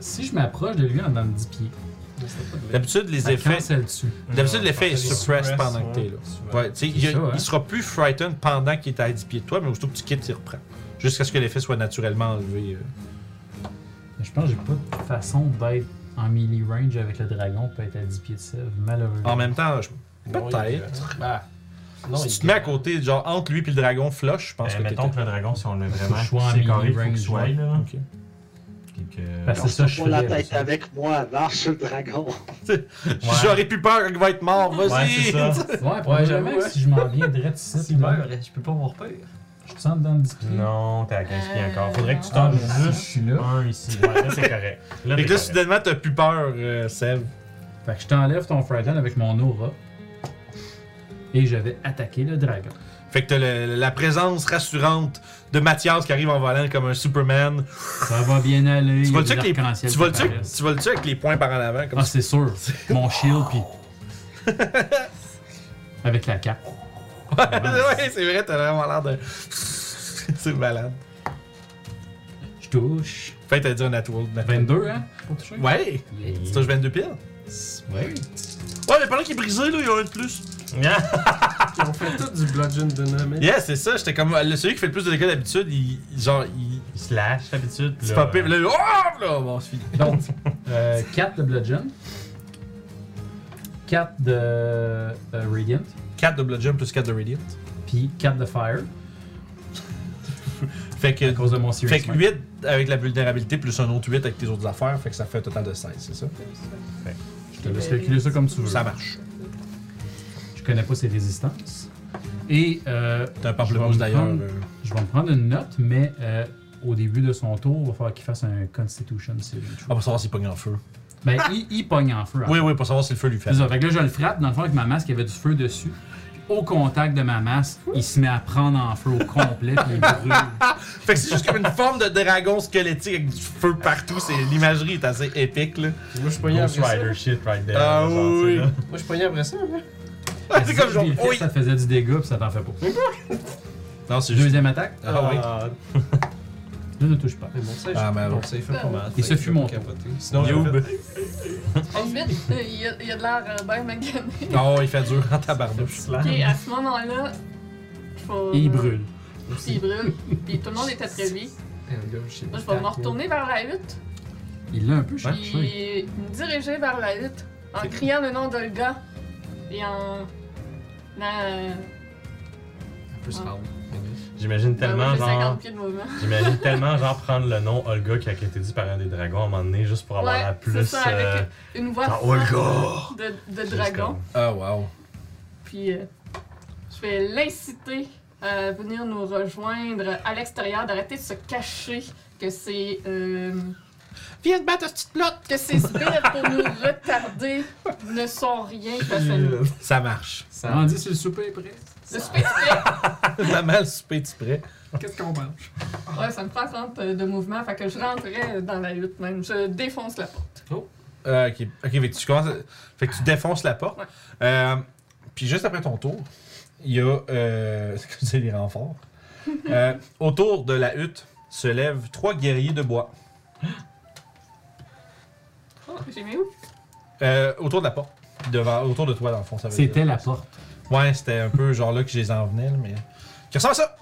Si je m'approche de lui en dans 10 pieds, D'habitude, les effets. Cancelle-tu. D'habitude, l'effet est Parfait, les suppressed suppress, pendant que t'es ouais, là. souvent. Ouais, tu sais, il, y a- C'est ça, hein. il sera plus frightened pendant qu'il est à 10 pieds de toi, mais aussitôt que tu quittes, il reprend. Jusqu'à ce que l'effet soit naturellement enlevé. euh. Je pense que j'ai pas de façon d'être en melee range avec le dragon pour être à 10 pieds de sève, malheureusement. En même temps, je- Non, il est peut-être. Bah. Non, si il tu te mets à côté, genre entre lui et le dragon flush, je pense Ben, Euh, que mettons t'es- que le dragon, si on l'a Faut vraiment que je sois en c'est carré, mini-range, faut qu'il soit ouais. là. Ok. Puis que- Ben, Parce que c'est ça, je Pour la faisais. tête ça. avec moi avant, je suis le dragon. J'aurais plus peur qu'il va être mort, vas-y! Ouais, c'est ça. Ouais, probablement j'avoue, que hein. si je m'en viens direct ici, Si là, meurt, je peux pas avoir peur. je te sens dedans de 10 pieds. Non, t'es à 15 pieds encore. Faudrait que tu Ah, tombes mais si je juste suis là. un ici. Ouais, là, c'est correct. Là, Fait t'es que là, correct. soudainement, t'as plus peur, euh, Seb. Fait que je t'enlève ton Frighten avec mon aura. Et je vais attaquer le dragon. Fait que t'as le- la présence rassurante de Mathias qui arrive en volant comme un Superman. Ça va bien aller. Tu il y a vas le tuer des avec les- arcs-en-ciel tu vas le qui tuer- apparaissent. tu vas le tuer avec les poings par en avant, comme Ah, ça. c'est sûr. Mon shield, puis. Avec la cape. ouais, c'est vrai, t'as vraiment l'air de. c'est malade. Je touche. Fait que t'as dit un natural. nat- 22, hein? Pour toucher? Ouais! Tu touches 22 piles? Ouais. Ouais, mais pendant qu'il est brisé, là, il y en a un de plus. On fait tout du bludgeon dynamic. Yeah, c'est ça, j'étais comme. Le celui qui fait le plus de dégâts d'habitude, il. Genre, il. Il se lâche d'habitude. puis C'est là, pas pire. Là, il- oh! Là, bon, c'est fini. Donc, 4 de Bludgeon. 4 de euh, Radiant. 4 de Bludgeon plus 4 de Radiant. Puis 4 de Fire. Fait que. À cause de mon Serious Fait que Mind. 8 avec la vulnérabilité plus un autre 8 avec tes autres affaires, fait que ça fait un total de 16, c'est ça? Je te laisse calculer ça comme tu veux. Ça marche. Je connais pas ses résistances. Et euh, T'as un Je pamplemousse vais d'ailleurs. prendre- euh, je vais me prendre une note, mais euh, au début de son tour, il va falloir qu'il fasse un Constitution Saving On Throw. va Ah, savoir s'il pogne en feu. Ben, il, il pogne en feu. en Ah! Oui, oui, pour savoir si le feu lui fait. C'est ça. Fait que là, je le frappe, dans le fond, avec ma masse, il y avait du feu dessus. Puis Au contact de ma masse, il se met à prendre en feu au complet, puis il brûle. Fait que c'est juste comme une forme de dragon squelettique avec du feu partout. C'est l'imagerie est assez épique là. Puis Moi, je suis pogné Ghost après ça. Rider euh, shit right there. Ah genre, tu sais, oui. là. Moi, je suis pogné après ça. hein. Ah, c'est comme genre Lui, le fait, oui. Ça te faisait du dégât, puis ça t'en fait pas. Non, c'est juste. Deuxième attaque, Ah oui. je ne touche pas. Mais mon save, Ah, mais mon alors. save fait pas mal. Et ce Fait que fut mon je vais pas capoter. Sinon, Youb. j'aurais fait- Ensuite, euh, il y a, il y a de l'air euh, bien magané. Non, ah, il fait dur en tabarnouche. Ah. Ok, à ce moment-là, faut. euh, Et il brûle. Il brûle. Puis tout le monde est après lui. Eh, gars, je sais Moi, je pas. vais me retourner vers la hutte, Il l'a un peu cherché. puis me diriger vers la hutte en criant le nom de le gars et en. euh, en- On peut se rendre. J'imagine Ah tellement oui, j'ai 50 genre. pieds de mouvement. J'imagine tellement genre prendre le nom Olga qui a été dit par un des dragons à un moment donné juste pour avoir Ouais, la c'est plus. ça, avec euh, une voix genre, forte Olga! de, de Juste dragon. comme- Ah wow. Puis euh, je vais l'inciter à venir nous rejoindre à l'extérieur, d'arrêter de se cacher que c'est. euh, Viens te battre, petite plot. que ces sbires pour nous retarder ne sont rien face à nous. Euh, Ça marche. Ça On dit si le souper est prêt. Le spectre, Maman, le souper est prêt. Qu'est-ce qu'on mange? ouais, ça me prend 30 de mouvement, fait que je rentrais dans la hutte même. Je défonce la porte. Euh, ok, ok, fait que tu commences. à- Fait que tu défonces la porte. Ouais. Euh, puis juste après ton tour, il y a. Euh, c'est comme ça, les renforts. Euh, autour de la hutte se lèvent trois guerriers de bois. Oh, J'ai mis où? Euh, autour de la porte. Devant, autour de toi, dans le fond. ça veut dire. C'était la porte. Ouais, c'était un peu genre là que je les en venais, là, mais. Qui ressemble à ça!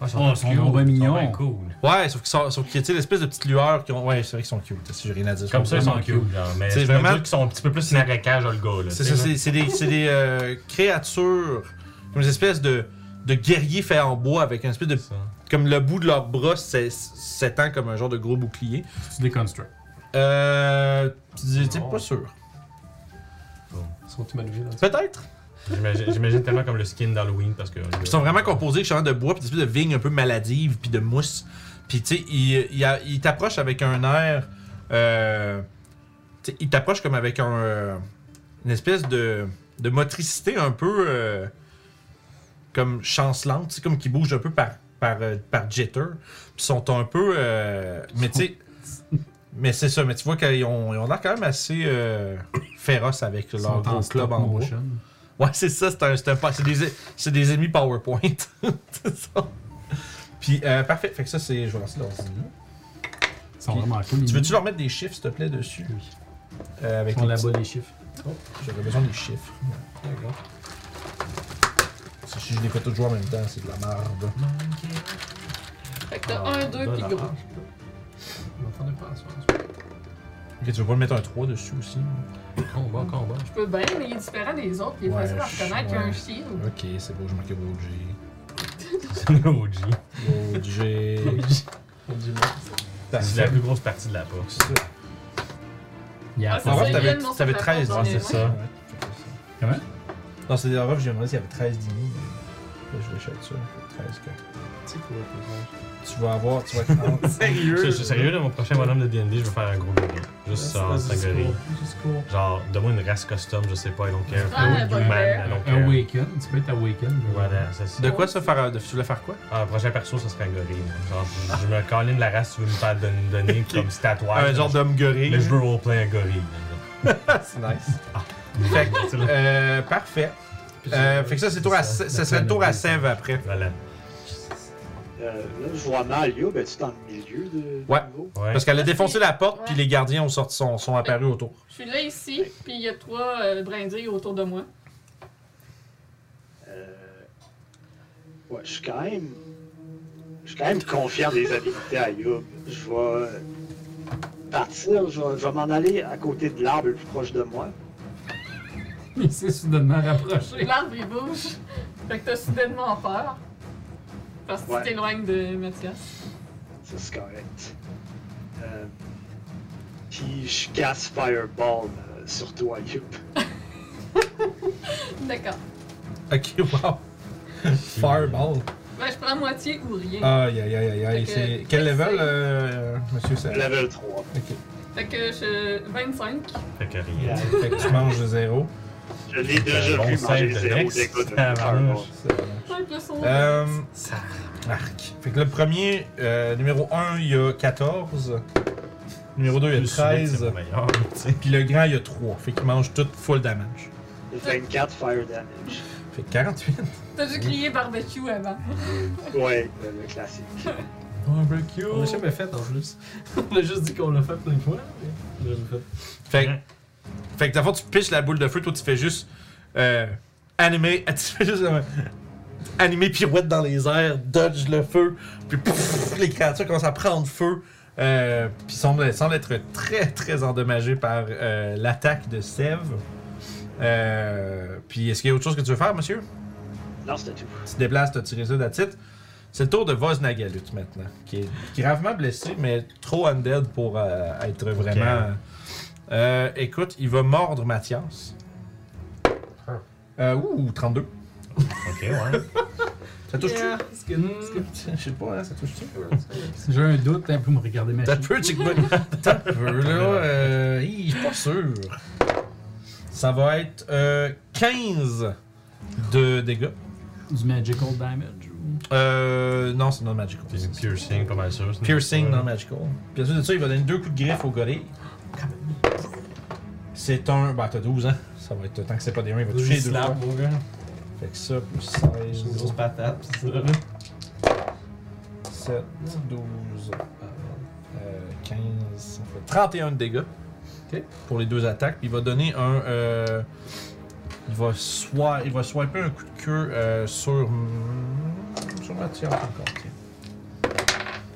Oh, ils Oh, tous ils sont cute. bien mignons. bien cool. Ouais, sauf qu'ils sont- sauf qu'il y a tu sais, l'espèce de petite lueur qui ont. Ouais, c'est vrai qu'ils sont cute, si j'ai rien à dire. Comme ça, ils sont vraiment cute. genre, Mais C'est c'est vraiment- vraiment. qu'ils sont un petit peu plus narécage Olga. là, C'est tu sais, là. ça, c'est c'est des, c'est des euh, créatures, comme des espèces de, de guerriers faits en bois avec un espèce de. Ça. Comme le bout de leur bras s'é- s'étend comme un genre de gros bouclier. Tu déconstruis. Euh. Tu dis, t'es Non. pas sûr. Sont-ils manœuvrés dans le Peut-être. J'imagine j'imagine tellement comme le skin d'Halloween parce que. Ils sont vraiment composés justement de bois, puis d'espèces de vignes un peu maladives, puis de mousse. Puis tu sais, ils il, a- il t'approchent avec un air. Euh, tu sais, ils t'approchent comme avec un, euh, une espèce de, de motricité un peu euh, comme chancelante, tu sais, comme qui bouge un peu par, par, euh, par jitter. Puis ils sont un peu. euh, mais tu sais. Mais c'est ça, mais tu vois qu'ils ont, ils ont l'air quand même assez euh, féroces avec Ils leur sont gros en club stop en bois. motion. Ouais, c'est ça, c'est un, c'est un pa- c'est des, c'est des ennemis PowerPoint. c'est ça. Puis, euh, parfait. Fait que ça, c'est. Je vais lancer l'ordi. Ils sont vraiment cool. Tu veux-tu leur mettre des chiffres, s'il te plaît, dessus? Oui. Euh, avec On les la petits- bas les chiffres. J'aurais besoin des chiffres. D'accord. Si si je les fais tous jouer en même temps, c'est de la merde. Fait que Ah, t'as un, deux, pis gros. Je m'attendais pas à ça. en tout Ok, tu veux pas mettre un 3 dessus aussi? cas. Combat, combat. Ah, Je peux bien, mais il est différent des autres, puis il est Ouais, facile à je- reconnaître qu'il y a ouais. un chien. Ok, c'est beau, je marque OG. C'est le OG. OG. On dit C'est la plus grosse partie de la boxe. Il y a Ah, la c'est En force. vrai, ça, il y a t'avais le nom sur t'avais la 13, porte hein, dans les c'est ça. mains. Ouais, je fais ça. Comment? Non, c'est des erreurs, j'ai demandé s'il y avait 13 demi. mais Là, je vais chercher ça. fait 13 que- C'est quoi le Tu vas avoir, tu vas être en- Je je suis sérieux, là, mon prochain bonhomme de DD, je vais faire un gros gorille. Juste ça, en cinq gorilles. Genre, donne-moi une race custom, je sais pas, I don't care. Ah, Human, bonne I don't care. Awaken. Tu peux être Awaken. Voilà, c'est ça. De quoi ça faire? euh, De, tu voulais faire quoi? Ah, prochain perso, ça serait un gorille. moi. Genre, je- je me colline de la race, tu veux me faire don- donner comme tatouage. un genre d'homme gorille. Mais je veux roleplay un gorille. C'est nice. Fait que. Euh, parfait. Euh, fait que ça, c'est tour à, Ça, ça, la serait tour à planète. Sève après. Voilà. Euh, là, je vois mal Yo, ben tu es dans le milieu de Ouais. du niveau. Ouais. Parce qu'elle a défoncé la porte, puis Ouais. les gardiens ont sorti, sont, sont apparus autour. Je suis là ici, puis il y a trois euh, brindilles autour de moi. Euh, ouais, je suis quand même. Je suis quand même confiant des habilités à Youb. Je vais partir, je vais, je vais m'en aller à côté de l'arbre le plus proche de moi. Il s'est soudainement rapproché. L'arbre, il bouge. Fait que t'as soudainement peur. Parce que Ouais. tu t'éloignes de Mathias. Ça, c'est correct. Euh, puis je casse Fireball euh, sur toi, Youb. D'accord. Ok, wow. Fireball. Ben, je prends moitié ou rien. Aïe, aïe, aïe, aïe, aïe. Fait que- c'est- Quel level, euh, monsieur Sève? Level 3. Ok. Fait que je. 25. Fait que rien. Fait que tu manges de zéro. Je l'ai déjà bon vu save manger de zéro Dex. dégâts de Ah, Fireball. vache. Ça va. Ouais, plus on. Euh, arc. Fait que le premier, euh, numéro 1, il y a 14. Numéro 2, il y a Plus souvent, c'est 13. pas meilleur, tu sais. Puis le grand, il y a 3. Fait qu'il mange tout full damage. 24 fire damage. Fait que 48. T'as dû crier barbecue avant. Ouais, le, Euh, le classique. Barbecue. On l'a jamais fait en plus. On a juste dit qu'on l'a fait plein de fois. mais On l'a jamais fait. Fait que, fait que dans le fond, tu piches la boule de feu, toi, tu fais juste euh, animer, tu fais juste euh, animer pirouette dans les airs, dodge le feu, puis pouf, les créatures commencent à prendre feu, euh, puis semblent, semblent être très, très endommagées par euh, l'attaque de Sève. Euh, puis est-ce qu'il y a autre chose que tu veux faire, monsieur? Non, c'était tout. Euh, Tu te déplaces, tu as tiré ça d'attitude. C'est le tour de Voznagalut maintenant, qui est gravement blessé, mais trop undead pour euh, être vraiment. Euh, écoute, il va mordre Mathias. Euh, ouh, 32. Ok, ouais. Ça touche-tu? Yeah. Est-ce que. est-ce que- Je sais pas, hein, ça touche-tu? J'ai un doute, hein, pour me regarder ma T'as chute. peu, checkpoint. T'as peu, là. Euh, hi, je suis pas sûr. Ça va être euh, 15 de dégâts. Du magical damage. ou- Euh, non, c'est non magical. Puis du piercing, pas mal sûr. c'est Piercing ça. non magical. Puis ensuite de ça, il va donner deux coups de griffe au gorille. C'est un. Bah, t'as 12 ans. Ça va être. Tant que c'est pas des 1, il va toucher Juste deux là, fois. mon gars. Fait que ça, plus J'ai une 16, grosse patate, pis ça, là. 7, 12, euh, 15, ça fait 31 de dégâts. Ok. Pour les deux attaques. Puis il va donner un. euh, il, va swi- il va swiper un coup de queue euh, sur. Sur Mathias encore. tiens.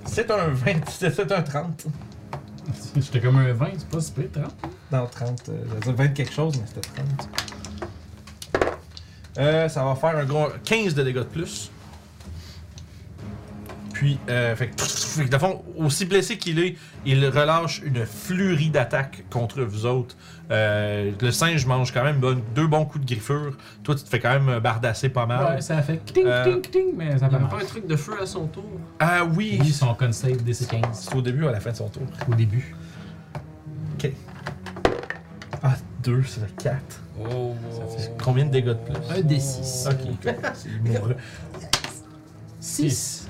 C'est un 20, c'est un 30. J'étais comme un 20, c'est pas si pire, hein? Non, 30. euh, J'allais dire 20 quelque chose, mais c'était 30. Euh, ça va faire un gros 15 de dégâts de plus. Puis, euh, fait que, fait que, dans le fond, aussi blessé qu'il est, il relâche une flurrie d'attaques contre vous autres. Euh, le singe mange quand même bonne- deux bons coups de griffure. Toi, tu te fais quand même bardasser pas mal. Ouais, ça a fait ting, Euh, ting, ting, mais ça Il y pas avait pas mal. un truc de feu à son tour. Ah oui! Lui, son con save DC15 C'est au début ou à la fin de son tour? au début. Ah, 2, ça fait 4. Oh, Ça fait combien de dégâts de plus? Un D6. Ok, c'est mourant. 6.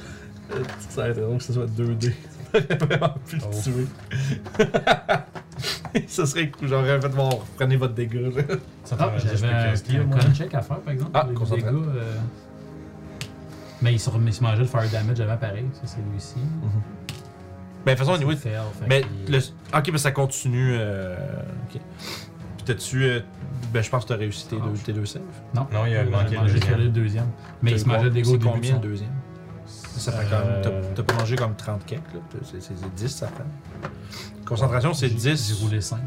Euh, Ça aurait été drôle que ce soit 2D. vraiment plus Oh. tuer. Ce serait cool, j'aurais fait bon, reprenez votre dégât. Là. Ça Ah, fait juste j'avais un, que- un moi. con check à faire, par exemple. Ah, pour les concentré. dégâts, euh, Mais il se, rem- il se mangeait le fire damage avant, pareil. Ça, c'est lui-ci. Mais de toute façon, anyway, Fail, fait mais qu'il- le... Ok, mais ça continue. euh, Ok. Puis t'as-tu. euh, Ben, je pense que t'as réussi tes, deux, tes deux saves. Non, il a il manqué manquait le juste deuxième. le deuxième. Mais il se mangeait des C'est gros au début de combien son le deuxième Ça fait quand même. Euh, t'as- T'as pas mangé comme 30 quelques, là. T'as- C'est c'est- c'est 10, ça fait. Concentration, c'est J'ai- 10. J'ai roulé 5.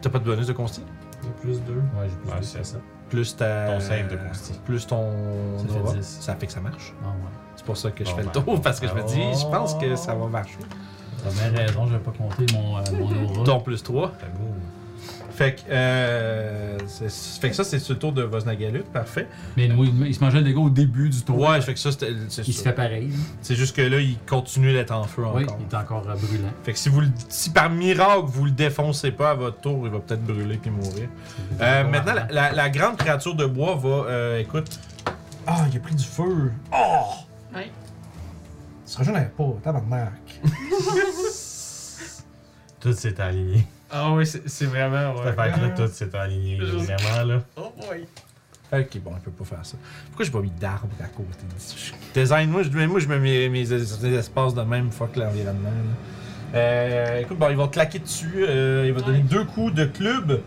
T'as pas de bonus de consti J'ai plus 2. Ouais, j'ai plus Ah, Ouais, de c'est que ça. Plus ta. Ton save de consti. Plus ton. Ça fait aura. 10. Ça fait que ça marche. Ah ouais. C'est pour ça que je Bon, fais le ben, tour, parce que je me dis, je pense que ça va marcher. T'as bien raison, j'avais pas compté mon, euh, mon aura. Ton plus 3. T'as beau. Fait que, euh, c'est- fait que ça, c'est sur le tour de Vosnagalut, parfait. Mais oui, il se mangeait des gars au début du tour. Ouais, fait que ça, c'était- c'est Il se ça. fait pareil. C'est juste que là, il continue d'être en feu Oui, encore. il est encore euh, brûlant. Fait que si, vous le, si par miracle, vous le défoncez pas à votre tour, il va peut-être brûler puis mourir. Euh, maintenant, la, la- la grande créature de bois va, euh, écoute, Ah, il a pris du feu. Ah! Ouais. Ça rejoint pas, tabarnak. Tout s'est aligné. Ah oui, c'est c'est vraiment. Cette fête-là, tout s'est aligné. là, Vraiment, là. Oh boy. Ok, bon, elle peut pas faire ça. Pourquoi j'ai pas mis d'arbre à côté d'ici? Design, moi, je, mais moi, je mets mes, mes es- mes espaces de même, fuck l'environnement. là. Euh, écoute, bon, il va te claquer dessus, euh, il va te donner Ouais. deux coups de club.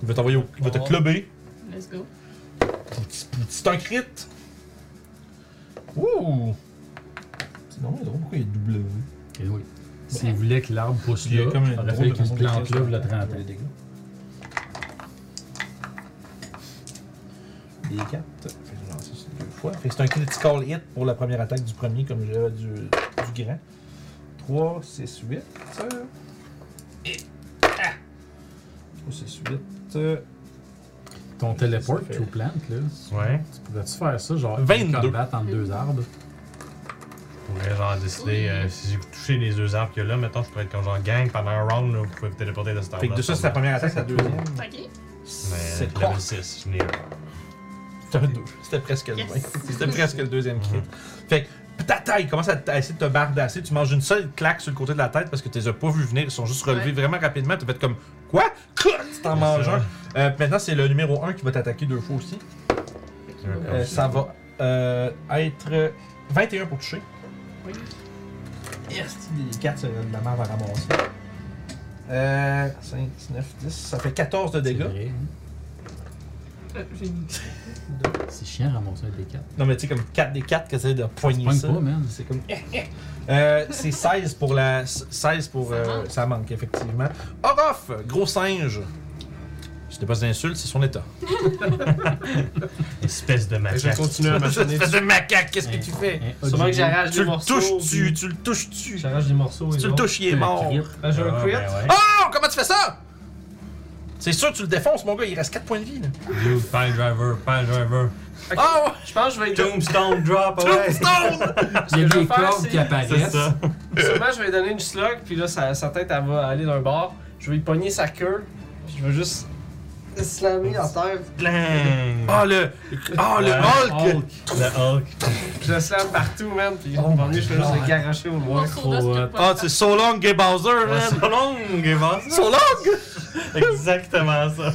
Il va t'envoyer au- il va te clubber. Let's go. C'est un crit. Ouh! C'est normal, drôle pourquoi il est double V. Et oui. S'il voulait que l'arbre pousse Il y a là, comme une il aurait drôle fallu de qu'il se façon de plante là, faire il y a 30 ans. Des 4. Fait que je lance ça deux fois. Fait que c'est un critical hit pour la première attaque du premier, comme j'avais du, du grand. 3, 6, 8. Et. Ah! 3, 6, 8. Ton téléport Ça fait- to plant, là, Ouais. tu pourrais-tu faire ça, genre 22. combattre entre deux arbres? Je pourrais, genre, décider. euh, si j'ai touché les deux arbres qu'il y a là, mettons, je pourrais être comme genre gang pendant un round, là, vous pouvez vous téléporter de cet arbre. Fait que de ça, c'est la première attaque, la deuxième. Ok. Mais C'est quoi? level 6, je n'ai un. C'était un deux. C'était presque le Yes. même. C'était presque le deuxième crit. Fait que ta taille commence à, t- à essayer de te bardasser. Tu manges une seule claque sur le côté de la tête parce que tu les as pas vu venir. Ils sont juste relevés Ouais. vraiment rapidement. Tu fait comme quoi? Quoi? Tu t'en manges un. Euh, maintenant, c'est le numéro 1 qui va t'attaquer deux fois aussi. Ah Euh, ça va euh, être 21 pour toucher. Oui. Yes, les 4, c'est de la merde à ramasser. Euh, 5, 9, 10, ça fait 14 de C'est dégâts. vrai, hein. Euh, J'ai une C'est chiant de ramasser un des quatre. Non, mais tu sais, comme 4 des 4 qui essaient de poigner Pogne ça. pas, man. C'est comme. Euh, c'est 16 pour la. 16 pour. euh, Ça, manque. effectivement. Orof, gros singe. Ce n'est pas une insulte, c'est son état. Espèce de Ah, Je macaque. vais continuer à mâchonner Espèce dessus. de macaque, qu'est-ce que tu fais Un Sûrement que Odilon. j'arrache Tu des le morceaux. touches-tu puis- Tu le touches-tu Si J'arrache des morceaux. et tu le autres. touches, il est mort. crit. Là, j'ai un Ah, crit. ben ouais. Oh, comment tu fais ça C'est sûr, que tu le défonces, mon gars, il reste 4 points de vie. Là. Dude, pile driver, pile driver. Oh, Je pense que je vais donner. Tombstone drop away. Tombstone Il y a Ce que je des vais faire, cordes c'est- qui C'est apparaissent. ça. Sûrement, je vais donner une slug, puis là, sa, sa tête, elle va aller d'un bord. Je vais lui pogner sa queue, puis je vais juste. Slammer en terre. Clang. Ah, Oh, le. Oh, le Hulk Le Hulk. Je le slamme partout, man. Puis oh je vais juste le garrocher au loin. morceau de ce que Ah, Oh, c'est So Long Gay Bowser, Ouais, man c'est long, il va. So Long Exactement ça.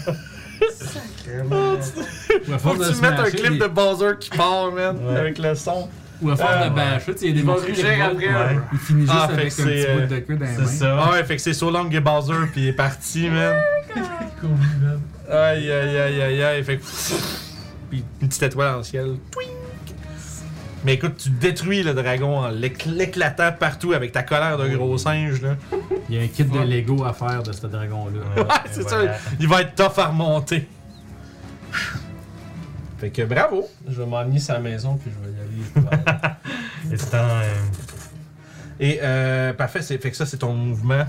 Faut que tu mettes un clip de Bowser qui part, man, Ouais. avec le son. Ou à force Euh, de bâcher, tu sais, il y a des Ils vont morceaux qui rugir revoltent. après. Ouais. hein. Il finit juste Ah, fait avec que un c'est, petit euh, bout de queue dans les C'est mains. Ah ça. ouais, fait que c'est So Long Gay Bowser, puis il est parti, man. Aïe, aïe, aïe, aïe, aïe. Fait que. Puis une petite étoile dans le ciel. Twink! Mais écoute, tu détruis le dragon en l'éc- l'éclatant partout avec ta colère de gros singe, là. Il y a un kit de Lego à faire de ce Ouais, dragon-là. Ouais, c'est ça. Il va être tough à remonter. Fait que bravo. Je vais m'emmener sa maison, puis je vais y aller. It's time. Et euh, parfait, c'est, fait que ça, c'est ton mouvement.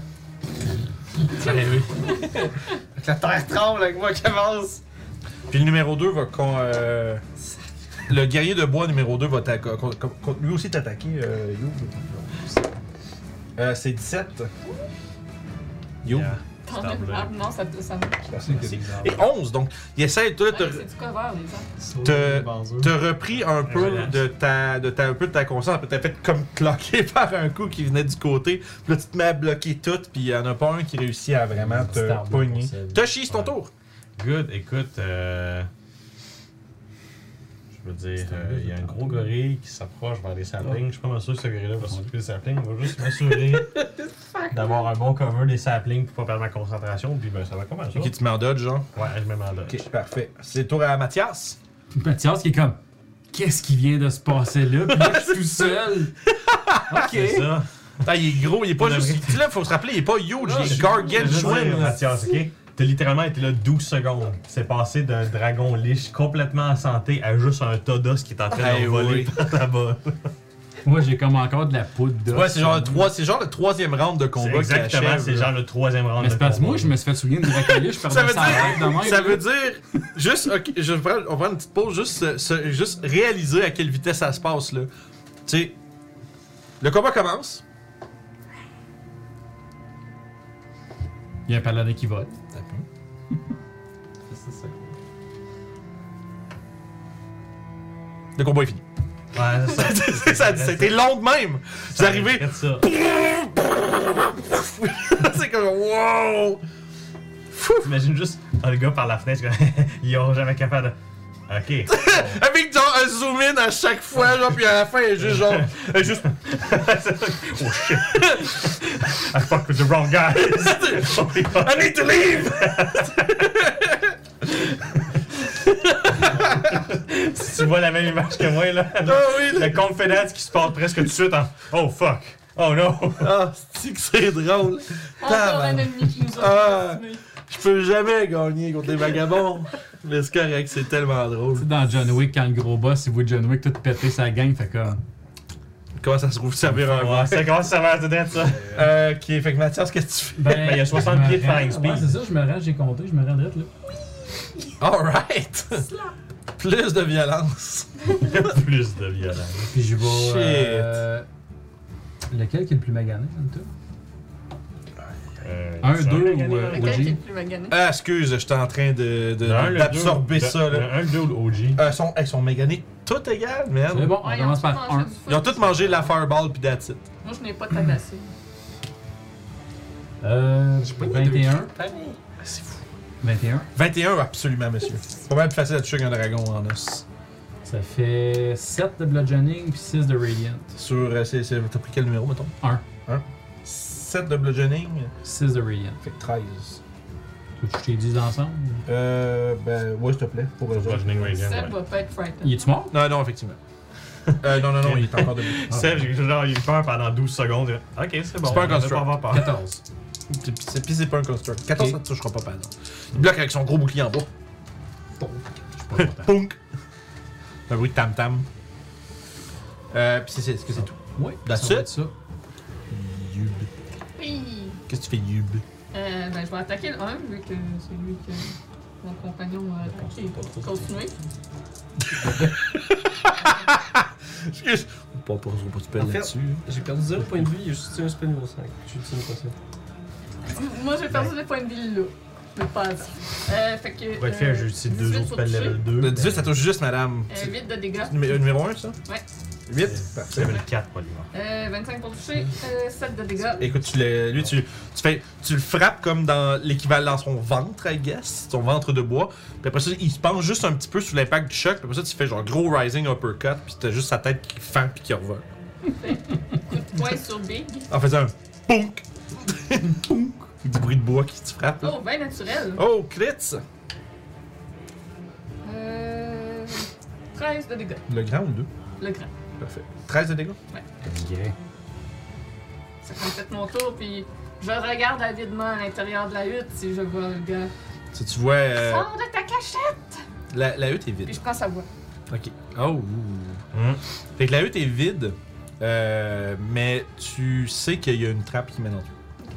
Fait que la terre tremble avec moi qui avance. Puis le numéro 2 va. Con, euh, le guerrier de bois numéro 2 va t'attaquer. Lui aussi t'attaquer, euh, Youb. Euh, c'est 17. Youb. Yeah. T'en as une arme, Non, ça me. Ça me. Et 11, donc il essaie de te, C'est du cover, les gens. te, Bowser. te repris un peu Relax. de ta, de ta, un peu de ta conscience. Puis t'as fait comme cloquer par un coup qui venait du côté. Puis là, tu te mets à bloquer tout. Puis il y en a pas un qui réussit à vraiment Petit te arbre pogner. pour celle- Toshi, c'est ton tour. Good, écoute. euh, Je Je veux dire, euh, il y a un gros gorille qui s'approche vers les saplings. Je suis pas mal sûr que ce gorille-là va s'occuper des saplings. Il va juste m'assurer d'avoir un bon cover des saplings pour pas perdre ma concentration. Puis ben, ça va comment ça? Ok, tu m'en dodges, genre. Ouais, je me mets en dodge. Ok, parfait. C'est le tour à Mathias. Mathias qui est comme Qu'est-ce qui vient de se passer là? Puis là, je suis tout seul. C'est ok. ça. Attends, il est gros, il est pas juste. Tu sais, Là, faut se rappeler, il est pas huge, il est Ah, Je veux dire, euh, gargantuan. là. Mathias, ok? T'as littéralement été là 12 secondes. C'est passé d'un dragon liche complètement en santé à juste un tas d'os qui est en train Eh de voler oui. par là-bas. Moi, j'ai comme encore de la poudre d'os. Ouais, c'est genre, le trois- c'est genre le troisième round de C'est combat qui Exactement, achève. c'est là. genre le troisième round Mais de c'est parce que combat. moi, je me suis fait souvenir du recueil, je Ça perdais veut 100 rêves de dire, même. ça veut dire, juste, ok, je vais prendre- on va prendre une petite pause, juste, se- se- juste réaliser à quelle vitesse ça se passe là. Tu sais, le combat commence. Il y a un paladin qui vote. Le combat est fini. Ouais, c'est ça, ça. c'était long de même. Vous arrivez, Regarde ça. c'est comme wow. T'imagines juste un gars par la fenêtre, ils auront jamais capable de. Ok. Avec genre un zoom in à chaque fois, genre, puis à la fin, elle est juste genre. elle est juste. oh shit. I fucked with the wrong Oh, guy. I need to leave! Si tu vois la même image que moi, là. Ah oui! La confidence qui se porte presque tout de suite en. Oh fuck. Oh no. Ah, c'est que c'est drôle! Encore un ennemi qui nous a Ah. continué. Je peux jamais gagner contre les vagabonds! Mais c'est correct, c'est tellement drôle. Tu sais, dans John Wick, quand le gros boss, il voit John Wick tout péter sa gang, fait comme. Comment ça se trouve servir un verre? Ouais, ça commence à faire de tête, ça. Euh, ok, fait que Mathias, qu'est-ce que tu Ben, il y a 60 pieds de firing speed. Ouais, c'est ça, je me rends, j'ai compté, je me rends direct là. fais? Alright! Plus de violence! Plus de violence. Puis je vais. Shit. euh, lequel qui est le plus magané, comme toi Euh, Un, ça. deux ou, euh, Lequel OG? qui est le plus magané? Ah, excuse, j'étais en train de, de- Le un, le deux, d'absorber le- ça, là. le Un, le deux ou le OG. Euh, sont, elles sont méganés toutes égales, Mais man! bon, on Ouais, commence tous par mangé 1. du feu. Ils ont tous mangé la fireball pis that's it. Moi, je n'ai pas tabassé. Euh, 21. C'est fou. 21. 21, absolument, monsieur. C'est pas mal plus facile à tuer qu'un dragon en os. Ça fait 7 de bludgeoning puis 6 de radiant. Sur. euh, c'est- c'est- T'as pris quel numéro, mettons 1. 7 de bludgeoning, 6 de radiant. fait que 13. Tu veux que je t'ai dit ensemble Euh. Ben, ouais, s'il te plaît, pour eux autres. Bludgeoning Radiant, Ça ouais. va pas être frightened. Il est-tu mort Non, non, effectivement. euh, non, non, non, il est encore debout. Seb, j'ai genre eu peur pendant 12 secondes. Ok, c'est bon. pas un on va construct. avoir peur. 14. Puis c'est- puis c'est pas un construct. 14, Ok. ça ne touchera pas, par exemple. Il bloque avec son gros bouclier en bas. Punk! Un bruit de tam-tam. Euh, puis c'est- c'est- est-ce que c'est tout? Oui, That's ça va it? être ça. Yub. Hi! Qu'est-ce que tu fais, Yub? Euh, ben, je vais attaquer le 1 vu que c'est lui que mon compagnon m'a attaqué. Continuez. Excuse. Pas pour son petit En fait- là-dessus. J'ai perdu 0 points de vie, il y a juste un spell niveau 5. Je suis une potion. Moi, j'ai perdu des points de vie là. Mais pas assez. Euh, fait que. Pour être fier, j'ai utilisé deux autres spells level 2. Le 18, ça touche juste, madame. Euh, 8 de dégâts. Numé- euh, Numéro 1, ça? Ouais. 8? Parfait. Level 4, pas l'hiver. Euh, 25 pour toucher, Mmh. euh, 7 de dégâts. Écoute, tu le, lui, tu, tu, fais, tu le frappes comme dans l'équivalent dans son ventre, I guess, son ventre de bois. Puis après ça, il se penche juste un petit peu sous l'impact du choc. Puis après ça, tu fais genre gros rising uppercut. Puis t'as juste sa tête qui fend puis qui revole. Coup de poing sur Big. En faisant un punk! punk! Du bruit de bois qui te frappe. là. Oh, ben naturel. Oh, crits! Euh, 13 de dégâts. Le grand ou le deux? Le grand. Parfait. 13 de dégâts? Ça complète mon tour, puis je regarde avidement à l'intérieur de la hutte si je vois le gars. Si tu vois. euh, Sors de ta cachette! la, la hutte est vide. Puis je prends sa voix. Ok. Oh. Hmm. Fait que la hutte est vide, euh, mais tu sais qu'il y a une trappe qui mène en dessous.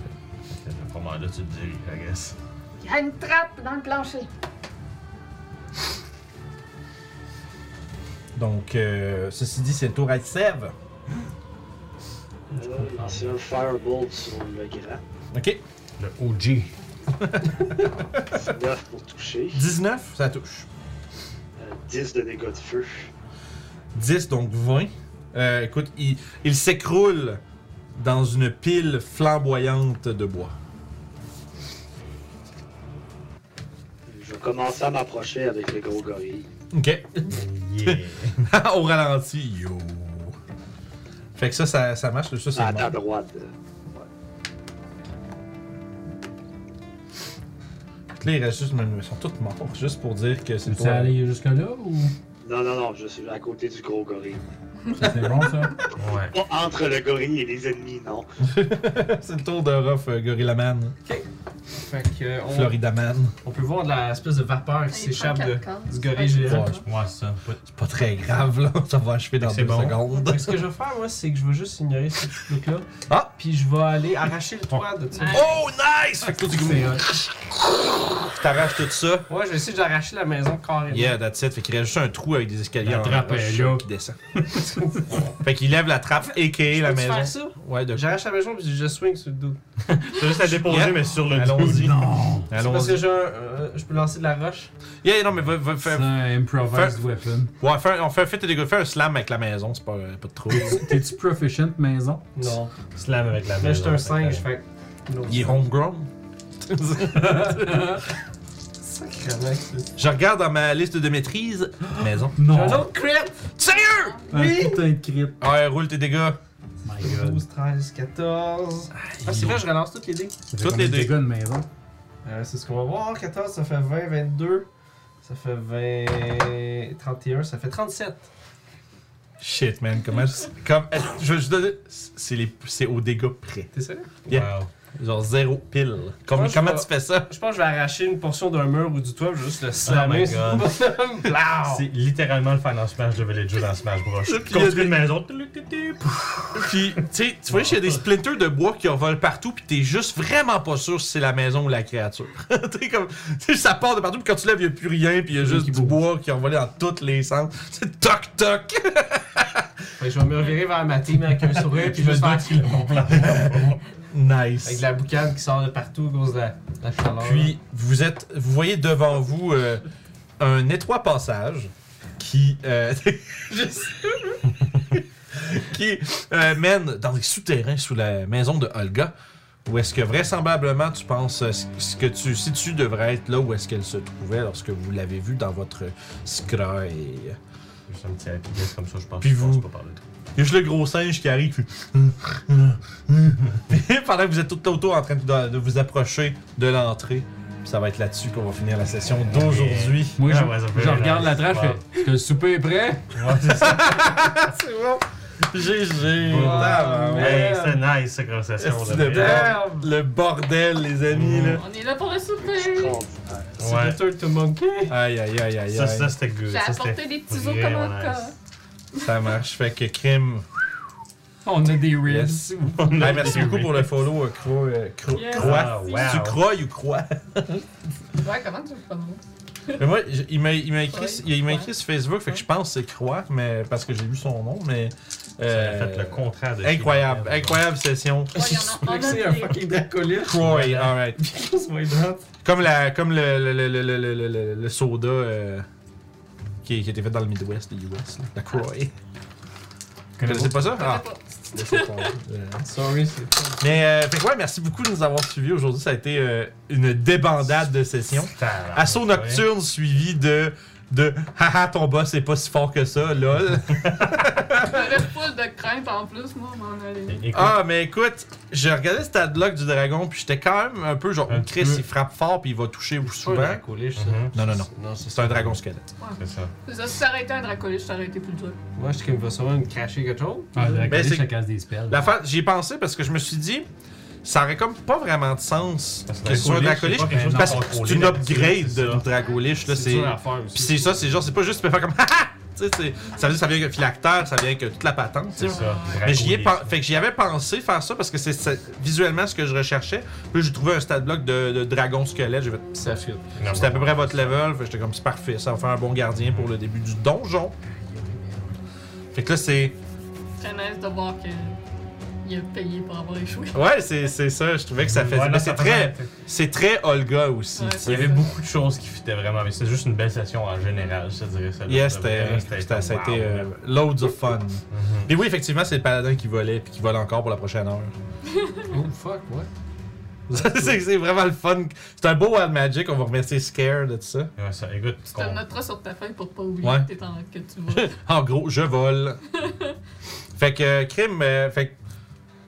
Fait que, à ce là tu te dis, I guess. Il y a une trappe dans le plancher. Donc, euh, ceci dit, c'est le tour à Sève. Alors, C'est un Firebolt sur le grand. Ok. Le OG. 9 pour toucher. 19, ça touche. Euh, 10 de dégâts de feu. 10, donc 20. Euh, écoute, il, il s'écroule dans une pile flamboyante de bois. Je vais commencer à m'approcher avec le gros gorille. Ok. Au ralenti, yo. Fait que ça, ça, ça marche. Ça, c'est à mort. Ah, ta droite. là. Fait que Là, il reste juste, ils sont tous morts. Juste pour dire que c'est Tu toi. aller jusque-là ou. Non, non, non, je suis à côté du gros gorille. C'est bon ça? Ouais. Pas entre le gorille et les ennemis, non. c'est le tour de Ruff euh, Gorilla Man, Fait que, euh, on, Florida Man. on peut voir de la espèce de vapeur qui s'échappe de, du gorille géant. Ouais. Ouais, c'est ça. Pas- C'est pas très grave, là. Ça va achever dans C'est deux bon. secondes. Fait que ce que je vais faire, moi, c'est que je vais juste ignorer ce petit truc-là. Ah! Puis je vais aller arracher le toit de ça. Oh, nice! Fait que toi, tu C'est hot. t'arraches tout ça. Ouais, je vais essayer d'arracher la maison carrément. Yeah, that's it. Fait qu'il reste juste un trou avec des escaliers La en- trappe est là. qui descend. fait qu'il lève la trappe, a.k.a. la Peux-tu faire maison. ça? Ouais, de J'arrache la maison puis je swing sur le dos. T'as juste à déposer, Yeah. mais sur le Allons-y. dos. Non! C'est parce que Allons-y. j'ai un, euh, je peux lancer de la roche. Yeah, non, mais va, va, C'est fais- un improvised Fais- weapon. Ouais, fais un- on fait un fit et dégoût. Fais un slam avec la maison, c'est pas, euh, pas de trouble. T'es-tu proficient maison? Non. Slam avec la main. Là, j'étais un 5, je fais. Non. Il est homegrown. Sacrément, c'est- Je regarde dans ma liste de maîtrise. Maison. J'ai Non! un autre crit! Sérieux? Ah Un Oui. putain de crit. Ouais, roule tes dégâts. My god. 12, 13, 14. Ah, c'est vrai, je relance toutes les dés. Ça fait Toutes combien les de deux. dégâts de maison. Euh, c'est ce qu'on va voir. 14, ça fait 20, 22. Ça fait 20. 31, ça fait 37. Shit, man. Comment. Comme, je veux juste donner- C'est les- c'est au dégât près. T'es sérieux? Yeah. Wow. Genre zéro pile. Comme, Moi, je comment vais- tu fais ça? Je pense que je vais arracher une portion d'un mur ou du toit, je vais juste le Oh slammer. my sur God. le bonhomme. Blau! C'est littéralement le Final Smash de Villager dans Smash Bros. il y a des- Construis une maison. Puis, tu sais, tu vois, il y a des splinters de bois qui envolent partout, puis t'es juste vraiment pas sûr si c'est la maison ou la créature. t'es comme, tu sais, ça part de partout, puis quand tu lèves, il y a plus rien, puis il y a juste qui du bouge. bois qui envolé dans tous les sens. C'est toc toc! Fait que je vais me revirer vers ma team avec un sourire, puis je vais faire Nice. avec de la boucane qui sort de partout à cause de la, de la chaleur. Puis vous êtes, vous voyez devant vous euh, un étroit passage qui euh, je sais- qui euh, mène dans les souterrains sous la maison de Olga, où est-ce que vraisemblablement tu penses euh, ce- ce que tu si tu devrais être là où est-ce qu'elle se trouvait lorsque vous l'avez vue dans votre scra et euh, Juste un petit happy guess comme ça, je pense. Puis je pense vous- pas parler trop. il y a juste le gros singe qui arrive. puis- Pendant que vous êtes tout autour en train de, de vous approcher de l'entrée. Puis Ça va être là-dessus qu'on va finir la session d'aujourd'hui. Moi, Ah, je, ouais, ça fait je un regarde la nice. trace, je Wow. fais. Est-ce que le souper est prêt? C'est bon. GG. Wow, Tabarnak. man. Hey, c'était nice, cette conversation. Esti là. de merde. bord- Le bordel, les amis, là. On est là pour le souper! Extraordinaire. c'est Ouais. Return to Monkey. Aïe, aïe, aïe, aïe, Ça, aïe. ça c'était good. J'ai Ça, c'était apporté des petits os comme vraiment un cas. nice. Ça marche. Fait que crime. On a des ribs. Yes. Ah, merci beaucoup pour le follow, euh, Cro- euh, Cro- Yes. Croix. Ah, wow. Tu crois ou crois? Ouais, comment tu le prononces? Mais moi, j- il m'a il m'a écrit, Ouais. il m'a écrit sur Facebook, fait que je pense que c'est Croix, mais parce que j'ai vu son nom, mais. euh, Ça a fait le contraire de Incroyable, incroyable session. Ouais, il y en a- on C'est a un des- fucking dracolis. Croix, alright. Ouais, genre. Comme, la, comme le, le, le, le, le, le, le- le soda euh, qui, qui était fait dans le Midwest, les US, là, la Croix. Vous connaissez pas ça? Ah, laissez tomber. Euh, Sorry, c'est pas. Mais euh, fait que ouais, merci beaucoup de nous avoir suivis aujourd'hui. Ça a été euh, une débandade de sessions. Assaut nocturne suivi de de haha ton boss est pas si fort que ça lol J'aurais full de crainte en plus, moi, m'en aller. Ah, ah mais écoute je regardais cet adlock du dragon puis j'étais quand même un peu genre Un Chris peu. il frappe fort puis il va toucher un souvent dracolis, ça. Mhm. non non non Non, c'est c'est un dragon squelette c'est ça. C'est ça, si ça aurait été un dracolis, ça aurait été plus dur. Moi, je suis qu'il va sûrement me cracher quelque chose. Ah, le Ben, c'est- dracolis, ça casse des spells. la fin j'y ai pensé parce que je me suis dit ça aurait comme pas vraiment de sens Parce que que ce soit un Dracolich, dracoliche c'est pas quelque chose parce qu'on que c'est contrôle, une d'habitude, upgrade c'est ça. de dracoliche là c'est dur à faire aussi. Puis c'est ça, c'est genre, c'est pas juste tu peux faire comme Haha! Tu sais, c'est- ça veut dire que ça vient avec l'acteur, ça vient avec euh, toute la patente. tu sais. C'est ça. Mais Ben, j'y ai Dracolich. pen- fait que j'y avais pensé faire ça parce que c'est c'est visuellement ce que je recherchais. Puis j'ai trouvé un stat block de, de dragon squelette. J'ai fait, Ça fit. Non, C'était à peu près votre level. Fait que j'étais comme c'est parfait. Ça va faire un bon gardien pour le début du donjon. Fait que là c'est. Très nice de voir que il a payé pour avoir échoué. Ouais, c'est c'est ça. Je trouvais que ça faisait. Ouais, non, mais ça c'est faisait- très. C'est très Olga aussi. Ouais, tu sais. Il y avait beaucoup de choses qui fitaient vraiment, mais c'était juste une belle session en général, je te dirais. celle-là. Yes, c'était- c'était- C'était ça a wow. été euh, loads of fun. Mhm. Mais oui, effectivement, c'est le paladin qui volait, puis qui vole encore pour la prochaine heure. Oh fuck, ouais. c'est c'est vraiment le fun. C'est un beau Wild Magic, on va remercier Scare de ça. Ouais, ça, écoute, Tu te qu'on- le noteras sur ta feuille pour pas oublier Ouais. que, t'es en- que tu vas. En gros, je vole. fait que, euh, crime, euh, fait que,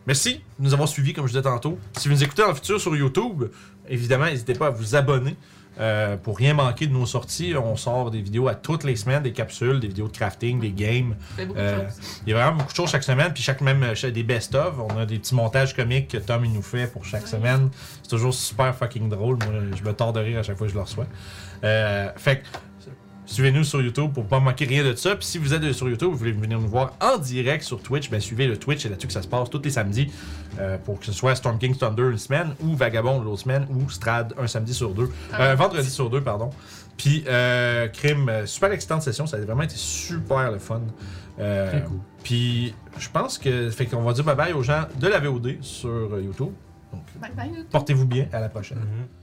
merci de nous avoir suivis, comme je disais tantôt. Si vous nous écoutez dans le futur sur YouTube, évidemment, n'hésitez pas à vous abonner euh, pour rien manquer de nos sorties. On sort des vidéos à toutes les semaines, des capsules, des vidéos de crafting, des games. Fais beaucoup Euh, de choses. Il y a vraiment beaucoup de choses chaque semaine, puis chaque même euh, des best-of. On a des petits montages comiques que Tom il nous fait pour chaque Ouais. semaine. C'est toujours super fucking drôle. Moi, je me tords de rire à chaque fois que je le reçois. Euh, fait que, suivez-nous sur YouTube pour pas manquer rien de ça. Puis si vous êtes sur YouTube, vous voulez venir nous voir en direct sur Twitch, ben suivez le Twitch, c'est là-dessus que ça se passe tous les samedis. euh, pour que ce soit Storm King Thunder une semaine, ou Vagabond l'autre semaine, ou Strad un samedi sur deux. Ah. Euh, vendredi sur deux, pardon. Puis, euh, crime, euh, super excitante session, ça a vraiment été super le fun. Euh, Très cool. Puis, je pense que. Fait qu'on va dire bye bye aux gens de la VOD sur euh, YouTube. Donc, Bye bye, YouTube. portez-vous bien, à la prochaine. Mhm.